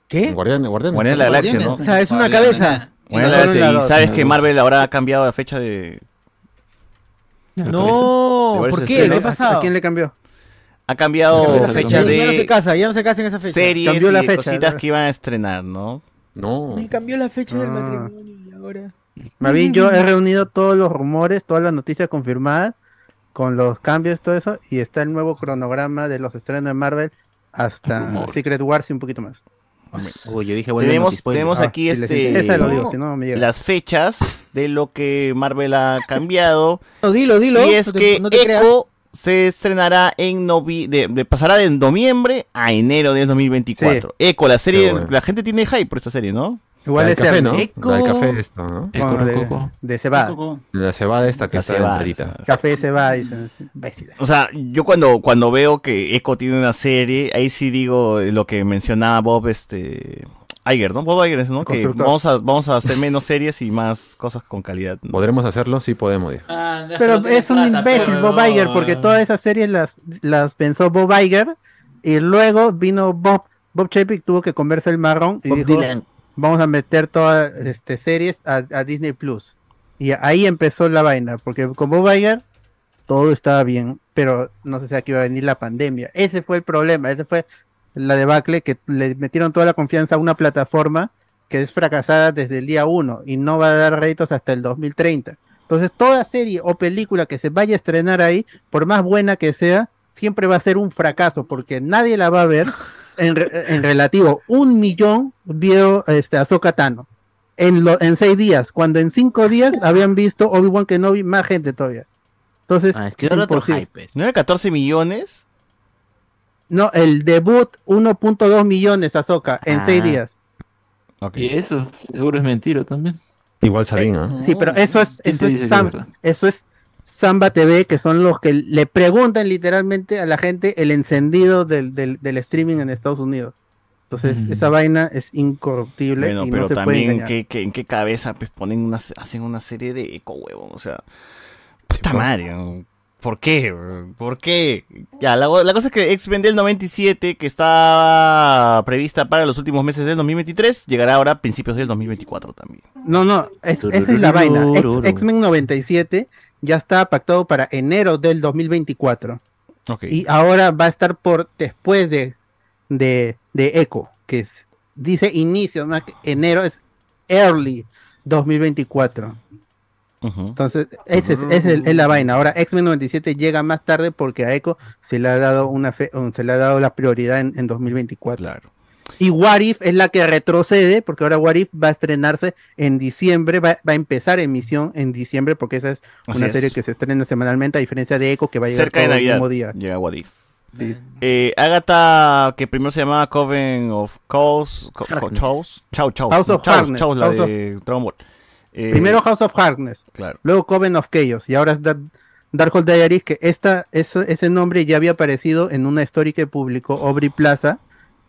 Speaker 2: ¿Qué?
Speaker 3: Guardián, guardián.
Speaker 1: Guardián de la Galaxia, ¿no?
Speaker 2: O sea, es una cabeza.
Speaker 1: Guardián de la
Speaker 4: Solo en la
Speaker 1: Galaxia. Y
Speaker 4: dos,
Speaker 1: sabes
Speaker 4: en la
Speaker 1: que
Speaker 4: dos.
Speaker 1: Marvel ahora ha cambiado la fecha de.
Speaker 2: No,
Speaker 1: De
Speaker 2: ¿por
Speaker 1: varios
Speaker 2: qué? ¿Qué ha
Speaker 1: estrenos.
Speaker 4: ¿A
Speaker 2: pasado?
Speaker 4: quién le cambió?
Speaker 1: Ha cambiado la fecha
Speaker 2: Ya, ya no se
Speaker 1: de
Speaker 2: casa, ya no se casa en esa fecha.
Speaker 1: series
Speaker 4: Cambió la
Speaker 1: y
Speaker 4: fecha,
Speaker 1: cositas
Speaker 4: ¿no?
Speaker 1: que iban a estrenar, ¿no?
Speaker 3: No.
Speaker 2: Me cambió la fecha del
Speaker 4: Ah.
Speaker 2: matrimonio y ahora.
Speaker 4: Más bien, yo
Speaker 2: (laughs)
Speaker 4: he reunido todos los rumores, todas las noticias confirmadas, con los cambios, todo eso, y está el nuevo cronograma de los estrenos de Marvel hasta
Speaker 17: Rumor.
Speaker 4: Secret Wars y un poquito más.
Speaker 7: Uy, yo dije, bueno,
Speaker 1: Tenemos,
Speaker 7: notispoiler.
Speaker 1: tenemos
Speaker 4: Ah,
Speaker 1: aquí
Speaker 4: si les
Speaker 1: este
Speaker 4: interesa, lo digo, si no, no me llega.
Speaker 1: las fechas de lo que Marvel ha cambiado.
Speaker 2: No, dilo, dilo.
Speaker 1: y es
Speaker 2: no te-
Speaker 1: que
Speaker 2: no te creas.
Speaker 1: Echo se estrenará en novi de, de- pasará de noviembre a enero de 2024. Echo, la serie,
Speaker 3: Qué bueno.
Speaker 1: la gente tiene hype por esta serie, ¿no?
Speaker 4: Igual
Speaker 3: la
Speaker 4: es
Speaker 3: del café, ¿no?
Speaker 4: Echo.
Speaker 3: La del café esto, ¿no?
Speaker 4: Bueno, de,
Speaker 17: Coco.
Speaker 4: de cebada.
Speaker 3: La cebada esta que
Speaker 1: La
Speaker 3: está
Speaker 1: cebada,
Speaker 3: enterita.
Speaker 4: Café de cebada, dicen. Imbéciles.
Speaker 1: O sea, yo cuando, cuando veo que Echo tiene una serie, ahí sí digo lo que mencionaba Bob, este Iger, ¿no? Bob Iger es, ¿no? Que
Speaker 3: Constructor.
Speaker 1: vamos a, vamos a hacer menos series y más cosas con calidad.
Speaker 3: ¿Podremos hacerlo? Sí, podemos. dijo.
Speaker 1: Ah, (laughs)
Speaker 4: Pero es un imbécil Bob Iger, porque todas esas series las, las pensó Bob Iger y luego vino Bob, Bob Chapek tuvo que comerse el marrón y
Speaker 7: Bob
Speaker 4: dijo,
Speaker 7: Dylan.
Speaker 4: vamos a meter todas este, series a, a Disney Plus. Y ahí empezó la vaina, porque con Bob Iger todo estaba bien, pero no se sabía que iba a venir la pandemia. Ese fue el problema, ese fue la debacle que le metieron toda la confianza a una plataforma que es fracasada desde el día uno y no va a dar réditos hasta el 2030. Entonces, toda serie o película que se vaya a estrenar ahí, por más buena que sea, siempre va a ser un fracaso porque nadie la va a ver. En, re- en relativo, un millón vio este, a Tano en, lo- en seis días, cuando en
Speaker 1: (laughs)
Speaker 4: cinco días habían visto Obi-Wan Kenobi más gente todavía. Entonces,
Speaker 1: Ah, es que era otro
Speaker 4: imposible.
Speaker 1: hype, ¿No era 14 millones?
Speaker 4: No, el debut 1.2 millones Azoka en
Speaker 15: Ah.
Speaker 4: seis días.
Speaker 15: Y eso seguro es mentira también.
Speaker 3: Igual Sabina.
Speaker 4: Sí, pero eso es,
Speaker 15: ¿Quién
Speaker 4: eso
Speaker 15: te dice
Speaker 4: es,
Speaker 15: que
Speaker 4: Sam-
Speaker 15: es verdad?
Speaker 4: eso es Samba TV, que son los que le preguntan literalmente a la gente el encendido del, del- del streaming en Estados Unidos. Entonces, esa vaina es incorruptible
Speaker 1: Bueno,
Speaker 4: y
Speaker 1: pero
Speaker 4: no se puede
Speaker 1: también
Speaker 4: engañar.
Speaker 1: ¿qué, qué- en qué cabeza pues, ponen una, se- hacen una serie de eco, huevón. O sea, puta madre. ¿no? ¿Por qué? bro? ¿Por qué? Ya, la, la cosa es que X-Men del 97, que estaba prevista para los últimos meses del 2023, llegará ahora a principios del 2024 también.
Speaker 4: No, no, es- esa es la vaina. Ex-
Speaker 1: Tururururu.
Speaker 4: X-Men 97 ya está pactado para enero del 2024.
Speaker 1: Ok.
Speaker 4: Y ahora va a estar por después de, de, de Echo, que es- dice inicio, más que enero es early 2024. Entonces, esa es, esa es- es la vaina. Ahora, X-Men 97 llega más tarde porque a Echo se le ha dado una fe- um, se le ha dado la prioridad en, en 2024. Y What If es la que retrocede, porque ahora What If va a estrenarse en diciembre, va, va a empezar emisión en diciembre, porque esa es
Speaker 1: Así
Speaker 4: una
Speaker 1: es.
Speaker 4: serie que se estrena semanalmente, a diferencia de Echo, que va a llegar
Speaker 1: Cerca de
Speaker 4: todo el
Speaker 1: Navidad
Speaker 4: mismo día.
Speaker 1: llega What If. Eh, Agatha, que primero se llamaba Coven of Chaos. Co- co-
Speaker 4: Harkness.
Speaker 1: Chaos. Chau, chau.
Speaker 4: House of
Speaker 1: Chaos,
Speaker 4: Harkness,
Speaker 1: Chaos, la
Speaker 4: House of-
Speaker 1: de Dragon Ball. Eh,
Speaker 4: Primero House of Harkness,
Speaker 1: Claro.
Speaker 4: luego Coven of Chaos y ahora es Dark Darkhold Diaries, que esta, eso- ese nombre ya había aparecido en una story que publicó Aubrey Plaza,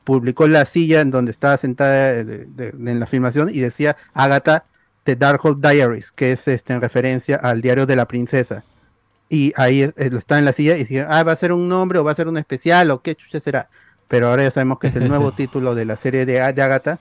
Speaker 4: publicó la silla en donde estaba sentada eh, de- de- de- en la filmación y decía Agatha The Darkhold Diaries, que es este, en referencia al diario de la princesa. Y ahí es- es- está en la silla y dice, ah, va a ser un nombre o va a ser un especial o qué chucha será. Pero ahora ya sabemos que es el nuevo título de la serie de, de Agatha,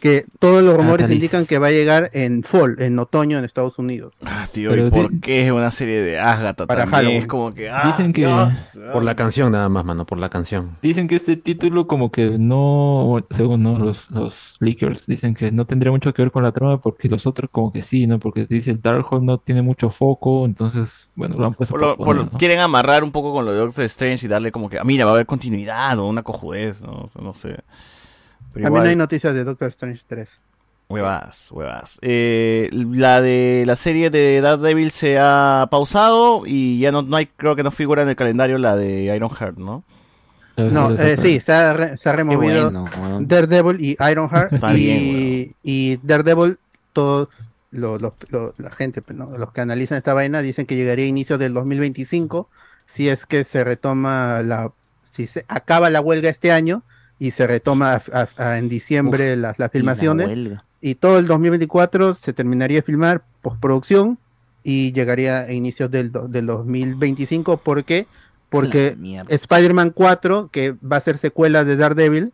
Speaker 4: que todos los rumores
Speaker 1: Ataliz.
Speaker 4: indican que va a llegar en fall, en otoño en Estados Unidos.
Speaker 1: Ah, tío,
Speaker 4: Pero
Speaker 1: ¿y por
Speaker 4: di-
Speaker 1: qué es una serie de Agatha
Speaker 4: Para
Speaker 1: también?
Speaker 4: Halloween.
Speaker 1: Es como que. ah,
Speaker 15: Dicen que-
Speaker 1: Dios.
Speaker 3: Por la canción nada más, mano, por la canción.
Speaker 15: Dicen que este título como que no, según ¿no? los, los leakers, dicen que no tendría mucho que ver con la trama porque los otros como que sí, ¿no? Porque dice el Darkhold no tiene mucho foco, entonces, bueno, lo han puesto
Speaker 1: Por
Speaker 15: para
Speaker 1: lo- por lo-
Speaker 15: poner, ¿no?
Speaker 1: Quieren amarrar un poco con lo de Doctor Strange y darle como que, ah, mira, va a haber continuidad o una cojudez, ¿no? O sea, no sé. Pero
Speaker 4: También
Speaker 1: igual-
Speaker 4: hay noticias de Doctor Strange 3.
Speaker 1: Huevas, huevas. Eh, la de la serie de Daredevil se ha pausado y ya no, no hay, creo que no figura en el calendario la de Iron Heart, ¿no?
Speaker 4: No, eh, sí, se ha, re- se ha removido
Speaker 1: bueno, weón.
Speaker 4: Daredevil y
Speaker 1: (laughs)
Speaker 4: Ironheart
Speaker 1: Está
Speaker 4: y,
Speaker 1: bien,
Speaker 4: y Daredevil, todo lo- lo- lo- la gente, pues, ¿no? los que analizan esta vaina dicen que llegaría a inicios del 2025 si es que se retoma la, si se acaba la huelga este año y se retoma a- a- a- en diciembre las, las filmaciones
Speaker 7: huelga.
Speaker 4: y todo el 2024 se terminaría de filmar postproducción y llegaría a inicios del, do- del 2025. ¿Por qué?
Speaker 1: Ah,
Speaker 4: Porque Spider-Man 4, que va a ser secuela de Daredevil,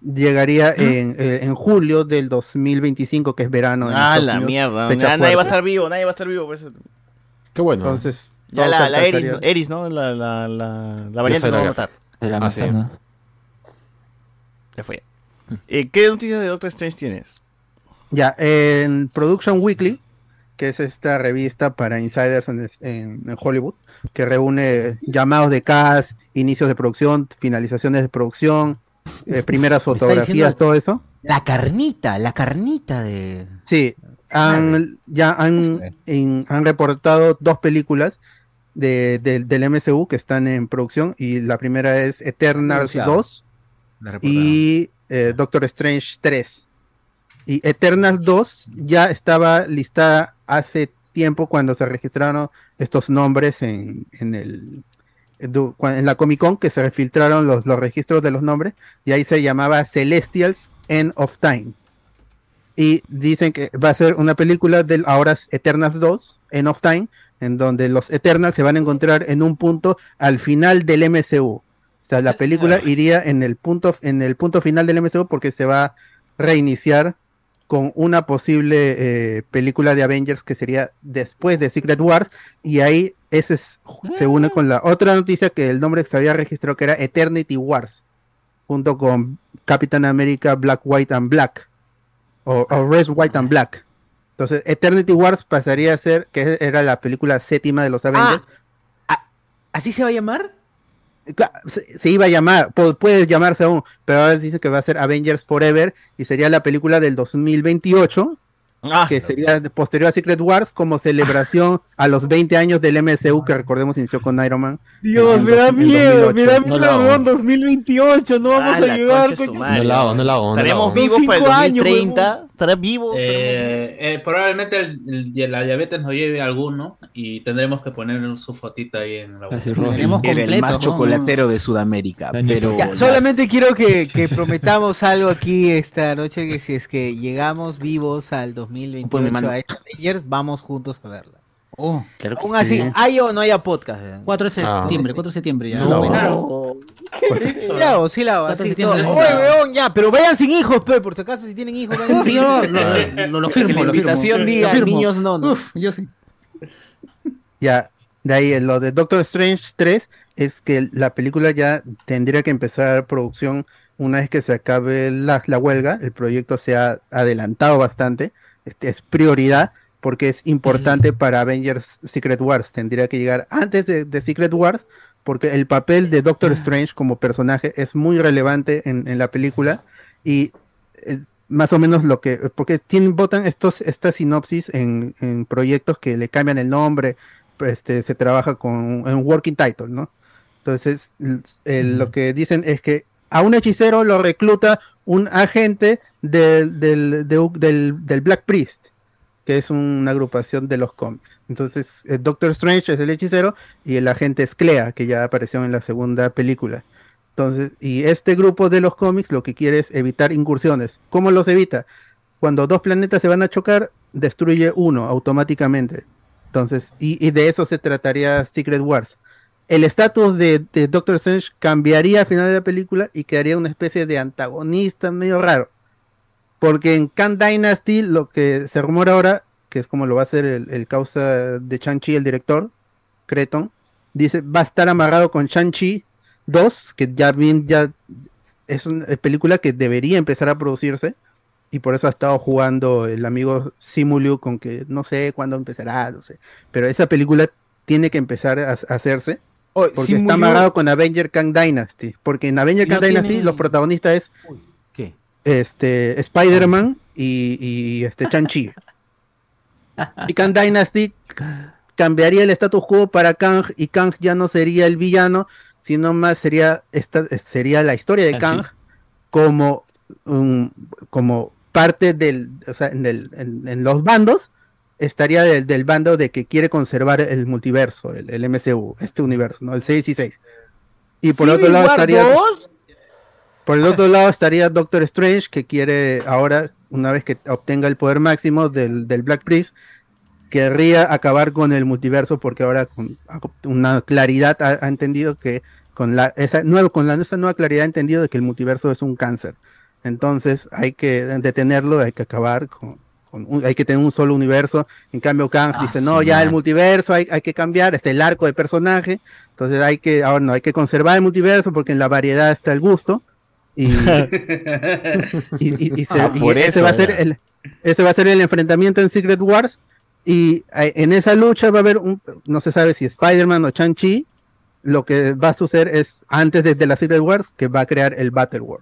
Speaker 4: llegaría en, eh, en julio del 2025, que es verano. en
Speaker 1: Ah,
Speaker 4: Estados
Speaker 1: la
Speaker 4: Unidos,
Speaker 1: mierda.
Speaker 4: fecha
Speaker 1: Ya nadie va a
Speaker 4: fuerte.
Speaker 1: estar vivo, nadie va a estar vivo. pues.
Speaker 3: Qué bueno.
Speaker 4: Entonces,
Speaker 1: Ya
Speaker 4: todo
Speaker 1: la,
Speaker 4: tal-
Speaker 1: la
Speaker 4: tal
Speaker 1: Eris,
Speaker 4: estaría.
Speaker 1: Eris, ¿no? La, la, la, la variante
Speaker 3: soy
Speaker 1: no
Speaker 3: la
Speaker 1: va a
Speaker 3: guerra.
Speaker 1: matar.
Speaker 3: De la Ah, sí. manzana.
Speaker 1: Ya fue. Eh, ¿Qué noticias de Doctor Strange tienes?
Speaker 4: Ya, en Production Weekly, que es esta revista para insiders en, en- en Hollywood, que reúne llamados de cast, inicios de producción, finalizaciones de producción, eh, primeras
Speaker 2: Me está
Speaker 4: fotografías,
Speaker 2: diciendo-
Speaker 4: todo eso.
Speaker 2: La carnita, la carnita de.
Speaker 4: Sí, han, ya han, en- han reportado dos películas de, del- del MCU que están en producción y la primera es Eternals
Speaker 5: Anunciado.
Speaker 4: 2 y eh, Doctor Strange 3. Y Eternals 2 ya estaba listada hace tiempo cuando se registraron estos nombres en, en el du- cua- en la Comic Con que se filtraron los, los registros de los nombres y ahí se llamaba Celestials End of Time. Y dicen que va a ser una película del ahora Eternals 2, End of Time, en donde los Eternals se van a encontrar en un punto al final del MCU. O sea, la película iría en el punto, en el punto final del MCU porque se va a reiniciar con una posible eh, película de Avengers que sería después de Secret Wars y ahí ese es- se une con la otra noticia que el nombre que se había registrado que era Eternity Wars junto con Capitán América Black White and Black o,
Speaker 2: Ah,
Speaker 4: o Red White and Black entonces Eternity Wars pasaría a ser que era la película séptima de los Avengers
Speaker 2: ¿Así se va Ah, a llamar?
Speaker 4: Ca- se, se iba a llamar, po- puede llamarse aún, pero ahora dice que va a ser Avengers Forever y sería la película del 2028,
Speaker 2: Ah.
Speaker 4: que sería de- posterior a Secret Wars como
Speaker 2: (laughs)
Speaker 4: celebración a los 20 años del MCU que recordemos inició con Iron Man.
Speaker 19: Dios,
Speaker 4: en
Speaker 19: me da
Speaker 4: dos- en
Speaker 19: miedo,
Speaker 4: 2008.
Speaker 19: me da miedo,
Speaker 4: hago.
Speaker 19: weón, 2028, no vamos
Speaker 4: Ah,
Speaker 19: a
Speaker 4: la
Speaker 19: llegar,
Speaker 4: concha de su
Speaker 19: coño.
Speaker 4: madre. No la hago, no la hago, no la
Speaker 1: Estaremos
Speaker 4: hago.
Speaker 1: vivos
Speaker 19: Son
Speaker 1: para el
Speaker 19: cinco años,
Speaker 1: 2030.
Speaker 19: huevón.
Speaker 1: Estarás vivo.
Speaker 10: Eh, eh, probablemente el- el- la diabetes nos lleve a alguno y tendremos que poner su fotita ahí en la
Speaker 7: Así
Speaker 10: boca.
Speaker 7: es. Seremos
Speaker 10: Era el
Speaker 7: completos,
Speaker 10: más
Speaker 7: ¿no?
Speaker 10: chocolatero
Speaker 7: de Sudamérica,
Speaker 10: pero-
Speaker 2: Ya, solamente quiero que, que prometamos algo aquí esta noche, que si es que llegamos vivos al 2028
Speaker 7: mano.
Speaker 2: a esta Avengers, vamos juntos a verla.
Speaker 7: Claro
Speaker 2: Aún así, haya o no haya podcast.
Speaker 9: 4 Oh. de
Speaker 2: Ah.
Speaker 9: septiembre, 4 de septiembre ya.
Speaker 2: No. Sí la hago, sí la hago, así todo. Oye, weón, ya, pero vayan sin hijos, pe, por si acaso si tienen hijos. vayan sin
Speaker 9: Yo
Speaker 2: hijos.
Speaker 7: (laughs)
Speaker 9: lo, lo, lo firmo.
Speaker 7: Que
Speaker 9: lo
Speaker 7: la
Speaker 9: firmo.
Speaker 7: invitación
Speaker 9: Lo
Speaker 7: diga,
Speaker 9: firmo.
Speaker 7: niños no, no.
Speaker 9: Uf, yo sí.
Speaker 4: Ya, de ahí eh, lo de Doctor Strange 3 es que la película ya tendría que empezar producción una vez que se acabe la, la huelga. El proyecto se ha adelantado bastante. Este es prioridad porque es importante para Avengers Secret Wars. Tendría que llegar antes de, de Secret Wars porque el papel de Doctor Strange como personaje es muy relevante en, en la película y es más o menos lo que, porque tienen, votan estos, estas sinopsis en, en proyectos que le cambian el nombre, este, se trabaja con un working title, ¿no? Entonces, l- el- lo que dicen es que a un hechicero lo recluta un agente del, del, de- del- del Black Priest, que es una agrupación de los cómics. Entonces, eh, Doctor Strange es el hechicero y el agente es Clea, que ya apareció en la segunda película. Entonces, y este grupo de los cómics lo que quiere es evitar incursiones. ¿Cómo los evita? Cuando dos planetas se van a chocar, destruye uno automáticamente. Entonces, y, y de eso se trataría Secret Wars. El estatus de, de Doctor Strange cambiaría al final de la película y quedaría una especie de antagonista medio raro. Porque en Khan Dynasty, lo que se rumora ahora, que es como lo va a hacer el, el causa de Shang-Chi, el director, Creton, dice, va a estar amarrado con Shang-Chi 2, que ya bien, ya es una película que debería empezar a producirse. Y por eso ha estado jugando el amigo Simuliu con que no sé cuándo empezará, no sé. Pero esa película tiene que empezar a, a hacerse.
Speaker 2: Oye,
Speaker 4: porque
Speaker 2: Simu
Speaker 4: está
Speaker 2: Liu-
Speaker 4: amarrado con Avenger Kang Dynasty. Porque en Avenger
Speaker 2: Y no
Speaker 4: Kang Dynasty
Speaker 2: tiene-
Speaker 4: los protagonistas es
Speaker 2: ¿Qué? Ah.
Speaker 4: este, Spider-Man y, y este
Speaker 2: (laughs)
Speaker 4: Chanchi. y Kang Dynasty cambiaría el status quo para Kang y Kang ya no sería el villano, sino más sería esta sería la historia de
Speaker 2: Ah,
Speaker 4: Kang
Speaker 2: sí.
Speaker 4: como un- como parte del, o sea, en, el- en- en los bandos estaría del, del bando de que quiere conservar el multiverso, el, el MCU, este universo, ¿no? El 666. Y por
Speaker 2: Civil
Speaker 4: otro lado
Speaker 2: War
Speaker 4: estaría
Speaker 2: 2,
Speaker 4: por el otro lado estaría Doctor Strange, que quiere ahora, una vez que obtenga el poder máximo del, del Black Priest, querría acabar con el multiverso porque ahora con una claridad ha, ha entendido que con la esa nueva con la esa nueva claridad ha entendido de que el multiverso es un cáncer. Entonces hay que detenerlo, hay que acabar con, con un- hay que tener un solo universo. En cambio Kang
Speaker 2: Ah,
Speaker 4: dice
Speaker 2: su
Speaker 4: no ya
Speaker 2: madre.
Speaker 4: el multiverso hay, hay que cambiar este el arco de personaje. Entonces hay que ahora no hay que conservar el multiverso porque en la variedad está el gusto
Speaker 3: (laughs)
Speaker 4: y
Speaker 10: (laughs)
Speaker 4: y, y- y se-
Speaker 1: Ah,
Speaker 4: y
Speaker 1: por
Speaker 4: ese
Speaker 1: eso
Speaker 4: va a ser
Speaker 1: era.
Speaker 4: el ese va a ser el enfrentamiento en Secret Wars y eh, en esa lucha va a haber un no se sabe si Spider-Man o Shang-Chi lo que va a suceder es antes de, de la Secret Wars que va a crear el Battle War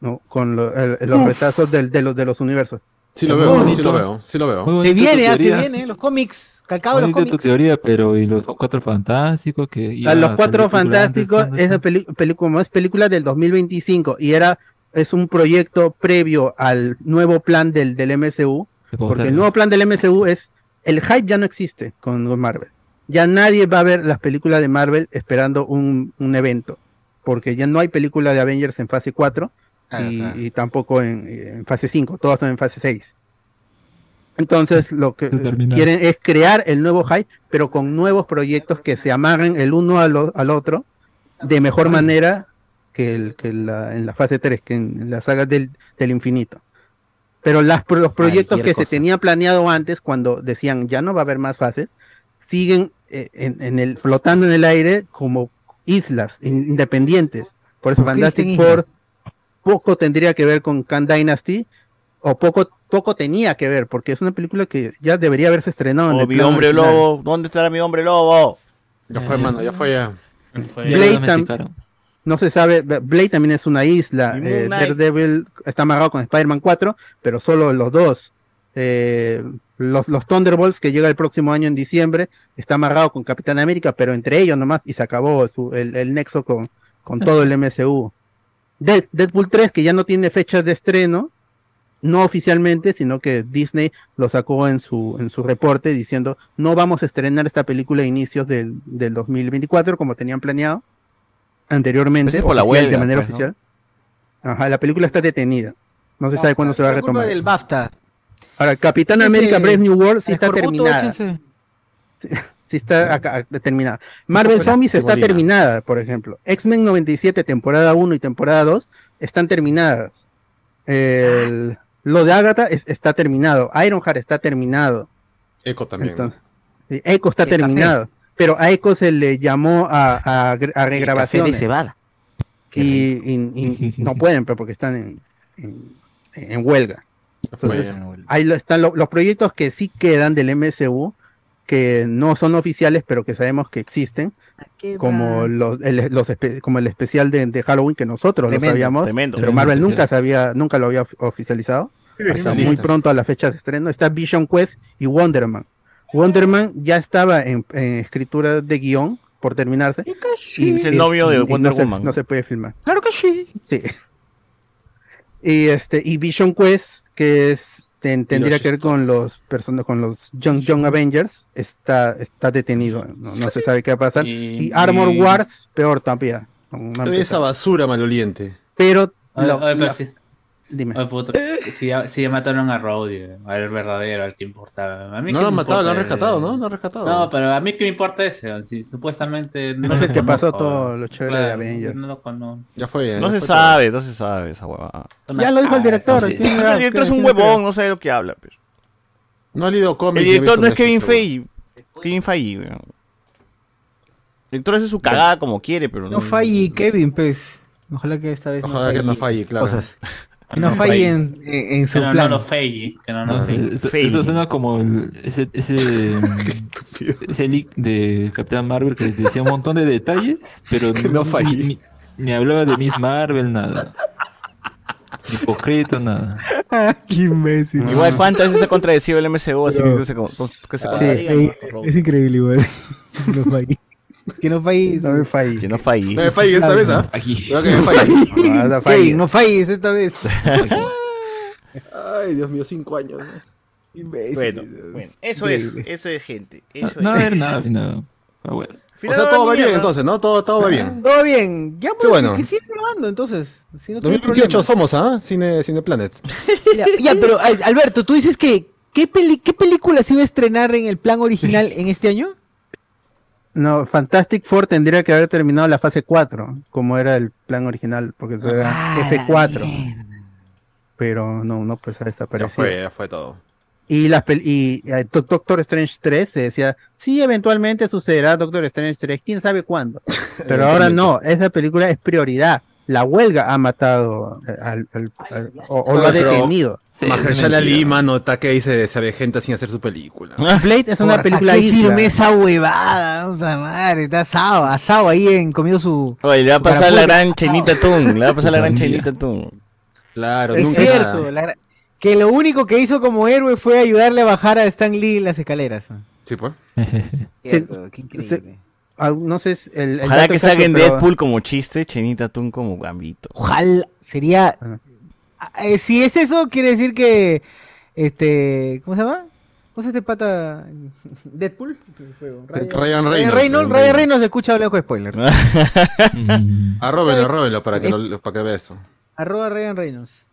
Speaker 4: ¿no? con lo- el- los
Speaker 3: Uf.
Speaker 4: retazos del- de los de los universos
Speaker 3: Sí lo veo, sí lo veo, sí lo
Speaker 15: Muy
Speaker 3: veo.
Speaker 15: bonito
Speaker 2: Te viene,
Speaker 15: tu
Speaker 2: ah, te
Speaker 15: teoría.
Speaker 2: viene, los cómics, calcado
Speaker 15: Muy
Speaker 2: los
Speaker 15: bonita tu
Speaker 2: cómics.
Speaker 15: teoría, pero ¿y los cuatro fantásticos que iba
Speaker 4: A
Speaker 15: a
Speaker 4: los
Speaker 15: salir
Speaker 4: cuatro
Speaker 15: película antes,
Speaker 4: fantásticos,
Speaker 15: antes?
Speaker 4: esa peli- película como es película del 2025 y era es un proyecto previo al nuevo plan del, del MCU, porque el nuevo plan del MCU es el hype ya no existe con Marvel. Ya nadie va a ver las películas de Marvel esperando un, un evento, porque ya no hay película de Avengers en fase 4 y, y tampoco en, en fase 5, todas son en fase 6. Entonces lo que
Speaker 15: Determinado.
Speaker 4: quieren es crear el nuevo hype, pero con nuevos proyectos que se amarren el uno al, o- al otro de mejor manera que, el, que la- en la fase 3, que en la saga del, del infinito. Pero las, pro- los proyectos que
Speaker 9: Cualquier cosa.
Speaker 4: se tenían planeado antes, cuando decían ya no va a haber más fases, siguen eh, en, en el, flotando en el aire como islas in- independientes. Por eso
Speaker 9: ¿Por qué
Speaker 4: Fantastic
Speaker 9: dicen
Speaker 4: Four poco tendría que ver con Khan Dynasty, o poco, poco tenía que ver, porque es una película que ya debería haberse estrenado en
Speaker 1: Oh,
Speaker 4: el
Speaker 1: mi
Speaker 4: plano
Speaker 1: hombre
Speaker 4: original.
Speaker 1: lobo, ¿dónde estará mi hombre lobo?
Speaker 3: Ya fue, mano, ya fue ya.
Speaker 4: Blade tam- no se sabe, Blade también es una isla, eh,
Speaker 3: Knight.
Speaker 4: Daredevil está amarrado con Spider-Man 4, pero solo los dos. Eh, los, los Thunderbolts que llega el próximo año en diciembre está amarrado con Capitán América, pero entre ellos nomás y se acabó su- el, el nexo con, con todo el MCU. Dead- Deadpool 3 que ya no tiene fecha de estreno, no oficialmente, sino que Disney lo sacó en su, en su reporte diciendo no vamos a estrenar esta película a inicios del, del 2024 como tenían planeado anteriormente,
Speaker 1: Ese es por la
Speaker 4: oficial,
Speaker 1: huelga,
Speaker 4: de manera
Speaker 1: pues, ¿no?
Speaker 4: oficial. Ajá, la película está detenida. No se sabe cuándo se va a
Speaker 9: La culpa
Speaker 4: retomar.
Speaker 9: del BAFTA.
Speaker 4: Ahora, Capitán América Brave New World sí está
Speaker 9: Escorbuto,
Speaker 4: terminada.
Speaker 9: échense.
Speaker 4: Sí está acá- acá terminada. Marvel
Speaker 9: Fuera,
Speaker 4: Zombies está
Speaker 9: Molina.
Speaker 4: terminada, por ejemplo. X-Men 97, temporada 1 y temporada 2 están terminadas. El- lo de Agatha es- está terminado. Ironheart está terminado.
Speaker 3: Echo también.
Speaker 4: Entonces, sí, Echo está
Speaker 3: El café.
Speaker 4: terminado. Pero a Echo se le llamó a, a, gr- a regrabaciones.
Speaker 20: cebada.
Speaker 4: Y, y- y no pueden, pero porque están en, en- en huelga. Entonces, ahí lo- están lo- los proyectos que sí quedan del MSU, que no son oficiales, pero que sabemos que existen, como, los, el, los espe- como el especial de, de Halloween que nosotros lo
Speaker 9: Tremendo,
Speaker 4: sabíamos,
Speaker 9: tremendo.
Speaker 4: pero
Speaker 9: Tremendo
Speaker 4: Marvel nunca,
Speaker 9: especial.
Speaker 4: sabía, nunca lo había of- oficializado.
Speaker 9: Tremendo.
Speaker 4: Hasta
Speaker 9: Lista.
Speaker 4: muy pronto a la fecha de estreno está Vision Quest y Wonder Man. Wonder Man ya estaba en, en escritura de guión por terminarse.
Speaker 1: sí. Es el novio de
Speaker 4: y- y
Speaker 1: Wonder
Speaker 4: no se-
Speaker 1: Woman.
Speaker 4: no se puede filmar.
Speaker 9: Claro que sí.
Speaker 4: Sí. Y este, y Vision Quest, que es, ten- tendría que ver con los personas, con los Young, Young Avengers, está, está detenido. No, no se sabe qué va a pasar. Y Armor
Speaker 3: y-
Speaker 4: Wars, peor también. No- no han
Speaker 3: Esa
Speaker 4: empezado.
Speaker 3: basura maloliente.
Speaker 4: Pero
Speaker 10: Oye,
Speaker 4: lo-
Speaker 10: oye, pero
Speaker 4: la-
Speaker 10: si-
Speaker 4: Dime.
Speaker 10: oye, puta, si, ya, si ya mataron a Rhodey, al verdadero, al que importaba. A mí
Speaker 3: No
Speaker 10: qué
Speaker 3: lo han
Speaker 10: me
Speaker 3: matado,
Speaker 10: importa
Speaker 3: lo han
Speaker 10: ese-
Speaker 1: eh.
Speaker 3: rescatado, ¿no? Lo han rescatado.
Speaker 10: No, pero a mí que me importa ese. Si supuestamente. No
Speaker 4: Es
Speaker 10: lo
Speaker 4: el que pasó
Speaker 10: conozco,
Speaker 4: todo
Speaker 10: ¿no?
Speaker 4: lo chévere de
Speaker 10: Claro,
Speaker 4: Avengers.
Speaker 10: no lo conozco.
Speaker 3: Ya fue, ya.
Speaker 1: No
Speaker 3: ya
Speaker 1: se
Speaker 3: fue
Speaker 1: sabe, no se sabe esa huevada.
Speaker 4: Ya lo dijo el director.
Speaker 1: El (laughs)
Speaker 4: ¿quién era?
Speaker 1: director es un
Speaker 4: ¿Quién era?
Speaker 1: huevón, no sabe lo que habla. pues.
Speaker 3: No ha leído cómics.
Speaker 1: El
Speaker 3: ni he
Speaker 1: director
Speaker 3: visto este
Speaker 1: no es Kevin
Speaker 3: Netflix,
Speaker 1: Feige. Kevin Feige, weón. El director hace su cagada como quiere, pero
Speaker 2: No falle Kevin, pues. Ojalá que esta vez
Speaker 3: Ojalá que no falle, claro. (laughs)
Speaker 2: cosas.
Speaker 3: Que
Speaker 2: Que (laughs) no,
Speaker 3: no
Speaker 2: falle
Speaker 3: falle.
Speaker 2: en, en- en su
Speaker 10: Que no,
Speaker 2: plan.
Speaker 10: no lo falle, que no, no
Speaker 15: No,
Speaker 10: sé.
Speaker 15: eso, eso suena como el- ese,
Speaker 3: (laughs)
Speaker 15: ese, mm, ese leak de Capitán Marvel que les decía un montón de detalles, pero
Speaker 3: (laughs) Que no
Speaker 15: ni-
Speaker 3: fallé.
Speaker 15: Ni, ni hablaba de Miss Marvel, nada. Hipócrita, nada.
Speaker 2: Qué imbécil.
Speaker 1: (laughs) Igual, ¿cuántas veces se ha contradecido el MCU? Así
Speaker 2: Pero-
Speaker 1: que se, que se
Speaker 2: Sí, es, es increíble, igual. (laughs) Que no falle. Que no falle.
Speaker 4: No me falle.
Speaker 1: Que no falle.
Speaker 3: No me falle esta vez, ¿ah? Creo que no falle.
Speaker 4: Ah, (laughs) no
Speaker 2: Kevin,
Speaker 4: falle.
Speaker 2: no falles
Speaker 4: (laughs)
Speaker 2: esta vez.
Speaker 3: (laughs) Ay, Dios mío, cinco años. Imbécil.
Speaker 1: Bueno, bueno, eso es, eso es gente. Eso
Speaker 15: No va a
Speaker 1: es.
Speaker 15: haber nada al final. Ah, bueno.
Speaker 3: O sea, todo va bien entonces, ¿no? Todo, todo va
Speaker 1: Ah,
Speaker 3: bien.
Speaker 2: Todo bien. Ya, pues,
Speaker 3: bueno.
Speaker 2: que sigue grabando, entonces. Si no tiene
Speaker 3: 2028 somos, ¿ah? Cine, Cine Planet.
Speaker 2: Ya, ya, pero a- Alberto, tú dices que ¿qué, peli ¿qué película se iba a estrenar en el plan
Speaker 10: (laughs)
Speaker 2: original en este año?
Speaker 4: No, Fantastic Four tendría que haber terminado la fase 4, como era el plan original, porque eso era
Speaker 3: Ah,
Speaker 4: F4. Pero no, no, pues ha
Speaker 3: Ya
Speaker 4: desaparecido.
Speaker 3: fue, ya fue todo.
Speaker 4: Y, las pel- y eh, Do- Doctor Strange 3 se decía, sí, eventualmente sucederá Doctor Strange 3, quién
Speaker 3: (laughs)
Speaker 4: sabe cuándo. Pero ahora no, esa película es prioridad. La huelga ha matado eh, al, al- al- o, o lo ha detenido.
Speaker 3: Mahershala Ali, mano, está que dice sabe gente sin hacer su película.
Speaker 9: Ah,
Speaker 4: Blade es una
Speaker 2: Porra,
Speaker 4: película
Speaker 2: qué
Speaker 4: isla.
Speaker 2: firme esa huevada, vamos a madre, está asado, asado ahí en comiendo su
Speaker 1: Oye, le va a
Speaker 2: su
Speaker 1: pasar la
Speaker 2: carapulcra.
Speaker 1: gran Chenita Tun. Le va a pasar la gran
Speaker 2: Dios mío.
Speaker 1: Chenita Tun.
Speaker 3: Claro,
Speaker 2: Es cierto, la gra- que lo único que hizo como héroe fue ayudarle a bajar a Stan Lee las escaleras.
Speaker 1: (laughs)
Speaker 3: Sí, pues.
Speaker 4: Se- se- ah, no sé, es el, el
Speaker 1: Ojalá
Speaker 4: dato
Speaker 1: que
Speaker 4: exacto,
Speaker 1: saquen
Speaker 4: pero-
Speaker 1: Deadpool como chiste, Chenita Tun como gambito.
Speaker 2: Ojalá sería eh, si es eso quiere decir que este, ¿cómo se llama? ¿Cómo se este pata Deadpool? Eh, Ryan,
Speaker 3: Ryan Reynolds.
Speaker 2: Reynolds,
Speaker 1: (laughs)
Speaker 2: Ryan Reynolds escucha hablando de spoilers.
Speaker 3: Mm. Ah, Arróbenlo, arróbenlo para que, lo, para que vea esto.
Speaker 2: Arroba Ryan Reynolds.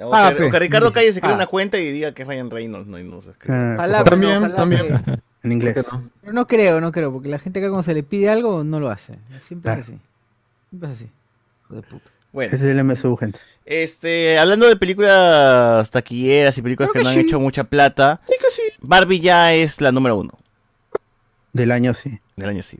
Speaker 1: O,
Speaker 2: Ah,
Speaker 1: que,
Speaker 2: pe.
Speaker 1: o que Ricardo Calle se cree
Speaker 2: Ah.
Speaker 1: una cuenta y diga que es Ryan Reynolds. No, y no se escribe.
Speaker 2: Ojalá, pero También, ojalá también. que-
Speaker 4: En inglés.
Speaker 2: Pero no creo, no creo, porque la gente acá cuando se le pide algo no lo hace. Siempre
Speaker 4: Claro.
Speaker 2: es así. Siempre es así. Hijo de puta.
Speaker 1: Bueno.
Speaker 4: Ese es el MSU, gente.
Speaker 1: Este, hablando de películas taquilleras y películas que,
Speaker 4: Creo
Speaker 1: no han
Speaker 4: que sí.
Speaker 1: hecho mucha plata, Barbie ya es la número uno
Speaker 4: Del año sí.
Speaker 1: del año sí.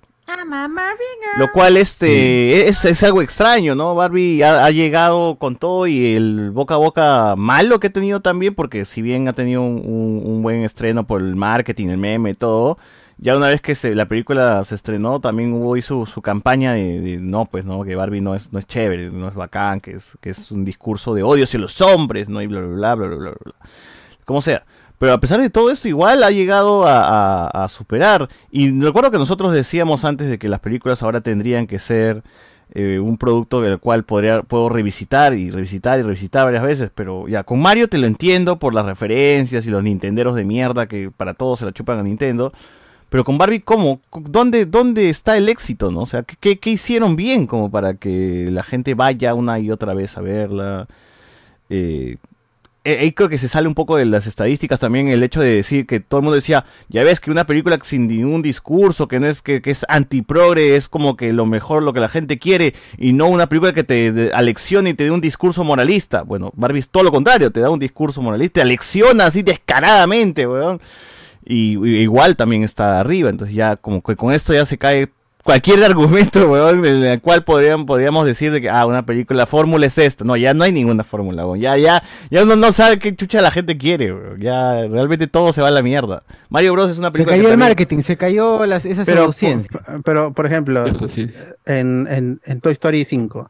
Speaker 1: Lo cual este es, es algo extraño, ¿no? Barbie ha, ha llegado con todo y el boca a boca malo que ha tenido también, porque si bien ha tenido un, un- un buen estreno por el marketing, el meme, todo, ya una vez que se, la película se estrenó, también hubo ahí su, su campaña de, de, no, pues no, que Barbie no es, no es chévere, no es bacán, que es, que es un discurso de odio hacia los hombres, ¿no? Y bla, bla, bla, bla, bla, bla, bla como sea. Pero a pesar de todo esto, igual ha llegado a, a- a superar. Y recuerdo que nosotros decíamos antes de que las películas ahora tendrían que ser eh, un producto del cual podría, puedo revisitar y revisitar y revisitar varias veces. Pero ya, con Mario te lo entiendo por las referencias y los nintenderos de mierda que para todos se la chupan a Nintendo. Pero con Barbie, ¿cómo? ¿Dónde, dónde está el éxito, no? O sea, ¿qué- ¿qué, ¿qué hicieron bien como para que la gente vaya una y otra vez a verla? Eh, eh, ahí creo que se sale un poco de las estadísticas también el hecho de decir que todo el mundo decía, ya ves que una película sin ningún discurso, que no es que, que es antiprogre, es como que lo mejor, lo que la gente quiere, y no una película que te de- aleccione y te dé un discurso moralista. Bueno, Barbie es todo lo contrario, te da un discurso moralista, te alecciona así descaradamente, weón. Y, y igual también está arriba, entonces ya como que con esto ya se cae cualquier (laughs) argumento, weón, del del cual podrían, podríamos decir de que, ah, una película, la fórmula es esta. No, ya no hay ninguna fórmula, weón. Ya, ya, ya uno no sabe qué chucha la gente quiere, weón. Ya realmente todo se va a la mierda. Mario Bros. es una
Speaker 2: Se
Speaker 1: película que
Speaker 2: cayó el
Speaker 1: también-
Speaker 2: marketing, se cayó las, esa
Speaker 4: Pero,
Speaker 2: pseudociencia.
Speaker 4: por, pero, por ejemplo, en, en- en Toy Story 5,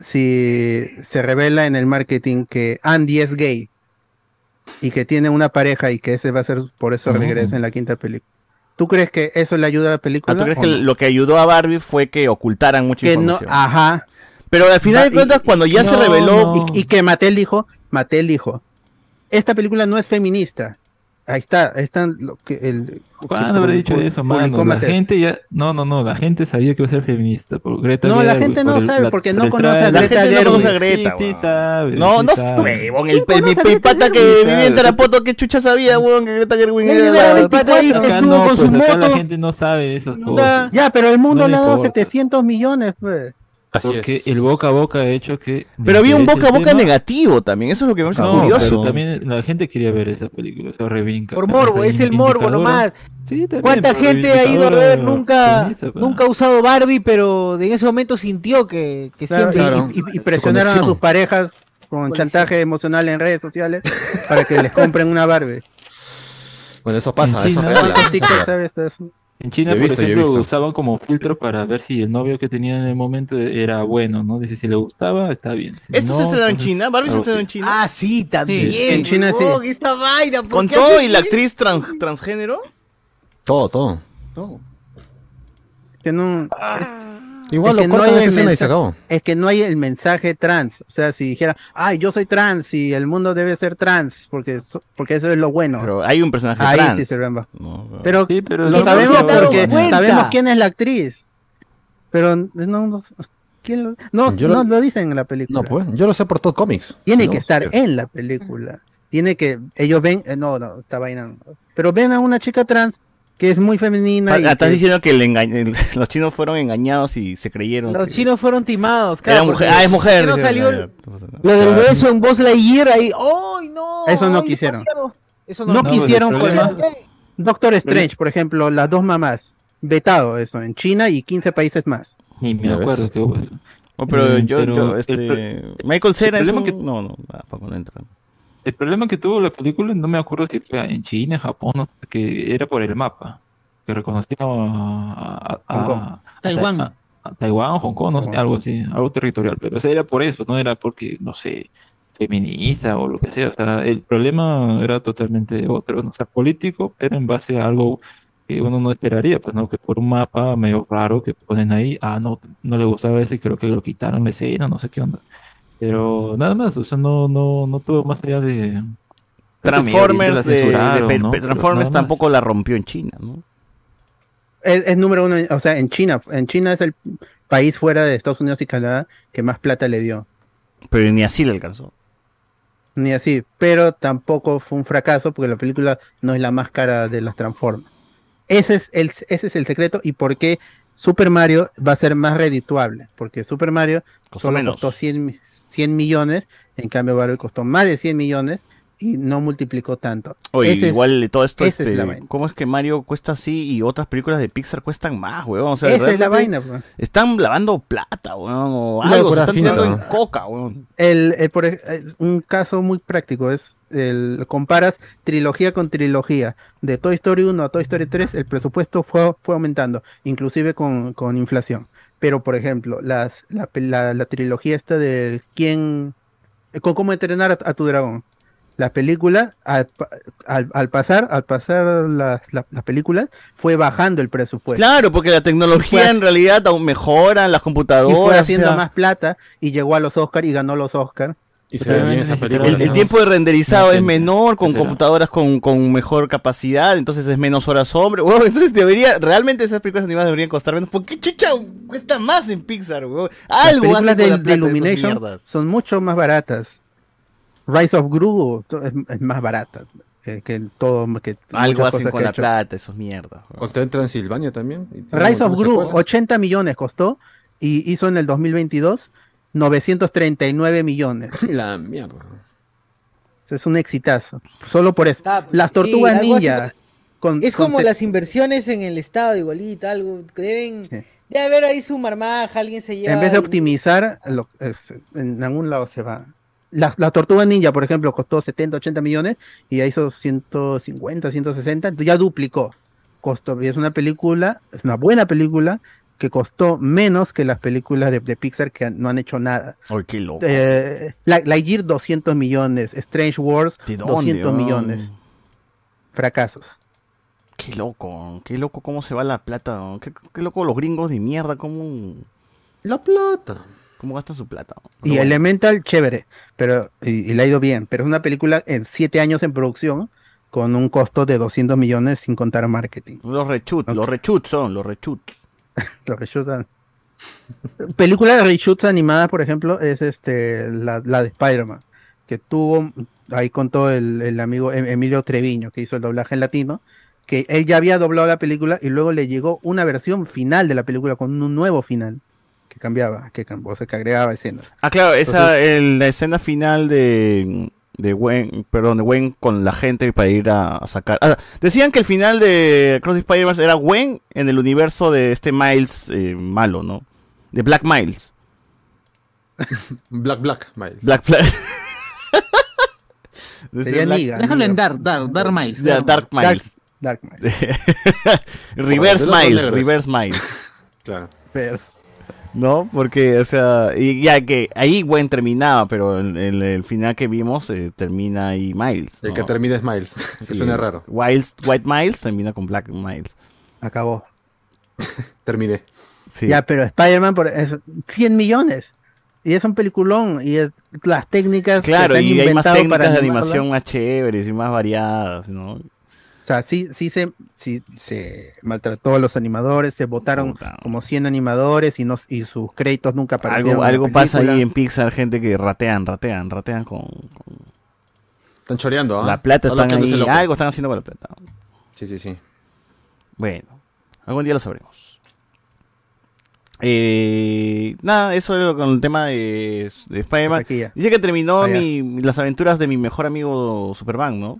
Speaker 4: si se revela en el marketing que Andy es gay y que tiene una pareja y que ese va a ser por eso regresa en la quinta película, ¿tú crees que eso le ayuda a la película?
Speaker 1: Ah, ¿Tú crees
Speaker 4: o
Speaker 1: que
Speaker 4: no?
Speaker 1: lo que ayudó a Barbie fue que ocultaran mucha
Speaker 4: Que no,
Speaker 1: información?
Speaker 4: ajá.
Speaker 1: Pero al final de cuentas, cuando ya se reveló- no.
Speaker 4: Y, y que Mattel dijo, Mattel dijo, esta película no es feminista. Ahí está, ahí están lo que el lo que
Speaker 15: ¿Cuándo Ah, habré dicho
Speaker 4: publicó-
Speaker 15: eso, mano?
Speaker 4: publicó
Speaker 15: La
Speaker 4: Mattel.
Speaker 15: gente ya... No, no, no. La gente sabía que iba a ser feminista. Por Greta
Speaker 4: No, la
Speaker 15: Gerwig,
Speaker 4: gente no
Speaker 15: por el-
Speaker 4: sabe
Speaker 15: la-
Speaker 4: porque
Speaker 15: por
Speaker 4: no
Speaker 15: el
Speaker 4: conoce a
Speaker 15: trailer.
Speaker 4: Greta
Speaker 15: La gente no conoce a
Speaker 4: Gerwig.
Speaker 15: Greta,
Speaker 4: Sí,
Speaker 15: weón.
Speaker 4: sí sabe,
Speaker 1: No,
Speaker 15: sí pues,
Speaker 1: no,
Speaker 15: sabe.
Speaker 1: huevón, el, el- mi,
Speaker 15: conoce a
Speaker 1: mi
Speaker 15: Greta
Speaker 1: pata que
Speaker 15: Gerwig?
Speaker 1: vivía en
Speaker 15: Sabe,
Speaker 1: Tarapoto, ¿qué chucha sabía, weón? Que Greta Gerwig
Speaker 4: Él
Speaker 1: era
Speaker 4: era
Speaker 1: la-
Speaker 4: 24 ahí que
Speaker 15: Acá
Speaker 4: estuvo
Speaker 15: no,
Speaker 4: con
Speaker 15: pues
Speaker 4: su
Speaker 15: acá
Speaker 4: moto.
Speaker 15: la gente no sabe esas cosas.
Speaker 4: Ya, pero el mundo
Speaker 15: No
Speaker 4: le ha dado
Speaker 15: importa.
Speaker 4: 700 millones. pues.
Speaker 15: Porque el boca a boca ha hecho que.
Speaker 1: Pero había un
Speaker 15: de
Speaker 1: boca a
Speaker 15: ese
Speaker 1: boca
Speaker 15: tema-
Speaker 1: negativo también, eso es lo que me parece
Speaker 15: No,
Speaker 1: curioso.
Speaker 15: pero también la gente quería ver esa película, esa revinca.
Speaker 2: Por morbo, es el morbo nomás. ¿Cuánta
Speaker 15: pero
Speaker 2: gente ha ido a
Speaker 15: reivindicadora
Speaker 2: ver? Nunca,
Speaker 15: feminista, pues.
Speaker 2: nunca ha usado Barbie, pero en ese momento sintió que, que
Speaker 4: Claro,
Speaker 2: siempre.
Speaker 4: y- y, y presionaron a sus parejas con chantaje emocional en redes sociales para que les compren una Barbie.
Speaker 3: Bueno, eso pasa, eso es real.
Speaker 4: ¿Cuántos tickets sabe esto?
Speaker 15: En China,
Speaker 3: Yo he
Speaker 15: por
Speaker 3: visto, yo he
Speaker 15: ejemplo,
Speaker 3: visto.
Speaker 15: usaban como filtro para ver si el novio que tenía en el momento era bueno, ¿no? Dice, si le gustaba, está bien. Si
Speaker 1: ¿Esto
Speaker 15: no,
Speaker 1: se estrenó en
Speaker 15: entonces-
Speaker 1: China? ¿Barbie se
Speaker 15: Ah,
Speaker 1: estrenó en China?
Speaker 2: Ah, sí, también.
Speaker 15: Sí, en China sí.
Speaker 1: huevón,
Speaker 2: esta vaina, ¿por
Speaker 1: Con
Speaker 2: qué
Speaker 1: todo
Speaker 2: hacen
Speaker 1: y la
Speaker 2: eso?
Speaker 1: actriz trans- transgénero.
Speaker 3: Todo, todo.
Speaker 4: Que no. es-
Speaker 3: Igual lo
Speaker 4: que no
Speaker 3: cortan
Speaker 4: hay
Speaker 3: esa
Speaker 4: el
Speaker 3: escena y
Speaker 4: mensa-
Speaker 3: se acabó.
Speaker 4: Es que no hay el mensaje trans. O sea, si dijera, ay, yo soy trans y el mundo debe ser trans, porque, so- porque eso es lo bueno.
Speaker 1: Pero hay un personaje
Speaker 4: Ahí
Speaker 1: trans.
Speaker 4: sí se rema.
Speaker 1: No, no.
Speaker 4: Pero,
Speaker 1: Sí, pero
Speaker 4: lo
Speaker 1: no
Speaker 4: sabemos
Speaker 1: se daron
Speaker 4: porque
Speaker 1: cuenta.
Speaker 4: sabemos quién es la actriz. Pero no, no, ¿quién lo- no,
Speaker 3: Yo
Speaker 4: no
Speaker 3: lo-
Speaker 4: lo dicen en la película.
Speaker 3: No, pues, yo lo sé por Todd Comics.
Speaker 4: Tiene
Speaker 3: No,
Speaker 4: que estar
Speaker 3: pero-
Speaker 4: en la película. Tiene que. Ellos ven. eh, No, no, esta vaina. no. Pero ven a una chica trans que es muy femenina. y
Speaker 1: Ah, Estás
Speaker 4: que-
Speaker 1: diciendo que le engañ- (laughs) los chinos fueron engañados y se creyeron.
Speaker 2: Los
Speaker 1: que-
Speaker 2: chinos fueron timados,
Speaker 1: Era
Speaker 2: claro.
Speaker 1: mujer.
Speaker 2: porque
Speaker 1: Ah, es mujer.
Speaker 2: no
Speaker 1: dijeron,
Speaker 2: salió
Speaker 1: ya,
Speaker 2: el-
Speaker 1: ya. pues,
Speaker 2: lo del
Speaker 1: Claro.
Speaker 2: beso en Buzz Lightyear ahí. ¡Ay, no!
Speaker 4: Eso no
Speaker 2: ay,
Speaker 4: quisieron.
Speaker 2: demasiado. Eso
Speaker 4: No, quisieron
Speaker 2: pues,
Speaker 4: poner- Doctor Strange, por ejemplo, las dos mamás. Vetado eso en China y 15 países más.
Speaker 15: (laughs) Ni me
Speaker 4: Ya ves.
Speaker 15: acuerdo qué hubo.
Speaker 1: No, pero
Speaker 15: Eh,
Speaker 1: yo,
Speaker 15: pero
Speaker 1: yo,
Speaker 15: el
Speaker 1: este,
Speaker 15: pro-
Speaker 1: Michael Cera
Speaker 15: el
Speaker 1: es
Speaker 15: problema
Speaker 1: un-
Speaker 15: que-
Speaker 1: No, no, ah, Paco no entra.
Speaker 15: El problema que tuvo la película, no me acuerdo si fue en China, en Japón, no sé, que era por el mapa, que reconocía a, a- a-
Speaker 4: Hong Kong.
Speaker 15: a-
Speaker 4: Taiwán.
Speaker 15: a- a Taiwán, Hong Kong, no sé, algo así, algo territorial, pero o sea, era por eso, no era porque, no sé, feminista o lo que sea, o sea, el problema era totalmente otro, ¿no? o sea, político, pero en base a algo que uno no esperaría, pues no, que por un mapa medio raro que ponen ahí, ah, no, no le gustaba ese, creo que lo quitaron la escena, no sé qué onda. Pero nada más, o sea, no, no, no tuvo más allá de...
Speaker 1: Transformers, de- de- de-
Speaker 15: ¿no? Pero
Speaker 1: Transformers
Speaker 15: nada más.
Speaker 1: tampoco la rompió en China, ¿no?
Speaker 4: Es, es número uno, en- o sea, en China. En China es el país fuera de Estados Unidos y Canadá que más plata le dio.
Speaker 1: Pero ni así le alcanzó.
Speaker 4: Ni así, pero tampoco fue un fracaso porque la película no es la más cara de las Transformers. Ese es el, ese es el secreto y por qué Super Mario va a ser más redituable. Porque Super Mario
Speaker 1: Costó
Speaker 4: solo
Speaker 1: menos.
Speaker 4: costó 100, mi- 100 millones, en cambio Mario costó más de 100 millones y no multiplicó tanto.
Speaker 1: Oye,
Speaker 4: Ese es-
Speaker 1: igual todo esto,
Speaker 4: esa
Speaker 1: este,
Speaker 4: es la vaina.
Speaker 1: ¿cómo es que Mario cuesta así y otras películas de Pixar cuestan más, weón? O sea,
Speaker 4: Esa es la
Speaker 1: realmente
Speaker 4: vaina, pues.
Speaker 1: Están lavando plata, weón, o
Speaker 4: Una
Speaker 1: algo, se
Speaker 4: locura
Speaker 1: están
Speaker 4: fina,
Speaker 1: tirando en
Speaker 4: ¿no?
Speaker 1: coca, weón.
Speaker 4: El, el por ej- eh, un caso muy práctico es el comparas trilogía con trilogía. De Toy Story 1 a Toy Story 3, el presupuesto fue, fue aumentando, inclusive con, con inflación. Pero, por ejemplo, las, la, pe- la- la trilogía esta de quién. eh, con cómo entrenar a, a tu dragón. Las películas, al, pa- al- al pasar, al pasar las, la- las películas, fue bajando el presupuesto.
Speaker 1: Claro, porque la
Speaker 4: Fue
Speaker 1: tecnología
Speaker 4: así.
Speaker 1: en realidad aún mejora, las
Speaker 4: Y
Speaker 1: computadoras.
Speaker 4: fue haciendo
Speaker 1: o sea,
Speaker 4: más plata y llegó a los Oscar y ganó los Oscar.
Speaker 1: el, el- el tiempo de renderizado es menor con computadoras con, con mejor capacidad, entonces es menos horas hombre. Weón, entonces debería, realmente esas películas animadas deberían costar menos. ¿Por qué chucha cuesta más en Pixar, weón?
Speaker 4: Las
Speaker 1: Algo
Speaker 4: películas
Speaker 1: hacen
Speaker 4: de,
Speaker 1: con la
Speaker 4: de
Speaker 1: plata de esos
Speaker 4: Illumination
Speaker 1: mierdas.
Speaker 4: son mucho más baratas. Rise of Gru to- es, es más barata eh, que, que todo que
Speaker 1: Algo
Speaker 4: muchas
Speaker 1: hacen
Speaker 4: cosas
Speaker 1: con
Speaker 4: que ha
Speaker 1: la
Speaker 4: hecho.
Speaker 1: plata, esos mierdas.
Speaker 21: O está en Transilvania también. y tiene
Speaker 4: Rise
Speaker 21: un montón
Speaker 4: of
Speaker 21: de
Speaker 4: Gru,
Speaker 21: secuelas.
Speaker 4: 80 millones costó y hizo en el 2022 939 millones.
Speaker 21: La mierda.
Speaker 4: Es un exitazo. Solo por eso. Las
Speaker 2: sí,
Speaker 4: tortugas
Speaker 2: algo así
Speaker 4: ninja. con-
Speaker 22: Es
Speaker 4: con
Speaker 22: como
Speaker 4: se-
Speaker 22: las inversiones en el Estado, igualito, algo que deben...
Speaker 4: Sí.
Speaker 22: Ya ver ahí su marmaja, alguien se lleva...
Speaker 4: En vez de
Speaker 22: y-
Speaker 4: optimizar, lo- es- en algún lado se va. La, la Tortuga Ninja, por ejemplo, costó 70, 80 millones y ya hizo 150, 160, entonces ya duplicó. Costó, y es una película, es una buena película que costó menos que las películas de, de Pixar que no han hecho nada.
Speaker 1: Ay, qué loco.
Speaker 4: Eh, La Lightyear 200 millones, Strange Wars
Speaker 1: ¿De dónde, Oh.
Speaker 4: 200
Speaker 1: weón?
Speaker 4: millones. Fracasos.
Speaker 1: Qué loco, qué loco cómo se va la plata, ¿no? qué, qué loco los gringos de mierda, cómo...
Speaker 21: La plata.
Speaker 1: ¿Cómo gastan su plata? ¿no?
Speaker 4: Y Elemental, chévere, pero y, y le ha ido bien. Pero es una película en siete años en producción con un costo de 200 millones sin contar marketing.
Speaker 1: Los rechut, los rechut son, los
Speaker 4: (laughs)
Speaker 1: rechut.
Speaker 4: Lo que shootan. Película de reshoots animadas, por ejemplo, es este la, la de Spider-Man, que tuvo, ahí contó el, el amigo Em- Emilio Treviño, que hizo el doblaje en latino, que él ya había doblado la película y luego le llegó una versión final de la película con un nuevo final que cambiaba, que, cam- o sea, que agregaba escenas.
Speaker 1: Ah, claro, esa,
Speaker 4: Entonces-
Speaker 1: el- la escena final de, de Gwen, perdón, de Gwen con la gente para ir a, a sacar. ah, decían que el final de Cross the Spider-Verse era Gwen en el universo de este Miles eh, malo, ¿no? De Black Miles.
Speaker 21: Black Black, Miles.
Speaker 1: Black (laughs) Miles.
Speaker 21: Sería Niga,
Speaker 14: Déjalo en Dark, Dark, Dark Miles.
Speaker 1: Ya, Dark Miles.
Speaker 4: Dark,
Speaker 1: (laughs) reverse
Speaker 21: Por el de los
Speaker 1: Miles,
Speaker 21: negros.
Speaker 1: Reverse Miles.
Speaker 21: Claro.
Speaker 1: ¿No? Porque, o sea, y ya que ahí Gwen terminaba, pero en, en el final que vimos eh, termina ahí Miles.
Speaker 21: El
Speaker 1: ¿no?
Speaker 21: que termina es Miles. (laughs) Que
Speaker 1: Sí,
Speaker 21: suena raro.
Speaker 1: Wild- White Miles termina con Black Miles.
Speaker 4: Acabó.
Speaker 21: Terminé.
Speaker 1: Sí.
Speaker 4: Ya, pero Spider-Man por es 100 millones. Y es un peliculón. Y es las técnicas
Speaker 1: Claro,
Speaker 4: que se han
Speaker 1: y hay más
Speaker 4: inventado para
Speaker 1: técnicas de
Speaker 4: animarla.
Speaker 1: animación más chéveres y más variadas, ¿no?
Speaker 4: O sea, sí, sí se, sí se maltrató a los animadores, se votaron como 100 animadores y, no, y sus créditos nunca aparecieron.
Speaker 1: Algo,
Speaker 4: en la
Speaker 1: algo pasa
Speaker 4: película.
Speaker 1: ahí en Pixar, gente que ratean, ratean, ratean con, con
Speaker 21: Están choreando, ¿ah?
Speaker 1: la plata,
Speaker 21: Están
Speaker 1: están
Speaker 21: loqueándose
Speaker 1: ahí,
Speaker 21: loco.
Speaker 1: algo están haciendo con la plata.
Speaker 21: Sí, sí, sí.
Speaker 1: Bueno, algún día lo sabremos. Eh, nada, eso era con el tema de, de Spider-Man.
Speaker 4: Taquilla.
Speaker 1: Dice que terminó
Speaker 4: Ah, ya.
Speaker 1: mi- las aventuras de mi mejor amigo Superman, ¿no?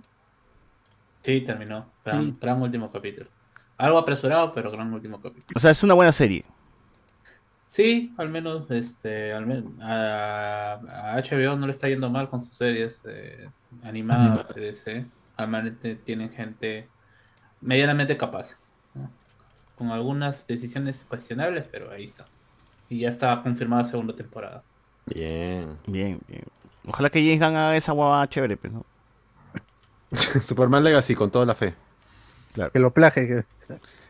Speaker 10: Sí, terminó. Gran,
Speaker 4: Mm.
Speaker 10: gran último capítulo. Algo apresurado, pero gran último capítulo.
Speaker 1: O sea, es una buena serie.
Speaker 10: Sí, al menos este, al menos a, a HBO no le está yendo mal con sus series eh, animadas de DC. Al menos te- tienen gente medianamente capaz, ¿no? con algunas decisiones cuestionables, pero ahí está. Y ya está confirmada segunda temporada.
Speaker 21: Bien.
Speaker 1: Bien, bien. Ojalá que James Gunn haga esa guava chévere, pues, ¿no?
Speaker 21: (laughs) Superman Legacy con toda la fe.
Speaker 1: Claro.
Speaker 4: Que lo plaje. que-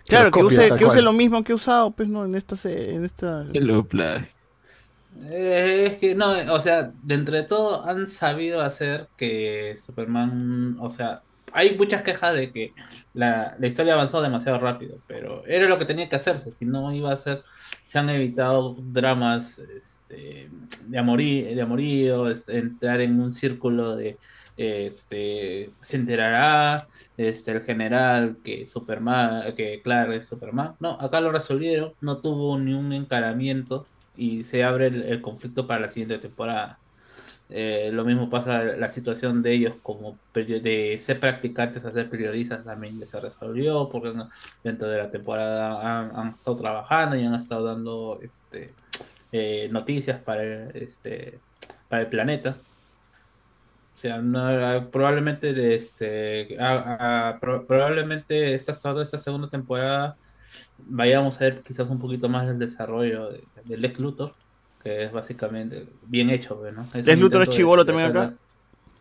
Speaker 1: Claro, que,
Speaker 21: copia,
Speaker 1: use,
Speaker 21: tal
Speaker 1: que use
Speaker 21: cual.
Speaker 1: lo mismo que he usado, pues, ¿no? En esta... se- En esta...
Speaker 10: Eh, es que no, eh, o sea, de entre todo han sabido hacer que Superman, o sea, hay muchas quejas de que la, la historia avanzó demasiado rápido, pero era lo que tenía que hacerse, si no iba a ser, se han evitado dramas este, de, amorí, de amorío, este, entrar en un círculo de, este, se enterará este, el general que Superman, que Clark es Superman. No, acá lo resolvieron, no tuvo ni un encaramiento y se abre el, el conflicto para la siguiente temporada. Eh, lo mismo pasa la situación de ellos como perio- de ser practicantes a ser periodistas también ya se resolvió porque no- dentro de la temporada han, han estado trabajando y han estado dando este, eh, noticias para el, este, para el planeta. O sea, no- probablemente de este, a- a- pro- probablemente esta, toda esta segunda temporada vayamos a ver quizás un poquito más del desarrollo de, de Lex Luthor, que es básicamente bien hecho, pues, ¿no?
Speaker 1: ¿Lex Luthor
Speaker 10: un
Speaker 1: es
Speaker 10: intento de-
Speaker 1: chibolo
Speaker 10: de
Speaker 1: también
Speaker 10: hacer la-
Speaker 1: acá?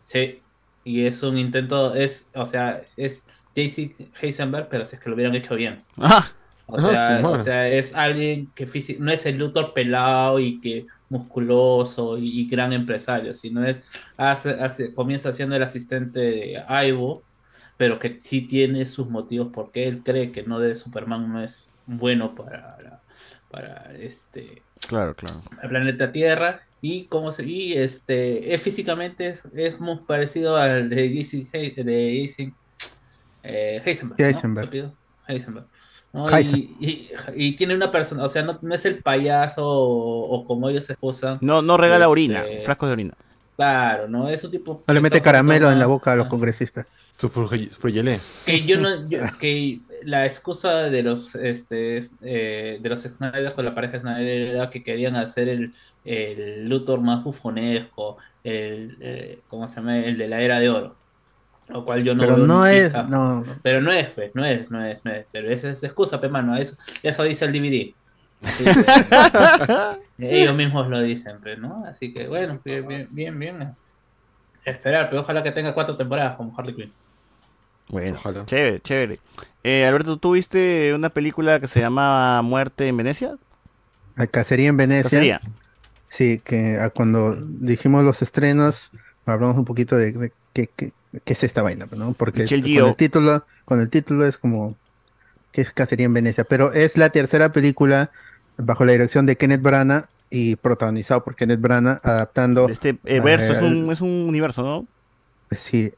Speaker 10: Sí, y es un intento, es, o sea, es JC Heisenberg, pero si es que lo hubieran hecho bien.
Speaker 1: Ah.
Speaker 10: O
Speaker 1: (laughs) Ah,
Speaker 10: sea,
Speaker 1: su
Speaker 10: o
Speaker 1: madre.
Speaker 10: sea, es alguien que físi- no es el Luthor pelado y que musculoso y, y gran empresario, sino es hace, hace- comienza siendo el asistente de Ivo, pero que sí tiene sus motivos porque él cree que no de Superman no es bueno para, la- para este
Speaker 1: Claro, claro.
Speaker 10: al planeta Tierra y como se, y este es físicamente es, es muy parecido al de Jason Hei- de Jason, eh, Heisenberg, ¿no?
Speaker 4: Heisenberg.
Speaker 10: ¿Lo pido? Heisenberg. ¿no?
Speaker 4: Heisen.
Speaker 10: Y, y- y tiene una persona, o sea, no, no es el payaso o, o como ellos se excusan.
Speaker 1: No, no regala
Speaker 10: Este,
Speaker 1: orina, frascos de orina.
Speaker 10: Claro, no es un tipo
Speaker 4: No le
Speaker 10: que
Speaker 4: mete Ah.
Speaker 10: está con
Speaker 4: caramelo en
Speaker 10: toda-
Speaker 4: la boca a los congresistas.
Speaker 21: Su fruge- fruyelé.
Speaker 10: que yo no yo- que la excusa de los este es, eh, de los Snyder con la pareja Snyder era que querían hacer el, el Luthor más bufonesco el eh, cómo se llama el de la era de oro lo ah. cual yo no
Speaker 4: Pero
Speaker 10: veo
Speaker 4: no
Speaker 10: ni
Speaker 4: es.
Speaker 10: pija.
Speaker 4: No.
Speaker 10: pero no es pues no es no es no es pero esa es excusa pe mano eso eso dice el DVD Así que, eh, ellos mismos lo dicen pero no así que bueno bien bien bien, bien. esperar pero ojalá que tenga cuatro temporadas como Harley Quinn
Speaker 1: Bueno, chévere, chévere. Eh, Alberto, ¿tú viste una película que se llama Muerte en Venecia?
Speaker 4: La cacería en Venecia.
Speaker 1: Cacería.
Speaker 4: Sí, que ah, cuando dijimos los estrenos, hablamos un poquito de, de qué, qué- qué es esta vaina, ¿no? Porque
Speaker 1: Michel
Speaker 4: con
Speaker 1: Gio.
Speaker 4: el título, con el título es como que es cacería en Venecia. Pero es la tercera película bajo la dirección de Kenneth Branagh y protagonizado por Kenneth Branagh, adaptando
Speaker 1: Este Eh, verso, es
Speaker 4: al-
Speaker 1: un, es un universo, ¿no?
Speaker 4: Sí.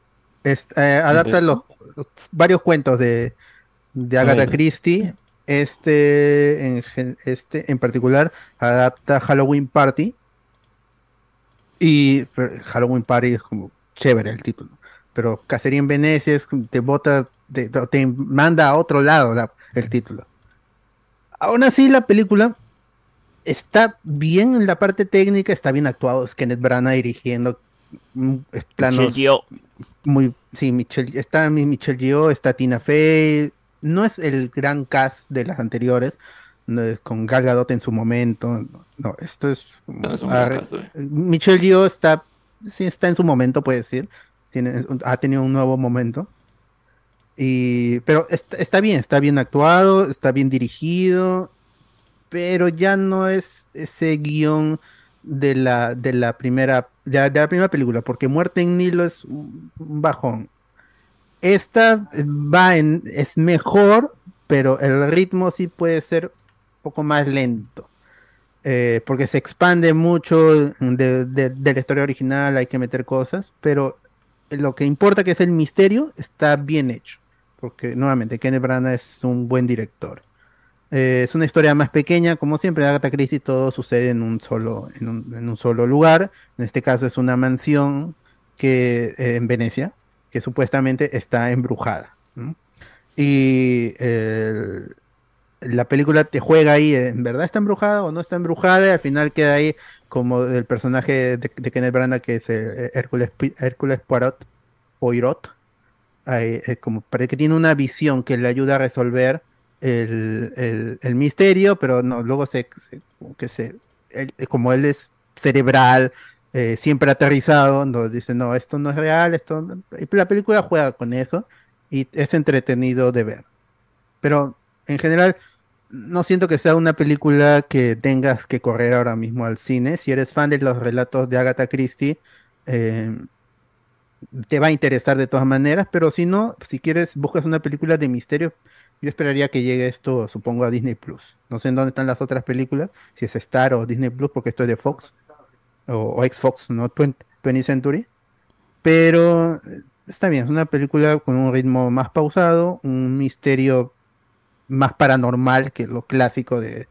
Speaker 4: Es, eh, adapta
Speaker 1: Ujú.
Speaker 4: los, los- varios cuentos de, de Agatha
Speaker 1: Ujú.
Speaker 4: Christie. Este en, gen- este en particular adapta Halloween Party. Y pero, Halloween Party es como chévere el título. Pero Cacería en Venecia es como te bota, te, te manda a otro lado la- el título. Aún así, la película está bien en la parte técnica, está bien actuado. Es Kenneth Branagh dirigiendo mm, planos.
Speaker 1: Michel Gio.
Speaker 4: Muy, sí, Michelle, está mi- Michelle Yeoh, está Tina Fey. No es el gran cast de las anteriores, no es con Gal Gadot en su momento. No, esto es.
Speaker 15: No, es un gran
Speaker 4: arre-
Speaker 15: cast, eh.
Speaker 4: Michelle Yeoh está, sí, está en su momento, puede decir. Tiene, ha tenido un nuevo momento. Y, pero est- está bien, está bien actuado, está bien dirigido, pero ya no es ese guión de la, de la primera, de la, de la primera película, porque Muerte en Nilo es un un bajón. Esta eh, va en, es mejor, pero el ritmo sí puede ser un poco más lento. Eh, porque se expande mucho de, de- de la historia original, hay que meter cosas, pero lo que importa que es el misterio está bien hecho. Porque nuevamente, Kenneth Branagh es un buen director. Eh, es una historia más pequeña, como siempre, en Agatha Christie todo sucede en un solo, en un, en un solo lugar. En este caso es una mansión que, eh, en Venecia, que supuestamente está embrujada. ¿no? Y eh, la película te juega ahí, eh, ¿en verdad está embrujada o no está embrujada? Y al final queda ahí como el personaje de, de Kenneth Branagh, que es eh, Hércules, Pi- Hércules Poirot, Poirot ahí, eh, como parece que tiene una visión que le ayuda a resolver el, el- el misterio, pero no, luego se, se- como que se, él- eh, como él es cerebral, eh, siempre aterrizado, nos dice, no, esto no es real, esto no-". Y la película juega con eso y es entretenido de ver. Pero en general, no siento que sea una película que tengas que correr ahora mismo al cine. Si eres fan de los relatos de Agatha Christie, eh, te va a interesar de todas maneras, pero si no, si quieres, buscas una película de misterio, yo esperaría que llegue esto, supongo, a Disney Plus. No sé en dónde están las otras películas, si es Star o Disney Plus, porque esto es de Fox, o, o ex Fox, ¿no? 20, 20th Century. Pero eh, está bien, es una película con un ritmo más pausado, un misterio más paranormal que lo clásico de,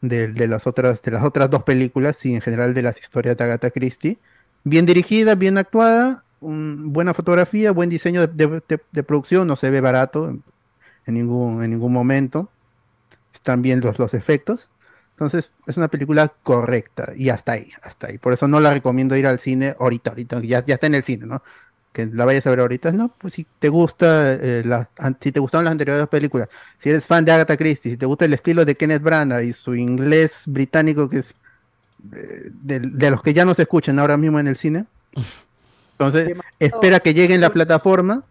Speaker 4: de, de las, otras, de las otras dos películas y en general de las historias de Agatha Christie. Bien dirigida, bien actuada, un- buena fotografía, buen diseño de, de- de- de producción, no se ve barato en, en ningún, en ningún momento. Están bien los, los efectos. Entonces es una película correcta y hasta ahí, hasta ahí. Por eso no la recomiendo ir al cine ahorita, ahorita, ya, ya está en el cine, ¿no? Que la vayas a ver ahorita, no, pues si te gusta, eh, la- an- si te gustaron las anteriores dos películas, si eres fan de Agatha Christie, si te gusta el estilo de Kenneth Branagh y su inglés británico que es eh, de, de los que ya no se escuchan ahora mismo en el cine, entonces, espera que llegue en la plataforma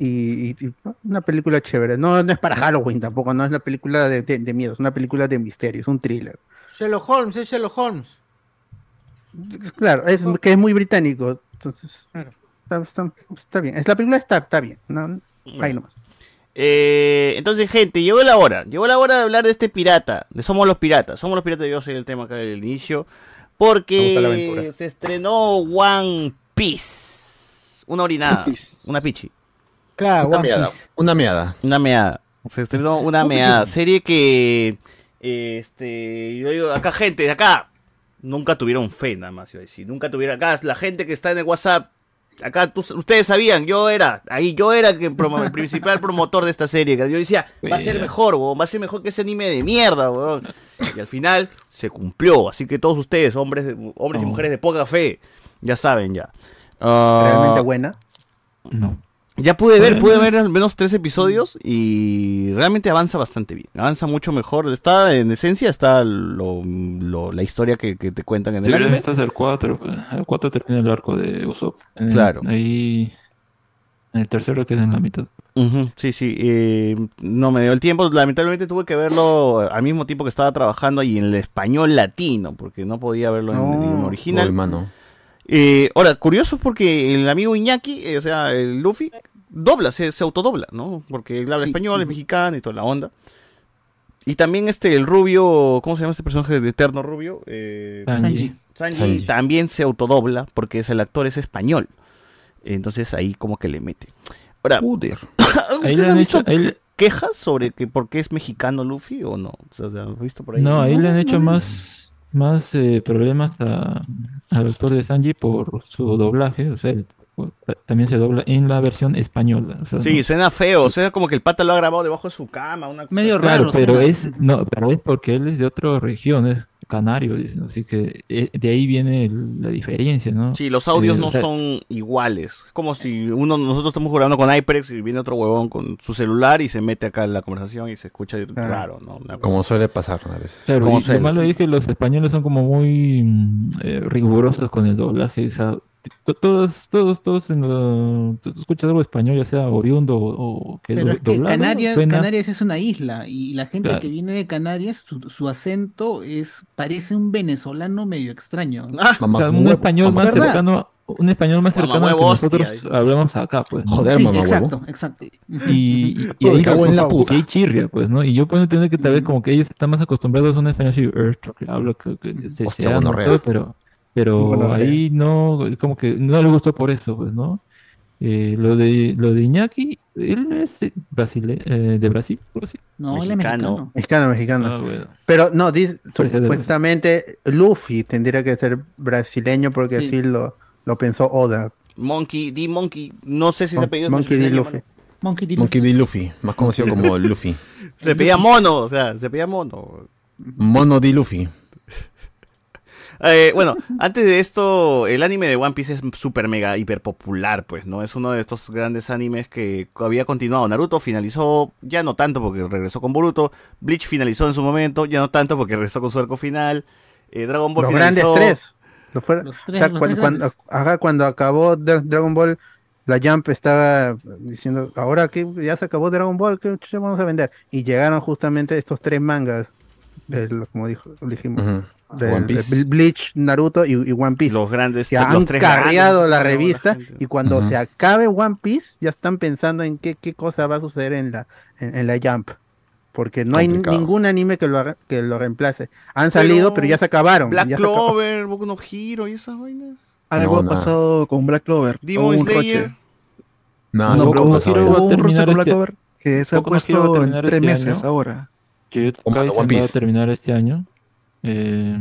Speaker 4: y, y- y una película chévere. No, no es para Halloween tampoco, no es la película de, de- de miedo, es una película de misterio, es un thriller.
Speaker 2: Sherlock Holmes, es Sherlock Holmes.
Speaker 4: Es Claro, es que es muy británico, entonces está, está- está bien. Es, la película está, está bien, no, ahí nomás.
Speaker 1: Eh, entonces, gente, llegó la hora. Llegó la hora de hablar de este pirata. De Somos los Piratas. Somos los Piratas debió ser el tema acá del inicio. Porque se estrenó One Piece. Una orinada. Una pichi.
Speaker 2: Claro,
Speaker 1: una
Speaker 2: One
Speaker 1: meada.
Speaker 2: Piece.
Speaker 1: Una meada. Una meada. Se estrenó una meada. Serie que. eh, Este. Yo digo, acá, gente, de acá. Nunca tuvieron fe, nada más. Yo decir. Nunca tuvieron. Acá, la gente que está en el WhatsApp. Acá tú- ustedes sabían, yo era, ahí yo era el, que promo- el principal promotor de esta serie. que Yo decía, va a ser
Speaker 15: Mira.
Speaker 1: mejor, huevón, va a ser mejor que ese anime de mierda, huevón. Y al final se cumplió. Así que todos ustedes, hombres, de- hombres y
Speaker 4: Oh.
Speaker 1: mujeres de poca fe, ya saben ya. Ah,
Speaker 4: Realmente buena.
Speaker 1: ya pude ver, pude ver al menos tres episodios y realmente avanza bastante bien. Avanza mucho mejor. Está, en esencia, está lo- lo- la historia que, que te cuentan en
Speaker 15: Si
Speaker 1: el
Speaker 15: bien
Speaker 1: anime.
Speaker 15: estás el 4, el 4 termina el arco de Usopp. En-
Speaker 1: Claro.
Speaker 15: Ahí, en el tercero queda en la mitad.
Speaker 1: Ujú, sí, sí. eh, no me dio el tiempo. Lamentablemente tuve que verlo al mismo tiempo que estaba trabajando y en el español latino, porque no podía verlo en,
Speaker 21: No.
Speaker 1: en original.
Speaker 21: Uy, mano.
Speaker 1: Eh, ahora, curioso porque el amigo Iñaki, eh, o sea, el Luffy, dobla, se, se autodobla, ¿no? Porque él habla español, es mexicano y toda la onda. Y también este, el rubio, ¿cómo se llama este personaje de Eterno Rubio? Eh,
Speaker 15: Sanji.
Speaker 1: Sanji
Speaker 15: Sanji.
Speaker 1: también se autodobla porque es el actor es español. Entonces ahí como que le mete. Ahora,
Speaker 15: Ahí
Speaker 1: (coughs) ¿ustedes
Speaker 15: le han
Speaker 1: han visto
Speaker 15: hecho- ahí le-
Speaker 1: quejas sobre que por qué es mexicano Luffy o no? O sea, ¿han visto por ahí?
Speaker 15: No, ahí le han hecho
Speaker 1: no.
Speaker 15: más, más eh, problemas a- al actor de Sanji por su doblaje. O sea, él ta- también se dobla en la versión española. o sea,
Speaker 1: Sí,
Speaker 15: no-
Speaker 1: suena feo, suena como que el pata lo ha grabado debajo de su cama, una cosa así.
Speaker 15: Claro, pero es no, pero es porque él es de otra región, es canario, dicen, así que eh, de ahí viene el- la diferencia, ¿no?
Speaker 1: Sí, los audios
Speaker 15: Eh, o
Speaker 1: no
Speaker 15: sea,
Speaker 1: son iguales. Es como si uno nosotros estamos jugando con HyperX y viene otro huevón con su celular y se mete acá en la conversación y se escucha raro, ¿no? Una cosa-
Speaker 21: Como suele pasar a veces.
Speaker 15: Claro,
Speaker 1: como
Speaker 15: y lo
Speaker 1: suele.
Speaker 15: malo es que los españoles son como muy mm, eh, rigurosos con el doblaje, o sea, to- todos, todos, todos, en lo- tú tú escuchas algo español, ya sea oriundo o, o que
Speaker 9: Pero
Speaker 15: do-
Speaker 9: es que
Speaker 15: doblado,
Speaker 9: Canarias,
Speaker 15: suena-
Speaker 9: Canarias es una isla y la gente
Speaker 15: Claro.
Speaker 9: que viene de Canarias, su, su acento es parece un venezolano medio extraño.
Speaker 15: Ah, o sea, un español más
Speaker 9: ¿Verdad?
Speaker 15: cercano, un español más cercano al que
Speaker 9: Mamahuevo, hostia,
Speaker 15: nosotros hablamos acá, pues. ¿no?
Speaker 9: Sí, exacto, exacto.
Speaker 15: Y, y
Speaker 9: Uy,
Speaker 15: ahí
Speaker 9: cago en la
Speaker 15: y
Speaker 9: puta.
Speaker 15: ahí chirria, pues, ¿no? Y yo puedo entender que tal vez como que ellos están más acostumbrados a un español así, "Esto que hablo, que, que se
Speaker 21: Hostia,
Speaker 15: sea, ¿no?
Speaker 21: gonorrea.
Speaker 15: Todo, pero, pero
Speaker 21: Gonorrea.
Speaker 15: ahí no, como que no le gustó por eso, pues, ¿no? Eh, lo de lo de Iñaki, él es eh, brasile- eh, de Brasil, algo así.
Speaker 9: No, él es mexicano.
Speaker 4: Mexicano, mexicano.
Speaker 15: Ah, bueno.
Speaker 4: Pero no, dice-
Speaker 15: Pero ya de-
Speaker 4: supuestamente Luffy tendría que ser brasileño porque
Speaker 1: Sí.
Speaker 4: así lo, lo pensó Oda.
Speaker 1: Monkey D. Monkey, no sé si
Speaker 4: Mon-
Speaker 1: se pedía
Speaker 4: Monkey D. Luffy.
Speaker 9: Monkey D.
Speaker 21: Monkey D. Luffy, más conocido como
Speaker 1: (laughs)
Speaker 21: Luffy.
Speaker 1: Se pedía mono, o sea, se pedía mono.
Speaker 21: Mono D. Luffy.
Speaker 1: Eh, bueno, antes de esto, el anime de One Piece es súper mega hiper popular, pues, ¿no? Es uno de estos grandes animes que había continuado. Naruto finalizó, ya no tanto porque regresó con Boruto. Bleach finalizó en su momento, ya no tanto porque regresó con su arco final. Eh, Dragon Ball
Speaker 4: Los
Speaker 1: finalizó.
Speaker 4: grandes tres. Los fueron-
Speaker 1: tres,
Speaker 4: o sea,
Speaker 1: los
Speaker 4: cuando,
Speaker 1: tres
Speaker 4: cuando- ajá, cuando acabó Dra- Dragon Ball, la Jump estaba diciendo, ahora que ya se acabó Dragon Ball, ¿qué chucha vamos a vender? Y llegaron justamente estos tres mangas del- como dijo, dijimos,
Speaker 3: Ujú.
Speaker 4: del-
Speaker 3: One Piece.
Speaker 4: de Ble- Bleach, Naruto y, y One Piece.
Speaker 1: Los grandes,
Speaker 4: que
Speaker 1: los
Speaker 4: han
Speaker 1: tres
Speaker 4: carreado
Speaker 1: grandes,
Speaker 4: la
Speaker 1: ¿no? La
Speaker 4: revista
Speaker 1: gente.
Speaker 4: y cuando
Speaker 1: Ujú.
Speaker 4: se acabe One Piece ya están pensando en qué, qué cosa va a suceder en la, en, en la Jump. Porque no
Speaker 1: Complicado.
Speaker 4: hay ningún anime que lo, haga- que lo reemplace. Han salido, pero, ya se acabaron.
Speaker 1: Black
Speaker 4: ya se acabó.
Speaker 1: Clover, Boku no Hero y esas vainas.
Speaker 8: Algo
Speaker 4: No,
Speaker 8: ha
Speaker 4: nada.
Speaker 8: pasado con Black Clover.
Speaker 1: Demon
Speaker 8: Hubo un
Speaker 1: Slayer.
Speaker 8: roche.
Speaker 15: No,
Speaker 8: no,
Speaker 15: Boku
Speaker 8: pero
Speaker 15: no
Speaker 8: hubo-
Speaker 15: Hero va a
Speaker 8: hubo un roche
Speaker 15: terminar
Speaker 8: con Black
Speaker 15: este-
Speaker 8: Clover que se ha
Speaker 15: Boku no Hero va a
Speaker 8: puesto en
Speaker 15: terminar
Speaker 8: tres
Speaker 15: este
Speaker 8: meses
Speaker 15: año.
Speaker 8: ahora.
Speaker 15: Jujutsu
Speaker 8: Como
Speaker 15: Kaisen
Speaker 8: One
Speaker 15: va a
Speaker 8: Piece.
Speaker 15: terminar este año. Eh,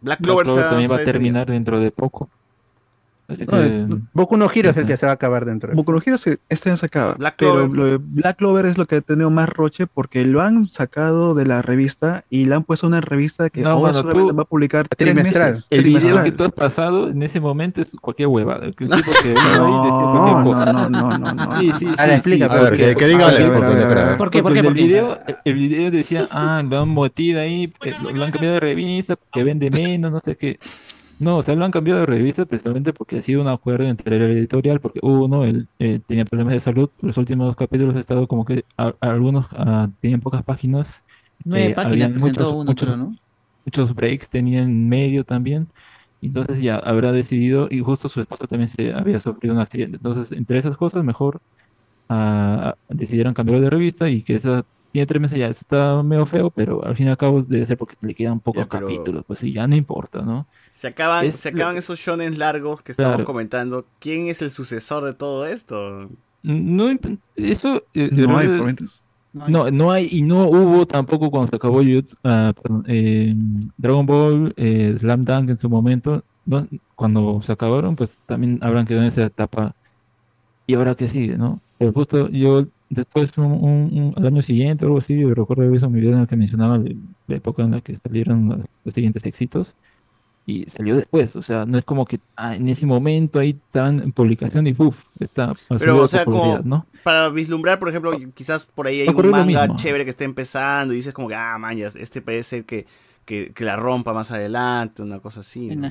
Speaker 1: Black Clover se ha-
Speaker 15: también va
Speaker 1: se
Speaker 15: a
Speaker 1: ha
Speaker 15: terminar dentro de poco. Eh, Así
Speaker 8: No,
Speaker 15: que,
Speaker 8: no-
Speaker 4: Boku no Hero es el que se va a acabar dentro. de-
Speaker 8: Eh, Boku no Hero se- este año se acaba.
Speaker 1: Black
Speaker 8: pero
Speaker 1: Clover.
Speaker 8: lo de Black Clover es lo que ha tenido más roche porque lo han sacado de la revista y le han puesto una revista que
Speaker 15: No,
Speaker 8: ahora
Speaker 15: bueno,
Speaker 8: solamente
Speaker 15: tú-
Speaker 8: va a publicar tres meses.
Speaker 15: El video
Speaker 8: Trimestral.
Speaker 15: que tú has pasado en ese momento es cualquier huevada. El tipo que hablaba ahí decía
Speaker 8: No,
Speaker 15: cualquier
Speaker 8: no,
Speaker 15: cosa.
Speaker 8: no, no, no, no.
Speaker 15: Sí, sí,
Speaker 8: A ver,
Speaker 15: sí,
Speaker 8: explica,
Speaker 15: sí.
Speaker 8: a ver,
Speaker 15: porque-
Speaker 8: que- que diga
Speaker 15: a
Speaker 8: Alex,
Speaker 15: ver,
Speaker 8: por
Speaker 15: a ver,
Speaker 8: favor,
Speaker 15: a ver.
Speaker 8: espera.
Speaker 15: ¿Por qué?
Speaker 8: Porque
Speaker 15: Porque
Speaker 8: el
Speaker 15: el video, el video decía, ah, lo han metido ahí, eh, lo, lo han cambiado de revista, que vende menos, no sé qué. No, o sea, lo han cambiado de revista principalmente porque ha sido un acuerdo entre el editorial, porque uno, él eh, tenía problemas de salud, los últimos capítulos ha estado como que a- algunos ah, tenían pocas páginas. eh,
Speaker 14: Nueve páginas
Speaker 15: habían
Speaker 14: presentó uno, creo, ¿no?
Speaker 15: muchos breaks tenían en medio también. Entonces ya habrá decidido, y justo su esposa también se había sufrido un accidente. Entonces, entre esas cosas, mejor ah, decidieron cambiarlo de revista y que esa tiene tres meses ya, eso está medio feo, pero al fin y al cabo debe ser porque le quedan pocos capítulos, pues sí, ya no importa, ¿no?
Speaker 1: Se acaban,
Speaker 15: Es
Speaker 1: se
Speaker 15: lo
Speaker 1: acaban
Speaker 15: que-
Speaker 1: esos shonen largos que estamos
Speaker 15: Claro.
Speaker 1: comentando. ¿Quién es el sucesor de todo esto?
Speaker 15: No, hay- eso... eh,
Speaker 1: No hay,
Speaker 15: realmente-
Speaker 1: por mientras.
Speaker 15: No, no hay, y no hubo tampoco cuando se acabó Jujutsu, ah, perdón, eh, Dragon Ball, eh, Slam Dunk en su momento. no- cuando se acabaron, pues también habrán quedado en esa etapa. Y ahora que sigue, ¿no? Pero justo yo, después, un, un- un- al año siguiente o algo así, yo recuerdo haber visto mi video en el que mencionaba la, la época en la que salieron los, los siguientes éxitos. Y salió después, o sea, no es como que ah, en ese momento ahí están en publicación y ¡puf! Está ha
Speaker 1: Pero,
Speaker 15: subido
Speaker 1: o
Speaker 15: de
Speaker 1: sea, como
Speaker 15: popularidad, ¿no?
Speaker 1: para vislumbrar, por ejemplo, quizás por ahí hay
Speaker 15: Ocurre
Speaker 1: un
Speaker 15: lo
Speaker 1: manga
Speaker 15: mismo.
Speaker 1: chévere que está empezando y dices como que, ah, man, ya, este parece que, que, que la rompa más adelante, una cosa así. ¿no?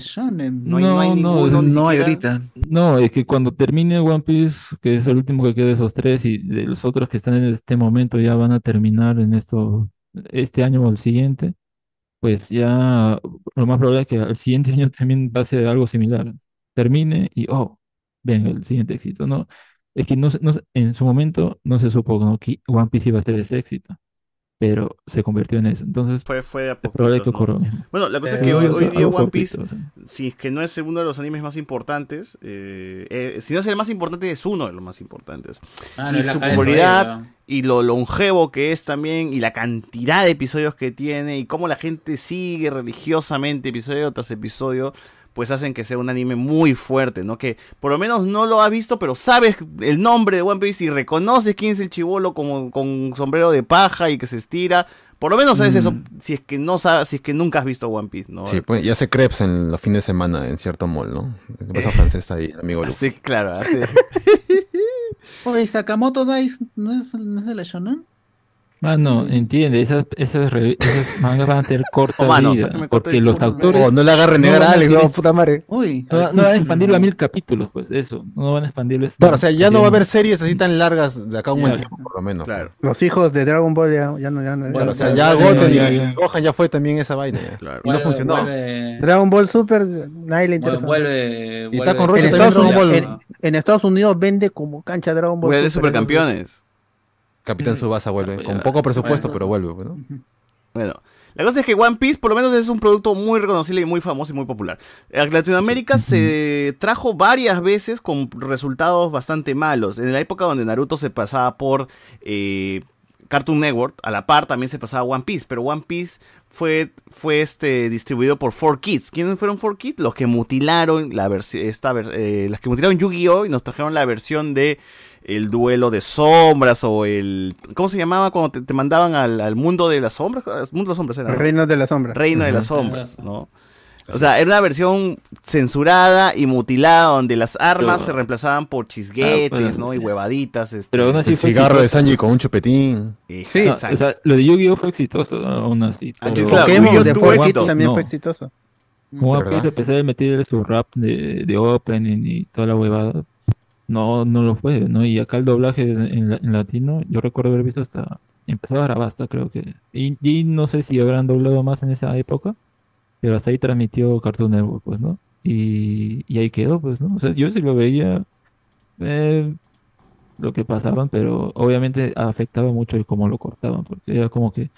Speaker 1: No hay- no hay ninguno, ni siquiera.
Speaker 15: No, es que cuando termine One Piece, que es el último que queda de esos tres, y de los otros que están en este momento ya van a terminar en esto, este año o el siguiente, pues ya lo más probable es que el siguiente (laughs) año también va a ser algo similar. Termine y, oh, venga, el siguiente éxito, ¿no? Es que no, se- no se- en su momento no se supo ¿no? que One Piece iba a ser ese éxito, pero se convirtió en eso. Entonces,
Speaker 1: Fue, fue de a
Speaker 15: es probable que
Speaker 1: poquitos,
Speaker 15: ocurra
Speaker 1: ¿no?
Speaker 15: lo mismo. Eh,
Speaker 1: Bueno, la cosa es
Speaker 15: Pero
Speaker 1: que hoy, hoy
Speaker 15: algo
Speaker 1: día One
Speaker 15: fortuito,
Speaker 1: Piece,
Speaker 15: o sea.
Speaker 1: si es que no es uno de los animes más importantes, eh, eh, si no es el más importante, es uno de los más importantes.
Speaker 10: Ah, no,
Speaker 1: y
Speaker 10: es la
Speaker 1: su
Speaker 10: cara de
Speaker 1: popularidad,
Speaker 10: Torero.
Speaker 1: y lo longevo que es también, y la cantidad de episodios que tiene, y cómo la gente sigue religiosamente episodio tras episodio, pues hacen que sea un anime muy fuerte, ¿no? Que por lo menos no lo ha visto, pero sabes el nombre de One Piece y reconoces quién es el chivolo como, con un sombrero de paja y que se estira. Por lo menos sabes eso, si es que no sabes, si es que nunca has visto One Piece, ¿no?
Speaker 3: Sí, pues, y hace crepes en los fines de semana en cierto mall, ¿no? Empresa francesa ahí, amigo Luke.
Speaker 1: Eh. Ah, Sí, claro, hace...
Speaker 9: Oye, Sakamoto Dice no es, no es de la Shonen.
Speaker 15: Ah, no, entiende, esas, esas, revi- esas mangas van a tener corta
Speaker 3: Oh, mano,
Speaker 15: vida,
Speaker 3: está que me corta
Speaker 15: porque
Speaker 3: el-
Speaker 15: los
Speaker 3: oh,
Speaker 15: autores...
Speaker 3: no le hagas renegar
Speaker 15: van
Speaker 3: a Alex,
Speaker 15: tener-
Speaker 3: no, puta madre.
Speaker 9: Uy.
Speaker 15: no va- no van a expandirlo a mil capítulos, pues, eso, no van a expandirlo. a-
Speaker 3: Claro, o sea, ya no va a haber series así tan largas de acá a un buen
Speaker 15: Claro.
Speaker 3: tiempo, por lo menos. Claro.
Speaker 4: Los hijos de Dragon Ball ya, ya no, ya no.
Speaker 3: o sea,
Speaker 4: no-
Speaker 3: ya
Speaker 4: no-
Speaker 3: Goten
Speaker 4: ya-
Speaker 3: y
Speaker 4: ya-
Speaker 3: Gohan ya fue también esa vaina. ya. Y no
Speaker 4: Vuelve-
Speaker 3: funcionó.
Speaker 4: vuelve- Dragon Ball Super, nadie le interesa.
Speaker 10: Vuelve,
Speaker 3: Y está con
Speaker 4: en,
Speaker 3: Roche también
Speaker 4: Estados
Speaker 3: Dragon
Speaker 4: Unidos,
Speaker 3: Ball.
Speaker 4: en- en Estados Unidos vende como cancha Dragon Ball
Speaker 3: Vuelve
Speaker 4: Super.
Speaker 1: Supercampeones. Ah, pues
Speaker 3: Capitán Subasa vuelve, con poco presupuesto, pero vuelve, ¿no?
Speaker 1: Bueno, la cosa es que One Piece por lo menos es un producto muy reconocible y muy famoso y muy popular. En Latinoamérica se trajo varias veces con resultados bastante malos. En la época donde Naruto se pasaba por eh, Cartoon Network, a la par también se pasaba One Piece, pero One Piece fue, fue este, distribuido por 4Kids. ¿Quiénes fueron 4Kids? Los que mutilaron la versión, esta ver- eh, las que mutilaron Yu-Gi-Oh! y nos trajeron la versión de el duelo de sombras o el... ¿Cómo se llamaba cuando te, te mandaban al, al mundo de las sombras? Ah, Mundo de las sombras era. ¿no?
Speaker 4: Reino de las sombras.
Speaker 1: Reino de
Speaker 4: Ujú.
Speaker 1: las sombras, ¿no? O sea, era una versión censurada y mutilada donde las armas
Speaker 3: Pero-
Speaker 1: se reemplazaban por chisguetes,
Speaker 3: Ah, bueno,
Speaker 1: ¿no? Y
Speaker 3: sí.
Speaker 1: huevaditas. este.
Speaker 15: Pero aún así
Speaker 3: El
Speaker 15: fue
Speaker 3: cigarro de
Speaker 15: exitoso.
Speaker 3: Sanji con un chupetín.
Speaker 1: Sí,
Speaker 15: No,
Speaker 1: exacto.
Speaker 15: o sea, lo de Yu-Gi-Oh fue exitoso, aún así.
Speaker 1: Ah,
Speaker 15: pero-
Speaker 1: claro, Pokémon Yu-Gi-Oh de tuvo
Speaker 15: 4Kids
Speaker 1: éxito.
Speaker 4: también fue exitoso.
Speaker 15: One
Speaker 4: ¿Verdad?
Speaker 15: Piece, a pesar de meter su rap de, de opening y toda la huevada, no, no lo fue, ¿no? Y acá el doblaje en, en la- en latino, yo recuerdo haber visto hasta Empezaba Arabasta, creo que. Y, y no sé si habrán doblado más en esa época, pero hasta ahí transmitió Cartoon Network, pues, ¿no? Y, y ahí quedó, pues, ¿no? O sea, yo sí lo veía eh, lo que pasaban, pero obviamente afectaba mucho el cómo lo cortaban, porque era como que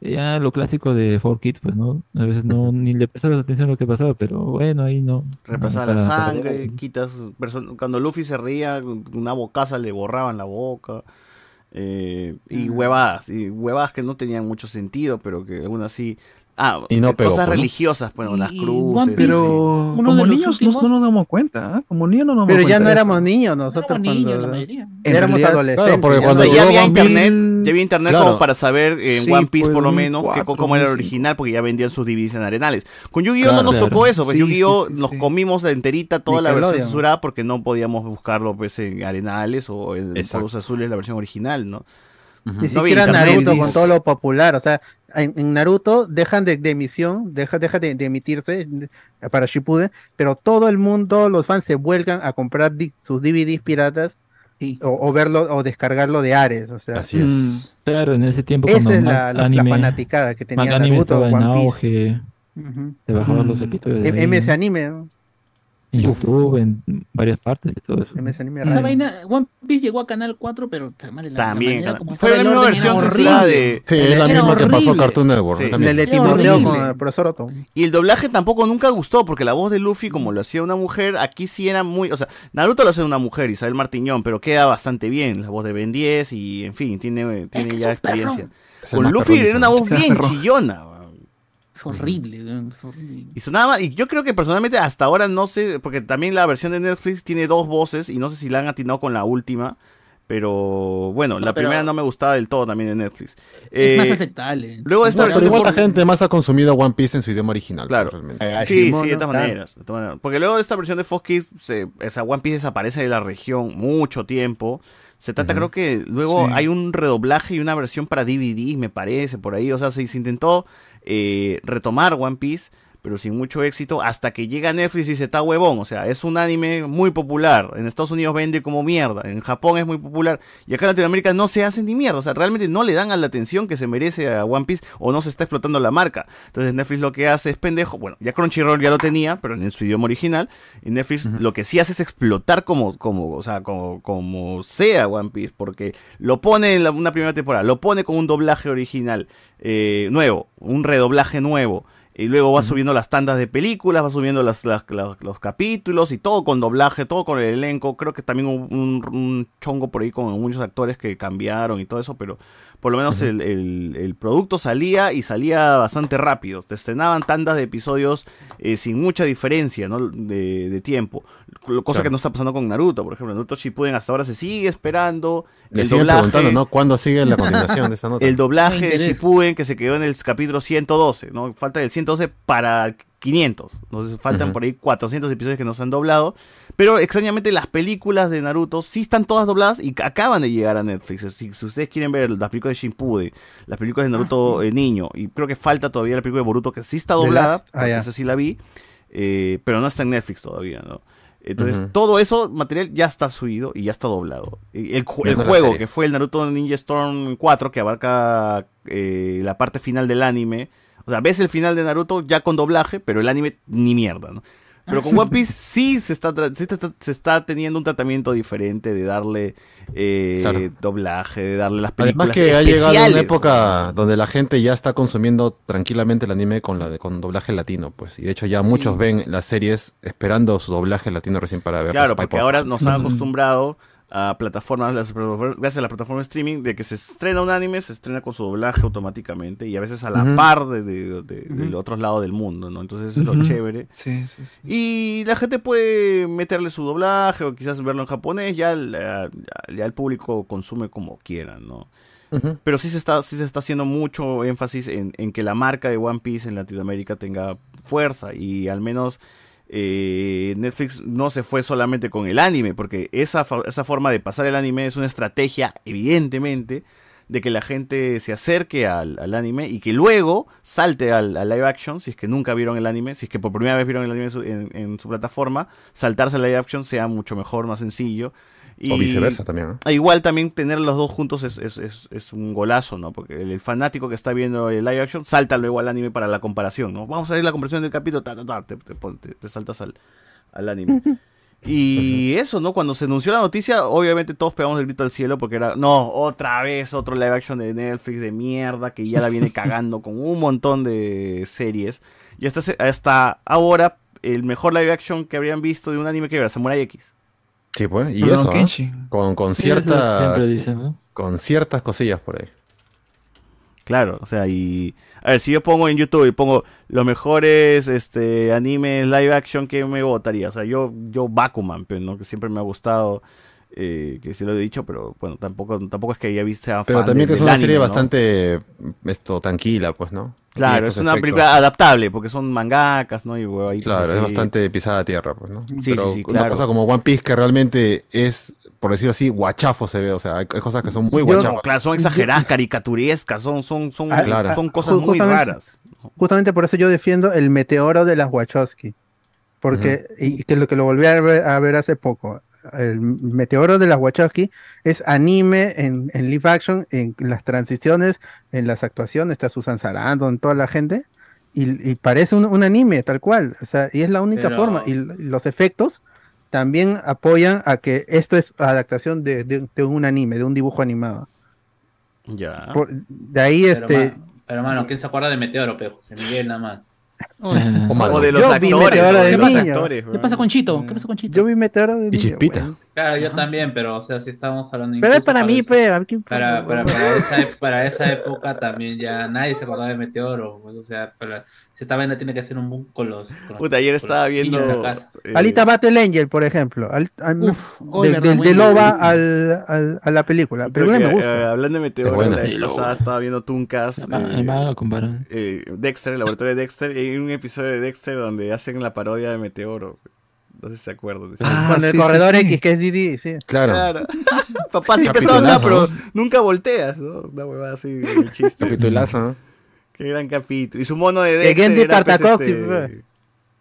Speaker 15: ya lo clásico de 4Kid, pues, ¿no? A veces no ni le prestabas atención a lo que pasaba, pero bueno, ahí no.
Speaker 1: Repasaba
Speaker 15: no,
Speaker 1: la
Speaker 15: para-
Speaker 1: sangre, quitas. perso- Cuando Luffy se ría, una bocaza le borraban la boca. eh, y
Speaker 3: Ah.
Speaker 1: huevadas, y huevadas que no tenían mucho sentido, pero que aún así. Ah,
Speaker 3: Y no pegó,
Speaker 1: cosas
Speaker 3: pues, ¿no?
Speaker 1: religiosas, bueno, las
Speaker 3: Y One
Speaker 1: cruces.
Speaker 3: Piece,
Speaker 1: sí.
Speaker 3: como niños no- no, nos damos cuenta, ¿ah? Como niños no nos damos
Speaker 4: Pero
Speaker 3: cuenta.
Speaker 4: ya no
Speaker 3: de eso.
Speaker 4: éramos niños nosotros cuando.
Speaker 3: En
Speaker 4: ya éramos
Speaker 3: realidad,
Speaker 4: adolescentes.
Speaker 3: claro, porque
Speaker 4: ya
Speaker 3: cuando
Speaker 4: no-
Speaker 1: ya había
Speaker 3: One Piece-
Speaker 1: internet, ya había internet
Speaker 3: Claro.
Speaker 1: como para saber eh, en
Speaker 3: Sí,
Speaker 1: One Piece
Speaker 3: pues,
Speaker 1: por lo menos que
Speaker 3: 2004,
Speaker 1: cómo era el
Speaker 3: 2005.
Speaker 1: original porque ya vendían sus DVDs en arenales. Con Yu-Gi-Oh
Speaker 3: Claro,
Speaker 1: no nos
Speaker 3: claro.
Speaker 1: tocó eso, pues
Speaker 3: Sí,
Speaker 1: Yu-Gi-Oh
Speaker 3: sí, sí,
Speaker 1: nos
Speaker 3: sí.
Speaker 1: comimos de enterita toda la versión
Speaker 3: Nickelodeon.
Speaker 1: censurada porque no podíamos buscarlo pues en arenales o en Cruz Azules la versión original, ¿no?
Speaker 4: Ni
Speaker 1: No había
Speaker 4: siquiera
Speaker 1: internet,
Speaker 4: Naruto
Speaker 1: dices.
Speaker 4: con todo lo popular. O sea, en, en Naruto dejan de, de emisión, deja, deja de, de emitirse de- para Shippuden, pero todo el mundo, los fans se vuelcan a comprar di- sus DVDs piratas o, o verlo o descargarlo de Ares. O sea,
Speaker 15: Mm, Claro, en ese tiempo
Speaker 4: Esa
Speaker 15: cuando
Speaker 4: es
Speaker 15: Mac
Speaker 4: la- la- la fanaticada que tenía
Speaker 15: Mac Anime
Speaker 4: Naruto,
Speaker 15: estaba en
Speaker 4: One Piece.
Speaker 15: auge,
Speaker 4: Ujú.
Speaker 15: te bajaban los
Speaker 4: Mm.
Speaker 15: episodios de
Speaker 4: M-
Speaker 15: ahí,
Speaker 4: MS
Speaker 15: ¿no?
Speaker 4: Anime. ¿no?
Speaker 15: en YouTube, en varias partes de todo eso.
Speaker 4: MS Anime
Speaker 9: Esa
Speaker 4: Radio.
Speaker 9: vaina, One Piece llegó a Canal 4, pero ta madre, la- la
Speaker 1: También,
Speaker 9: manera
Speaker 1: Canal-
Speaker 9: como
Speaker 1: fue
Speaker 9: estaba
Speaker 1: la
Speaker 9: el
Speaker 1: misma
Speaker 9: orden era
Speaker 1: versión
Speaker 9: horrible.
Speaker 1: censurada de
Speaker 3: Sí, es la
Speaker 1: Era
Speaker 3: misma que pasó
Speaker 1: horrible.
Speaker 3: Cartoon Network.
Speaker 1: Sí.
Speaker 3: también.
Speaker 4: El de
Speaker 1: Era
Speaker 4: Timoteo
Speaker 1: horrible.
Speaker 4: con el profesor Otto.
Speaker 1: Y el doblaje tampoco nunca gustó, porque la voz de Luffy, como lo hacía una mujer, aquí sí era muy. O sea, Naruto lo hacía una mujer, Isabel Martiñón, pero queda bastante bien. La voz de Ben 10 y, en fin, tiene, tiene ya experiencia.
Speaker 3: Es el
Speaker 1: Con
Speaker 3: más
Speaker 1: Luffy
Speaker 3: perrón,
Speaker 1: era una voz
Speaker 3: Isabel.
Speaker 1: bien
Speaker 3: Es el perrón.
Speaker 1: chillona.
Speaker 9: Es horrible, weón, es horrible.
Speaker 1: Y sonaba, y yo creo que personalmente hasta ahora no sé, porque también la versión de Netflix tiene dos voces y no sé si la han atinado con la última, pero bueno, la
Speaker 9: pero-
Speaker 1: primera no me gustaba del todo también de Netflix.
Speaker 9: Es más
Speaker 1: Eh,
Speaker 9: aceptable.
Speaker 1: Luego de esta
Speaker 3: Bueno,
Speaker 1: versión
Speaker 3: pero
Speaker 1: de
Speaker 3: igual la
Speaker 1: For-
Speaker 3: gente más ha consumido One Piece en su idioma original. Claro. Realmente.
Speaker 1: Sí, sí, de todas maneras. de todas maneras. Porque luego de esta versión de Fox Kids, se, o sea, One Piece desaparece de la región mucho tiempo. Se trata, creo que luego
Speaker 3: Sí.
Speaker 1: hay un redoblaje y una versión para DVD, me parece, por ahí. O sea, se, se intentó eh, retomar One Piece, pero sin mucho éxito, hasta que llega Netflix y se está huevón. O sea, es un anime muy popular. En Estados Unidos vende como mierda. En Japón es muy popular. Y acá en Latinoamérica no se hacen ni mierda. O sea, realmente no le dan a la atención que se merece a One Piece o no se está explotando la marca. Entonces Netflix lo que hace es pendejo. Bueno, ya Crunchyroll ya lo tenía, pero en su idioma original. Y Netflix lo que sí hace es explotar como, como, o sea, como, como sea One Piece. Porque lo pone en la- una primera temporada, lo pone con un doblaje original eh, nuevo, un redoblaje nuevo. Y luego va subiendo las tandas de películas, va subiendo las, las- las- los capítulos y todo con doblaje, todo con el elenco. Creo que también hubo un, un chongo por ahí con muchos actores que cambiaron y todo eso, pero por lo menos el, el- el producto salía y salía bastante rápido. Te estrenaban tandas de episodios eh, sin mucha diferencia ¿no? de, de tiempo. Cosa que no está pasando con Naruto, por ejemplo. Naruto Shippuden hasta ahora se sigue esperando.
Speaker 3: Le siguen preguntando, ¿no? ¿Cuándo sigue la
Speaker 1: (laughs)
Speaker 3: continuación de esa nota?
Speaker 1: El doblaje
Speaker 3: Me
Speaker 1: de
Speaker 3: interesa.
Speaker 1: Shippuden que se quedó en el capítulo 112, ¿no? Falta del 112 para 500. Entonces faltan
Speaker 3: Ujú.
Speaker 1: por ahí 400 episodios que no se han doblado. Pero extrañamente las películas de Naruto sí están todas dobladas y acaban de llegar a Netflix. Si, si ustedes quieren ver las películas de Shippuden, las películas de Naruto eh, niño, y creo que falta todavía la película de Boruto que sí está
Speaker 4: The
Speaker 1: doblada,
Speaker 4: Last- ah,
Speaker 1: porque
Speaker 4: ya.
Speaker 1: esa sí la vi, eh, pero no está en Netflix todavía, ¿no? Entonces,
Speaker 3: Ujú.
Speaker 1: todo eso material ya está subido y ya está doblado. Y El, ju-
Speaker 3: Ya
Speaker 1: el
Speaker 3: no la
Speaker 1: juego,
Speaker 3: serie.
Speaker 1: que fue el Naruto Ninja Storm 4, que abarca eh, la parte final del anime. O sea, ves el final de Naruto ya con doblaje, pero el anime ni mierda, ¿no? Pero
Speaker 3: (laughs)
Speaker 1: con One Piece sí se está, tra- sí te- te- se está teniendo un tratamiento diferente de darle eh,
Speaker 3: Claro.
Speaker 1: doblaje, de darle las películas
Speaker 3: Además que ha llegado
Speaker 1: especiales.
Speaker 3: una época donde la gente ya está consumiendo tranquilamente el anime con, la de, con doblaje latino, pues. Y de hecho ya muchos ven las series esperando su doblaje latino recién para ver.
Speaker 1: Claro,
Speaker 3: pues,
Speaker 1: porque
Speaker 3: Spy
Speaker 1: ahora
Speaker 3: Puff.
Speaker 1: nos han acostumbrado a plataformas, las plataformas- gracias a la plataforma de streaming, de que se estrena un anime, se estrena con su doblaje automáticamente y a veces a la
Speaker 3: Ujú.
Speaker 1: par de, de- de- del otro lado del mundo, ¿no? Entonces eso es lo
Speaker 3: Ujú.
Speaker 1: chévere.
Speaker 3: Sí, sí, sí.
Speaker 1: Y la gente puede meterle su doblaje o quizás verlo en japonés, ya, la- ya- ya el público consume como quieran, ¿no?
Speaker 3: Ujú.
Speaker 1: Pero sí se está, sí se está haciendo mucho énfasis en, en que la marca de One Piece en Latinoamérica tenga fuerza. Y al menos eh, Netflix no se fue solamente con el anime, porque esa, fa- esa forma de pasar el anime es una estrategia, evidentemente, de que la gente se acerque al, al anime y que luego salte al, al live action, si es que nunca vieron el anime, si es que por primera vez vieron el anime en su- en, en su plataforma, saltarse al live action sea mucho mejor, más sencillo. Y
Speaker 3: O viceversa también, ¿eh?
Speaker 1: Ah, Igual también tener los dos juntos es, es- es- es un golazo, ¿no? Porque el, el fanático que está viendo el live action salta luego al anime para la comparación, ¿no? Vamos a ver la comparación del capítulo, ta, ta, ta, te, te pon- te- te saltas al, al anime. Y eso, ¿no? Cuando se anunció la noticia, obviamente todos pegamos el grito al cielo porque era, no, otra vez otro live action de Netflix de mierda que ya la viene cagando con un montón de series. Y hasta, se- hasta ahora, el mejor live action que habrían visto de un anime que era Samurai X.
Speaker 3: Sí, pues, y
Speaker 1: Pero
Speaker 3: eso, ¿eh?
Speaker 1: Kenshi.
Speaker 3: con, con
Speaker 1: Sí, eso
Speaker 3: cierta-
Speaker 1: siempre dicen, ¿no?
Speaker 3: con ciertas cosillas por ahí.
Speaker 1: Claro, o sea, y. A ver, si yo pongo en YouTube y pongo los mejores este, animes live action que me votaría. O sea, yo, yo Bakuman, pero ¿no? que siempre me ha gustado. eh, que sí lo he dicho, pero bueno, tampoco, tampoco es que ya viste a
Speaker 3: Pero también que es una serie bastante esto tranquila, pues, ¿no? Tiene
Speaker 1: Claro,
Speaker 3: estos
Speaker 1: es una
Speaker 3: efectos.
Speaker 1: película adaptable, porque son mangakas, ¿no? Y huevaditos
Speaker 3: Claro, es
Speaker 1: así.
Speaker 3: bastante pisada a tierra, pues, ¿no?
Speaker 1: Sí,
Speaker 3: Pero
Speaker 1: sí, sí,
Speaker 3: una
Speaker 1: claro.
Speaker 3: cosa como One Piece que realmente es, por decirlo así, guachafo se ve. O sea, hay hay cosas que son muy
Speaker 1: Yo-
Speaker 3: guachafas.
Speaker 1: claro, son exageradas, caricaturescas, son, son, son,
Speaker 3: Ah, claro.
Speaker 1: son cosas
Speaker 3: Ju-
Speaker 1: muy
Speaker 3: justamente-
Speaker 1: raras.
Speaker 4: Justamente por eso yo defiendo el meteoro de las Wachowski. Porque, y que lo que lo volví a ver, a ver hace poco, el meteoro de las Wachowski es anime en, en live action, en las transiciones, en las actuaciones, está Susan Sarandon, toda la gente, y, y parece un, un anime tal cual, o sea, y es la única
Speaker 9: Pero-
Speaker 4: forma, y l- los efectos también apoyan a que esto es adaptación de, de- de un anime, de un dibujo animado.
Speaker 1: Ya.
Speaker 4: Por- de ahí,
Speaker 10: Pero,
Speaker 4: este,
Speaker 10: ma- Pero, mano, ¿quién se acuerda de Meteoro, pe? José Miguel, nada más.
Speaker 4: O de los Yo vi actores, Meteoro o de de los niño. actores,
Speaker 10: weón.
Speaker 9: ¿Qué pasa con Chito?
Speaker 1: Mm.
Speaker 9: ¿Qué pasa con Chito?
Speaker 4: Yo vi Meteoro de
Speaker 9: niño,
Speaker 3: Chispita.
Speaker 10: Claro, yo también, pero, o sea, si estábamos hablando.
Speaker 4: Pero es
Speaker 10: incluso
Speaker 4: para mí,
Speaker 10: esa-
Speaker 4: pe, a mí que-
Speaker 10: Para, para, para, esa, e- para esa época también ya nadie se acordaba de Meteoro. pues, o sea, para, si esta vaina tiene que hacer un boom con los. Con
Speaker 1: Puta, ayer estaba viendo,
Speaker 10: eh,
Speaker 4: Alita Battle Angel, por ejemplo. Al- al-
Speaker 10: Uf,
Speaker 4: de-
Speaker 10: oh,
Speaker 4: del-
Speaker 10: verdad,
Speaker 4: del
Speaker 10: buena.
Speaker 4: OVA al, al- a la película. La película
Speaker 1: Creo
Speaker 4: me
Speaker 1: que, eh,
Speaker 4: gusta.
Speaker 1: hablando de
Speaker 4: Es
Speaker 1: Meteoro,
Speaker 4: buena.
Speaker 1: la vez
Speaker 4: Y luego-
Speaker 1: pasada estaba viendo Tuncas.
Speaker 3: Ah,
Speaker 1: eh,
Speaker 15: ma- el mago comparado.
Speaker 1: Dexter, el laboratorio de Dexter. Y hay un episodio de Dexter donde hacen la parodia de Meteoro. No sé si se acuerdan.
Speaker 4: Con el corredor X, que es Didi, Ah, sí.
Speaker 3: Claro.
Speaker 4: (laughs)
Speaker 1: (laughs) Papá siempre está hablando, pero
Speaker 3: Capitulazo,
Speaker 1: nunca volteas, ¿no? Una huevada así,
Speaker 3: (laughs)
Speaker 1: el chiste.
Speaker 3: Capitulazo, ¿no?
Speaker 1: Qué gran capítulo. Y su mono de
Speaker 4: Que
Speaker 1: Dexter.
Speaker 4: Gendy
Speaker 1: era, pues,
Speaker 4: Tartakovsky, eh.
Speaker 1: este,
Speaker 4: fe.
Speaker 3: Era
Speaker 4: Gendy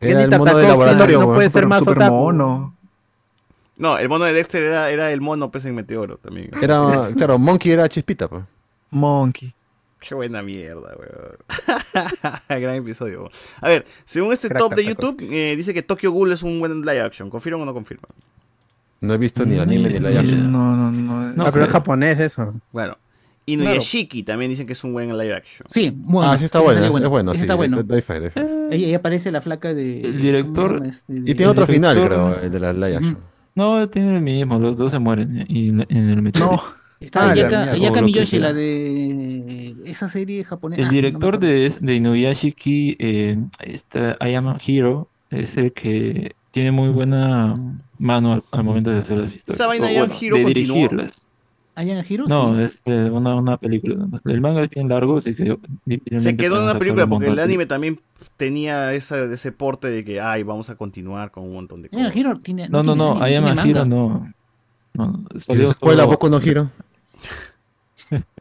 Speaker 3: el mono de
Speaker 4: Tartakovsky,
Speaker 3: laboratorio,
Speaker 4: no
Speaker 3: weón,
Speaker 4: puede ser
Speaker 3: super-
Speaker 4: más
Speaker 3: super
Speaker 4: otaku.
Speaker 3: mono.
Speaker 1: No, el mono de Dexter era, era el mono pues, en Meteoro también.
Speaker 3: Era,
Speaker 1: Sí.
Speaker 3: claro, Monkey era chispita, pues.
Speaker 8: Monkey.
Speaker 1: Qué buena mierda, weón. (laughs) Gran episodio. weón. A ver, según este
Speaker 3: Crack
Speaker 1: top de
Speaker 3: Tartakovsky.
Speaker 1: YouTube, eh, dice que Tokyo Ghoul es un buen live action. ¿Confirman o no confirman?
Speaker 3: No he visto ni el anime ni el live action.
Speaker 8: No, no, no.
Speaker 4: Ah, pero es japonés eso.
Speaker 1: Bueno. Inuyashiki también dicen que es un buen live action.
Speaker 9: Sí, bueno.
Speaker 3: ah, sí está
Speaker 9: ese
Speaker 3: bueno,
Speaker 9: sale
Speaker 3: es es bueno,
Speaker 9: Ese
Speaker 3: sí.
Speaker 9: está bueno.
Speaker 3: doy- doy fe, doy fe.
Speaker 9: Ahí, ahí aparece la flaca de.
Speaker 15: El director-
Speaker 9: ¿cómo se llama este?
Speaker 3: Y tiene otro
Speaker 15: director-
Speaker 3: final, creo, el de la live action.
Speaker 15: No, tienen el mismo, los dos se mueren y en, en el meteoro.
Speaker 1: Ah,
Speaker 9: Está Ayaka, Ayaka
Speaker 15: O lo que
Speaker 9: Miyoshi,
Speaker 15: sea.
Speaker 9: la ah, de esa serie japonesa.
Speaker 15: El director de, de Inuyashiki, eh, este, I Am a Hero, es el que tiene muy buena mano al, al momento de hacer las historias.
Speaker 9: ¿Esa vaina
Speaker 15: O
Speaker 9: I Am
Speaker 15: bueno,
Speaker 9: Hero
Speaker 15: de
Speaker 9: continuó?
Speaker 15: dirigirlas.
Speaker 9: Ah, Ayana Hiro.
Speaker 15: No, es eh, una, una película. nada más. El manga es bien largo, así que
Speaker 1: Se
Speaker 15: difícilmente
Speaker 1: quedó en
Speaker 15: pueden
Speaker 1: una
Speaker 15: sacar
Speaker 1: película
Speaker 15: un
Speaker 1: porque el
Speaker 15: montón.
Speaker 1: anime también tenía esa- ese porte de que, ay, vamos a continuar con un montón de
Speaker 9: Ayana
Speaker 1: cosas.
Speaker 9: Hiro tiene.
Speaker 15: No, no, no, I
Speaker 9: tiene
Speaker 15: Am a
Speaker 9: manga.
Speaker 15: Hero no. no
Speaker 1: Pues
Speaker 15: salió
Speaker 3: se escuela,
Speaker 15: solo-
Speaker 3: Boku no Hero.
Speaker 15: (laughs)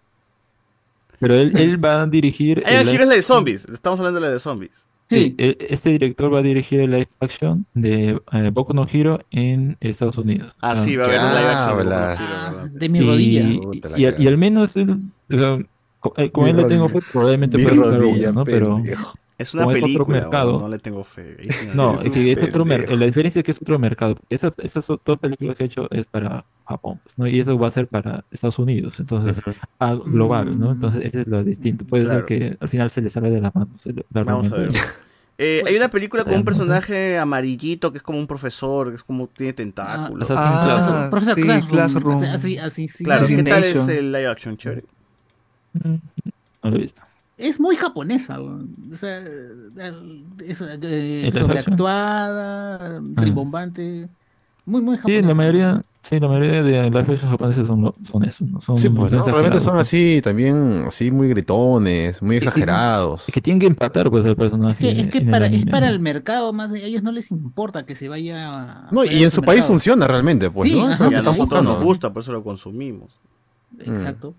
Speaker 15: Pero él, él va a dirigir.
Speaker 1: Ay,
Speaker 15: el
Speaker 1: el Ah, giro es
Speaker 15: live-
Speaker 1: la de zombies. Estamos hablando de la de zombies.
Speaker 15: Sí, e- este director va a dirigir el live action de eh, Boku no Hero en Estados Unidos.
Speaker 1: Ah,
Speaker 15: O sea,
Speaker 1: sí, va a haber un live action. de Boku no
Speaker 3: hablas.
Speaker 1: Hero, ¿verdad?
Speaker 9: Ah, De mi rodilla.
Speaker 15: Y,
Speaker 3: Puta, la
Speaker 15: y- y
Speaker 3: cagada.
Speaker 15: al menos él, o sea, co- eh, como
Speaker 3: Mi
Speaker 15: él le tengo fe,
Speaker 3: rodilla.
Speaker 15: probablemente
Speaker 3: Mi
Speaker 15: pueda sacar
Speaker 3: rodilla,
Speaker 15: uno, ¿no? Pero
Speaker 3: pendejo.
Speaker 1: Es una
Speaker 15: como otro
Speaker 1: película,
Speaker 15: mercado.
Speaker 1: no le tengo fe.
Speaker 15: No,
Speaker 1: Es
Speaker 15: es
Speaker 1: un
Speaker 15: que es otro mer-
Speaker 1: pendejo.
Speaker 15: la diferencia es que es otro mercado. porque Esas, esas son- dos películas que he hecho es para Japón, pues, ¿no? Y eso va a ser para Estados Unidos, entonces, a global,
Speaker 3: Mm.
Speaker 15: ¿no? Entonces, eso es lo distinto. Puede ser
Speaker 1: Claro.
Speaker 15: que al final se le salga de las manos. el- la
Speaker 1: Vamos a ver.
Speaker 9: (laughs)
Speaker 15: herramienta.
Speaker 1: Eh, hay una película con un
Speaker 15: Bueno.
Speaker 1: personaje amarillito que es como un profesor, que es como tiene tentáculos.
Speaker 15: Assassin's Ah, Classroom.
Speaker 9: Profesor
Speaker 8: sí,
Speaker 9: Classroom.
Speaker 8: Classroom.
Speaker 9: Así, así, sí.
Speaker 1: Claro, ¿qué tal es
Speaker 8: Assassination.
Speaker 1: el live action, chévere?
Speaker 15: (laughs) No lo he visto.
Speaker 9: Es muy japonesa, weón. o sea, el- es, eh,
Speaker 15: live
Speaker 9: sobreactuada, rimbombante, muy, muy
Speaker 15: Sí,
Speaker 9: japonesa.
Speaker 15: la mayoría, sí, la mayoría de live action japoneses son, lo- son eso, ¿no? Son,
Speaker 3: Sí, pues,
Speaker 15: son
Speaker 3: ¿no? Realmente
Speaker 15: exagerados,
Speaker 3: son
Speaker 15: ¿no?
Speaker 3: así, también, así muy gritones, muy exagerados.
Speaker 15: Es que tienen que empatar, pues, el personaje.
Speaker 9: Que- es que
Speaker 15: en el
Speaker 9: para, es
Speaker 15: anime,
Speaker 9: para
Speaker 15: ¿no?
Speaker 9: el mercado, más de- a ellos no les importa que se vaya. a-
Speaker 3: No,
Speaker 9: fuera
Speaker 3: y
Speaker 9: de
Speaker 3: en su país
Speaker 9: mercado.
Speaker 3: funciona realmente, pues,
Speaker 9: Sí,
Speaker 3: ¿no? Eso es
Speaker 9: ajá. Mm.
Speaker 3: lo
Speaker 9: Y
Speaker 3: que
Speaker 9: a
Speaker 3: están
Speaker 1: Nosotros nos
Speaker 3: buscando.
Speaker 1: gusta, por eso lo consumimos.
Speaker 9: Exacto.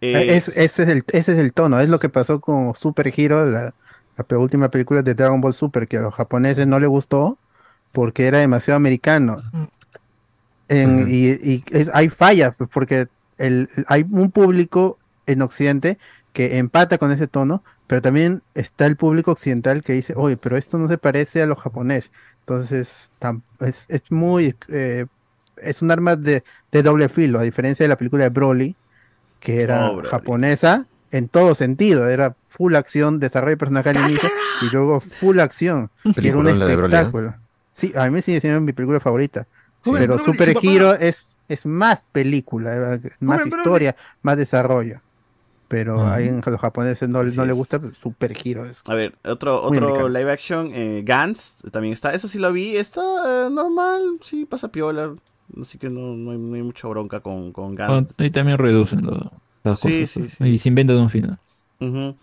Speaker 1: Eh,
Speaker 4: Es- ese, es el, ese es el tono, es lo que pasó con Super Hero, la, la pe- última película de Dragon Ball Super, que a los japoneses no les gustó porque era demasiado americano. en- y, y es- hay fallas, pues, porque el, hay un público en Occidente que empata con ese tono, pero también está el público occidental que dice, oye, pero esto no se parece a lo japonés. Entonces, tam- es, es muy... eh, es un arma de, de doble filo, a diferencia de la película de Broly, que era
Speaker 1: Oh, Broly.
Speaker 4: japonesa en todo sentido. Era full acción, desarrollo de personaje al inicio y luego full acción. Y era un
Speaker 3: Peliculón la de Broly, ¿eh?
Speaker 4: espectáculo. Sí, a mí sigue siendo mi película favorita.
Speaker 3: Sí.
Speaker 4: Pero
Speaker 3: Joven Broly,
Speaker 4: Super
Speaker 3: su papá.
Speaker 4: Hero es, es más película, eh, más historia, más desarrollo. Pero
Speaker 1: Ajá.
Speaker 4: a en los japoneses no,
Speaker 1: Así
Speaker 4: no le
Speaker 1: es.
Speaker 4: gusta Super Hero. Es
Speaker 1: A ver, otro,
Speaker 4: Muy
Speaker 1: otro
Speaker 4: americano.
Speaker 1: live action, eh, Gantz, también está. Eso sí lo vi, está eh, normal, sí, pasa piola. Así que no, no hay, no hay mucha bronca con, con Gantz.
Speaker 15: Ahí también reducen lo- las
Speaker 1: Sí,
Speaker 15: cosas.
Speaker 1: sí,
Speaker 15: pues, Y se inventan un final.
Speaker 1: Ujú.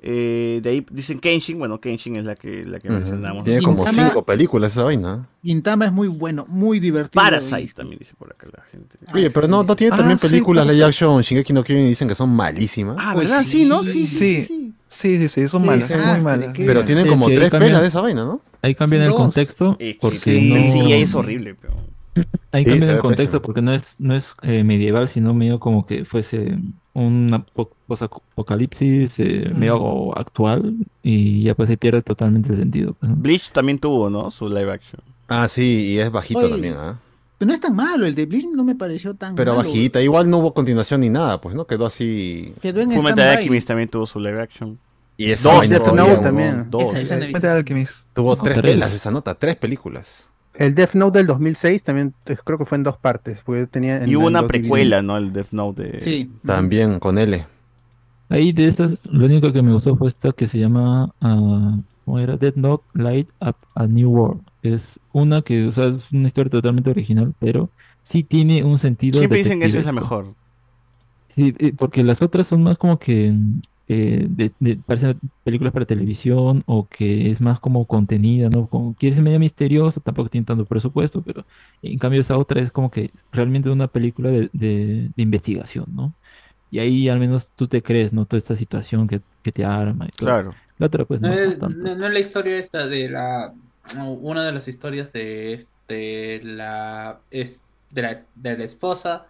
Speaker 1: Eh, de ahí dicen Kenshin, bueno, Kenshin es la que, la que
Speaker 3: Ujú.
Speaker 1: mencionamos.
Speaker 3: Tiene como cinco películas esa vaina.
Speaker 9: Gintama es muy bueno, muy divertido.
Speaker 1: Parasite también dice por acá la gente.
Speaker 3: Oye, pero no, no tiene
Speaker 9: Ah,
Speaker 3: también
Speaker 9: sí,
Speaker 3: películas
Speaker 15: pues.
Speaker 9: puede
Speaker 3: live
Speaker 9: ser.
Speaker 3: action Shingeki no Kyojin y dicen que son malísimas.
Speaker 1: Ah, ¿verdad? Sí, ¿no? Sí, sí, sí,
Speaker 8: Sí, sí, sí, son
Speaker 3: Sí,
Speaker 8: malas,
Speaker 3: sí,
Speaker 8: son
Speaker 3: ah,
Speaker 8: muy malas.
Speaker 3: qué- Pero tienen
Speaker 15: Sí,
Speaker 3: como
Speaker 15: que ahí
Speaker 3: tres
Speaker 15: cambian-
Speaker 3: pelas de esa vaina, ¿no?
Speaker 15: Ahí cambién el
Speaker 3: Dos.
Speaker 15: contexto.
Speaker 1: Eh, sí,
Speaker 15: Porque
Speaker 1: sí, el
Speaker 15: no-
Speaker 1: CGI es horrible, pero-
Speaker 15: Ahí
Speaker 3: Sí, se
Speaker 15: cambian el
Speaker 3: ve
Speaker 15: contexto
Speaker 3: pésimo.
Speaker 15: porque no es, no es eh, medieval, sino medio como que fuese un apocalipsis eh, medio actual y ya pues se pierde totalmente el sentido. pues, ¿no?
Speaker 1: Bleach también tuvo, ¿no? Su live action.
Speaker 3: Ah, sí, y es bajito
Speaker 9: Oye,
Speaker 3: también, ¿ah?
Speaker 9: Pero no es tan malo, el de Bleach no me pareció tan
Speaker 3: Pero
Speaker 9: malo.
Speaker 3: bajita, igual no hubo continuación ni nada, pues, ¿no? Quedó así.
Speaker 9: Quedó en
Speaker 1: Fullmetal
Speaker 9: stand-by.
Speaker 1: Alchemist también tuvo su live action.
Speaker 3: Y esa
Speaker 1: Dos,
Speaker 3: vaina
Speaker 1: Death
Speaker 3: todavía,
Speaker 1: Note
Speaker 3: huevón,
Speaker 1: también.
Speaker 3: dos.
Speaker 1: Esa, esa no he Ah,
Speaker 4: visto.
Speaker 3: Tuvo
Speaker 4: No,
Speaker 3: tres
Speaker 4: tres.
Speaker 3: pelas esa nota, tres películas.
Speaker 4: El Death Note del 2006 también eh, creo que fue en dos partes. Porque tenía en-
Speaker 1: Y hubo
Speaker 4: en
Speaker 1: una
Speaker 4: dos
Speaker 1: precuela, ¿no? El Death Note de...
Speaker 4: Sí.
Speaker 3: También con L.
Speaker 15: Ahí de estas, lo único que me gustó fue esta que se llama, ah, ¿cómo era? Dead Note Light Up a New World. Es una que, o sea, es una historia totalmente original, pero sí tiene un sentido
Speaker 1: Siempre dicen que esa es la
Speaker 15: detectivesco.
Speaker 1: mejor.
Speaker 15: Sí, eh, porque las otras son más como que mm, eh, de- de- parecen películas para televisión o que es más como contenida, ¿no? Como quieres ser medio misteriosa, tampoco tiene tanto presupuesto, pero en cambio esa otra es como que es realmente una película de, de- de investigación, ¿no? Y ahí al menos tú te crees, ¿no? Toda esta situación que, que te arma y todo.
Speaker 1: Claro.
Speaker 15: La otra pues no,
Speaker 10: No,
Speaker 15: no
Speaker 10: es-
Speaker 15: tanto.
Speaker 10: no- no es la historia esta de la una de las historias de este la es de la, de la esposa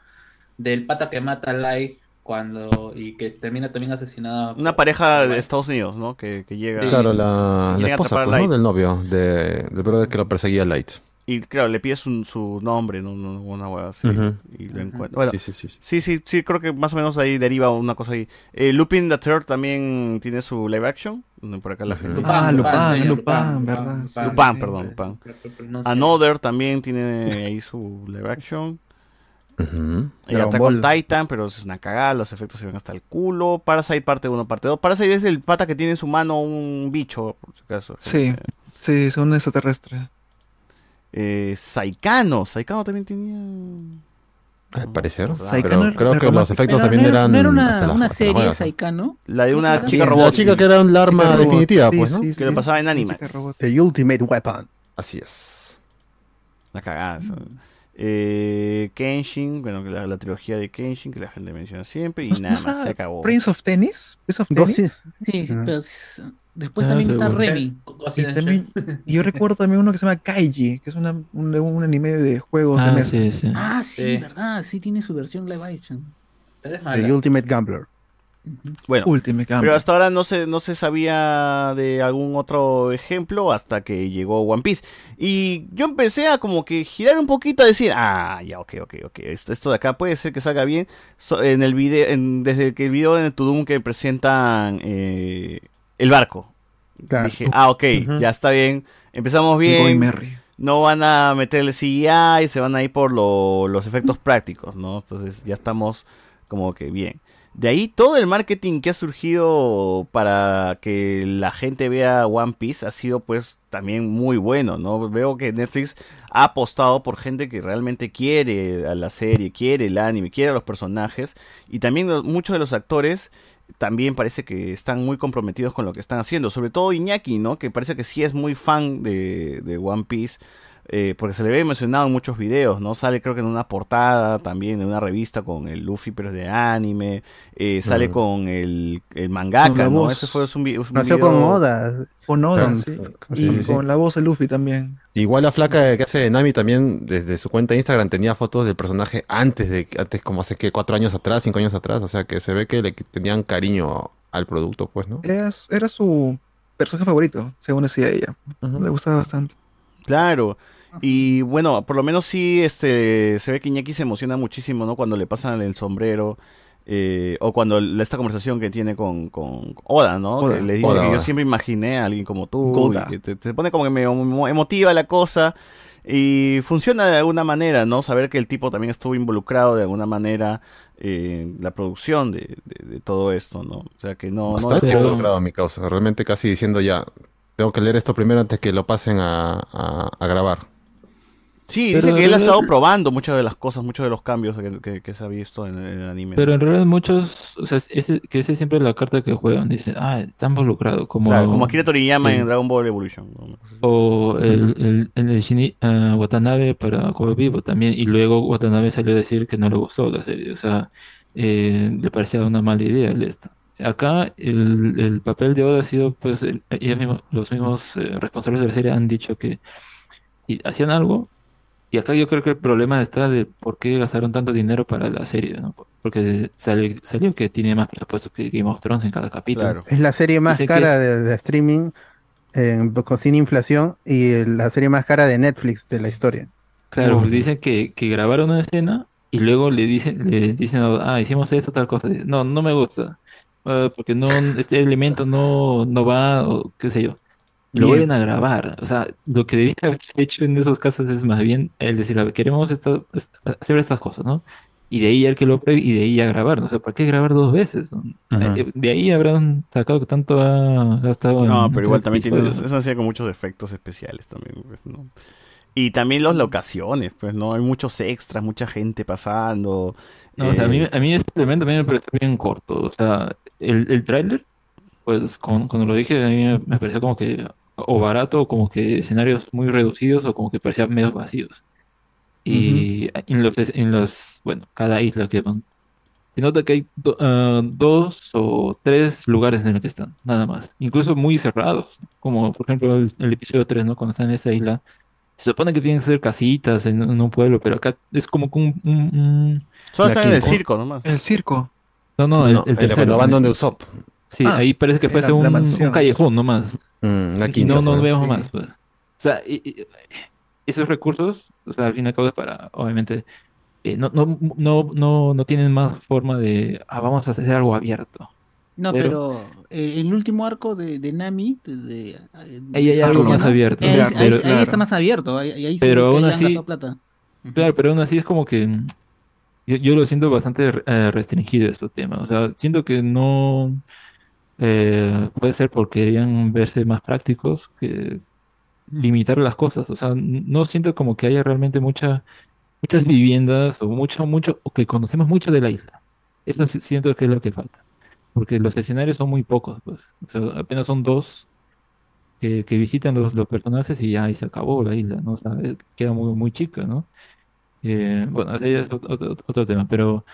Speaker 10: del pata que mata a Light cuando y que termina también asesinada
Speaker 1: Una pareja de Estados Unidos, ¿no? Que, que llega...
Speaker 3: Claro, la, la
Speaker 1: llega a
Speaker 3: esposa,
Speaker 1: atrapar a
Speaker 3: pues, ¿no?
Speaker 1: Light.
Speaker 3: Del novio, de, del brother que lo perseguía Light.
Speaker 1: Y claro, le pides un- su nombre, ¿no? No, no, una hueá así.
Speaker 3: Ujú.
Speaker 1: Y lo encuentra.
Speaker 3: Ujú.
Speaker 1: Bueno,
Speaker 3: Sí, sí, sí, sí.
Speaker 1: sí, sí, sí, creo que más o menos ahí deriva una cosa ahí. Eh, Lupin the Third también tiene su live action. Mm, Por acá la gente.
Speaker 8: Ah, Lupin, Lupin,
Speaker 10: señor,
Speaker 8: Lupin, verdad, sí.
Speaker 1: Lupin,
Speaker 8: Sí,
Speaker 1: perdón,
Speaker 8: sí.
Speaker 1: Lupin.
Speaker 10: Pero- pero- pero no sé.
Speaker 1: Another también tiene ahí su live action. Y
Speaker 4: Dragon
Speaker 1: Attack on
Speaker 4: Ball.
Speaker 1: Titan, pero es una cagada, los efectos se ven hasta el culo. Parasite parte 1, parte 2. Parasite es el pata que tiene en su mano un bicho, por si acaso.
Speaker 8: Sí, sí, son extraterrestres.
Speaker 1: Eh, Saikano, Saikano también tenía...
Speaker 3: Al parecer.
Speaker 1: Saikano
Speaker 3: Pero
Speaker 1: era
Speaker 3: creo que los
Speaker 1: romántico.
Speaker 3: efectos
Speaker 1: Pero
Speaker 3: también
Speaker 1: no era-
Speaker 3: eran.
Speaker 1: no era una-
Speaker 3: hasta las-
Speaker 1: una
Speaker 3: hasta las
Speaker 1: serie
Speaker 3: huevas.
Speaker 9: Saikano.
Speaker 1: La de una
Speaker 3: Sí,
Speaker 1: chica
Speaker 3: la
Speaker 1: robot.
Speaker 3: chica que era un arma
Speaker 1: Chica robot,
Speaker 3: definitiva,
Speaker 1: sí,
Speaker 3: pues, ¿no?
Speaker 1: sí, Que lo pasaba en anime.
Speaker 4: The Ultimate Weapon.
Speaker 3: Así es.
Speaker 1: Una cagada. eso. Eh, Kenshin, bueno, que la, la trilogía de Kenshin que la gente menciona siempre y
Speaker 8: Pues, ¿No-
Speaker 1: nada
Speaker 8: no
Speaker 1: más se
Speaker 8: sabe
Speaker 1: acabó.
Speaker 8: Prince of Tennis, Prince of
Speaker 4: Ghost
Speaker 8: Tennis.
Speaker 9: Sí, pero s- después
Speaker 8: Ah,
Speaker 9: también está
Speaker 8: seguro.
Speaker 9: Remy.
Speaker 8: Y también- y (laughs) yo recuerdo también uno que se llama Kaiji, que es una- un, un anime de juegos
Speaker 15: Ah,
Speaker 8: en el-
Speaker 15: sí, sí.
Speaker 9: Ah, sí,
Speaker 8: Sí.
Speaker 9: verdad, sí tiene su versión live action.
Speaker 4: The Ultimate Gambler.
Speaker 1: Ah, Bueno,
Speaker 8: Ultimate Gambler.
Speaker 1: pero hasta ahora no se, no se sabía de algún otro ejemplo hasta que llegó One Piece. Y yo empecé a como que girar un poquito a decir, ah, ya, ok, ok, ok, esto, esto de acá puede ser que salga bien. So- en el video, en- desde que el video en el Tudum que presentan eh, el barco. Dije, ah, ok,
Speaker 8: Ujú.
Speaker 1: ya está bien. Empezamos
Speaker 8: Digo, y
Speaker 1: bien.
Speaker 8: Merry.
Speaker 1: No van a meterle CGI, se van a ir por lo- los efectos prácticos, ¿no? Entonces ya estamos como que bien. De ahí todo el marketing que ha surgido para que la gente vea One Piece ha sido pues también muy bueno, ¿no? Veo que Netflix ha apostado por gente que realmente quiere a la serie, quiere el anime, quiere a los personajes y también los- muchos de los actores también parece que están muy comprometidos con lo que están haciendo, sobre todo Iñaki, ¿no? Que parece que sí es muy fan de, de One Piece. eh, porque se le ve emocionado en muchos videos, ¿no? Sale creo que en una portada también, de una revista con el Luffy, pero es de anime, eh, sale
Speaker 4: Mm.
Speaker 1: con el, el mangaka,
Speaker 8: Con la
Speaker 1: ¿no?
Speaker 8: voz.
Speaker 1: Ah, Ese fue un, vi- un
Speaker 4: Nació
Speaker 1: video-
Speaker 4: con Oda.
Speaker 8: Con Oda,
Speaker 3: Claro,
Speaker 8: sí.
Speaker 3: sí,
Speaker 8: Y
Speaker 3: sí, sí.
Speaker 8: con la voz de Luffy también.
Speaker 3: Igual la flaca que hace Nami también, desde su cuenta de Instagram, tenía fotos del personaje antes de, antes como hace que cuatro años atrás, cinco años atrás, o sea que se ve que le tenían cariño al producto, pues, ¿no?
Speaker 8: Era, su- era su personaje favorito, según decía ella. Le gustaba bastante.
Speaker 1: Claro. Y bueno, por lo menos sí este se ve que Iñaki se emociona muchísimo, ¿no? Cuando le pasan el sombrero. eh, o cuando l- esta conversación que tiene con, con Oda, ¿no?
Speaker 8: Oda.
Speaker 1: Que le dice
Speaker 8: Oda,
Speaker 1: que yo
Speaker 8: Oda.
Speaker 1: siempre imaginé a alguien como tú.
Speaker 8: Goda.
Speaker 1: y que te- se pone como que medio emo- emotiva la cosa. Y funciona de alguna manera, ¿no? Saber que el tipo también estuvo involucrado de alguna manera eh, en la producción de, de- de todo esto, ¿no? O sea que no... no
Speaker 3: Bastante
Speaker 1: dejó-
Speaker 3: involucrado mi causa, realmente casi diciendo ya, tengo que leer esto primero antes que lo pasen a, a- a grabar.
Speaker 1: Sí,
Speaker 15: Pero
Speaker 1: dice que
Speaker 15: en
Speaker 1: él ha
Speaker 15: realidad-
Speaker 1: estado probando muchas de las cosas, muchos de los cambios que, que- que se ha visto en el anime.
Speaker 15: Pero en realidad muchos, o sea, ese, que esa es siempre la carta que juegan, dicen, ah, está involucrado, como,
Speaker 1: Claro, como Akira Toriyama
Speaker 15: Sí.
Speaker 1: en Dragon Ball Evolution. ¿no?
Speaker 15: o el, el, el de Shini- ah, Watanabe para Cowboy Vivo también, y luego Watanabe salió a decir que no le gustó la serie, o sea, eh, le parecía una mala idea el esto. Acá el, el papel de Oda ha sido, pues, el- ellos mismos- los mismos eh, responsables de la serie han dicho que y hacían algo, y acá yo creo que el problema está de por qué gastaron tanto dinero para la serie, ¿no? Porque sale- salió que tiene más presupuesto que Game of Thrones en cada capítulo.
Speaker 4: Es la serie más
Speaker 15: Dice que
Speaker 4: cara
Speaker 15: es-
Speaker 4: de, de streaming eh, con sin inflación y la serie más cara de Netflix de la historia.
Speaker 15: Claro,
Speaker 4: Uf.
Speaker 15: le dicen que, que grabaron una escena y luego le dicen, le dicen, ah, hicimos esto, tal cosa. Dice, No, no me gusta. ah, porque no, este elemento no, no va, o qué sé yo. Y Lo
Speaker 14: Bien.
Speaker 15: vuelven a grabar. O sea, lo que debían haber hecho en esos casos es más bien el decir, a ver, queremos esta- est- hacer estas cosas, ¿no? Y de ahí el que lo apruebe y de ahí a grabar. No sé, ¿para qué grabar dos veces? no?
Speaker 1: Ajá.
Speaker 15: Eh, De ahí habrán sacado que tanto ha gastado en
Speaker 1: No, pero igual
Speaker 15: cada
Speaker 1: también tiene, es
Speaker 15: episodio, ¿no?
Speaker 1: una serie con muchos efectos especiales también, pues, ¿no? Y también las locaciones, pues, ¿no? Hay muchos extras, mucha gente pasando.
Speaker 15: No, o sea, a
Speaker 1: eh,
Speaker 15: mí, a mí este elemento también me pareció bien corto. O sea, el, el tráiler, pues con- cuando lo dije, a mí me, me pareció como que o barato, o como que escenarios muy reducidos, o como que parecían medios vacíos. Y en los, en los, bueno, cada isla que van, se nota que hay do- ah, dos o tres lugares en los que están, nada más. Incluso muy cerrados, como por ejemplo el, el episodio 3, ¿no? Cuando están en esa isla. Se supone que tienen que ser casitas en, en un pueblo, pero acá es como que un... un- un-
Speaker 1: Solo
Speaker 15: Mm, la
Speaker 1: están en el
Speaker 15: quinco-
Speaker 1: circo nomás.
Speaker 8: El circo.
Speaker 15: No, no, el,
Speaker 3: No,
Speaker 15: el
Speaker 3: el
Speaker 15: tercero.
Speaker 3: abandono
Speaker 15: ¿no?
Speaker 3: de Usopp.
Speaker 15: Sí,
Speaker 3: Ah,
Speaker 15: ahí parece que
Speaker 3: en
Speaker 15: fue
Speaker 3: la- la
Speaker 15: un, un
Speaker 3: mansión.
Speaker 15: callejón nomás.
Speaker 3: Mm, una
Speaker 15: Y
Speaker 3: quinta,
Speaker 15: no nos
Speaker 3: pues.
Speaker 15: vemos
Speaker 3: Sí.
Speaker 15: más, pues. O sea, y- y- esos recursos, o sea, al fin y al cabo es para, obviamente, eh, no, no, no, no, no tienen más forma de, ah, vamos a hacer algo abierto.
Speaker 9: No, pero, eh, el último arco de, de Nami, de, de-
Speaker 15: Ahí hay algo más abierto.
Speaker 9: Ahí, ahí-
Speaker 15: Pero-
Speaker 9: ahí está más abierto, ahí, ahí se
Speaker 15: Pero
Speaker 9: ve que
Speaker 15: aún
Speaker 9: ahí han
Speaker 15: así-
Speaker 9: gastado plata.
Speaker 15: Claro, pero aún así es como que mm, yo, yo lo siento bastante eh, restringido este tema. O sea, siento que no eh, puede ser porque querían verse más prácticos que limitar las cosas. O sea, n- no siento como que haya realmente mucha, muchas viviendas o mucho, mucho, o que conocemos mucho de la isla. Eso sí siento que es lo que falta. Porque los escenarios son muy pocos, pues. O sea, apenas son dos que, que visitan los, los personajes y ya ahí se acabó la isla, ¿no? O sea, eh, queda muy, muy chica, ¿no? Eh, bueno, ahí es ot- ot- ot- otro, tema, pero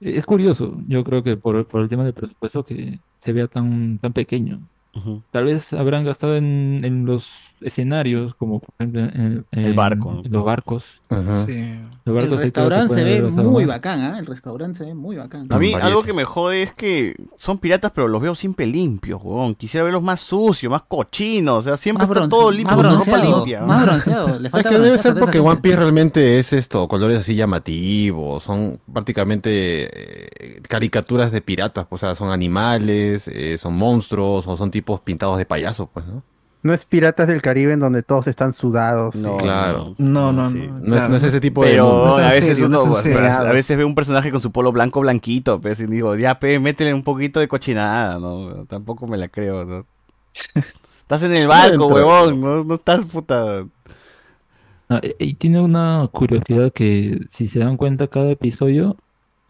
Speaker 15: eh, es curioso, yo creo que por, por el tema del presupuesto que se vea tan, tan pequeño.
Speaker 1: Ujú.
Speaker 15: Tal vez habrán gastado en, en los escenarios, como por ejemplo en, en-
Speaker 1: barco.
Speaker 15: en los barcos.
Speaker 3: Ajá.
Speaker 15: Los barcos
Speaker 9: El
Speaker 15: que creo que
Speaker 9: restaurante se
Speaker 15: pueden
Speaker 9: ve
Speaker 15: haber gastado
Speaker 9: muy
Speaker 15: más.
Speaker 9: bacán, ¿ah? El restaurante se ve muy bacán.
Speaker 1: A mí algo que me jode es que son piratas, pero los veo siempre limpios, huevón. Quisiera verlos más sucios, más cochinos. O sea, siempre
Speaker 9: Más
Speaker 1: está
Speaker 9: bronce-
Speaker 1: todo limpio,
Speaker 9: más
Speaker 1: con ropa
Speaker 9: bronceado,
Speaker 1: limpia.
Speaker 9: más
Speaker 1: huevón.
Speaker 9: bronceado, le
Speaker 3: Es
Speaker 9: falta
Speaker 3: que debe
Speaker 9: broncear
Speaker 3: ser
Speaker 9: de esa
Speaker 3: porque
Speaker 9: gente.
Speaker 3: One Piece realmente es esto, colores así llamativos, son prácticamente eh, caricaturas de piratas, o sea, son animales, eh, son monstruos, o son tipos pintados de payaso, pues, ¿no?
Speaker 4: No es Piratas del Caribe en donde todos están sudados.
Speaker 3: No,
Speaker 4: y-
Speaker 3: claro.
Speaker 8: No, no,
Speaker 3: Sí.
Speaker 8: no,
Speaker 3: No, es,
Speaker 8: claro.
Speaker 3: no es ese tipo de...
Speaker 1: Pero (laughs)
Speaker 3: mundo.
Speaker 1: a veces uno,
Speaker 3: pero
Speaker 1: pero a veces ve un personaje con su polo blanco blanquito, pues, y digo, ya, pe, métele un poquito de cochinada, ¿no? Tampoco me la creo,
Speaker 3: (laughs)
Speaker 1: ¿no? Estás en el barco,
Speaker 15: Adentro.
Speaker 1: huevón, no, no estás puta.
Speaker 15: No, Ah, e, y- y tiene una curiosidad que si se dan cuenta cada episodio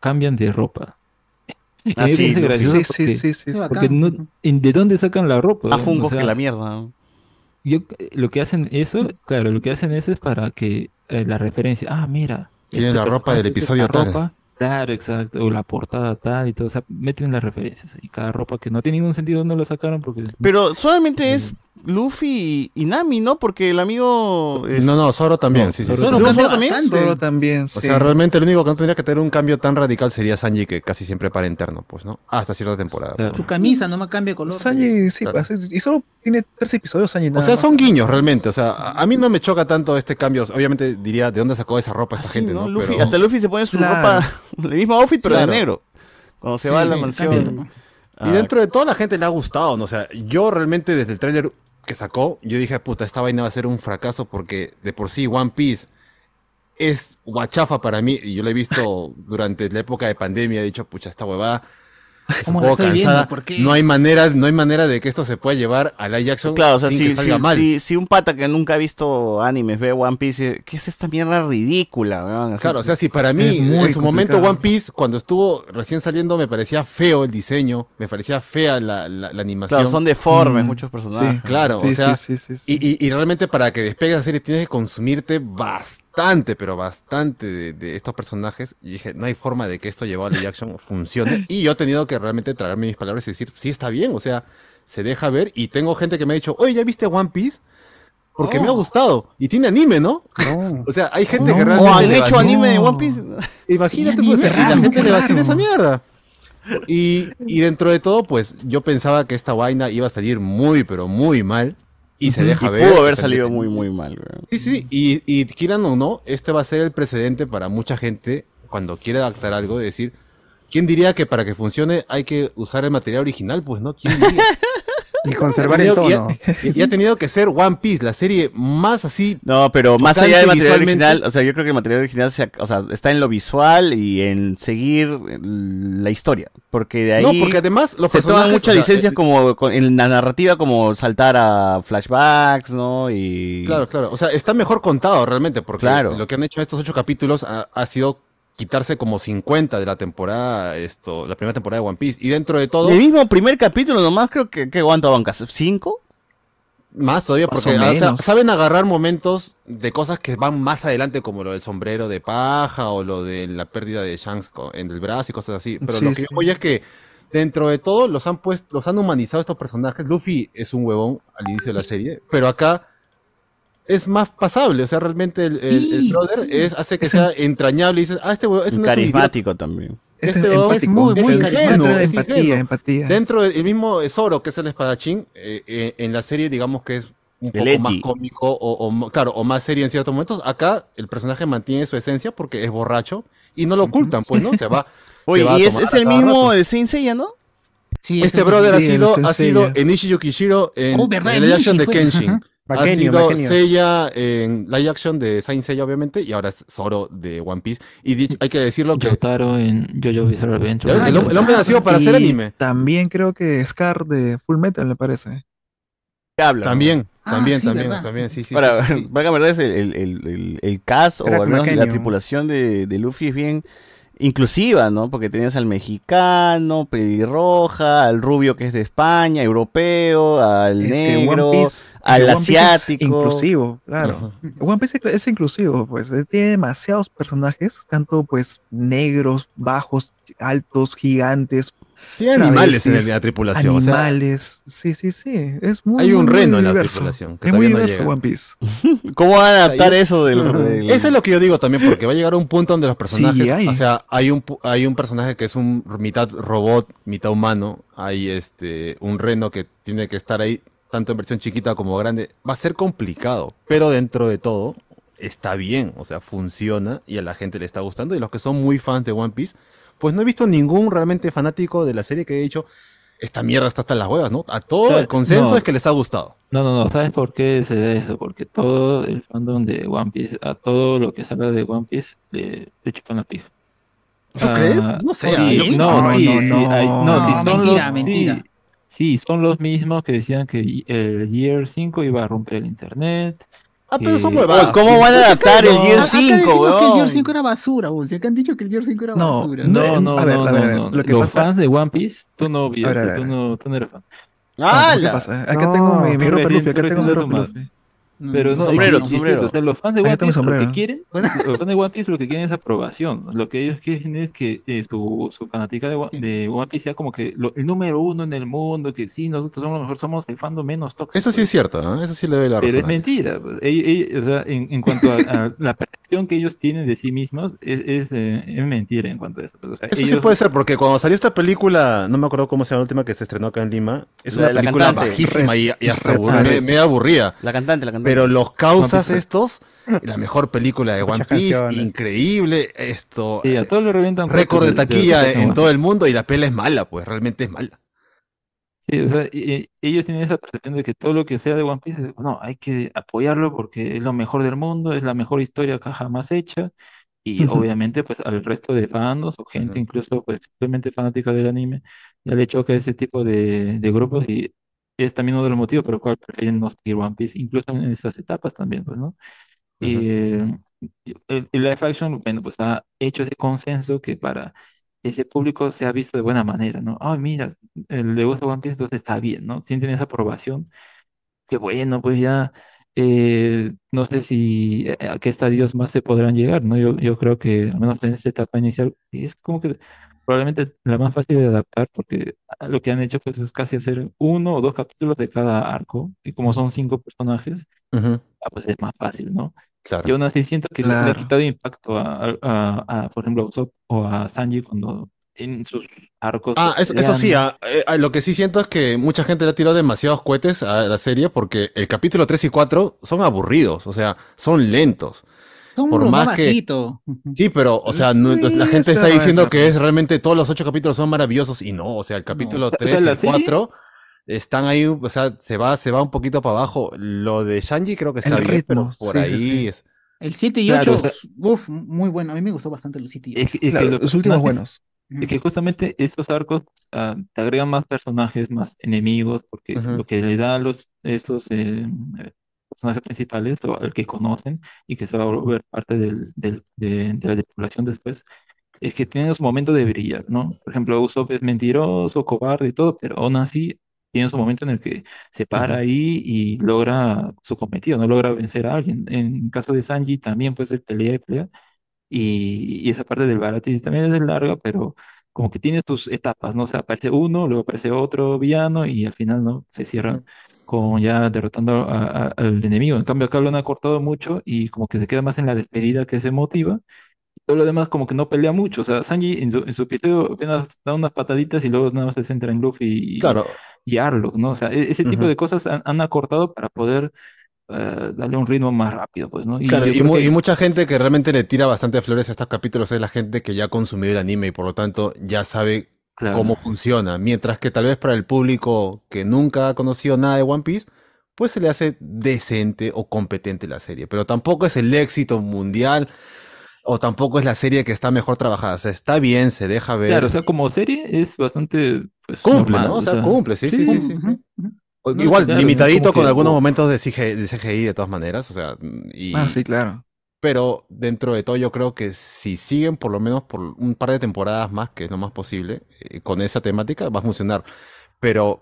Speaker 15: cambian de ropa. Y (laughs)
Speaker 1: Ah,
Speaker 15: me
Speaker 1: sí,
Speaker 15: parece
Speaker 1: ¿no?
Speaker 15: gracioso
Speaker 1: Sí, Ah, sí,
Speaker 15: porque-
Speaker 1: sí, sí, sí.
Speaker 15: porque no- ¿en- ¿de dónde sacan la ropa?
Speaker 1: A
Speaker 15: O
Speaker 1: fungos
Speaker 15: sea,
Speaker 1: que la mierda. ¿no?
Speaker 15: yo, eh, lo que hacen eso, claro, lo que hacen eso es para que eh, la referencia, ah, mira.
Speaker 3: Tiene la ropa
Speaker 15: personaje usa
Speaker 3: del episodio tal.
Speaker 15: claro, exacto, o la portada tal y todo, o sea, meten las referencias y cada ropa que no tiene ningún sentido no la sacaron porque...
Speaker 1: Pero solamente es Luffy y Nami, ¿no? Porque el amigo... este, es-
Speaker 3: No, no, Zoro también.
Speaker 1: No,
Speaker 3: sí, sí,
Speaker 1: Zoro
Speaker 3: sí.
Speaker 1: Zoro cambia Zoro también. bastante.
Speaker 8: Zoro también, sí.
Speaker 3: O sea, realmente el único que no tendría que tener un cambio tan radical sería Sanji, que casi siempre para interno, pues, ¿no? Hasta cierta temporada. pues.
Speaker 9: Su camisa no me cambia de color.
Speaker 8: Sanji, sí, pues, y solo tiene tres episodios Sanji.
Speaker 3: O
Speaker 8: nada
Speaker 3: sea,
Speaker 8: más.
Speaker 3: son guiños realmente. O sea, a a mí no me choca tanto este cambio. Obviamente diría, ¿de dónde sacó esa ropa esta gente?
Speaker 1: ¿no?
Speaker 3: ¿no?
Speaker 1: Luffy-
Speaker 3: Pero-
Speaker 1: Hasta Luffy se pone su
Speaker 3: Claro.
Speaker 1: ropa, (laughs) el mismo outfit, pero
Speaker 3: Claro.
Speaker 1: de negro. Cuando se
Speaker 3: Sí,
Speaker 1: va a la
Speaker 3: sí,
Speaker 1: mansión.
Speaker 3: sí.
Speaker 1: Ah,
Speaker 3: Y dentro de toda la gente le ha gustado, ¿no? O sea, yo realmente desde el tráiler que sacó, yo dije, puta, esta vaina va a ser un fracaso porque de por sí One Piece es guachafa para mí. Y yo lo
Speaker 1: (laughs)
Speaker 3: he visto durante la época de pandemia, he dicho, pucha, esta huevada. Es un
Speaker 9: ¿Cómo la
Speaker 3: poco
Speaker 9: estoy viendo?
Speaker 3: cansada.
Speaker 9: ¿Por qué?
Speaker 3: No hay manera, no hay manera de que esto se pueda llevar a la Jackson
Speaker 1: Claro, o sea,
Speaker 3: sin
Speaker 1: si,
Speaker 3: que salga
Speaker 1: si-
Speaker 3: mal.
Speaker 1: si- si un pata que nunca ha visto animes ve One Piece, dice, ¿qué es esta mierda ridícula? weón?" Así-
Speaker 3: Claro, o sea, si para mí
Speaker 1: Es
Speaker 3: en su
Speaker 1: muy
Speaker 3: momento
Speaker 1: complicado.
Speaker 3: One Piece, cuando estuvo recién saliendo, me parecía feo el diseño, me parecía fea la, la- la animación.
Speaker 1: Claro, son deformes muchos personajes.
Speaker 3: Sí, claro,
Speaker 1: Mm. Sí,
Speaker 3: o sea,
Speaker 1: sí, sí, sí,
Speaker 3: Y, y- y realmente para que despegue la serie tienes que consumirte bastante, pero bastante de, de estos personajes. Y dije, no hay forma de que esto llevado a live action (laughs) funcione. Y yo he tenido que realmente traerme mis palabras y decir, sí, está bien, o sea, se deja ver. Y tengo gente que me ha dicho, oye, ¿ya viste One Piece? Porque me ha gustado. Y tiene anime, ¿no? (laughs) o sea, hay gente que
Speaker 1: Oh. No.
Speaker 3: realmente.
Speaker 1: ¿O han
Speaker 3: le
Speaker 1: hecho
Speaker 3: vacila-
Speaker 1: anime de One Piece?
Speaker 3: Imagínate,
Speaker 1: Ni
Speaker 3: pues, o sea, y la
Speaker 1: anime,
Speaker 3: gente le
Speaker 1: claro.
Speaker 3: vacila esa mierda. Y, y dentro de todo, pues yo pensaba que esta vaina iba a salir muy, pero muy mal. Y se
Speaker 1: Ujú.
Speaker 3: deja
Speaker 1: Y
Speaker 3: ver.
Speaker 1: pudo haber salido muy, muy mal. weón.
Speaker 3: Sí, sí, y, y quieran o no, este va a ser el precedente para mucha gente cuando quiere adaptar algo, de decir, ¿quién diría que para que funcione hay que usar el material original? Pues no, ¿quién diría?
Speaker 4: Y conservar el
Speaker 3: Ha tenido- y ha-
Speaker 4: tono.
Speaker 3: Y, ha tenido que ser One Piece, la serie más así.
Speaker 1: No, pero más allá del
Speaker 3: chocante
Speaker 1: material
Speaker 3: visualmente.
Speaker 1: original, o sea, yo creo que el material original se ac- o sea, está en lo visual y en seguir eh, la historia. Porque de ahí.
Speaker 3: No, porque además los
Speaker 1: se toman
Speaker 3: personajes,
Speaker 1: muchas
Speaker 3: o sea, eh,
Speaker 1: licencias
Speaker 3: el-
Speaker 1: como con- en la narrativa, como saltar a flashbacks, ¿no? Y.
Speaker 3: Claro, claro. O sea, está mejor contado realmente, porque
Speaker 1: Claro.
Speaker 3: lo que han hecho en estos ocho capítulos ha, ha sido quitarse como 50 de la temporada, esto, la primera temporada de One Piece. Y dentro de todo.
Speaker 1: El mismo primer capítulo nomás, creo que, que ¿cuánto bancas? ¿Cinco?
Speaker 3: Más todavía,
Speaker 1: Más
Speaker 3: porque
Speaker 1: o
Speaker 3: o sea,
Speaker 1: menos.
Speaker 3: saben agarrar momentos de cosas que van más adelante, como lo del sombrero de paja o lo de la pérdida de Shanks co- en el brazo y cosas así. Pero
Speaker 8: Sí,
Speaker 3: lo que
Speaker 8: sí.
Speaker 3: yo voy es que dentro de todo los han puesto, los han humanizado estos personajes. Luffy es un huevón al inicio de la serie, pero acá es más pasable. O sea, realmente el, el- el
Speaker 9: Sí,
Speaker 3: brother
Speaker 9: sí.
Speaker 3: es, hace que sea entrañable y dices, ah, este huevón, este
Speaker 1: Y
Speaker 3: no es un idiota,
Speaker 1: carismático también.
Speaker 8: Es
Speaker 3: este huevón
Speaker 8: empático. Es
Speaker 3: ingenuo,
Speaker 8: carismático,
Speaker 3: es
Speaker 8: empatía,
Speaker 3: ingenuo.
Speaker 8: empatía.
Speaker 3: Dentro del el mismo Zoro, que es el espadachín, eh, eh, en la serie digamos que es
Speaker 1: El
Speaker 3: un poco más
Speaker 1: edgy.
Speaker 3: cómico o, o mo- claro, o más serio en ciertos momentos. Acá el personaje mantiene su esencia porque es borracho y no lo ocultan, pues, ¿no? Se va. se
Speaker 1: Oye,
Speaker 3: va a
Speaker 1: y es,
Speaker 3: tomar
Speaker 1: es
Speaker 3: a
Speaker 1: el
Speaker 3: cada
Speaker 1: mismo eh,
Speaker 3: rato.
Speaker 1: de Saint Seiya, ¿no?
Speaker 9: Sí,
Speaker 3: Este brother ha sido, ha
Speaker 1: eh.
Speaker 3: sido en Ishi Yukishiro en,
Speaker 9: Oh, ¿verdad?
Speaker 3: en live
Speaker 9: Nishi
Speaker 3: action de
Speaker 9: fue.
Speaker 3: Kenshin.
Speaker 9: Ajá.
Speaker 3: Ha
Speaker 9: Bakenio,
Speaker 3: sido
Speaker 9: Bakenio.
Speaker 3: Seiya en live action de Saint Seiya, obviamente, y ahora es Zoro de One Piece. Y di- hay que decirlo que.
Speaker 15: Yotaro en JoJo Bizarre Adventure.
Speaker 3: El, el hombre nació para hacer
Speaker 8: Ah, Y
Speaker 3: anime.
Speaker 8: También creo que Scar de Full Metal, me parece.
Speaker 3: También,
Speaker 8: Ah,
Speaker 3: también,
Speaker 8: sí,
Speaker 3: también,
Speaker 8: ¿verdad?
Speaker 3: también, sí, sí.
Speaker 1: Ahora,
Speaker 3: sí, sí, sí.
Speaker 1: valga la verdad, es el, el, el, el- el cast o
Speaker 3: Crack
Speaker 1: al menos la
Speaker 3: Maquenio.
Speaker 1: tripulación de, de Luffy es bien inclusiva, ¿no? Porque tenías al mexicano, pelirroja, al rubio que es de España, europeo, al
Speaker 8: Es que One
Speaker 1: negro,
Speaker 8: Piece-
Speaker 1: al
Speaker 8: One Piece es
Speaker 1: asiático.
Speaker 8: inclusivo, claro. One Piece es inclusivo, pues eh, tiene demasiados personajes, tanto pues negros, bajos, altos, gigantes.
Speaker 3: Tiene animales en
Speaker 8: travestis,
Speaker 3: la tripulación, o sea,
Speaker 8: Animales, sí, sí, sí. Es muy,
Speaker 3: Hay un
Speaker 8: muy
Speaker 3: reno en la
Speaker 8: diverso.
Speaker 3: tripulación, que
Speaker 8: es
Speaker 3: todavía
Speaker 8: muy
Speaker 3: no
Speaker 8: diverso
Speaker 3: llega.
Speaker 8: One Piece. (laughs)
Speaker 1: ¿Cómo van a adaptar
Speaker 3: Ahí-
Speaker 1: eso del, del-
Speaker 3: Eso es lo que yo digo también, porque va a llegar un punto donde los personajes,
Speaker 8: hay.
Speaker 3: o sea, hay un pu- hay un personaje que es un mitad robot, mitad humano, hay este un reno que tiene que estar ahí tanto en versión chiquita como grande, va a ser complicado, pero dentro de todo está bien, o sea, funciona y a la gente le está gustando y los que son muy fans de One Piece, pues no he visto ningún realmente fanático de la serie que haya dicho esta mierda está hasta las huevas, ¿no? A todo
Speaker 15: Claro,
Speaker 3: el consenso
Speaker 15: no.
Speaker 3: es que les ha gustado.
Speaker 15: No, no, no, ¿sabes por qué se da eso? Porque todo el fandom de One Piece, a todo lo que salga de One Piece, le, le chupan la pija.
Speaker 3: ¿Tú crees? No sé,
Speaker 15: sí,
Speaker 3: ah, yo-
Speaker 15: no,
Speaker 3: no,
Speaker 15: sí,
Speaker 3: no,
Speaker 15: sí,
Speaker 3: no.
Speaker 15: hay- no,
Speaker 3: No,
Speaker 15: sí, son
Speaker 3: mentira,
Speaker 15: los,
Speaker 3: mentira.
Speaker 15: sí, sí, son los mismos que decían que y- el Year 5 iba a romper el internet.
Speaker 3: Ah,
Speaker 9: pero son
Speaker 8: huevadas.
Speaker 1: ¿Cómo van a adaptar el
Speaker 9: Acá
Speaker 1: Gear
Speaker 9: decimos
Speaker 1: 5,
Speaker 9: que el Gear
Speaker 1: weón?
Speaker 9: 5 era basura, o sea, que han dicho que el Gear 5 era
Speaker 8: No,
Speaker 9: basura.
Speaker 15: No, no,
Speaker 8: A ver,
Speaker 15: no,
Speaker 8: a ver,
Speaker 15: no,
Speaker 8: a ver,
Speaker 15: no.
Speaker 8: lo que
Speaker 15: Los
Speaker 8: pasa-
Speaker 15: fans de One Piece, tú no
Speaker 8: A ver, a
Speaker 15: viste,
Speaker 8: ver,
Speaker 15: tú
Speaker 8: a
Speaker 15: no, tú no eres fan.
Speaker 8: Ah, ¿qué pasa? Acá tengo mi, mi ropa de Luffy, acá tengo mi ropa de Luffy.
Speaker 15: Pero no,
Speaker 8: Sombrero,
Speaker 15: y- y- y-
Speaker 8: sombrero.
Speaker 15: o sea, los fans de
Speaker 8: Ahí
Speaker 15: One
Speaker 8: está mi
Speaker 15: Piece lo que
Speaker 8: sombrero.
Speaker 15: quieren, (laughs) los fans de One Piece lo que quieren es aprobación. Lo que ellos quieren es que eh, su, su fanática de, One- de One Piece sea como que lo- el número uno en el mundo, que sí, nosotros somos lo mejor, somos el fandom menos tóxico.
Speaker 3: Eso sí es cierto, ¿no? Eso sí le doy la razón.
Speaker 15: Pero es mentira. pues. Ell- ell- o sea, en, en cuanto a, a la percepción que ellos tienen de sí mismos, es, es, eh, es mentira en cuanto a eso. pues, o sea,
Speaker 3: Eso sí
Speaker 15: ellos-
Speaker 3: puede ser, porque cuando salió esta película, no me acuerdo cómo se llama la última que se estrenó acá en Lima, es
Speaker 21: La
Speaker 3: una
Speaker 21: de la
Speaker 3: película
Speaker 21: cantante.
Speaker 3: bajísima y, y hasta
Speaker 21: Red
Speaker 3: aburri-
Speaker 21: Red.
Speaker 3: me, me aburría.
Speaker 21: La cantante, la cantante.
Speaker 3: Pero los causas
Speaker 21: One Piece.
Speaker 3: estos, la mejor película de One
Speaker 21: Muchas
Speaker 3: Piece,
Speaker 21: canciones.
Speaker 3: increíble, esto. eh,
Speaker 15: Sí, a todos le revientan.
Speaker 3: Récord de
Speaker 15: cuatro
Speaker 3: taquilla
Speaker 15: de- de-
Speaker 3: en
Speaker 15: de-
Speaker 3: todo el mundo y la pela es mala, pues realmente es mala.
Speaker 15: Sí, o sea, y- y ellos tienen esa percepción de que todo lo que sea de One Piece, no, hay que apoyarlo porque es lo mejor del mundo, es la mejor historia acá jamás hecha. Y
Speaker 8: Ujú.
Speaker 15: obviamente, pues al resto de fans o gente, incluso pues simplemente fanática del anime, ya le choca ese tipo de, de grupos y es también uno de los motivos por el cual prefieren no seguir One Piece, incluso en estas etapas también, pues, ¿no? Y eh, el, el live action, bueno, pues ha hecho ese consenso que para ese público se ha visto de buena manera, ¿no? Ay, mira, eh, le gusta One Piece, entonces está bien, ¿no? Sienten esa aprobación. Qué bueno, pues ya, eh, no sé si eh, a qué estadios más se podrán llegar, ¿no? Yo, yo creo que, al menos en esta etapa inicial, es como que probablemente la más fácil de adaptar, porque ah, lo que han hecho, pues, es casi hacer uno o dos capítulos de cada arco, y como son cinco personajes, ah, pues es más fácil, ¿no?
Speaker 3: Claro.
Speaker 15: Y aún así siento que le- le ha
Speaker 8: Claro.
Speaker 15: quitado impacto a, a- a- a, por ejemplo, a Usopp o a Sanji cuando en sus arcos
Speaker 3: Ah, eso, eso
Speaker 15: pelean.
Speaker 3: sí, ah, eh, ah, lo que sí siento es que mucha gente le ha tirado demasiados cohetes a la serie porque el capítulo 3 y 4 son aburridos, o sea, son lentos.
Speaker 9: Son
Speaker 3: Por
Speaker 9: unos
Speaker 3: más
Speaker 9: más
Speaker 3: que-
Speaker 9: bajitos.
Speaker 3: Sí, pero, o sea, no-
Speaker 9: Sí,
Speaker 3: la gente
Speaker 9: eso
Speaker 3: está
Speaker 9: no es
Speaker 3: diciendo
Speaker 9: la-
Speaker 3: que es realmente todos los ocho capítulos son maravillosos y no, o sea, el capítulo
Speaker 21: O sea,
Speaker 3: 3 y
Speaker 21: la
Speaker 3: el
Speaker 21: serie-
Speaker 3: 4 están ahí, o sea, se va, se va un poquito para abajo. Lo de Shanji creo que está
Speaker 8: El
Speaker 3: bien,
Speaker 8: ritmo,
Speaker 3: pero por
Speaker 8: sí, sí,
Speaker 3: ahí
Speaker 8: sí.
Speaker 3: es.
Speaker 9: El 7 y 8,
Speaker 15: Claro, o sea-
Speaker 9: uf, muy bueno. A mí me gustó bastante los 7 y 8.
Speaker 15: Es que, es que personajes- Es que justamente estos arcos ah, te agregan más personajes, más enemigos, porque lo que le da a los, estos eh, eh, personajes principales, o al que conocen y que se va a volver parte del, del- de, de la tripulación después, es que tienen su momento de brillar, ¿no? Por ejemplo, Usopp es mentiroso, cobarde y todo, pero aún así tiene su momento en el que se para ahí y logra su cometido, no logra vencer a alguien. En caso de Sanji también puede ser pelea y pelea. Y, y esa parte del Baratis también es larga, pero como que tiene sus etapas, ¿no? O sea, aparece uno, luego aparece otro villano y al final, ¿no? Se cierra con ya derrotando a- a- al enemigo. En cambio, acá lo han acortado mucho y como que se queda más en la despedida que se motiva. Y todo lo demás como que no pelea mucho. O sea, Sanji en su, en su episodio apenas da unas pataditas y luego nada más se centra en Luffy y,
Speaker 3: Claro.
Speaker 15: y Arlong, ¿no? O sea, e- ese tipo de cosas han, han acortado para poder eh, darle un ritmo más rápido, pues, ¿no?
Speaker 3: Claro,
Speaker 15: yo
Speaker 3: y,
Speaker 15: creo
Speaker 3: mu-
Speaker 15: que-
Speaker 3: y mucha gente que realmente le tira bastante flores a estos capítulos es la gente que ya ha consumido el anime y por lo tanto ya sabe cómo funciona. Mientras que tal vez para el público que nunca ha conocido nada de One Piece, pues se le hace decente o competente la serie. Pero tampoco es el éxito mundial o tampoco es la serie que está mejor trabajada. O sea, está bien, se deja ver.
Speaker 15: Claro, o sea, como serie es bastante, pues,
Speaker 3: Cumple,
Speaker 15: normal,
Speaker 3: ¿no? O sea, cumple, sí, sí, sí, sí, sí. O-
Speaker 15: No,
Speaker 3: Igual,
Speaker 15: claro, es
Speaker 3: limitadito
Speaker 15: como
Speaker 3: con
Speaker 15: que-
Speaker 3: algunos momentos de CGI, de CGI de todas maneras, o sea, y...
Speaker 8: Ah, sí, claro.
Speaker 3: Pero dentro de todo yo creo que si siguen por lo menos por un par de temporadas más, que es lo más posible, eh, con esa temática va a funcionar. Pero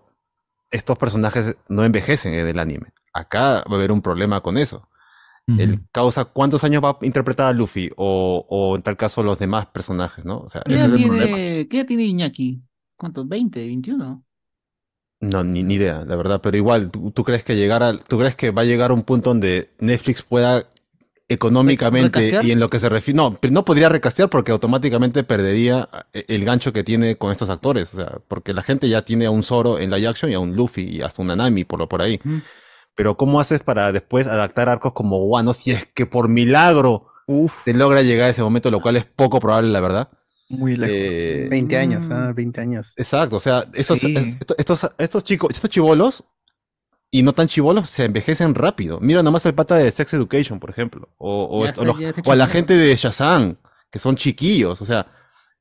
Speaker 3: estos personajes no envejecen en el anime. Acá va a haber un problema con eso. El causa, ¿cuántos años va a interpretar a Luffy? O, o en tal caso los demás personajes, ¿no? O sea,
Speaker 9: ¿Qué
Speaker 3: ese
Speaker 9: edad
Speaker 3: es el problema.
Speaker 9: tiene, ¿Qué edad tiene Iñaki? ¿Cuántos? ¿20? ¿21?
Speaker 3: No, ni, ni idea, la verdad, pero igual, ¿tú, tú crees que llegar al- tú crees que va a llegar un punto donde Netflix pueda económicamente
Speaker 9: ¿Recastear?
Speaker 3: y en lo que se refiere, no, pero no podría recastear porque automáticamente perdería eh, el gancho que tiene con estos actores, o sea, porque la gente ya tiene a un Zoro en live action y a un Luffy y hasta un Nami por lo por ahí. Pero ¿cómo haces para después adaptar arcos como Wano si es que por milagro se logra llegar a ese momento, lo cual es poco probable, la verdad?
Speaker 8: Muy
Speaker 3: lejos.
Speaker 4: 20
Speaker 3: Mm.
Speaker 4: años, ah, 20 años.
Speaker 3: Exacto, o sea, estos,
Speaker 4: Sí.
Speaker 3: est- estos, estos, chicos, estos chivolos y no tan chivolos se envejecen rápido. Mira nomás el pata de Sex Education, por ejemplo, o, o
Speaker 4: Ya
Speaker 3: esto-
Speaker 4: está,
Speaker 3: los-
Speaker 4: ya está
Speaker 3: o a la
Speaker 4: chiquito.
Speaker 3: gente de Shazam, que son chiquillos, o sea,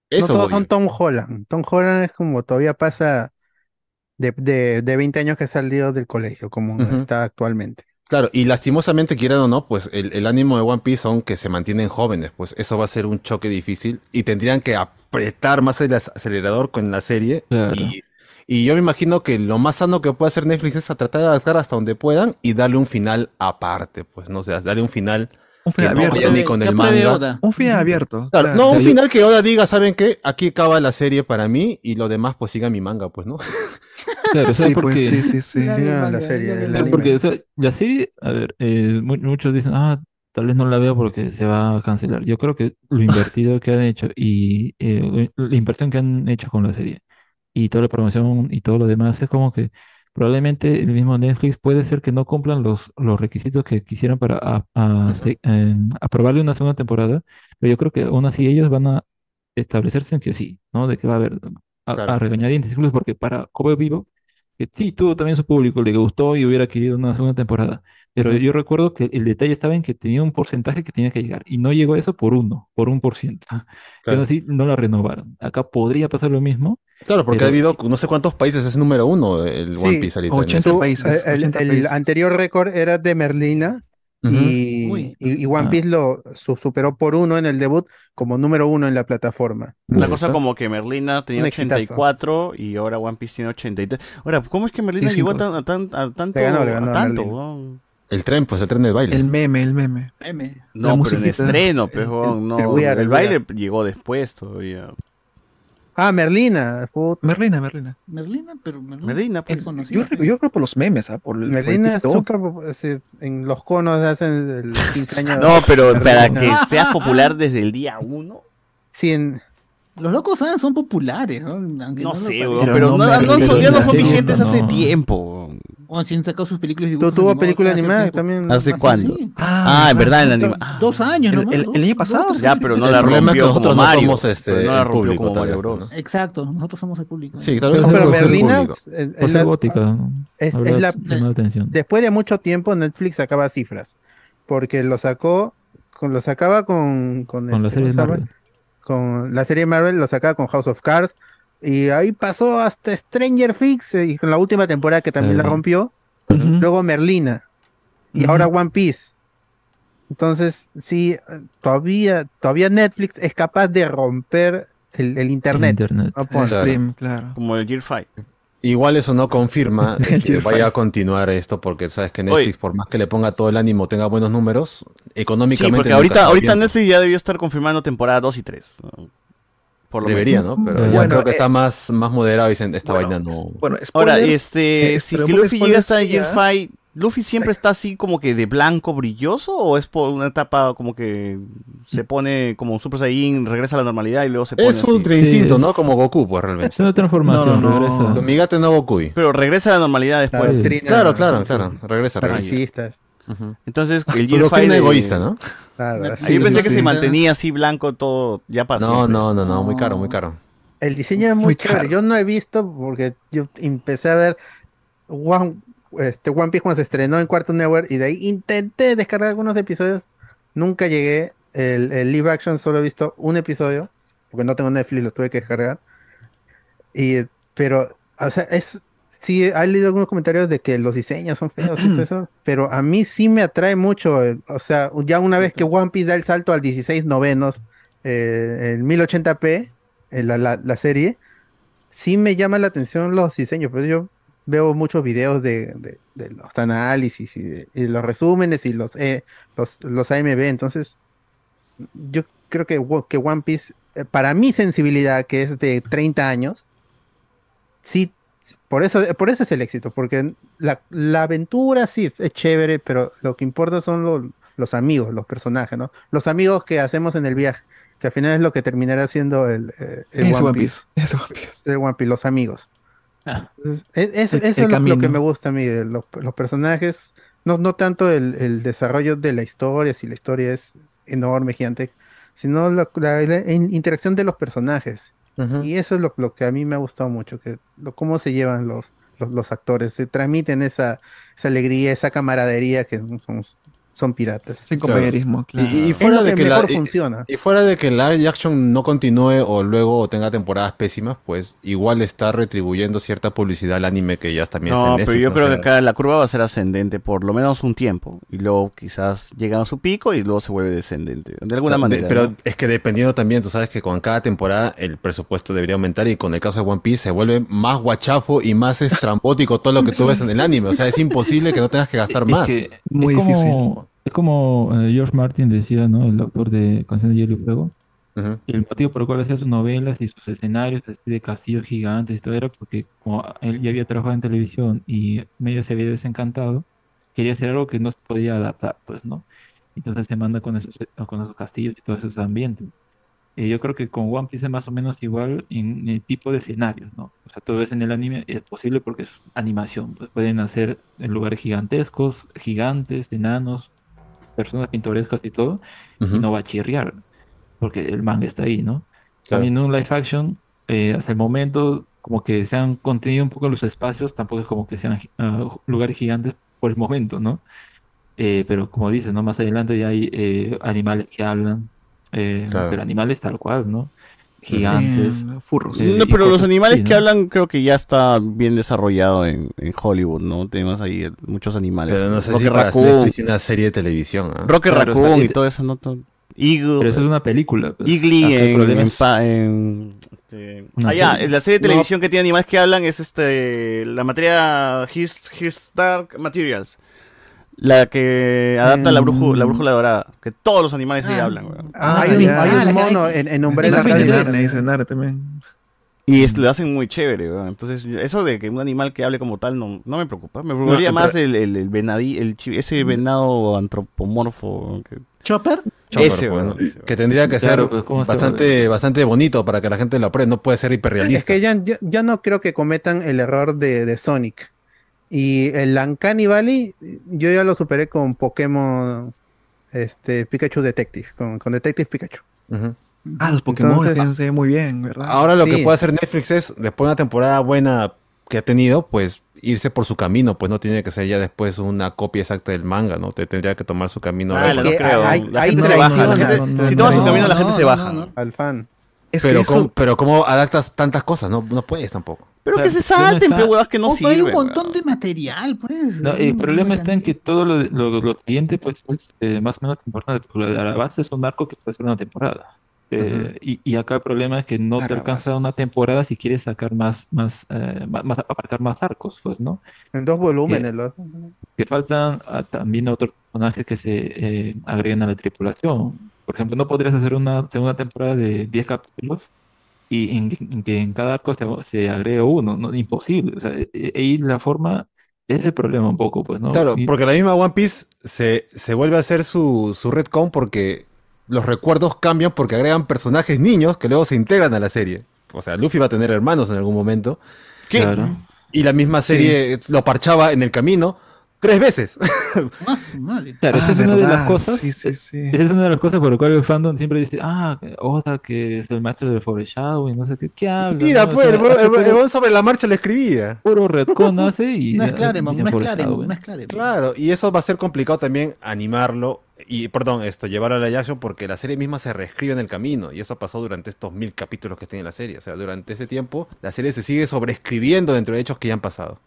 Speaker 3: eso.
Speaker 4: no todos
Speaker 3: voy.
Speaker 4: son Tom Holland. Tom Holland es como todavía pasa de, de, de 20 años que salió del colegio, como
Speaker 3: Ujú.
Speaker 4: está actualmente.
Speaker 3: Claro, y lastimosamente, quieran o no, pues el, el ánimo de One Piece son que se mantienen jóvenes, pues eso va a ser un choque difícil y tendrían que apretar más el ac- acelerador con la serie
Speaker 15: Claro.
Speaker 3: y, Y yo me imagino que lo más sano que puede hacer Netflix es a tratar de adaptar hasta donde puedan y darle un final aparte, pues, no sé, darle un final.
Speaker 8: Un
Speaker 3: que
Speaker 8: final
Speaker 3: no
Speaker 8: abierto.
Speaker 3: vaya ni con el manga.
Speaker 8: Un final abierto.
Speaker 3: Claro,
Speaker 8: claro.
Speaker 3: no, un final que Oda diga, ¿saben qué? Aquí acaba la serie para mí y lo demás pues siga mi manga, pues, ¿no?
Speaker 15: Claro, o sea,
Speaker 3: Sí,
Speaker 15: porque-
Speaker 3: pues, sí, sí, sí.
Speaker 15: Claro,
Speaker 3: Ya,
Speaker 4: la
Speaker 15: ya,
Speaker 4: serie,
Speaker 15: ya,
Speaker 4: el
Speaker 15: ya,
Speaker 4: anime.
Speaker 15: Porque, o sea, la serie, a ver, eh, mu- muchos dicen, ah, tal vez no la veo porque se va a cancelar. Yo creo que lo invertido que han hecho y eh, la inversión que han hecho con la serie y toda la promoción y todo lo demás es como que probablemente el mismo Netflix puede ser que no cumplan los, los requisitos que quisieran para a- a- se- eh, aprobarle una segunda temporada, pero yo creo que aún así ellos van a establecerse en que sí, ¿no? De que va a haber a, a regañadientes, incluso porque para Cowboy Vivo, que sí, tuvo también su público, le gustó y hubiera querido una segunda temporada, pero yo recuerdo que el detalle estaba en que tenía un porcentaje que tenía que llegar y no llegó a eso por uno, por un por (laughs) ciento. Y aún
Speaker 3: Claro.
Speaker 15: así no la renovaron. Acá podría pasar lo mismo.
Speaker 3: Claro, porque
Speaker 15: pero
Speaker 3: ha habido no sé cuántos países, es número uno el One
Speaker 4: Sí,
Speaker 3: Piece ahorita. en
Speaker 4: 80
Speaker 3: eso.
Speaker 4: países, eh, El, el anterior récord era de Merlina
Speaker 3: Ujú.
Speaker 4: y, y- y One
Speaker 1: Ah.
Speaker 4: Piece lo su- superó por uno en el debut como número uno en la plataforma.
Speaker 1: Una cosa como que Merlina tenía
Speaker 4: Un exitazo.
Speaker 1: 84 y ahora One Piece tiene 83. Ahora, ¿cómo es que Merlina
Speaker 4: Sí,
Speaker 1: llegó a,
Speaker 4: cinco.
Speaker 1: tan- a tan- a tanto?
Speaker 4: Le ganó, le ganó
Speaker 1: a
Speaker 4: a
Speaker 1: tanto,
Speaker 4: Merlina.
Speaker 1: weón?
Speaker 3: El tren, pues el tren del baile.
Speaker 8: El meme, el meme. La
Speaker 1: No, pero en
Speaker 8: musiquita.
Speaker 1: estreno, pues, weón, no.
Speaker 4: el We Are,
Speaker 1: el,
Speaker 4: el We
Speaker 1: baile llegó después todavía.
Speaker 4: Ah, Merlina.
Speaker 8: Merlina, Merlina.
Speaker 9: Merlina, pero Merlina,
Speaker 1: Merlina,
Speaker 9: pues,
Speaker 8: Yo,
Speaker 9: conocida.
Speaker 8: re- yo creo por los memes, ¿ah? Por el- por el
Speaker 4: Merlina es
Speaker 8: TikTok.
Speaker 4: súper pop- se- en los conos hacen el 15 años.
Speaker 1: No, pero
Speaker 4: de
Speaker 1: para
Speaker 4: (laughs)
Speaker 1: que
Speaker 4: Merlina.
Speaker 1: seas popular desde el día 1.
Speaker 4: Sí, en-
Speaker 9: Los locos saben son populares, ¿no? Aunque
Speaker 1: No
Speaker 9: lo
Speaker 1: sé,
Speaker 9: parezca.
Speaker 1: weón, pero, no, no son, ya no son vigentes hace tiempo.
Speaker 9: Bueno, si han sacado sus películas
Speaker 4: Tú tuvo película animada también.
Speaker 1: ¿Hace
Speaker 3: Ah,
Speaker 4: más-
Speaker 1: cuándo?
Speaker 4: sí.
Speaker 1: Ah, en verdad, en anima.
Speaker 9: Dos años,
Speaker 1: El-
Speaker 9: nomás,
Speaker 1: el-
Speaker 9: ¿no?
Speaker 1: el año
Speaker 9: Dos,
Speaker 1: pasado,
Speaker 9: tres
Speaker 1: ya,
Speaker 9: años.
Speaker 1: pero no
Speaker 3: El
Speaker 1: la
Speaker 3: problema es que
Speaker 1: rompió
Speaker 3: nosotros
Speaker 1: como
Speaker 3: no
Speaker 1: Mario.
Speaker 3: somos, este,
Speaker 1: pero no la
Speaker 3: el
Speaker 1: rompió
Speaker 3: público,
Speaker 1: como
Speaker 3: tal
Speaker 1: Mario
Speaker 3: vez, pues,
Speaker 1: Bros.
Speaker 9: Exacto, nosotros somos el público.
Speaker 3: Sí,
Speaker 4: Pero, pero Merlina el-
Speaker 15: Por
Speaker 4: el-
Speaker 15: ser gótica, ¿no?
Speaker 4: es-
Speaker 15: Habrá
Speaker 4: es la-
Speaker 15: llamado la atención.
Speaker 4: después de mucho tiempo Netflix sacaba cifras porque lo sacó con lo sacaba con con,
Speaker 15: Con la
Speaker 4: este,
Speaker 15: serie de
Speaker 4: ¿cómo se llama?
Speaker 15: Marvel.
Speaker 4: con la serie Marvel lo sacaba con House of Cards y ahí pasó hasta Stranger Things eh, y con la última temporada que también la
Speaker 15: Claro.
Speaker 4: rompió luego Merlina y
Speaker 15: Ujú.
Speaker 4: ahora One Piece entonces sí eh, todavía todavía Netflix es capaz de romper el, el internet,
Speaker 15: internet.
Speaker 4: No puedo-
Speaker 1: Mm,
Speaker 8: claro.
Speaker 1: Como el Gear 5.
Speaker 3: Igual eso no confirma de
Speaker 1: El
Speaker 3: que
Speaker 1: Gear
Speaker 3: vaya
Speaker 1: Five.
Speaker 3: a continuar esto, porque sabes que
Speaker 1: Oye.
Speaker 3: Netflix, por más que le ponga todo el ánimo, tenga buenos números,
Speaker 1: Sí,
Speaker 3: económicamente.
Speaker 1: porque
Speaker 3: nunca
Speaker 1: ahorita,
Speaker 3: está
Speaker 1: ahorita
Speaker 3: bien.
Speaker 1: Netflix ya debió estar confirmando temporada 2 y 3. Por lo
Speaker 3: Debería,
Speaker 1: menos.
Speaker 3: ¿no? Pero ya creo que está más, más moderado y dicen, esta vaina no.
Speaker 1: Ahora, este, si que Luffy llega hasta el Gear
Speaker 8: ya.
Speaker 1: 5, ¿Luffy siempre está así como que de blanco brilloso o es por una etapa como que se pone como Super Saiyan, regresa a la normalidad y luego se pone
Speaker 3: Es
Speaker 1: así?
Speaker 3: ultra instinto, ¿no? Como Goku, pues realmente.
Speaker 15: Es una transformación,
Speaker 3: No, no, no.
Speaker 15: regresa.
Speaker 3: Migate no Goku.
Speaker 1: Pero regresa a la normalidad después.
Speaker 3: La doctrina Claro, claro, claro. Regresa, regresa.
Speaker 4: Racistas.
Speaker 3: Ujú.
Speaker 1: Entonces, el
Speaker 3: Tu
Speaker 1: Gear 5
Speaker 3: doctrina
Speaker 1: de-
Speaker 3: egoísta, ¿no?
Speaker 4: Claro,
Speaker 1: Ah,
Speaker 4: sí,
Speaker 1: yo pensé
Speaker 4: sí,
Speaker 1: que
Speaker 4: sí.
Speaker 1: se mantenía así blanco todo ya para
Speaker 3: No,
Speaker 1: siempre.
Speaker 3: no, no, no, muy caro, muy caro.
Speaker 4: El diseño es muy, chévere. Yo no he visto porque yo empecé a ver One, este One Piece cuando se estrenó en Cartoon Network y de ahí intenté descargar algunos episodios. Nunca llegué. El, el live action solo he visto un episodio porque no tengo Netflix, lo tuve que descargar. Y, pero, o sea, es. Sí, he leído algunos comentarios de que los diseños son feos y todo eso, pero a mí sí me atrae mucho. eh, O sea, ya una vez que One Piece da el salto al 16 novenos, eh, en 1080p, eh, la, la- la serie, sí me llama la atención los diseños. Por eso yo veo muchos videos de, de- de los análisis y, de- y los resúmenes y los, eh, los, los AMB. Entonces, yo creo que, wo- que One Piece, eh, para mi sensibilidad, que es de 30 años, sí, por eso, por eso es el éxito, porque la, la aventura sí es chévere, pero lo que importa son lo- los amigos, los personajes, ¿no? Los amigos que hacemos en el viaje, que al final es lo que terminará siendo el, eh, el
Speaker 8: Es
Speaker 4: One,
Speaker 8: One
Speaker 4: Piece. El One Piece, los amigos. Entonces, es- es-
Speaker 8: El-
Speaker 4: eso
Speaker 8: el
Speaker 4: es lo- lo,
Speaker 8: camino.
Speaker 4: que me gusta a mí, de los, los personajes, no, no tanto el, el desarrollo de la historia, si la historia es enorme, gigante, sino la, la- la in- interacción de los personajes. Y eso es lo, lo que a mí me ha gustado mucho, que lo, cómo se llevan los, los, los actores, se transmiten esa, esa alegría, esa camaradería que son- son- son piratas.
Speaker 8: Sin compañerismo,
Speaker 4: Claro.
Speaker 3: Y, y fuera
Speaker 4: es lo
Speaker 3: de que,
Speaker 4: mejor
Speaker 3: la, eh, y-
Speaker 4: funciona.
Speaker 3: Y, fuera de que la live action no continúe o luego tenga temporadas pésimas, pues igual está retribuyendo cierta publicidad al anime que ya también está
Speaker 1: No,
Speaker 3: en
Speaker 1: pero
Speaker 3: Netflix,
Speaker 1: yo
Speaker 3: o
Speaker 1: creo que
Speaker 3: sea,
Speaker 1: acá la curva va a ser ascendente por lo menos un tiempo. Y luego quizás llega a su pico y luego se vuelve descendente. De alguna
Speaker 3: de-
Speaker 1: manera.
Speaker 3: pero
Speaker 1: ¿no?
Speaker 3: es que dependiendo también, tú sabes que con cada temporada el presupuesto debería aumentar y con el caso de One Piece se vuelve más guachafo y más estrambótico todo lo que tú ves en el anime. O sea, es imposible que no tengas que gastar más.
Speaker 15: que (laughs) es como, Es como eh, George Martin decía, ¿no? El autor de Canción de Hielo y Fuego. El motivo por el cual hacía sus novelas y sus escenarios así de castillos gigantes y todo era porque como él ya había trabajado en televisión y medio se había desencantado, quería hacer algo que no se podía adaptar, pues, ¿no? Entonces se manda con esos, eh, con esos castillos y todos esos ambientes. Eh, yo creo que con One Piece es más o menos igual en el tipo de escenarios, ¿no? O sea, tú ves en el anime, es posible porque es animación. pues, pueden hacer en lugares gigantescos, gigantes, enanos, personas pintorescas y todo, y no va a chirriar, porque el manga está ahí, ¿no? También en un live action, eh, hasta el momento, como que se han contenido un poco los espacios, tampoco es como que sean gi- ah, lugares gigantes por el momento, ¿no? Eh, pero como dices, ¿no? Más adelante ya hay eh, animales que hablan, eh,
Speaker 1: Claro.
Speaker 15: pero animales tal cual, ¿no? Gigantes.
Speaker 8: furros.
Speaker 15: eh,
Speaker 1: no,
Speaker 15: y
Speaker 1: pero los
Speaker 15: cosas
Speaker 1: animales
Speaker 15: así,
Speaker 1: que
Speaker 15: ¿no?
Speaker 1: hablan creo que ya está bien desarrollado en, en Hollywood, ¿no? Tenemos ahí eh, muchos animales.
Speaker 3: Pero no sé
Speaker 1: Rocky
Speaker 3: si para
Speaker 1: Raccoon.
Speaker 3: Netflix una serie de televisión. ¿ah?
Speaker 1: Rocket
Speaker 3: Claro,
Speaker 1: Raccoon
Speaker 3: está-
Speaker 1: y todo eso, ¿no? Todo- Eagle.
Speaker 15: Pero eso es una película. pues.
Speaker 1: Eagle
Speaker 15: Acá el
Speaker 1: en,
Speaker 15: problema
Speaker 1: en
Speaker 15: es-
Speaker 1: pa- en- este-
Speaker 15: Una
Speaker 1: Ah, ya,
Speaker 15: serie.
Speaker 1: en la serie de
Speaker 15: No.
Speaker 1: televisión que tiene animales que hablan es este la materia His, His Dark Materials. La que adapta la, brujo, la brújula dorada. Que todos los animales ahí hablan, weón.
Speaker 4: Mm. Ah, hay un, hay un mono en, en Umbrella Academy.
Speaker 8: también.
Speaker 1: Y es- lo hacen muy chévere, weón. Entonces, yo- eso de que un animal que hable como tal no, no me preocupa. Me preocuparía
Speaker 3: pero-
Speaker 1: más el, el, el venadí, el chi- ese venado antropomorfo. que-
Speaker 9: ¿Chopper?
Speaker 3: Chopper,
Speaker 1: Ese,
Speaker 3: pues,
Speaker 1: weón,
Speaker 3: ¿no? que tendría que
Speaker 15: Claro,
Speaker 3: ser
Speaker 15: pues, ¿cómo se
Speaker 3: bastante, bastante bonito para que la gente lo apruebe. No puede ser
Speaker 4: Es
Speaker 3: hiperrealista.
Speaker 4: que ya, yo, yo no creo que cometan el error de, de Sonic. Y el Uncanny Valley, yo ya lo superé con Pokémon este, Pikachu Detective, con, con Detective Pikachu.
Speaker 8: Ah, los Pokémon
Speaker 4: Entonces-
Speaker 8: se se ven muy bien, ¿verdad?
Speaker 3: Ahora lo
Speaker 4: Sí.
Speaker 3: que puede hacer Netflix es, después de una temporada buena que ha tenido, pues irse por su camino. Pues no tiene que ser ya después una copia exacta del manga, ¿no? Te tendría que tomar su camino.
Speaker 1: Ah, no
Speaker 3: Ahora-
Speaker 1: creo. La gente se baja. la gente- si tomas su camino, la gente se baja.
Speaker 4: Al fan.
Speaker 8: Es
Speaker 3: pero,
Speaker 8: que eso-
Speaker 3: ¿cómo, pero ¿cómo adaptas tantas cosas? No, no puedes tampoco.
Speaker 1: Pero que se salten, pero huevas que no
Speaker 9: Ojo, Oh, hay un
Speaker 1: sirven.
Speaker 9: montón de material, pues.
Speaker 15: No, el problema está en que todo lo, lo, lo siguiente, pues, es eh, más o menos importante, porque lo de Arabasta es un arco que puede ser una temporada. Eh, y, y acá el problema es que no te alcanza una temporada si quieres sacar más, más, eh, ma- más- abarcar más arcos, pues, ¿no?
Speaker 4: En dos volúmenes. lo-
Speaker 15: Que faltan ah, también otros personajes que se eh, agreguen a la tripulación. Por ejemplo, no podrías hacer una segunda temporada de 10 capítulos y en, en que en cada arco se, se agregue uno, ¿no? Imposible. O sea, eh, eh, ahí la forma es el problema un poco, pues, ¿no?
Speaker 3: Claro,
Speaker 15: Y-
Speaker 3: porque la misma One Piece se, se vuelve a hacer su, su retcon porque los recuerdos cambian porque agregan personajes niños que luego se integran a la serie. O sea, Luffy va a tener hermanos en algún momento.
Speaker 1: ¿Qué?
Speaker 15: Claro.
Speaker 3: Y la misma serie lo parchaba en el camino tres veces.
Speaker 15: Claro, esa
Speaker 3: Ah,
Speaker 15: es una de las
Speaker 3: verdad.
Speaker 15: cosas.
Speaker 3: Sí, sí, sí.
Speaker 15: Esa es una de las cosas por lo cual el fandom siempre dice, ah, Oda que es el maestro del foreshadowing, no sé qué, ¿qué habla?
Speaker 3: Mira,
Speaker 15: no?
Speaker 3: pues,
Speaker 15: O
Speaker 3: el
Speaker 15: sea,
Speaker 3: bro-
Speaker 15: hace
Speaker 3: el bro- el
Speaker 15: puro-
Speaker 3: bro sobre la marcha lo escribía.
Speaker 15: Puro retcon hace y
Speaker 3: No es
Speaker 15: eh,
Speaker 3: Claremont,
Speaker 15: dicen
Speaker 3: no es
Speaker 15: foreshadowing.
Speaker 3: Claremont, no es Claro, y eso va a ser complicado también animarlo y, perdón, esto, llevarlo a la action porque la serie misma se reescribe en el camino y eso pasó durante estos mil capítulos que tiene la serie. O sea, durante ese tiempo la serie se sigue sobreescribiendo dentro de hechos que ya han pasado.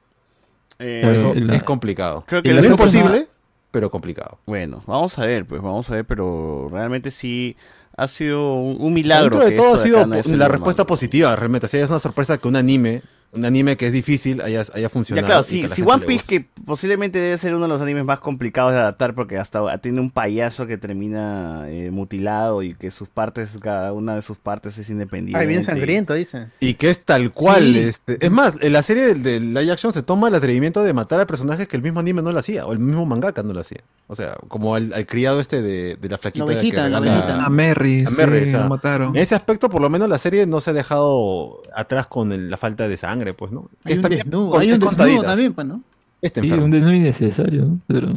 Speaker 1: Eh,
Speaker 3: Por eso
Speaker 1: eh, la-
Speaker 3: es complicado.
Speaker 1: creo que la
Speaker 3: no es
Speaker 1: próxima-
Speaker 3: imposible, pero complicado.
Speaker 1: Bueno, vamos a ver, pues vamos a ver, pero realmente sí ha sido un, un milagro.
Speaker 3: Dentro de
Speaker 1: que
Speaker 3: todo ha
Speaker 1: esto de
Speaker 3: sido
Speaker 1: acá no
Speaker 3: po-
Speaker 1: es el
Speaker 3: la
Speaker 1: normal.
Speaker 3: respuesta positiva, realmente. O sea, es una sorpresa que un anime, un anime que es difícil, haya, haya funcionado.
Speaker 1: Ya claro,
Speaker 3: y que
Speaker 1: si,
Speaker 3: a la
Speaker 1: si
Speaker 3: gente
Speaker 1: One
Speaker 3: le
Speaker 1: Piece, que posiblemente debe ser uno de los animes más complicados de adaptar, porque hasta tiene un payaso que termina eh, mutilado y que sus partes, cada una de sus partes es independiente.
Speaker 4: Ay, bien sangriento, dicen.
Speaker 3: Y que es tal cual.
Speaker 4: Sí.
Speaker 3: Este, es más, en la serie del, del live action se toma el atrevimiento de matar a personajes que el mismo anime no lo hacía, o el mismo mangaka no lo hacía. O sea, como al, al criado este de, de la flaquita.
Speaker 8: La ovejita,
Speaker 3: que
Speaker 8: la
Speaker 3: regala-
Speaker 8: ovejita. A Merry,
Speaker 3: A Merry,
Speaker 8: sí,
Speaker 3: o sea,
Speaker 8: lo mataron.
Speaker 3: En ese aspecto, por lo menos, la serie no se ha dejado atrás con el- la falta de sangre, pues, ¿no?
Speaker 9: Hay un
Speaker 3: Está bien
Speaker 9: desnudo,
Speaker 3: con-
Speaker 9: hay
Speaker 3: es
Speaker 9: un desnudo
Speaker 3: contadita.
Speaker 9: también, pues, ¿no?
Speaker 3: Este
Speaker 15: Sí,
Speaker 3: enfermo.
Speaker 15: un desnudo innecesario, ¿no? Pero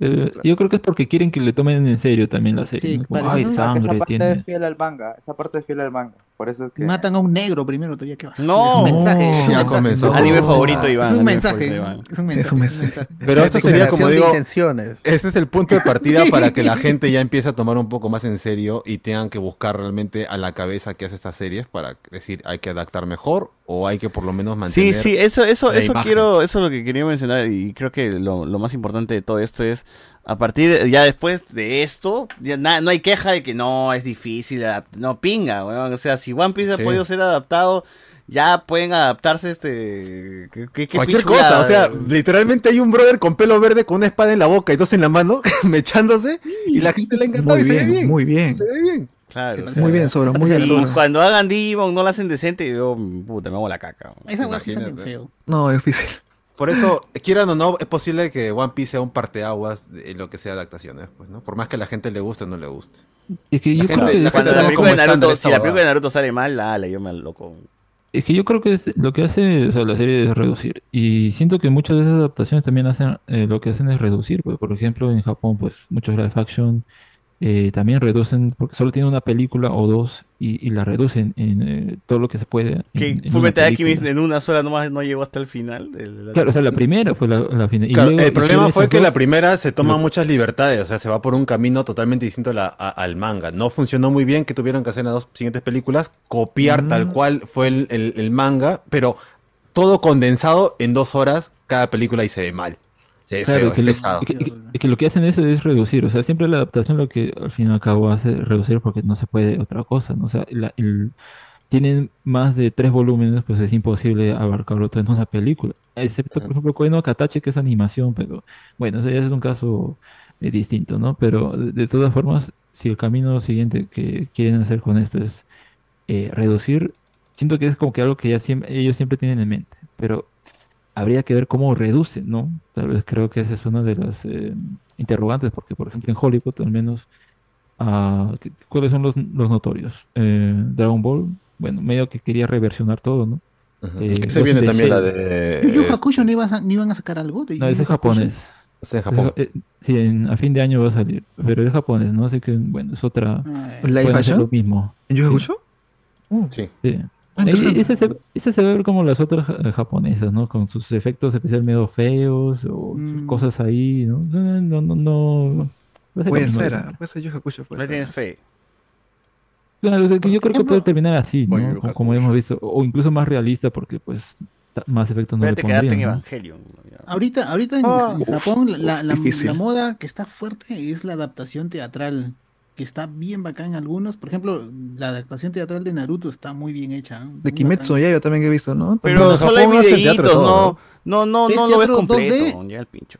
Speaker 15: Eh, yo creo que es porque quieren que le tomen en serio también la serie.
Speaker 23: Sí,
Speaker 15: ¿no? Como,
Speaker 23: parece-
Speaker 15: Ay,
Speaker 23: no,
Speaker 15: sangre
Speaker 23: esa parte
Speaker 15: tiene.
Speaker 23: es fiel al manga. Esa parte es fiel al manga. Por eso es que.
Speaker 9: Matan a un negro primero, todavía que va.
Speaker 23: No.
Speaker 9: es un
Speaker 23: Ya
Speaker 9: mensaje. es un mensaje.
Speaker 23: comenzó.
Speaker 9: Es
Speaker 23: Anime
Speaker 9: un
Speaker 23: favorito, Iván,
Speaker 9: Es un
Speaker 23: anime
Speaker 9: mensaje.
Speaker 23: favorito, Iván.
Speaker 9: Es un mensaje.
Speaker 23: Es un mensaje.
Speaker 3: Pero esto sería como
Speaker 4: Declaración de
Speaker 3: digo,
Speaker 4: intenciones.
Speaker 3: este es el punto de partida
Speaker 4: Sí.
Speaker 3: para que
Speaker 9: (laughs)
Speaker 3: la gente ya empiece a tomar un poco más en serio y tengan que buscar realmente a la cabeza que hace estas series para decir hay que adaptar mejor o hay que por lo menos
Speaker 1: Sí,
Speaker 3: mantener.
Speaker 1: sí, eso, eso,
Speaker 3: la
Speaker 1: eso
Speaker 3: imagen.
Speaker 1: quiero, eso es lo que quería mencionar y creo que lo, lo más importante de todo esto es, a partir, de- ya después de esto, ya na- no hay queja de que no, es difícil, adap- no pinga, weón. o sea, si One Piece
Speaker 3: Sí.
Speaker 1: ha podido ser adaptado, ya pueden adaptarse este, ¿qué- qué- qué
Speaker 3: Cualquier
Speaker 1: pichulada,
Speaker 3: cosa, o sea,
Speaker 1: weón.
Speaker 3: literalmente hay un brother con pelo verde con una espada en la boca y dos en la mano, (laughs) mechándose, y la gente le encanta
Speaker 8: Muy
Speaker 3: y se ve
Speaker 8: bien,
Speaker 3: bien.
Speaker 8: muy bien.
Speaker 3: Se ve bien.
Speaker 1: Claro, o
Speaker 8: Muy bien, Sobra, muy bien,
Speaker 1: si
Speaker 8: Sobra.
Speaker 1: cuando hagan Digimon no la hacen decente, yo, puta, me hago la caca. weón.
Speaker 9: Esa hueá sí está bien
Speaker 3: Imagínate.
Speaker 9: feo.
Speaker 8: No, es difícil.
Speaker 3: Por eso, quieran o no, es posible que One Piece sea un parteaguas en lo que sea adaptaciones, pues, ¿no? Por más que a la gente le guste o no le guste.
Speaker 15: Es que yo
Speaker 3: La
Speaker 15: creo
Speaker 3: gente-
Speaker 15: que
Speaker 3: la
Speaker 1: Cuando
Speaker 3: gente
Speaker 1: la
Speaker 3: toma
Speaker 1: película
Speaker 3: como
Speaker 1: de Naruto,
Speaker 3: estándar
Speaker 1: si
Speaker 3: esa
Speaker 1: la
Speaker 3: huevada.
Speaker 1: película de Naruto sale mal, ala, yo me loco.
Speaker 15: Es que yo creo que es lo que hace, o sea, la serie es reducir. Y siento que muchas de esas adaptaciones también hacen, eh, lo que hacen es reducir. pues. Por ejemplo, en Japón, pues muchos live action eh, también reducen, porque solo tienen una película o dos y, y la reducen en eh, todo lo que se puede. en-
Speaker 1: Que
Speaker 15: en una
Speaker 1: Fullmetal Alchemist
Speaker 15: película.
Speaker 1: en una sola nomás no llegó hasta el final. del-
Speaker 15: Claro, o sea, la primera fue la, la final. Y
Speaker 3: Claro,
Speaker 15: luego
Speaker 3: el problema
Speaker 15: hicieron
Speaker 3: fue
Speaker 15: esas
Speaker 3: que la
Speaker 15: dos.
Speaker 3: primera se toma
Speaker 15: Lo-
Speaker 3: muchas libertades, o sea, se va por un camino totalmente distinto a la- a- al manga. No funcionó muy bien que tuvieron que hacer en las dos siguientes películas, copiar
Speaker 15: Mm.
Speaker 3: tal cual fue el, el- el manga, pero todo condensado en dos horas cada película y se ve mal. Se ve feo,
Speaker 15: Claro,
Speaker 3: es
Speaker 15: que lo,
Speaker 3: pesado.
Speaker 15: que- que- que lo que hacen eso es reducir, o sea, siempre la adaptación lo que al fin y al cabo hace es reducir porque no se puede otra cosa, ¿no? O sea, la- el- tienen más de tres volúmenes, pues es imposible abarcarlo todo en una película, excepto, por ejemplo, Koe no Katachi, que es animación, pero bueno, eso ya es un caso eh, distinto, ¿no? Pero de, de todas formas, si el camino siguiente que quieren hacer con esto es eh, reducir, siento que es como que algo que ya siem- ellos siempre tienen en mente, pero habría que ver cómo reduce, ¿no? Tal vez creo que esa es una de las eh, interrogantes, porque por ejemplo en Hollywood al menos, ah, ¿cu- ¿cuáles son los, los notorios? Eh, Dragon Ball, bueno, medio que quería reversionar todo, ¿no? Eh,
Speaker 3: Se
Speaker 15: Ghost in
Speaker 3: viene
Speaker 15: the
Speaker 3: también la
Speaker 15: Shell.
Speaker 3: de... eh,
Speaker 9: ¿Y Yu Hakusho no ibas a- no iban a sacar algo? de
Speaker 15: No,
Speaker 9: Yu
Speaker 15: ese es
Speaker 9: Hakusho?
Speaker 15: japonés.
Speaker 3: Ese es Japón.
Speaker 15: eh, sí, en- a fin de año va a salir, pero es japonés, ¿no? Así que bueno, es otra...
Speaker 8: Ah, ¿Live
Speaker 15: pueden hacer
Speaker 8: action?
Speaker 15: Lo mismo.
Speaker 8: ¿En Yu Hakusho?
Speaker 3: Sí.
Speaker 15: Sí.
Speaker 8: Ah,
Speaker 15: Eh,
Speaker 8: interesante.
Speaker 15: Ese se, ese se ve como las otras ja- japonesas, ¿no? Con sus efectos especiales medio feos o sus cosas ahí, ¿no? No, no, no. no. Va a ser lo
Speaker 8: Puede
Speaker 15: mismo de
Speaker 8: ser, ah,
Speaker 15: siempre.
Speaker 8: puede ser Yu Hakusho. puede
Speaker 1: No
Speaker 8: ser.
Speaker 1: tienes fe.
Speaker 15: Claro, o sea, que yo creo que puede terminar así, ¿no? Como, como hemos visto. O incluso más realista porque, pues, ta- más efectos no le
Speaker 1: Espérate quedarte en
Speaker 15: pondrían, ¿no?
Speaker 1: Evangelion.
Speaker 9: Ahorita, ahorita en,
Speaker 1: Ah,
Speaker 9: en
Speaker 1: uf,
Speaker 9: Japón la, la-
Speaker 15: difícil.
Speaker 9: la moda que está fuerte es la adaptación teatral, que está bien bacán en algunos. Por ejemplo, la adaptación teatral de Naruto está muy bien hecha. ¿eh? Muy
Speaker 8: De Kimetsu
Speaker 9: bacán.
Speaker 8: ya yo también que he visto, ¿no?
Speaker 1: Pero
Speaker 8: También.
Speaker 1: solo hay
Speaker 8: Japón hace
Speaker 1: videitos,
Speaker 8: teatro todo,
Speaker 1: no, no, no,
Speaker 9: Es
Speaker 1: no lo ves
Speaker 9: teatro 2D.
Speaker 1: completo. Ya el pincho.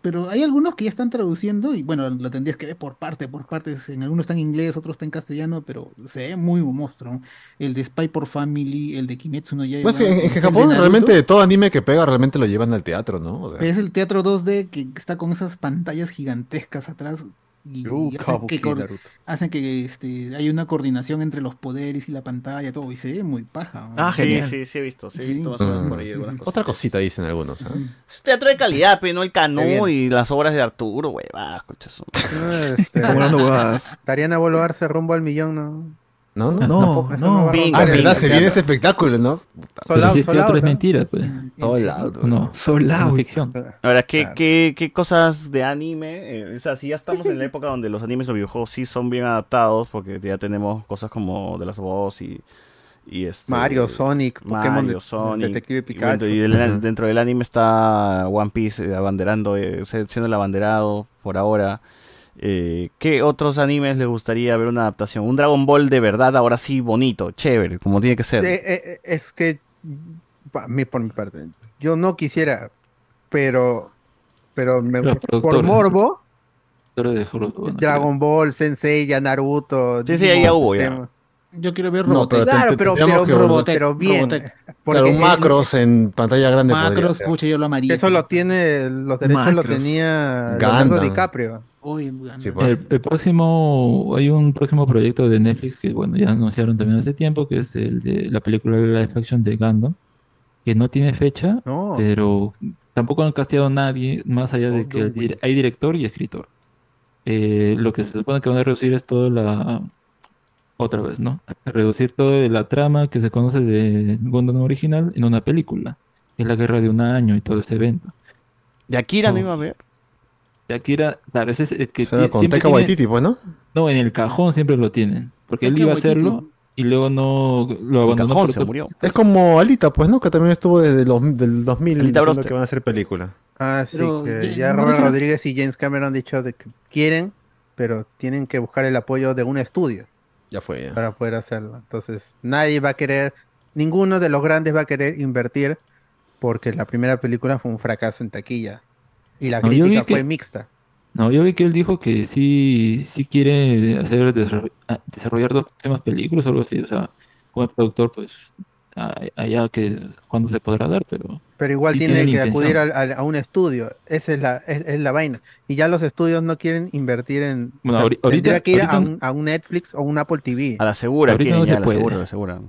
Speaker 9: Pero hay algunos que ya están traduciendo y bueno, lo tendrías que ver por parte, por partes. En algunos está en inglés, otros está en castellano, pero se ve muy monstruo. ¿no? El de Spy por Family, el de Kimetsu no Yaiba,
Speaker 3: Pues que en, en
Speaker 9: el de
Speaker 3: Japón
Speaker 9: Naruto.
Speaker 3: realmente todo anime que pega realmente lo llevan al teatro, ¿no? O sea,
Speaker 9: Pero es el teatro 2D que está con esas pantallas gigantescas atrás y,
Speaker 3: Yo,
Speaker 9: y hacen
Speaker 3: Uh, Kabuki,
Speaker 9: que, cor-
Speaker 3: Naruto.
Speaker 9: hacen que, este, hay una coordinación entre los poderes y la pantalla, todo, y se ve muy paja. ¿no?
Speaker 8: Ah, genial.
Speaker 1: Sí, sí, he visto, sí, he
Speaker 9: Sí.
Speaker 1: visto más o menos
Speaker 3: Mm.
Speaker 1: por ahí algunas cosas.
Speaker 3: Otra cosita dicen algunos. ¿ah?
Speaker 1: Es teatro de calidad, pero no el
Speaker 4: Qué
Speaker 1: Cano
Speaker 4: bien.
Speaker 1: y las obras de Arturo, wey. Va, escucha eso.
Speaker 4: (laughs)
Speaker 8: (laughs)
Speaker 4: Este,
Speaker 8: Como las nuevas.
Speaker 4: Tariana Boluarse rumbo al millón, ¿no?
Speaker 3: No, no,
Speaker 8: No,
Speaker 3: tampoco.
Speaker 4: eso
Speaker 8: no.
Speaker 4: va a romper
Speaker 3: Ah, es
Speaker 4: el
Speaker 3: verdad, se viene
Speaker 4: teatro.
Speaker 3: ese espectáculo, ¿no?
Speaker 15: Pero
Speaker 4: Sold
Speaker 15: si
Speaker 4: out,
Speaker 15: es
Speaker 4: sold
Speaker 15: teatro
Speaker 4: out,
Speaker 15: es
Speaker 4: ¿no?
Speaker 15: mentira, pues.
Speaker 3: Sold out,
Speaker 15: No,
Speaker 8: Sold
Speaker 15: es
Speaker 8: out.
Speaker 15: ficción.
Speaker 1: Ahora, ¿qué, qué, qué cosas de anime? Eh, o sea, si ya estamos en la época donde los animes o videojuegos sí son bien adaptados, porque ya tenemos cosas como The Last of Us y, y este,
Speaker 4: Mario, Sonic,
Speaker 1: Mario,
Speaker 4: Pokémon, de-
Speaker 1: Sonic,
Speaker 4: Detective
Speaker 1: y bueno,
Speaker 4: Pikachu.
Speaker 1: Y, del-
Speaker 4: Ujú.
Speaker 1: dentro del anime está One Piece eh, abanderando, eh, se- siendo el abanderado por ahora. Eh, ¿Qué otros animes les gustaría ver una adaptación? Un Dragon Ball de verdad, ahora sí, bonito, chévere, como tiene que ser.
Speaker 4: Eh, eh, eh, es que, pa- mi- por mi parte, yo no quisiera, pero, pero me-
Speaker 15: Los
Speaker 4: por
Speaker 15: productores.
Speaker 4: morbo,
Speaker 15: Pero de juro- bueno,
Speaker 4: Dragon Ball, Sensei, ya Naruto.
Speaker 1: Sí, sí,
Speaker 4: Digimon,
Speaker 1: ahí ya hubo, ya.
Speaker 4: tema.
Speaker 9: Yo quiero ver
Speaker 3: No,
Speaker 9: Robotech.
Speaker 3: pero te-
Speaker 4: Claro,
Speaker 3: te-
Speaker 4: pero,
Speaker 3: tendríamos
Speaker 4: pero,
Speaker 3: que volver.
Speaker 4: pero bien.
Speaker 9: Robotech.
Speaker 4: porque
Speaker 3: claro,
Speaker 4: él-
Speaker 3: macros en pantalla grande podría
Speaker 9: Macros,
Speaker 3: ser.
Speaker 9: pucha, yo lo amarillo.
Speaker 4: Eso lo tiene, los derechos lo
Speaker 8: Macros.
Speaker 4: tenía Leonardo
Speaker 3: Gundam.
Speaker 4: DiCaprio.
Speaker 9: Uy, Gundam.
Speaker 3: Sí, pues.
Speaker 15: El, el próximo, hay un próximo proyecto de Netflix que, bueno, ya anunciaron también hace tiempo, que es el de la película de live action de Gundam, que no tiene fecha,
Speaker 4: No.
Speaker 15: pero Tampoco han casteado a nadie más allá de que el dir- hay director y escritor. Eh, lo que se supone que van a reducir es toda la... Otra vez, ¿no? Reducir toda la trama que se conoce de Gundam original en una película. Que es la guerra de un año y todo este evento.
Speaker 1: ¿De Akira no iba a ver?
Speaker 15: De Akira, claro, ese es el que
Speaker 3: Se lo
Speaker 15: tie-
Speaker 3: con
Speaker 15: siempre
Speaker 3: Taika
Speaker 15: tiene-
Speaker 3: Waititi, pues, ¿no?
Speaker 15: No, en el cajón siempre lo tienen. Porque él
Speaker 3: Taika
Speaker 15: iba a
Speaker 3: Waititi.
Speaker 15: hacerlo y luego no lo abandonó.
Speaker 3: cajón
Speaker 15: por
Speaker 3: se
Speaker 15: otro-
Speaker 3: murió. Es como Alita, pues, ¿no? Que también estuvo desde los, del 2000
Speaker 15: Alita
Speaker 3: diciendo
Speaker 15: Broster.
Speaker 3: que van a hacer película.
Speaker 4: Ah, sí,
Speaker 3: Pero
Speaker 4: que
Speaker 3: ya-
Speaker 4: ya
Speaker 3: no
Speaker 4: Robert
Speaker 3: creo-
Speaker 4: Rodríguez y James Cameron han dicho de que quieren, pero tienen que buscar el apoyo de un estudio
Speaker 3: Ya fue, ya.
Speaker 4: para poder hacerlo. Entonces, nadie va a querer, ninguno de los grandes va a querer invertir porque la primera película fue un fracaso en taquilla y la
Speaker 15: No, yo vi
Speaker 4: crítica
Speaker 15: que-
Speaker 4: fue mixta.
Speaker 15: No, yo vi que él dijo que sí, sí quiere hacer desarro- ah, desarrollar dos temas películas o algo así. O sea, como productor, pues a- allá que cuando se podrá dar, pero
Speaker 4: Pero igual
Speaker 15: sí
Speaker 4: tiene
Speaker 15: la
Speaker 4: que
Speaker 15: intención.
Speaker 4: acudir al- al- a, un estudio. Esa es la, es, es la vaina. Y ya los estudios no quieren invertir en.
Speaker 15: Bueno, ahori- ahorita-
Speaker 4: tendría que ir a,
Speaker 15: ahorita-
Speaker 4: un, a un Netflix o un Apple TV.
Speaker 1: A la segura,
Speaker 15: Ahorita
Speaker 1: quieren
Speaker 15: no
Speaker 1: ya,
Speaker 15: se
Speaker 1: a la
Speaker 15: puede.
Speaker 1: segura, a la segura.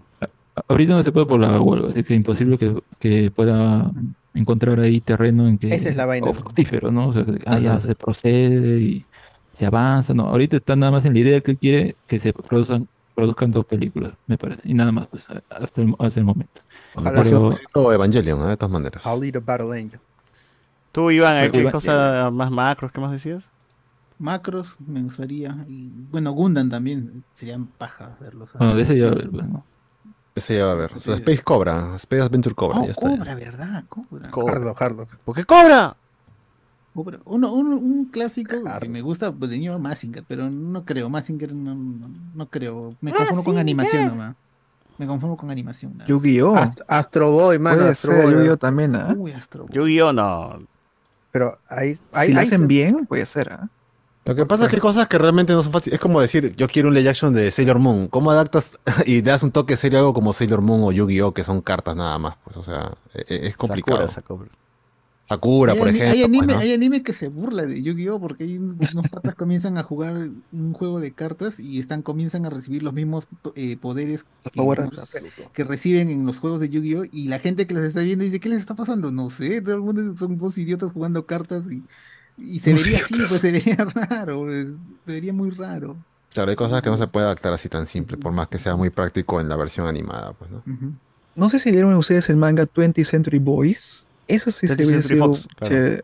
Speaker 15: ahorita no se puede por la huelga, así que imposible que, que pueda encontrar ahí terreno en que
Speaker 4: Esa es la vaina.
Speaker 15: o fructífero, ¿no? O sea, que, ah, ya,
Speaker 4: Ajá.
Speaker 15: se procede y se avanza, no. Ahorita está nada más en la idea que él quiere que se produzcan, produzcan dos películas, me parece, y nada más, pues hasta el, hasta el momento.
Speaker 3: Ojalá sea un proyecto Evangelion, ¿eh? de todas maneras.
Speaker 4: I'll Lead a Battle Angel.
Speaker 1: Tú, Iván, ¿eh?
Speaker 3: Pero
Speaker 1: ¿qué
Speaker 3: Iván-
Speaker 1: cosa más macros? ¿Qué más decías?
Speaker 9: Macros me gustaría. Y, bueno, Gundam también. Serían pajas verlos.
Speaker 15: Bueno, de ese ya, bueno.
Speaker 3: Ese ya va a ver. O sea, Space Cobra, Space Adventure Cobra,
Speaker 9: Oh,
Speaker 3: Ah, ya está.
Speaker 9: cobra, ¿verdad? Cobra.
Speaker 4: Harlock, Harlock.
Speaker 1: ¿Por qué cobra?
Speaker 9: Cobra. Uno, un, un clásico que me gusta, pues de niño Mazinger, pero no creo. Mazinger no, no, no creo. Me conformo con
Speaker 8: Mazinger.
Speaker 9: animación nomás. Me conformo con animación. nada.
Speaker 8: Yu-Gi-Oh!
Speaker 4: Ast- Astro Boy, mano.
Speaker 8: Puede
Speaker 4: Astro
Speaker 8: ser,
Speaker 4: Boy.
Speaker 8: Yu-Gi-Oh! también, ¿ah?
Speaker 9: Uy, Astro
Speaker 1: Yu-Gi-Oh! no.
Speaker 4: Pero ahí.
Speaker 8: Si lo hacen bien, puede ser, ¿ah?
Speaker 3: Lo que pasa es que hay cosas que realmente no son fáciles. Es como decir, yo quiero un live action de Sailor Moon. ¿Cómo adaptas (laughs) y le das un toque serio a algo como Sailor Moon o Yu-Gi-Oh, que son cartas nada más? Pues, o sea, e- e- es, complicado.
Speaker 1: Sakura,
Speaker 3: Sakura,
Speaker 9: Hay
Speaker 3: por
Speaker 9: ani-
Speaker 3: ejemplo.
Speaker 9: Hay anime,
Speaker 3: pues, ¿no?
Speaker 9: hay anime que se burla de Yu-Gi-Oh! porque hay un- unos
Speaker 3: (laughs)
Speaker 9: patas comienzan a jugar un juego de cartas y están comienzan a recibir los mismos eh, poderes que,
Speaker 8: Power
Speaker 9: que- que reciben en los juegos de Yu-Gi-Oh! y la gente que los está viendo dice, ¿qué les está pasando? No sé, todo el mundo son dos idiotas jugando cartas y, y se
Speaker 3: Dos
Speaker 9: vería así,
Speaker 3: idiotas.
Speaker 9: pues se vería (laughs) raro, pues, se vería muy raro.
Speaker 3: Claro, hay cosas que no se puede adaptar así tan simple, por más que sea muy práctico en la versión animada, pues, ¿no?
Speaker 8: No sé si leyeron ustedes el manga 20th Century Boys. Eso sí se
Speaker 3: 20th
Speaker 8: hubiera
Speaker 3: Century
Speaker 8: sido.
Speaker 3: Fox, claro.
Speaker 8: che-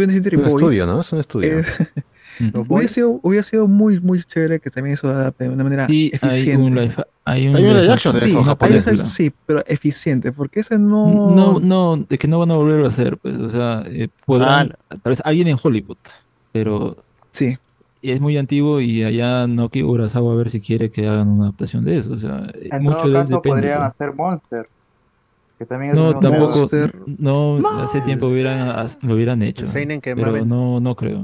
Speaker 8: 20th Century
Speaker 3: Es un
Speaker 8: Boys.
Speaker 3: estudio, ¿no? Es un estudio.
Speaker 8: (laughs) hubiera, sido, hubiera sido muy, muy chévere que también eso adapte de una manera
Speaker 15: Sí, hay
Speaker 8: eficiente.
Speaker 15: un live, hay un
Speaker 8: Hay un
Speaker 15: live
Speaker 8: live action de
Speaker 15: sí,
Speaker 8: eso
Speaker 15: una
Speaker 8: japonés.
Speaker 15: película.
Speaker 8: Sí, pero eficiente, porque ese no.
Speaker 15: No, no, de que no van a volver a hacer, pues, o sea, eh, podrán, tal vez alguien en Hollywood, pero
Speaker 8: sí.
Speaker 15: es muy antiguo y allá Noki Urasawa a ver si quiere que hagan una adaptación de eso, o sea, eh,
Speaker 23: En
Speaker 15: mucho
Speaker 23: todo
Speaker 15: de
Speaker 23: caso,
Speaker 15: depende,
Speaker 23: podrían
Speaker 15: pues.
Speaker 23: hacer Monster. Que también es
Speaker 15: No,
Speaker 23: un
Speaker 15: tampoco,
Speaker 23: Monster.
Speaker 15: no, hace tiempo hubieran, as- lo hubieran hecho,
Speaker 4: seinen que más
Speaker 15: pero
Speaker 4: vende.
Speaker 15: no, no creo.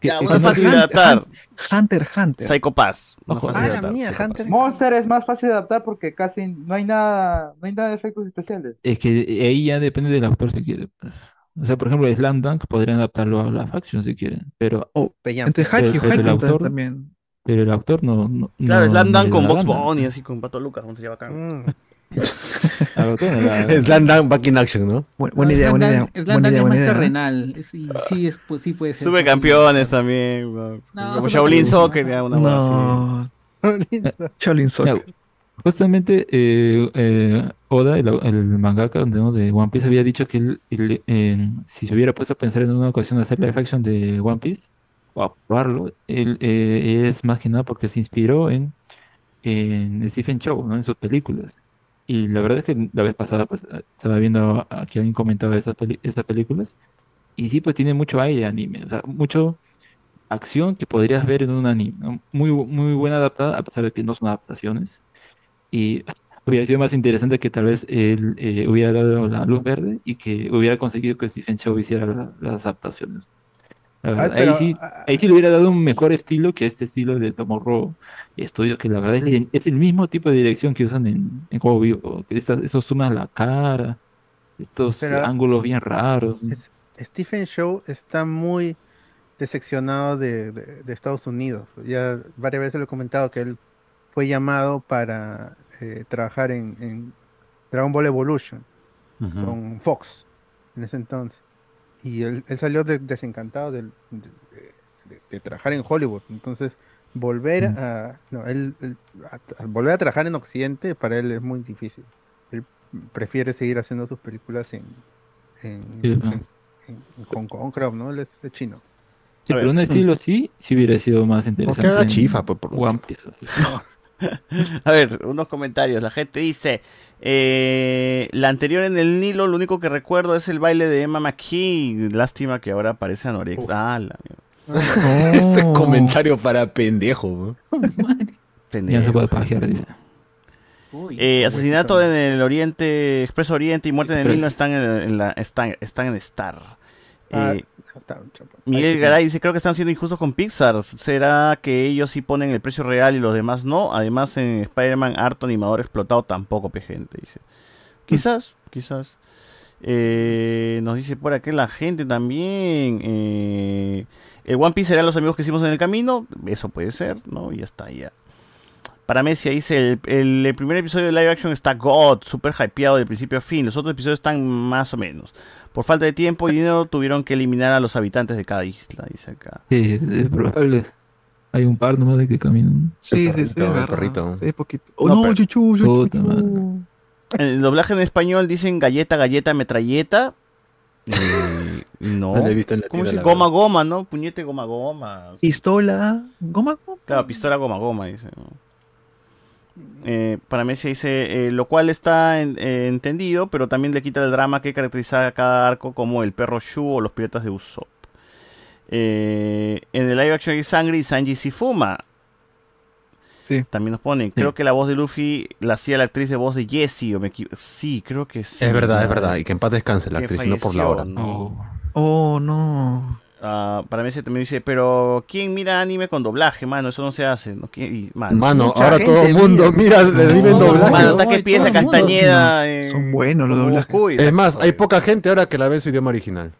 Speaker 15: Que-
Speaker 1: Ya,
Speaker 15: que-
Speaker 1: una fácil de
Speaker 15: Hunter-
Speaker 1: adaptar.
Speaker 8: Hunter x Hunter. Ah,
Speaker 1: Psycho Pass. Una
Speaker 15: Ojo,
Speaker 1: fácil de adaptar.
Speaker 23: Monster es más fácil de adaptar porque casi no hay nada, no hay nada de efectos especiales.
Speaker 15: Es que ahí ya depende del autor si quiere, pues. O sea, por ejemplo, Slam Dunk podrían adaptarlo a la faction si quieren, pero
Speaker 8: Oh,
Speaker 4: Peña.
Speaker 8: Entonces,
Speaker 15: pero-
Speaker 8: Haikyuu,
Speaker 15: pero el
Speaker 8: Haikyuu
Speaker 15: autor
Speaker 8: también.
Speaker 15: Pero el autor no. no
Speaker 1: Claro,
Speaker 15: no-
Speaker 1: Slam
Speaker 15: no
Speaker 1: Dunk
Speaker 15: le
Speaker 1: con
Speaker 15: da
Speaker 1: Box
Speaker 15: gana.
Speaker 1: Bunny, así con Pato Lucas, ¿cómo se lleva acá?
Speaker 15: Al autor no le
Speaker 3: (laughs)
Speaker 15: da gana.
Speaker 1: (laughs)
Speaker 3: Slam Dunk Back in Action, ¿no?
Speaker 8: Buena, buena idea, buena idea.
Speaker 9: Es la
Speaker 8: Buena idea, buena
Speaker 9: más
Speaker 8: idea.
Speaker 9: terrenal, es- y Eh, sí, es, pues, sí puede ser.
Speaker 1: Supercampeones también. ¿no? Como
Speaker 9: eso
Speaker 1: Shaolin
Speaker 9: no.
Speaker 1: Soccer, ya una cosa así. Eh,
Speaker 8: No. Shaolin Soccer.
Speaker 15: Mira, Justamente eh, eh, Oda, el, el mangaka ¿no? de One Piece, había dicho que él, él, eh, si se hubiera puesto a pensar en una ocasión hacer la action de One Piece o a probarlo, él, eh, es más que nada porque se inspiró en, en Stephen Chow, ¿no? en sus películas. Y la verdad es que la vez pasada pues, estaba viendo a, a que alguien comentaba esas, peli- esas películas. Y sí, pues tiene mucho aire anime, o sea, mucho acción que podrías ver en un anime. ¿no? Muy, bu- muy buena adaptada, a pesar de que no son adaptaciones. Y (laughs) hubiera sido más interesante que tal vez él eh, hubiera dado la luz verde y que hubiera conseguido que Stephen Chow hiciera la- las adaptaciones. La verdad, ahí,
Speaker 4: pero,
Speaker 15: sí, ahí sí le hubiera dado un mejor estilo que este estilo de Tomorrow Studio, que la verdad es, el- es el mismo tipo de dirección que usan en, en Juego Vivo. que estas- esos zooms a la cara, estos
Speaker 4: Pero-
Speaker 15: ángulos bien raros.
Speaker 4: Stephen Shaw está muy decepcionado de, de- de Estados Unidos. Ya varias veces lo he comentado que él fue llamado para eh, trabajar en, en Dragon Ball Evolution
Speaker 1: Ujú.
Speaker 4: con Fox en ese entonces. y él, él salió de- desencantado del- de, de- de trabajar en Hollywood. Entonces, volver a, no, él- él- a- a volver a trabajar en Occidente para él es muy difícil. Él prefiere seguir haciendo sus películas en, en,
Speaker 15: Sí,
Speaker 4: en-
Speaker 15: ah.
Speaker 4: en- en Hong Kong, creo, ¿no? Él es, es chino.
Speaker 15: Sí, pero un estilo así sí hubiera sido más interesante.
Speaker 1: haga
Speaker 15: en
Speaker 1: chifa, pues, por-
Speaker 15: One Piece.
Speaker 1: A ver, unos comentarios. La gente dice, eh, la anterior en el Nilo, lo único que recuerdo es el baile de Emma McKee. Lástima que ahora parece anorexia. Ah, la mierda. (laughs)
Speaker 3: Este comentario para pendejo. ¿no?
Speaker 1: Pendejo.
Speaker 15: Ya se puede pajear, dice.
Speaker 1: Eh, asesinato en el Oriente, Expreso Oriente y muerte en el
Speaker 15: Express.
Speaker 1: Nilo están en, en la, están, están en Star.
Speaker 4: Ah,
Speaker 1: Eh,
Speaker 4: está un chapo.
Speaker 1: Miguel Garay dice, creo que están siendo injustos con Pixar. ¿Será que ellos sí ponen el precio real y los demás no? Además, en Spider-Man, harto animador explotado tampoco, pe gente, dice.
Speaker 4: Mm.
Speaker 1: Quizás, quizás. Eh, nos dice por aquí la gente también. eh, el One Piece serán los amigos que hicimos en el camino. Eso puede ser, ¿no? Y ya está, ya. Para Messi dice, el, el- el primer episodio de live action está God, super hypeado de principio a fin. Los otros episodios están más o menos. Por falta de tiempo y dinero (laughs) tuvieron que eliminar a los habitantes de cada isla, dice acá.
Speaker 15: Sí, es probable. Hay un par nomás de que caminan.
Speaker 8: Sí, sí, sí,
Speaker 15: el
Speaker 8: verdad.
Speaker 15: perrito.
Speaker 8: Sí, poquito. Oh,
Speaker 1: No,
Speaker 8: no,
Speaker 1: pero-
Speaker 8: chuchu, chuchu,
Speaker 15: Puta
Speaker 8: chuchu.
Speaker 1: En el doblaje en español dicen galleta, galleta, metralleta. No.
Speaker 8: Eh,
Speaker 3: No lo he visto en la
Speaker 1: ¿Cómo
Speaker 3: tira,
Speaker 1: dice?
Speaker 3: la
Speaker 1: Goma, goma, ¿no? Puñete, goma, goma.
Speaker 8: Pistola, goma, goma.
Speaker 1: Claro, pistola goma goma, dice. ¿no? Eh, para Messi dice, eh, lo cual está en- eh, entendido, pero también le quita el drama que caracteriza a cada arco como el perro Shu o los piratas de Usopp. Eh, en el live action hay sangre y Sanji si fuma. También nos ponen, creo que la voz de Luffy la hacía la actriz de voz de Jesse. O me equivo- sí, creo que sí.
Speaker 3: Es verdad, es
Speaker 1: ¿no?
Speaker 3: verdad. Y que en paz descanse la
Speaker 1: Que
Speaker 3: actriz, no por la
Speaker 1: falleció,
Speaker 3: hora.
Speaker 1: ¿no?
Speaker 8: Oh, no.
Speaker 1: Ah, para mí se también dice, pero ¿quién mira anime con doblaje, mano? Eso no se hace. ¿no? ¿Quién- y, mano,
Speaker 3: Mano, ahora todo el mundo mira el anime en doblaje.
Speaker 1: Mano, está que piensa
Speaker 3: todo el mundo.
Speaker 1: Castañeda. eh,
Speaker 8: Son buenos los
Speaker 1: como
Speaker 8: doblajes.
Speaker 1: Goku y-
Speaker 3: Es más, hay poca gente ahora que la ve en su idioma original.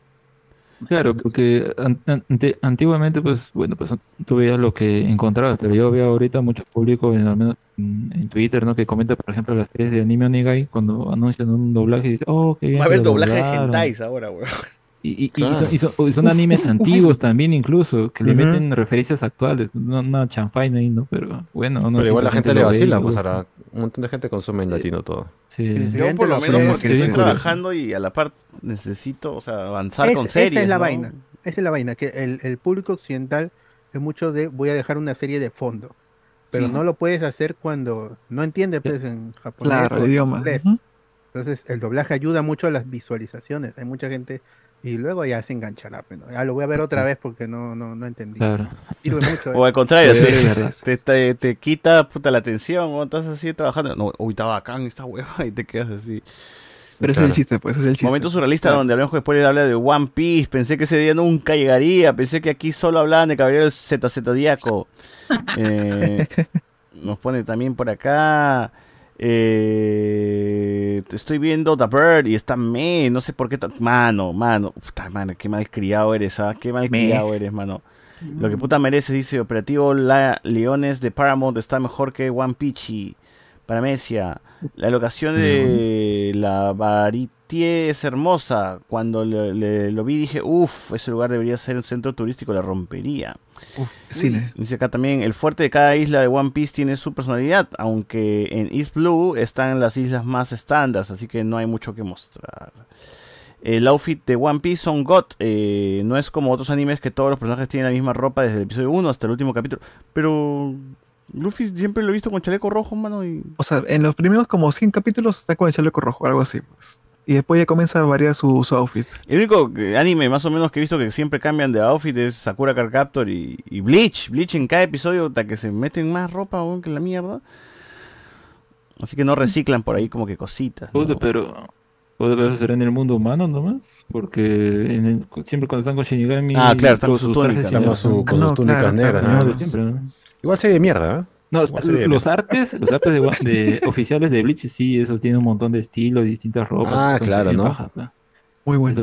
Speaker 15: Claro, porque an- ante- antiguamente, pues, bueno, pues tú veías lo que encontrabas, pero yo veo ahorita mucho público, en, al menos en en Twitter, ¿no? Que comenta, por ejemplo, las series de anime Onigai cuando anuncian un doblaje y dicen, oh, qué bien.
Speaker 1: Va a
Speaker 15: que
Speaker 1: haber
Speaker 15: lo
Speaker 1: doblaje de
Speaker 15: doblaron".
Speaker 1: hentais ahora, weón.
Speaker 15: Y, y- y
Speaker 1: Claro.
Speaker 15: son, y son- o son
Speaker 1: Uf,
Speaker 15: animes
Speaker 3: (laughs)
Speaker 1: uf, uf.
Speaker 15: antiguos también, incluso, que le
Speaker 3: Ujú.
Speaker 15: meten referencias actuales, una, una chanfaina ahí, ¿no? Pero bueno, no
Speaker 3: Pero igual la gente le vacila, pues ahora
Speaker 15: ahora
Speaker 3: un montón de gente consume en latino todo.
Speaker 15: Sí.
Speaker 1: Yo por lo
Speaker 3: Sí,
Speaker 1: menos
Speaker 3: sí,
Speaker 1: porque
Speaker 3: sí,
Speaker 1: estoy
Speaker 3: sí.
Speaker 1: trabajando y a la par necesito, o sea, avanzar
Speaker 4: Es-
Speaker 1: con series.
Speaker 4: Esa es la
Speaker 1: ¿no?
Speaker 4: vaina. Esa es la vaina, que el, el público occidental es mucho de voy a dejar una serie de fondo. Pero
Speaker 8: Sí.
Speaker 4: no lo puedes hacer cuando no entiendes pues, en japonés.
Speaker 8: Claro,
Speaker 4: o
Speaker 8: el
Speaker 4: en
Speaker 8: idioma.
Speaker 4: inglés. Entonces, el doblaje ayuda mucho a las visualizaciones. Hay mucha gente y luego ya se enganchará. pues, ¿no? Ya lo voy a ver otra vez porque no, no, no entendí.
Speaker 15: Claro.
Speaker 1: (laughs)
Speaker 4: Sirve mucho.
Speaker 1: O
Speaker 4: ¿eh?
Speaker 1: al contrario,
Speaker 15: Sí,
Speaker 1: te,
Speaker 15: es verdad.
Speaker 1: te- te- te quita puta la atención, o estás así trabajando. No, uy, está bacán esta hueva (laughs) y te quedas así.
Speaker 8: Pero ese es el chiste, pues, ese es el chiste.
Speaker 1: Momento surrealista
Speaker 8: Claro.
Speaker 1: donde Hablamos con Spoiler habla de One Piece. Pensé que ese día nunca llegaría. Pensé que aquí solo hablaban de Caballero del ZZ
Speaker 8: (laughs)
Speaker 1: Diaco. Eh, nos pone también por acá. eh, estoy viendo The Bird y está me. No sé por qué. ta- Mano, mano. Puta, mano, qué mal criado eres. ¿ah? Qué mal criado eres, mano. Lo que puta mereces, dice Operativo La Leones de Paramount está mejor que One Piece. Para Mesia, la locación de la Varitie es hermosa. Cuando le- le- lo vi dije, uff, ese lugar debería ser un centro turístico, la rompería.
Speaker 8: Cine.
Speaker 1: Dice acá también, el fuerte de cada isla de One Piece tiene su personalidad, aunque en East Blue están las islas más estándar, así que no hay mucho que mostrar. El outfit de One Piece son God, eh, no es como otros animes que todos los personajes tienen la misma ropa desde el episodio 1 hasta el último capítulo, pero Luffy siempre lo he visto con chaleco rojo, mano, y...
Speaker 8: O sea, en los primeros como 100 capítulos está con el chaleco rojo, algo así, pues. Y después ya comienza a variar su, su outfit.
Speaker 1: El único eh, anime más o menos que he visto que siempre cambian de outfit es Sakura Card Captor y, y Bleach. Bleach en cada episodio hasta que se meten más ropa weón, que la mierda. Así que no reciclan por
Speaker 3: (laughs)
Speaker 1: ahí como que cositas. ¿no?
Speaker 15: Puta, pero. Puta, pero eso será en el mundo humano nomás. Porque en el- siempre cuando están con Shinigami.
Speaker 1: Ah, claro, están
Speaker 15: con
Speaker 1: con sus túnicas,
Speaker 15: trajes
Speaker 1: están
Speaker 15: similares.
Speaker 3: con sus- con Ah, sus no, túnicas claro, negras, claro.
Speaker 15: No,
Speaker 3: nada
Speaker 15: de
Speaker 3: más.
Speaker 15: siempre, ¿no?
Speaker 3: Igual serie de mierda, ¿eh?
Speaker 15: No,
Speaker 3: Igual serie de
Speaker 15: los
Speaker 3: mierda.
Speaker 15: artes, los artes de, Wa-
Speaker 3: (laughs)
Speaker 15: de oficiales de Bleach, sí, esos tienen un montón de estilos, distintas ropas.
Speaker 3: Ah,
Speaker 15: que son
Speaker 3: claro,
Speaker 15: bien
Speaker 3: ¿no?
Speaker 15: bajas, ¿no?
Speaker 8: Muy bueno.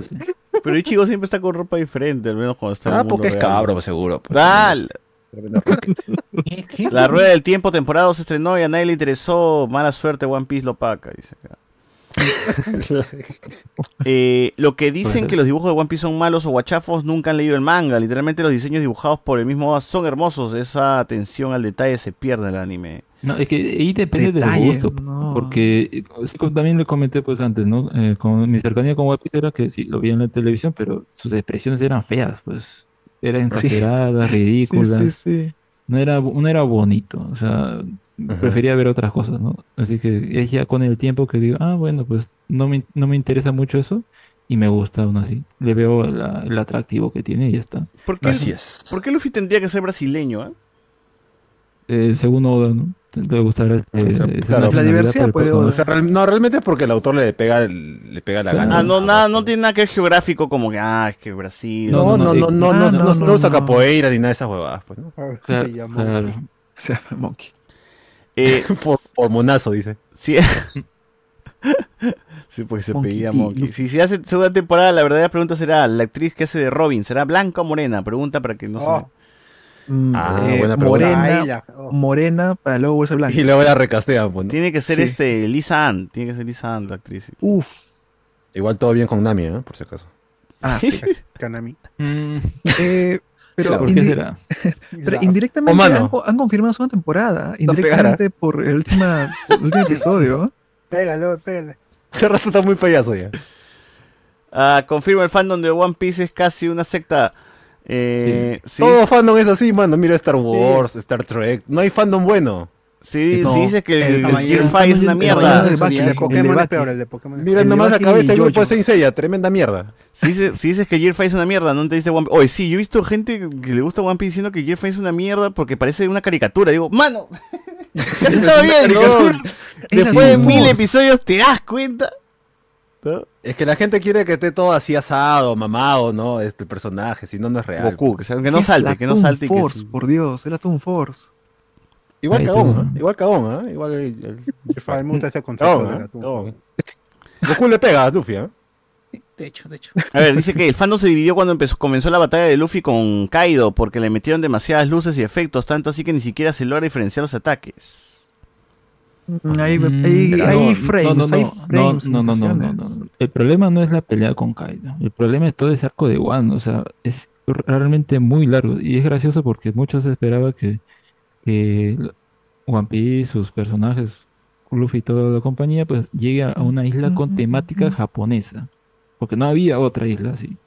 Speaker 1: Pero Ichigo siempre está con ropa diferente, al menos cuando está en
Speaker 3: Ah,
Speaker 1: el mundo
Speaker 3: porque es
Speaker 1: real.
Speaker 3: cabro, seguro. pues.
Speaker 1: Dale. La rueda del tiempo, temporada 2 se estrenó y a nadie le interesó. Mala suerte, One Piece lo paca. Dice acá. Eh, lo que dicen que los dibujos de One Piece son malos o guachafos nunca han leído el manga. Literalmente los diseños dibujados por el mismo Oda son hermosos. Esa atención al detalle se pierde en el anime.
Speaker 15: No, es que ahí depende
Speaker 1: Detalle,
Speaker 15: del gusto, porque eh, sí, como también lo comenté pues antes, ¿no? Eh, con mi cercanía con Webkit era que sí, lo vi en la televisión, pero sus expresiones eran feas, pues eran
Speaker 8: Sí.
Speaker 10: (laughs)
Speaker 15: exageradas,
Speaker 8: (laughs) Sí, sí,
Speaker 15: ridículas.
Speaker 8: sí.
Speaker 15: No era, no era bonito, o sea, prefería ver otras cosas, ¿no? Así que es ya con el tiempo que digo, ah, bueno, pues no me, no me interesa mucho eso y me gusta aún así. Le veo la- el atractivo que tiene y ya está.
Speaker 1: ¿Por qué, ¿Por qué Luffy tendría que ser brasileño? eh?
Speaker 15: Eh, según Oda, ¿no? Le gustará eh, esa personalidad para el personaje.
Speaker 3: O pues, sea, real- no, realmente es porque el autor le pega, el- le pega la gana.
Speaker 1: Ah, no, nada, no tiene nada que ver geográfico como que, ah, es que Brasil.
Speaker 3: No, no, no, no, no, no, no, no usa capoeira ni nada de esas huevadas, pues, ¿no? (laughs)
Speaker 8: Se llama Monkey.
Speaker 3: por, por monazo, dice.
Speaker 1: Eh, Sí. (laughs) sí, porque se
Speaker 3: Monkey
Speaker 1: pedía
Speaker 3: P.
Speaker 1: Monkey.
Speaker 3: Luffy.
Speaker 1: Si se hace segunda temporada, la verdadera pregunta será, la actriz que hace de Robin, ¿será blanca o morena? Pregunta para que no
Speaker 23: Oh.
Speaker 8: Mm,
Speaker 1: Ah,
Speaker 8: eh,
Speaker 1: buena pregunta.
Speaker 8: morena,
Speaker 1: Ay, la-
Speaker 8: morena para luego volverse blanca.
Speaker 3: Y luego la recastean, pues, ¿no?
Speaker 1: Tiene que ser
Speaker 3: Sí.
Speaker 1: este, Lisa Ann. Tiene que ser Lisa Ann la actriz.
Speaker 8: Uf.
Speaker 3: Igual todo bien con Nami, ¿eh? Por si acaso.
Speaker 8: Ah, sí. (laughs)
Speaker 4: Kanami.
Speaker 15: Mm.
Speaker 8: Eh, pero
Speaker 3: la- ¿por qué
Speaker 8: indi-
Speaker 3: será?
Speaker 8: (laughs) pero
Speaker 3: La-
Speaker 8: indirectamente
Speaker 3: O mano.
Speaker 8: han, co- han confirmado segunda temporada.
Speaker 3: No
Speaker 8: Indirectamente por el, última, el último episodio.
Speaker 4: Pégalo, pégale.
Speaker 3: Ese rato está muy payaso ya.
Speaker 1: Ah, confirma el fandom de One Piece es casi una secta. Eh, sí.
Speaker 3: Todo fandom es así, mano. Mira Star Wars, Star Trek. No hay fandom bueno.
Speaker 1: Sí,
Speaker 3: No.
Speaker 1: sí dice que el, el Tier
Speaker 3: el
Speaker 1: 5 es una
Speaker 3: el
Speaker 1: mierda.
Speaker 3: de Baki, el de Baki. Mira
Speaker 1: El de
Speaker 3: nomás la
Speaker 1: Baki
Speaker 3: cabeza
Speaker 1: y
Speaker 3: del grupo
Speaker 1: Jojo.
Speaker 3: de pues, Saint Seiya, tremenda mierda.
Speaker 1: Si dices, si dices que Jerfy es una mierda, no entendiste One Piece. Oye, sí, yo he visto gente que le gusta One Piece diciendo que Jerfy es una mierda porque parece una caricatura. Digo, mano, (laughs) ya se está bien,
Speaker 3: Caricatura.
Speaker 1: ¿no? (laughs) Después de mil episodios te das cuenta.
Speaker 3: Es que la gente quiere que esté todo así asado, mamado, ¿no? Este personaje, si no, no es real.
Speaker 1: Goku, que, sea- que no
Speaker 3: Es la
Speaker 1: salte, que no
Speaker 3: Toon
Speaker 1: salte. y que
Speaker 3: Force,
Speaker 1: sí.
Speaker 8: Por Dios, era Toon Force.
Speaker 3: Igual
Speaker 1: Ahí
Speaker 3: cagón,
Speaker 1: está.
Speaker 3: ¿eh? Igual cagón, ¿eh? Igual el- el- el-
Speaker 4: Ay, me gusta ese concepto
Speaker 3: Cagón,
Speaker 4: de
Speaker 3: ¿eh?
Speaker 4: la tumba.
Speaker 3: Cagón. Goku le pega a Luffy, ¿eh?
Speaker 9: De hecho, de hecho.
Speaker 1: A ver, dice que el fandom se dividió cuando empezó, comenzó la batalla de Luffy con Kaido porque le metieron demasiadas luces y efectos, tanto así que ni siquiera se logra diferenciar los ataques.
Speaker 8: Hay,
Speaker 15: Mm,
Speaker 8: hay-
Speaker 15: pero
Speaker 8: hay
Speaker 15: no,
Speaker 8: frames,
Speaker 15: no, no,
Speaker 8: hay
Speaker 15: no,
Speaker 8: frames.
Speaker 15: no, no, no, no, no, no. El problema no es la pelea con Kaido. El problema es todo ese arco de Wano. O sea, es realmente muy largo. Y es gracioso porque muchos esperaban que, que One Piece, sus personajes, Luffy y toda la compañía, pues llegue a una isla con temática japonesa. Porque no había otra isla así.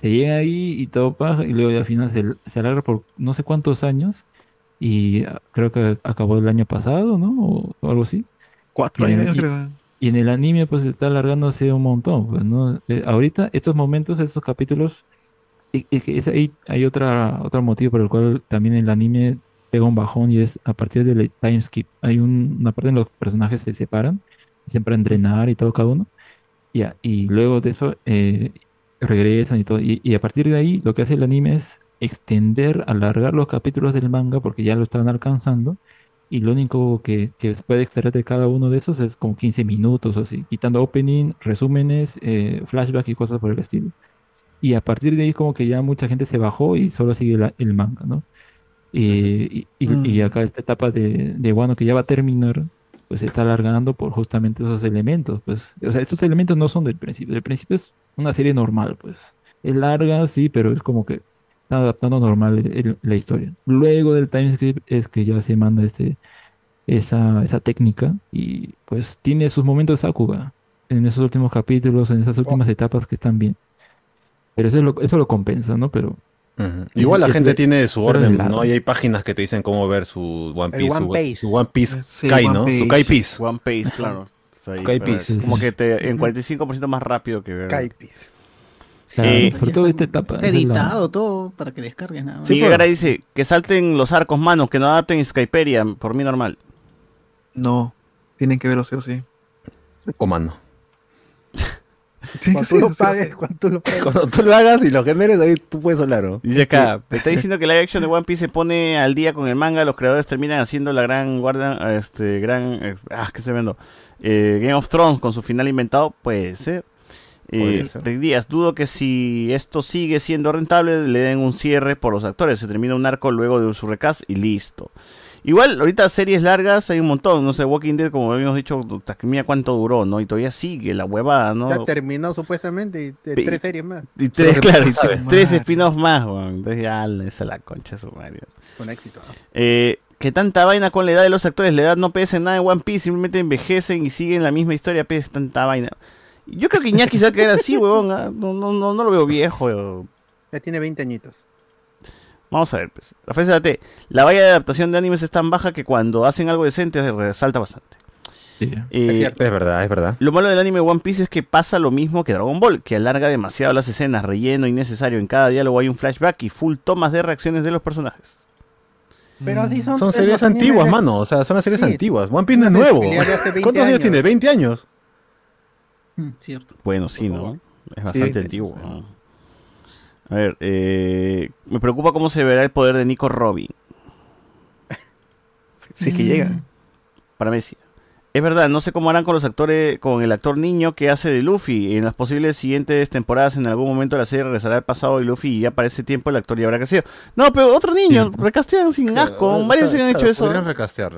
Speaker 15: Se llega ahí y todo paja, y luego ya al final se, se alarga por no sé cuántos años. Y ah, creo que acabó el año pasado, ¿no? O, o algo así. Eh,
Speaker 8: Cuatro
Speaker 15: Y en el-
Speaker 8: años,
Speaker 15: y-
Speaker 8: creo.
Speaker 15: Y en el anime, pues se está alargando hace un montón, pues, ¿no? Eh, ahorita, estos momentos, estos capítulos, y- y que es ahí- hay otra, otro motivo por el cual también el anime pega un bajón y es a partir del time skip. Hay un- una parte en los personajes se separan, siempre a entrenar y todo cada uno. Ya, y luego de eso eh, regresan y todo. Y, y a partir de ahí, lo que hace el anime es extender, alargar los capítulos del manga porque ya lo estaban alcanzando. Y lo único que, que se puede extraer de cada uno de esos es como 15 minutos o así, quitando opening, resúmenes, eh, flashback y cosas por el estilo. Y a partir de ahí como que ya mucha gente se bajó y solo sigue la- el manga, ¿no? Eh, y, y-
Speaker 8: Mm.
Speaker 15: y acá esta etapa de, de Wano que ya va a terminar, pues se está alargando por justamente esos elementos, pues. O sea, estos elementos no son del principio. El principio es una serie normal, pues. Es larga, sí, pero es como que está adaptando normal el- el- la historia. Luego del timescript es que ya se manda este, esa, esa técnica y pues tiene sus momentos Sakuga en esos últimos capítulos, en esas últimas etapas que están bien. Pero eso, es lo, eso lo compensa, ¿no? Pero... es-
Speaker 3: Igual la
Speaker 15: es-
Speaker 3: gente
Speaker 15: es-
Speaker 3: tiene su
Speaker 15: pero es
Speaker 3: orden,
Speaker 15: largo.
Speaker 3: ¿no? Y hay páginas que te dicen cómo ver su One
Speaker 1: El
Speaker 3: Piece.
Speaker 1: One
Speaker 3: su,
Speaker 1: Piece. Eh,
Speaker 3: su One Piece
Speaker 1: Sí,
Speaker 3: Kai,
Speaker 1: One
Speaker 3: ¿no?
Speaker 1: Piece.
Speaker 3: Su Kai Piece.
Speaker 1: One Piece, claro.
Speaker 3: (laughs)
Speaker 1: Está ahí,
Speaker 3: Kai
Speaker 1: pero
Speaker 3: Piece.
Speaker 1: es
Speaker 3: (laughs)
Speaker 1: Como que te, en 45% más rápido que ver.
Speaker 4: Kai
Speaker 15: Claro,
Speaker 1: Eh,
Speaker 15: sobre todo pues. esta etapa.
Speaker 9: Está
Speaker 15: esa es la-
Speaker 9: editado todo para que descargues nada más.
Speaker 1: Miguel Garay dice que salten los arcos, manos, que no adapten Skyperia, por mí normal.
Speaker 8: No, tienen que verlo sí o sí.
Speaker 3: O mano.
Speaker 8: (laughs) Tienen que
Speaker 4: Cuando tú
Speaker 8: sí
Speaker 4: lo
Speaker 8: o sí.
Speaker 4: pagues, cuando tú lo pagues.
Speaker 3: Cuando tú lo hagas y lo generes, ahí tú puedes hablar, ¿no?
Speaker 1: Dice acá, te está diciendo que la action de One Piece se pone al día con el manga, los creadores terminan haciendo la gran guarda, este, gran, eh, ah, que estoy viendo, Eh, Game of Thrones con su final inventado, puede ser.
Speaker 3: Podría
Speaker 1: Eh,
Speaker 3: ser.
Speaker 1: Rick Díaz, dudo que si esto sigue siendo rentable, le den un cierre por los actores, se termina un arco luego de su recast y listo. Igual, ahorita series largas hay un montón. No sé, Walking Dead, como habíamos dicho, puta, que mira cuánto duró, ¿no? Y todavía sigue la huevada, ¿no?
Speaker 4: Ya terminó supuestamente y te-
Speaker 1: Pe-
Speaker 4: tres series más.
Speaker 1: Y tres, claro, y
Speaker 4: Sabe.
Speaker 1: (laughs) tres spin-offs más, weón. Entonces ya, esa es la concha de su madre.
Speaker 4: Con éxito.
Speaker 1: Eh, que tanta vaina con la edad de los actores, la edad no pesa en nada en One Piece, simplemente envejecen y siguen la misma historia, pesa tanta vaina. Yo creo que Iñaki se va a quedar
Speaker 4: (laughs)
Speaker 1: así, huevón. ah. No, no, no, no lo veo viejo. weón.
Speaker 4: Ya tiene 20 añitos.
Speaker 1: Vamos a ver, pues. Rafael Zárate, la valla de adaptación de animes es tan baja que cuando hacen algo decente se resalta bastante. Eh,
Speaker 3: es verdad, es verdad.
Speaker 1: Lo malo del anime One Piece es que pasa lo mismo que Dragon Ball, que alarga demasiado las escenas, relleno innecesario. En cada diálogo hay un flashback y full tomas de reacciones de los personajes.
Speaker 4: (laughs) Pero así son. pues,
Speaker 3: Son
Speaker 4: es
Speaker 3: series
Speaker 4: los animes
Speaker 3: antiguas,
Speaker 4: de-
Speaker 3: mano. O sea, son las series
Speaker 4: Sí.
Speaker 3: antiguas. One Piece no es
Speaker 4: Una serie
Speaker 3: nuevo.
Speaker 4: filial de hace 20
Speaker 3: ¿Cuántos años
Speaker 4: años?
Speaker 3: tiene? ¿20 años?
Speaker 9: Cierto.
Speaker 1: Bueno, sí, ¿no? Es
Speaker 3: Sí,
Speaker 1: bastante antiguo. ¿no? A ver, eh, me preocupa cómo se verá el poder de Nico Robin.
Speaker 8: (laughs) Si es que llega.
Speaker 1: Para Messi. Es verdad, no sé cómo harán con los actores, con el actor niño que hace de Luffy. En las posibles siguientes temporadas, en algún momento la serie regresará al pasado de Luffy y ya para ese tiempo el actor ya habrá crecido. No, pero otro niño, recastean sin asco. Varios se han hecho eso.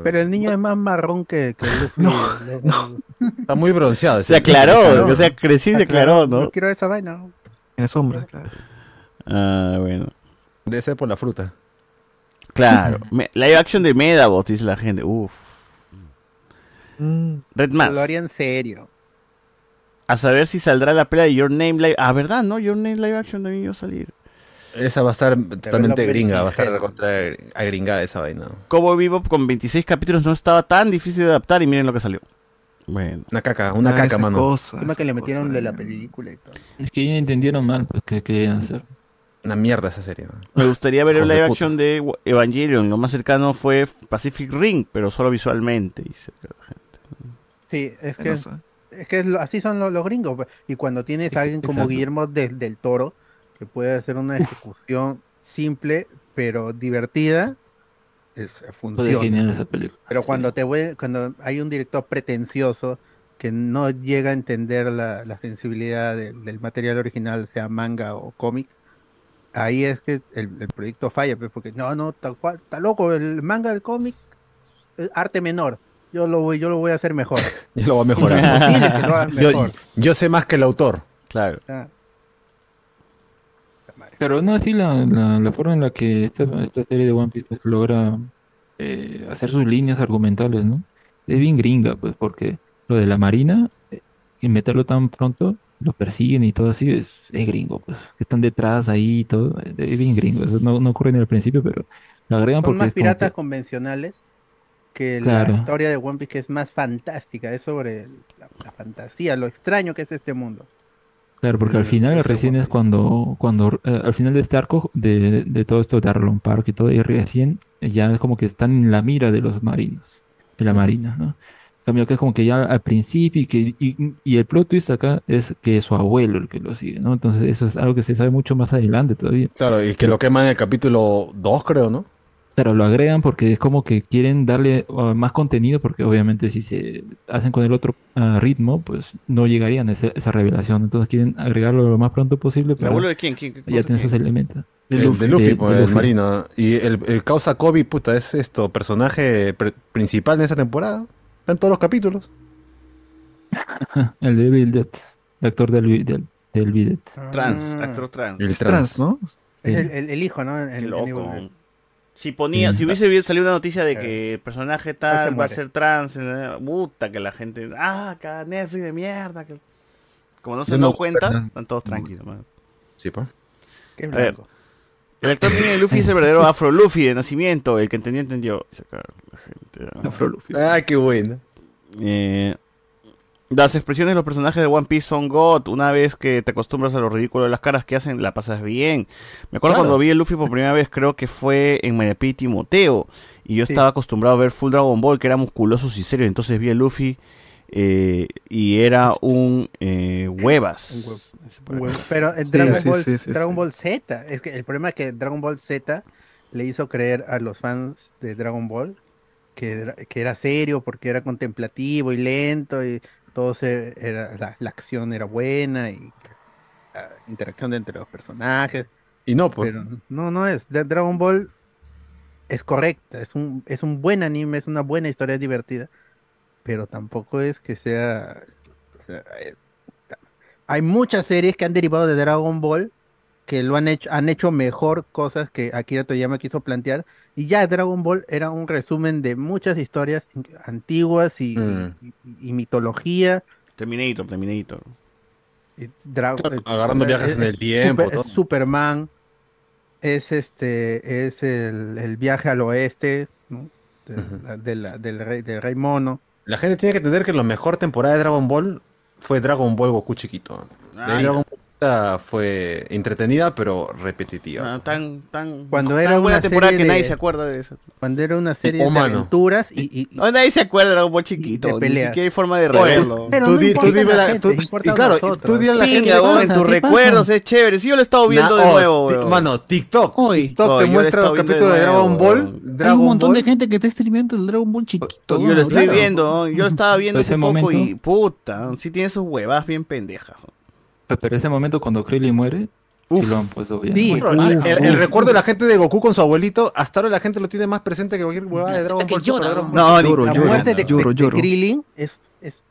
Speaker 4: Pero el niño es más marrón que, que
Speaker 1: (laughs)
Speaker 4: Luffy. Le-
Speaker 3: (laughs) Está muy bronceado.
Speaker 1: Se aclaró, o sea, creció y se aclaró, ¿no?
Speaker 4: Ah, quiero esa vaina.
Speaker 3: En sombra, claro.
Speaker 1: Ah, bueno.
Speaker 3: Debe ser por la fruta.
Speaker 1: Claro. Me- live action de Medabot, dice la gente. Uf.
Speaker 8: Mm.
Speaker 1: Red Mask.
Speaker 4: Lo haría en serio.
Speaker 1: A saber si saldrá la pelea de Your Name Live. Ah, ¿verdad? No, Your Name Live Action también iba a salir.
Speaker 3: Esa va a estar totalmente
Speaker 1: la
Speaker 3: gringa, va a estar contra agringada esa vaina.
Speaker 1: Cowboy Bebop con 26 capítulos no estaba tan difícil de adaptar y miren lo que salió. Bueno.
Speaker 3: Una caca, una caca, mano.
Speaker 1: Ah,
Speaker 4: Encima que le metieron de la película y todo.
Speaker 15: Es que ya entendieron mal pues, qué querían hacer.
Speaker 3: Una mierda esa serie.
Speaker 1: Me gustaría ver el
Speaker 3: Hijos de
Speaker 1: live
Speaker 3: puta.
Speaker 1: action de Wa- Evangelion. Lo más cercano fue Pacific Ring, pero solo visualmente. dice la gente.
Speaker 4: Sí, es que,
Speaker 1: Pero sí.
Speaker 4: es que lo- así son lo- los, gringos. pues. Y cuando tienes a alguien como
Speaker 1: exacto.
Speaker 4: Guillermo del, del Toro, que puede hacer una ejecución simple pero divertida, es, eh, funciona.
Speaker 15: genial esa película.
Speaker 4: Pero cuando te vuel- cuando hay un director pretencioso que no llega a entender la, la sensibilidad de- del material original, sea manga o cómic, ahí es que el, el proyecto falla, pues, porque no, no, tal cual, está loco, el manga, el cómic, eh, arte menor. Yo lo voy, yo lo voy a hacer mejor.
Speaker 3: Yo lo voy a (laughs) mejorar.
Speaker 4: Imposible que lo hagas
Speaker 3: yo,
Speaker 4: mejor.
Speaker 3: yo sé más que el autor.
Speaker 1: Claro.
Speaker 4: Ah,
Speaker 15: Pero no así la, la, la forma en la que esta, esta serie de One Piece pues, logra eh, hacer sus líneas argumentales, ¿no? Es bien gringa, pues, porque lo de la marina, eh, y meterlo tan pronto, lo persiguen y todo así, es, es gringo, pues, que están detrás ahí y todo, es es bien gringo, eso no, no ocurre en el principio, pero lo (laughs) agregan
Speaker 4: Son
Speaker 15: porque
Speaker 4: más
Speaker 15: es como que-
Speaker 4: piratas convencionales que
Speaker 15: Claro.
Speaker 4: la historia de One Piece que es más fantástica, es sobre la- la fantasía, lo extraño que es este mundo.
Speaker 15: Claro, porque al final recién es cuando, cuando eh, al final de este arco, de, de- de todo esto de Arlon Park y todo, y recién ya es como que están en la mira de los marinos, de la marina, ¿no? En cambio que es como que ya al principio y que y, y el plot twist acá es que es su abuelo el que lo sigue, ¿no? Entonces eso es algo que se sabe mucho más adelante todavía.
Speaker 3: Claro, y que lo queman en el capítulo 2, creo, ¿no?
Speaker 15: Claro, lo agregan porque es como que quieren darle uh, más contenido, porque obviamente si se hacen con el otro uh, ritmo, pues no llegarían a ese- esa revelación. Entonces quieren agregarlo lo más pronto posible. para
Speaker 1: abuelo de quién? ¿Quién- qué
Speaker 15: Ya
Speaker 1: cosa-
Speaker 15: tiene esos
Speaker 1: quién?
Speaker 15: elementos.
Speaker 3: De Luffy, de Luffy
Speaker 15: De-
Speaker 3: pues,
Speaker 15: de
Speaker 3: el
Speaker 15: Luffy.
Speaker 3: marino. Y el, el causa Kobe, puta, es esto, personaje pr- principal de esta temporada. Está en todos los capítulos.
Speaker 15: El de Bill Dead, el actor del, Bill- del, del Bill Dead.
Speaker 1: Ah. Trans, actor trans.
Speaker 3: El Ah. trans, ¿no?
Speaker 4: Es el, el- el hijo, ¿no? En- en- en
Speaker 1: Loco.
Speaker 4: Evil Dead.
Speaker 1: Si ponía, si hubiese salido una noticia de que el personaje
Speaker 4: Ah, Eh. se
Speaker 1: tal va a
Speaker 4: muere.
Speaker 1: ser trans, eh, puta que la gente, ah, acá Netflix de mierda, que como no se
Speaker 3: Yo
Speaker 1: han dado
Speaker 3: no-
Speaker 1: cuenta,
Speaker 3: ¿verdad?
Speaker 1: están todos tranquilos. man.
Speaker 3: Sí, pues. pa.
Speaker 4: Qué
Speaker 1: A ver.
Speaker 4: blanco.
Speaker 1: El actor niño de Luffy es el verdadero Afro Luffy de nacimiento. El que entendió, entendió. Dice acá la gente, ah.
Speaker 3: Afro Luffy. Ah, qué bueno.
Speaker 1: Eh, las expresiones de los personajes de One Piece son God. Una vez que te acostumbras a lo ridículo de las caras que hacen, la pasas bien. Me acuerdo
Speaker 3: Claro.
Speaker 1: cuando vi el Luffy por primera vez, creo que fue en Manapí Timoteo. Y yo
Speaker 3: Sí.
Speaker 1: estaba acostumbrado a ver Full Dragon Ball, que era musculosos y serios. Entonces vi el Luffy eh, y era un eh, huevas.
Speaker 4: Bueno, Pero en
Speaker 1: Sí,
Speaker 4: Dragon,
Speaker 1: sí,
Speaker 4: Ball,
Speaker 1: sí, sí,
Speaker 4: Dragon
Speaker 1: sí.
Speaker 4: Ball Z, es que el problema es que Dragon Ball Z le hizo creer a los fans de Dragon Ball que, era- que era serio porque era contemplativo y lento y todo se, era, la, la acción era buena y la interacción de entre los personajes.
Speaker 3: Y no, pues.
Speaker 4: no, no es. De Dragon Ball es correcta, es un, es un buen anime, es una buena historia es divertida, pero tampoco es que sea... o sea, eh, ta- hay muchas series que han derivado de Dragon Ball que lo han hecho, han hecho mejor cosas que Akira Toyama quiso plantear, y ya Dragon Ball era un resumen de muchas historias antiguas y,
Speaker 1: Mm.
Speaker 4: y- y- y mitología.
Speaker 1: Terminator, Terminator.
Speaker 4: Dra-
Speaker 1: Claro,
Speaker 4: eh,
Speaker 1: agarrando
Speaker 4: es-
Speaker 1: viajes en
Speaker 4: es
Speaker 1: el tiempo,
Speaker 4: Super-
Speaker 1: todo.
Speaker 4: es Superman. Es este. Es el, el viaje al oeste. ¿no? De- de la- del, rey, del rey mono.
Speaker 3: La gente tiene que entender que la mejor temporada de Dragon Ball fue Dragon Ball Goku chiquito. De ahí
Speaker 1: Ay.
Speaker 3: Dragon Ball Z fue entretenida pero repetitiva.
Speaker 1: Ah, tan, tan,
Speaker 4: Cuando
Speaker 1: tan
Speaker 4: era
Speaker 1: buena
Speaker 4: una
Speaker 1: temporada
Speaker 4: serie
Speaker 1: que nadie
Speaker 4: de-
Speaker 1: se acuerda de eso.
Speaker 4: Cuando era una serie de
Speaker 1: humano.
Speaker 4: aventuras y. y- y-
Speaker 1: No, nadie se acuerda de Dragon Ball chiquito.
Speaker 4: De
Speaker 1: ni
Speaker 4: peleas.
Speaker 1: siquiera hay forma de
Speaker 4: Oye,
Speaker 1: reverlo.
Speaker 4: pero no importa a la gente,
Speaker 1: tú-
Speaker 4: importa
Speaker 1: y
Speaker 4: a
Speaker 1: claro,
Speaker 4: nosotros.
Speaker 1: tú di a la
Speaker 4: Pinga,
Speaker 1: gente,
Speaker 4: vos,
Speaker 1: weón, en tus
Speaker 4: ¿qué pasa?
Speaker 1: recuerdos es chévere. Sí, yo lo he estado viendo
Speaker 3: Na-
Speaker 1: de
Speaker 3: oh,
Speaker 1: nuevo,
Speaker 3: ti-
Speaker 1: weón.
Speaker 3: Mano, TikTok.
Speaker 1: Hoy.
Speaker 3: TikTok
Speaker 1: No,
Speaker 3: te
Speaker 1: yo lo he
Speaker 3: muestra
Speaker 1: estado
Speaker 3: los
Speaker 1: viendo
Speaker 3: capítulos
Speaker 1: de
Speaker 3: de Dragon
Speaker 1: nuevo,
Speaker 3: Ball.
Speaker 1: weón.
Speaker 9: Hay un
Speaker 3: Dragon
Speaker 9: montón
Speaker 3: Ball.
Speaker 9: de gente que está streameando el Dragon Ball chiquito.
Speaker 1: Yo lo
Speaker 9: ¿no?
Speaker 1: estoy
Speaker 9: Claro.
Speaker 1: viendo, ¿no? yo lo estaba viendo
Speaker 15: Ese
Speaker 1: hace poco
Speaker 15: momento.
Speaker 1: y puta, sí tiene sus huevas bien pendejas.
Speaker 15: Ah, Pero ese momento cuando Krillin muere, sí lo han puesto bien.
Speaker 3: Bueno, el, el- el recuerdo de la gente de Goku con su abuelito, hasta ahora la gente lo tiene más presente que cualquier huevada de Dragon Ball. Super, Dragon Ball
Speaker 4: No,
Speaker 3: Super.
Speaker 4: ni- la muerte de, de- de Krillin es, es,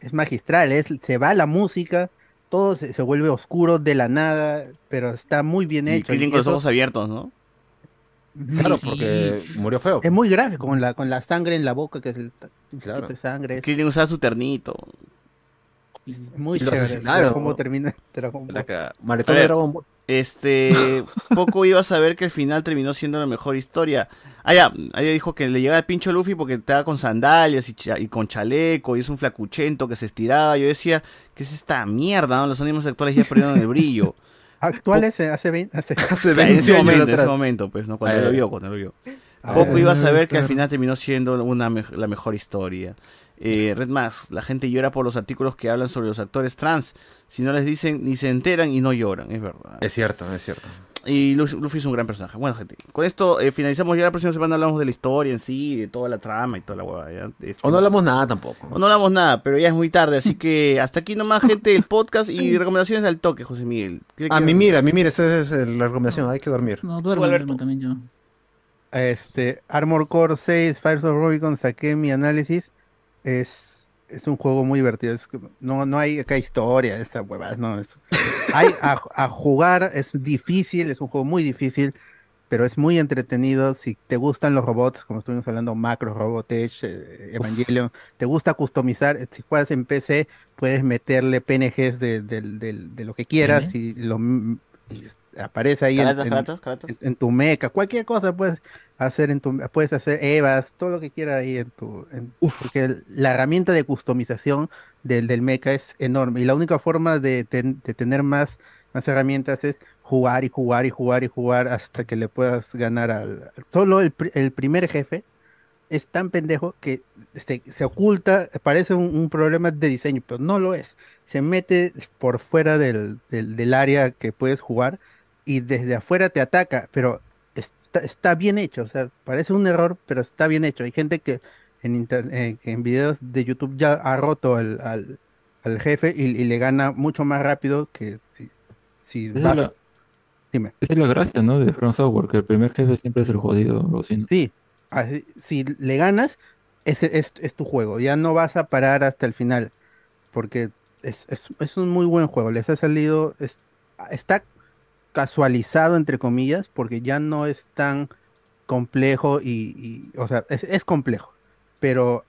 Speaker 4: es magistral. Es, se va la música, todo se, se vuelve oscuro de la nada, pero está muy bien
Speaker 1: Y
Speaker 4: hecho.
Speaker 1: Krillin
Speaker 4: y
Speaker 1: con los
Speaker 4: eso-
Speaker 1: ojos abiertos, ¿no?
Speaker 3: Claro, porque murió feo.
Speaker 4: Es muy grave con la, con la sangre en la boca, que es el tipo de sangre. es-
Speaker 1: Krillin usaba su ternito.
Speaker 4: Es muy
Speaker 1: Y lo
Speaker 4: chévere
Speaker 1: asesinaron.
Speaker 4: ver cómo termina Dragon Ball.
Speaker 1: A ver,
Speaker 3: (laughs)
Speaker 1: Este, poco ibas a ver que el final terminó siendo la mejor historia. Ah, ya, ella dijo que le llegaba el pincho Luffy porque estaba con sandalias y, cha- y con chaleco y es un flacuchento que se estiraba. Yo decía, ¿qué es esta mierda? no? Los animes actuales ya perdieron el
Speaker 3: (laughs)
Speaker 1: brillo.
Speaker 4: Actuales eh, hace 20
Speaker 1: (laughs)
Speaker 4: hace,
Speaker 1: Claro, en ese momento, en ese momento, pues, ¿no? Cuando
Speaker 4: Ah,
Speaker 1: lo
Speaker 4: ya.
Speaker 1: vio, cuando lo vio.
Speaker 4: Ah,
Speaker 1: Poco
Speaker 4: ya.
Speaker 1: ibas a ver que al
Speaker 4: Claro.
Speaker 1: final terminó siendo una mej- la mejor historia. Eh, Red Max, la gente llora por los artículos que hablan sobre los actores trans. Si no les dicen, ni se enteran y no lloran, es verdad.
Speaker 3: Es cierto, es cierto.
Speaker 1: Y Lu- Luffy es un gran personaje. Bueno, gente, con esto eh, finalizamos ya la próxima semana. Hablamos de la historia en sí, de toda la trama y toda la huevada. ¿ya? Este,
Speaker 3: O no hablamos nada tampoco.
Speaker 1: o no hablamos nada, pero ya es muy tarde.
Speaker 4: (laughs)
Speaker 1: Así que hasta aquí nomás, gente, el podcast y recomendaciones al toque, José Miguel. ¿Qué-
Speaker 3: A
Speaker 1: qué-
Speaker 3: mí mira, Ah, a mí mira, esa es la recomendación, hay que dormir.
Speaker 9: No, duermo,
Speaker 1: Alberto.
Speaker 9: duermo también yo.
Speaker 4: Este, Armor Core 6, Fires of Rubicon, saqué mi análisis. Es, es un juego muy divertido. es como- no, no hay acá historia, esa huevada. No, es, hay a, a jugar, es difícil, es un juego muy difícil, pero es muy entretenido. Si te gustan los robots, como estuvimos hablando, Macro, Robotech, eh, Evangelion, te gusta customizar, eh, si juegas en PC, puedes meterle PNGs de, del- del- de lo que quieras y lo m- y ah, aparece ahí en,
Speaker 1: Caratas,
Speaker 4: en-
Speaker 1: caratas, caratas.
Speaker 4: en- en tu meca, cualquier cosa puedes hacer en tu puedes hacer Evas, todo lo que quieras ahí en tu en- porque el- la herramienta de customización del, del meca es enorme y la única forma de, ten- de tener más, más herramientas es jugar y jugar y jugar y jugar hasta que le puedas ganar al solo el, pri- el primer jefe es tan pendejo que se, se oculta, parece un, un problema de diseño, pero no lo es. Se mete por fuera del, del- del área que puedes jugar y desde afuera te ataca, pero está, está bien hecho. O sea, parece un error, pero está bien hecho. Hay gente que en, inter- eh, que en videos de YouTube ya ha roto al, al- al jefe y, y le gana mucho más rápido que si, si
Speaker 15: Esa es
Speaker 4: vas-
Speaker 15: la-
Speaker 4: Dime.
Speaker 15: Esa es la gracia, ¿no? De From Software, que el primer jefe siempre es el jodido, bocino.
Speaker 4: Sí, así- si le ganas, ese es, es tu juego. Ya no vas a parar hasta el final. Porque es, es- es un muy buen juego. Les ha salido. es- está casualizado, entre comillas, porque ya no es tan complejo y. y- o sea, es, es complejo. Pero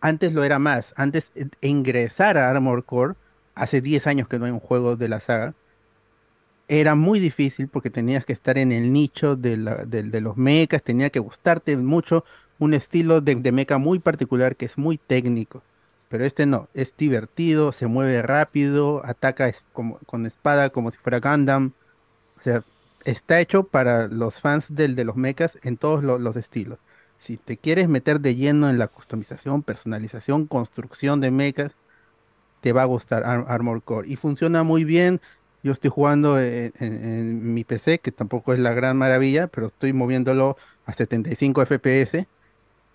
Speaker 4: antes lo era más. Antes eh, ingresar a Armor Core, hace 10 años que no hay un juego de la saga era muy difícil porque tenías que estar en el nicho de, la- de- de los mechas, tenía que gustarte mucho un estilo de, de mecha muy particular que es muy técnico. Pero este no, es divertido, se mueve rápido, ataca es- como, con espada como si fuera Gundam. O sea, está hecho para los fans del, de los mechas en todos lo- los estilos. Si te quieres meter de lleno en la customización, personalización, construcción de mechas, te va a gustar Ar- Armor Core. Y funciona muy bien. Yo estoy jugando en, en- en mi PC, que tampoco es la gran maravilla, pero estoy moviéndolo a 75 FPS.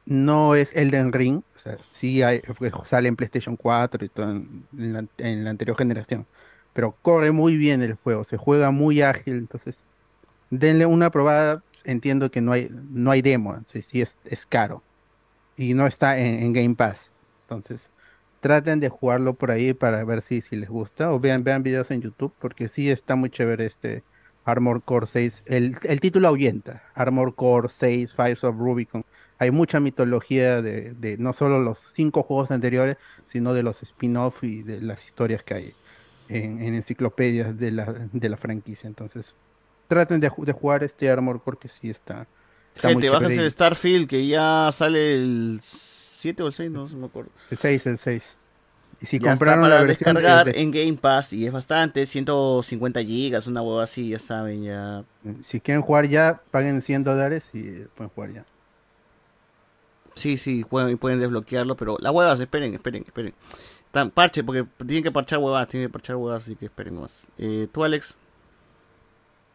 Speaker 4: No es Elden Ring, o sea, sí hay- pues, sale en PlayStation 4 y todo en, en la, en la anterior generación, pero corre muy bien el juego, se juega muy ágil, entonces denle una probada. Entiendo que no hay, no hay demo, si es, es caro. Y no está en, en Game Pass. Entonces, traten de jugarlo por ahí para ver si, si les gusta. O vean, vean videos en YouTube, porque sí está muy chévere este Armor Core 6. El, el título ahuyenta. Armor Core 6, Fires of Rubicon. Hay mucha mitología de, de no solo los cinco juegos anteriores, sino de los spin-off y de las historias que hay en, en enciclopedias de la, de la franquicia. Entonces, traten de, ju- de jugar este Armor Core que sí está. está muy
Speaker 1: Gente,
Speaker 4: chévere
Speaker 1: bájense
Speaker 4: y-
Speaker 1: el Starfield que ya sale el 7 o el 6, no, no me acuerdo.
Speaker 4: El 6, el 6. Y
Speaker 1: Ya
Speaker 4: si
Speaker 1: está
Speaker 4: compraron
Speaker 1: para
Speaker 4: la versión eh, de-
Speaker 1: descargar
Speaker 4: de-
Speaker 1: en Game Pass y es bastante, 150 gigas, una hueva así, ya saben, ya.
Speaker 4: si quieren jugar ya, paguen 100 dólares y eh, pueden jugar ya.
Speaker 1: Sí, sí, pueden, pueden desbloquearlo, pero las huevas, esperen, esperen, esperen. Tan, parche, porque tienen que parchar huevas, tienen que parchar huevas, así que esperen más. Eh, Tú, Alex,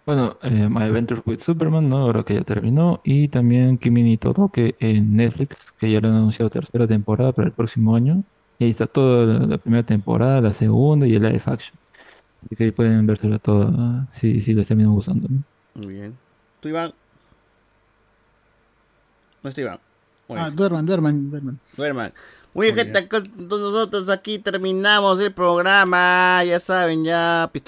Speaker 15: Bueno, eh, My Adventures with Superman, ¿no? Ahora que ya terminó. Y también Kimi ni Todo, que en Netflix, que ya lo han anunciado tercera temporada para el próximo año. Y ahí está toda la, la primera temporada, la segunda y el live action. Así que ahí pueden vérsela toda, si, si les termina gustando. ¿no?
Speaker 1: muy bien. Tú, Iván. No está Iván. Muy
Speaker 9: Ah,
Speaker 1: bien.
Speaker 9: duerman, duerman, duerman.
Speaker 1: Duerman. Muy bien, gente, acá nosotros aquí terminamos el programa, ya saben, ya. pistola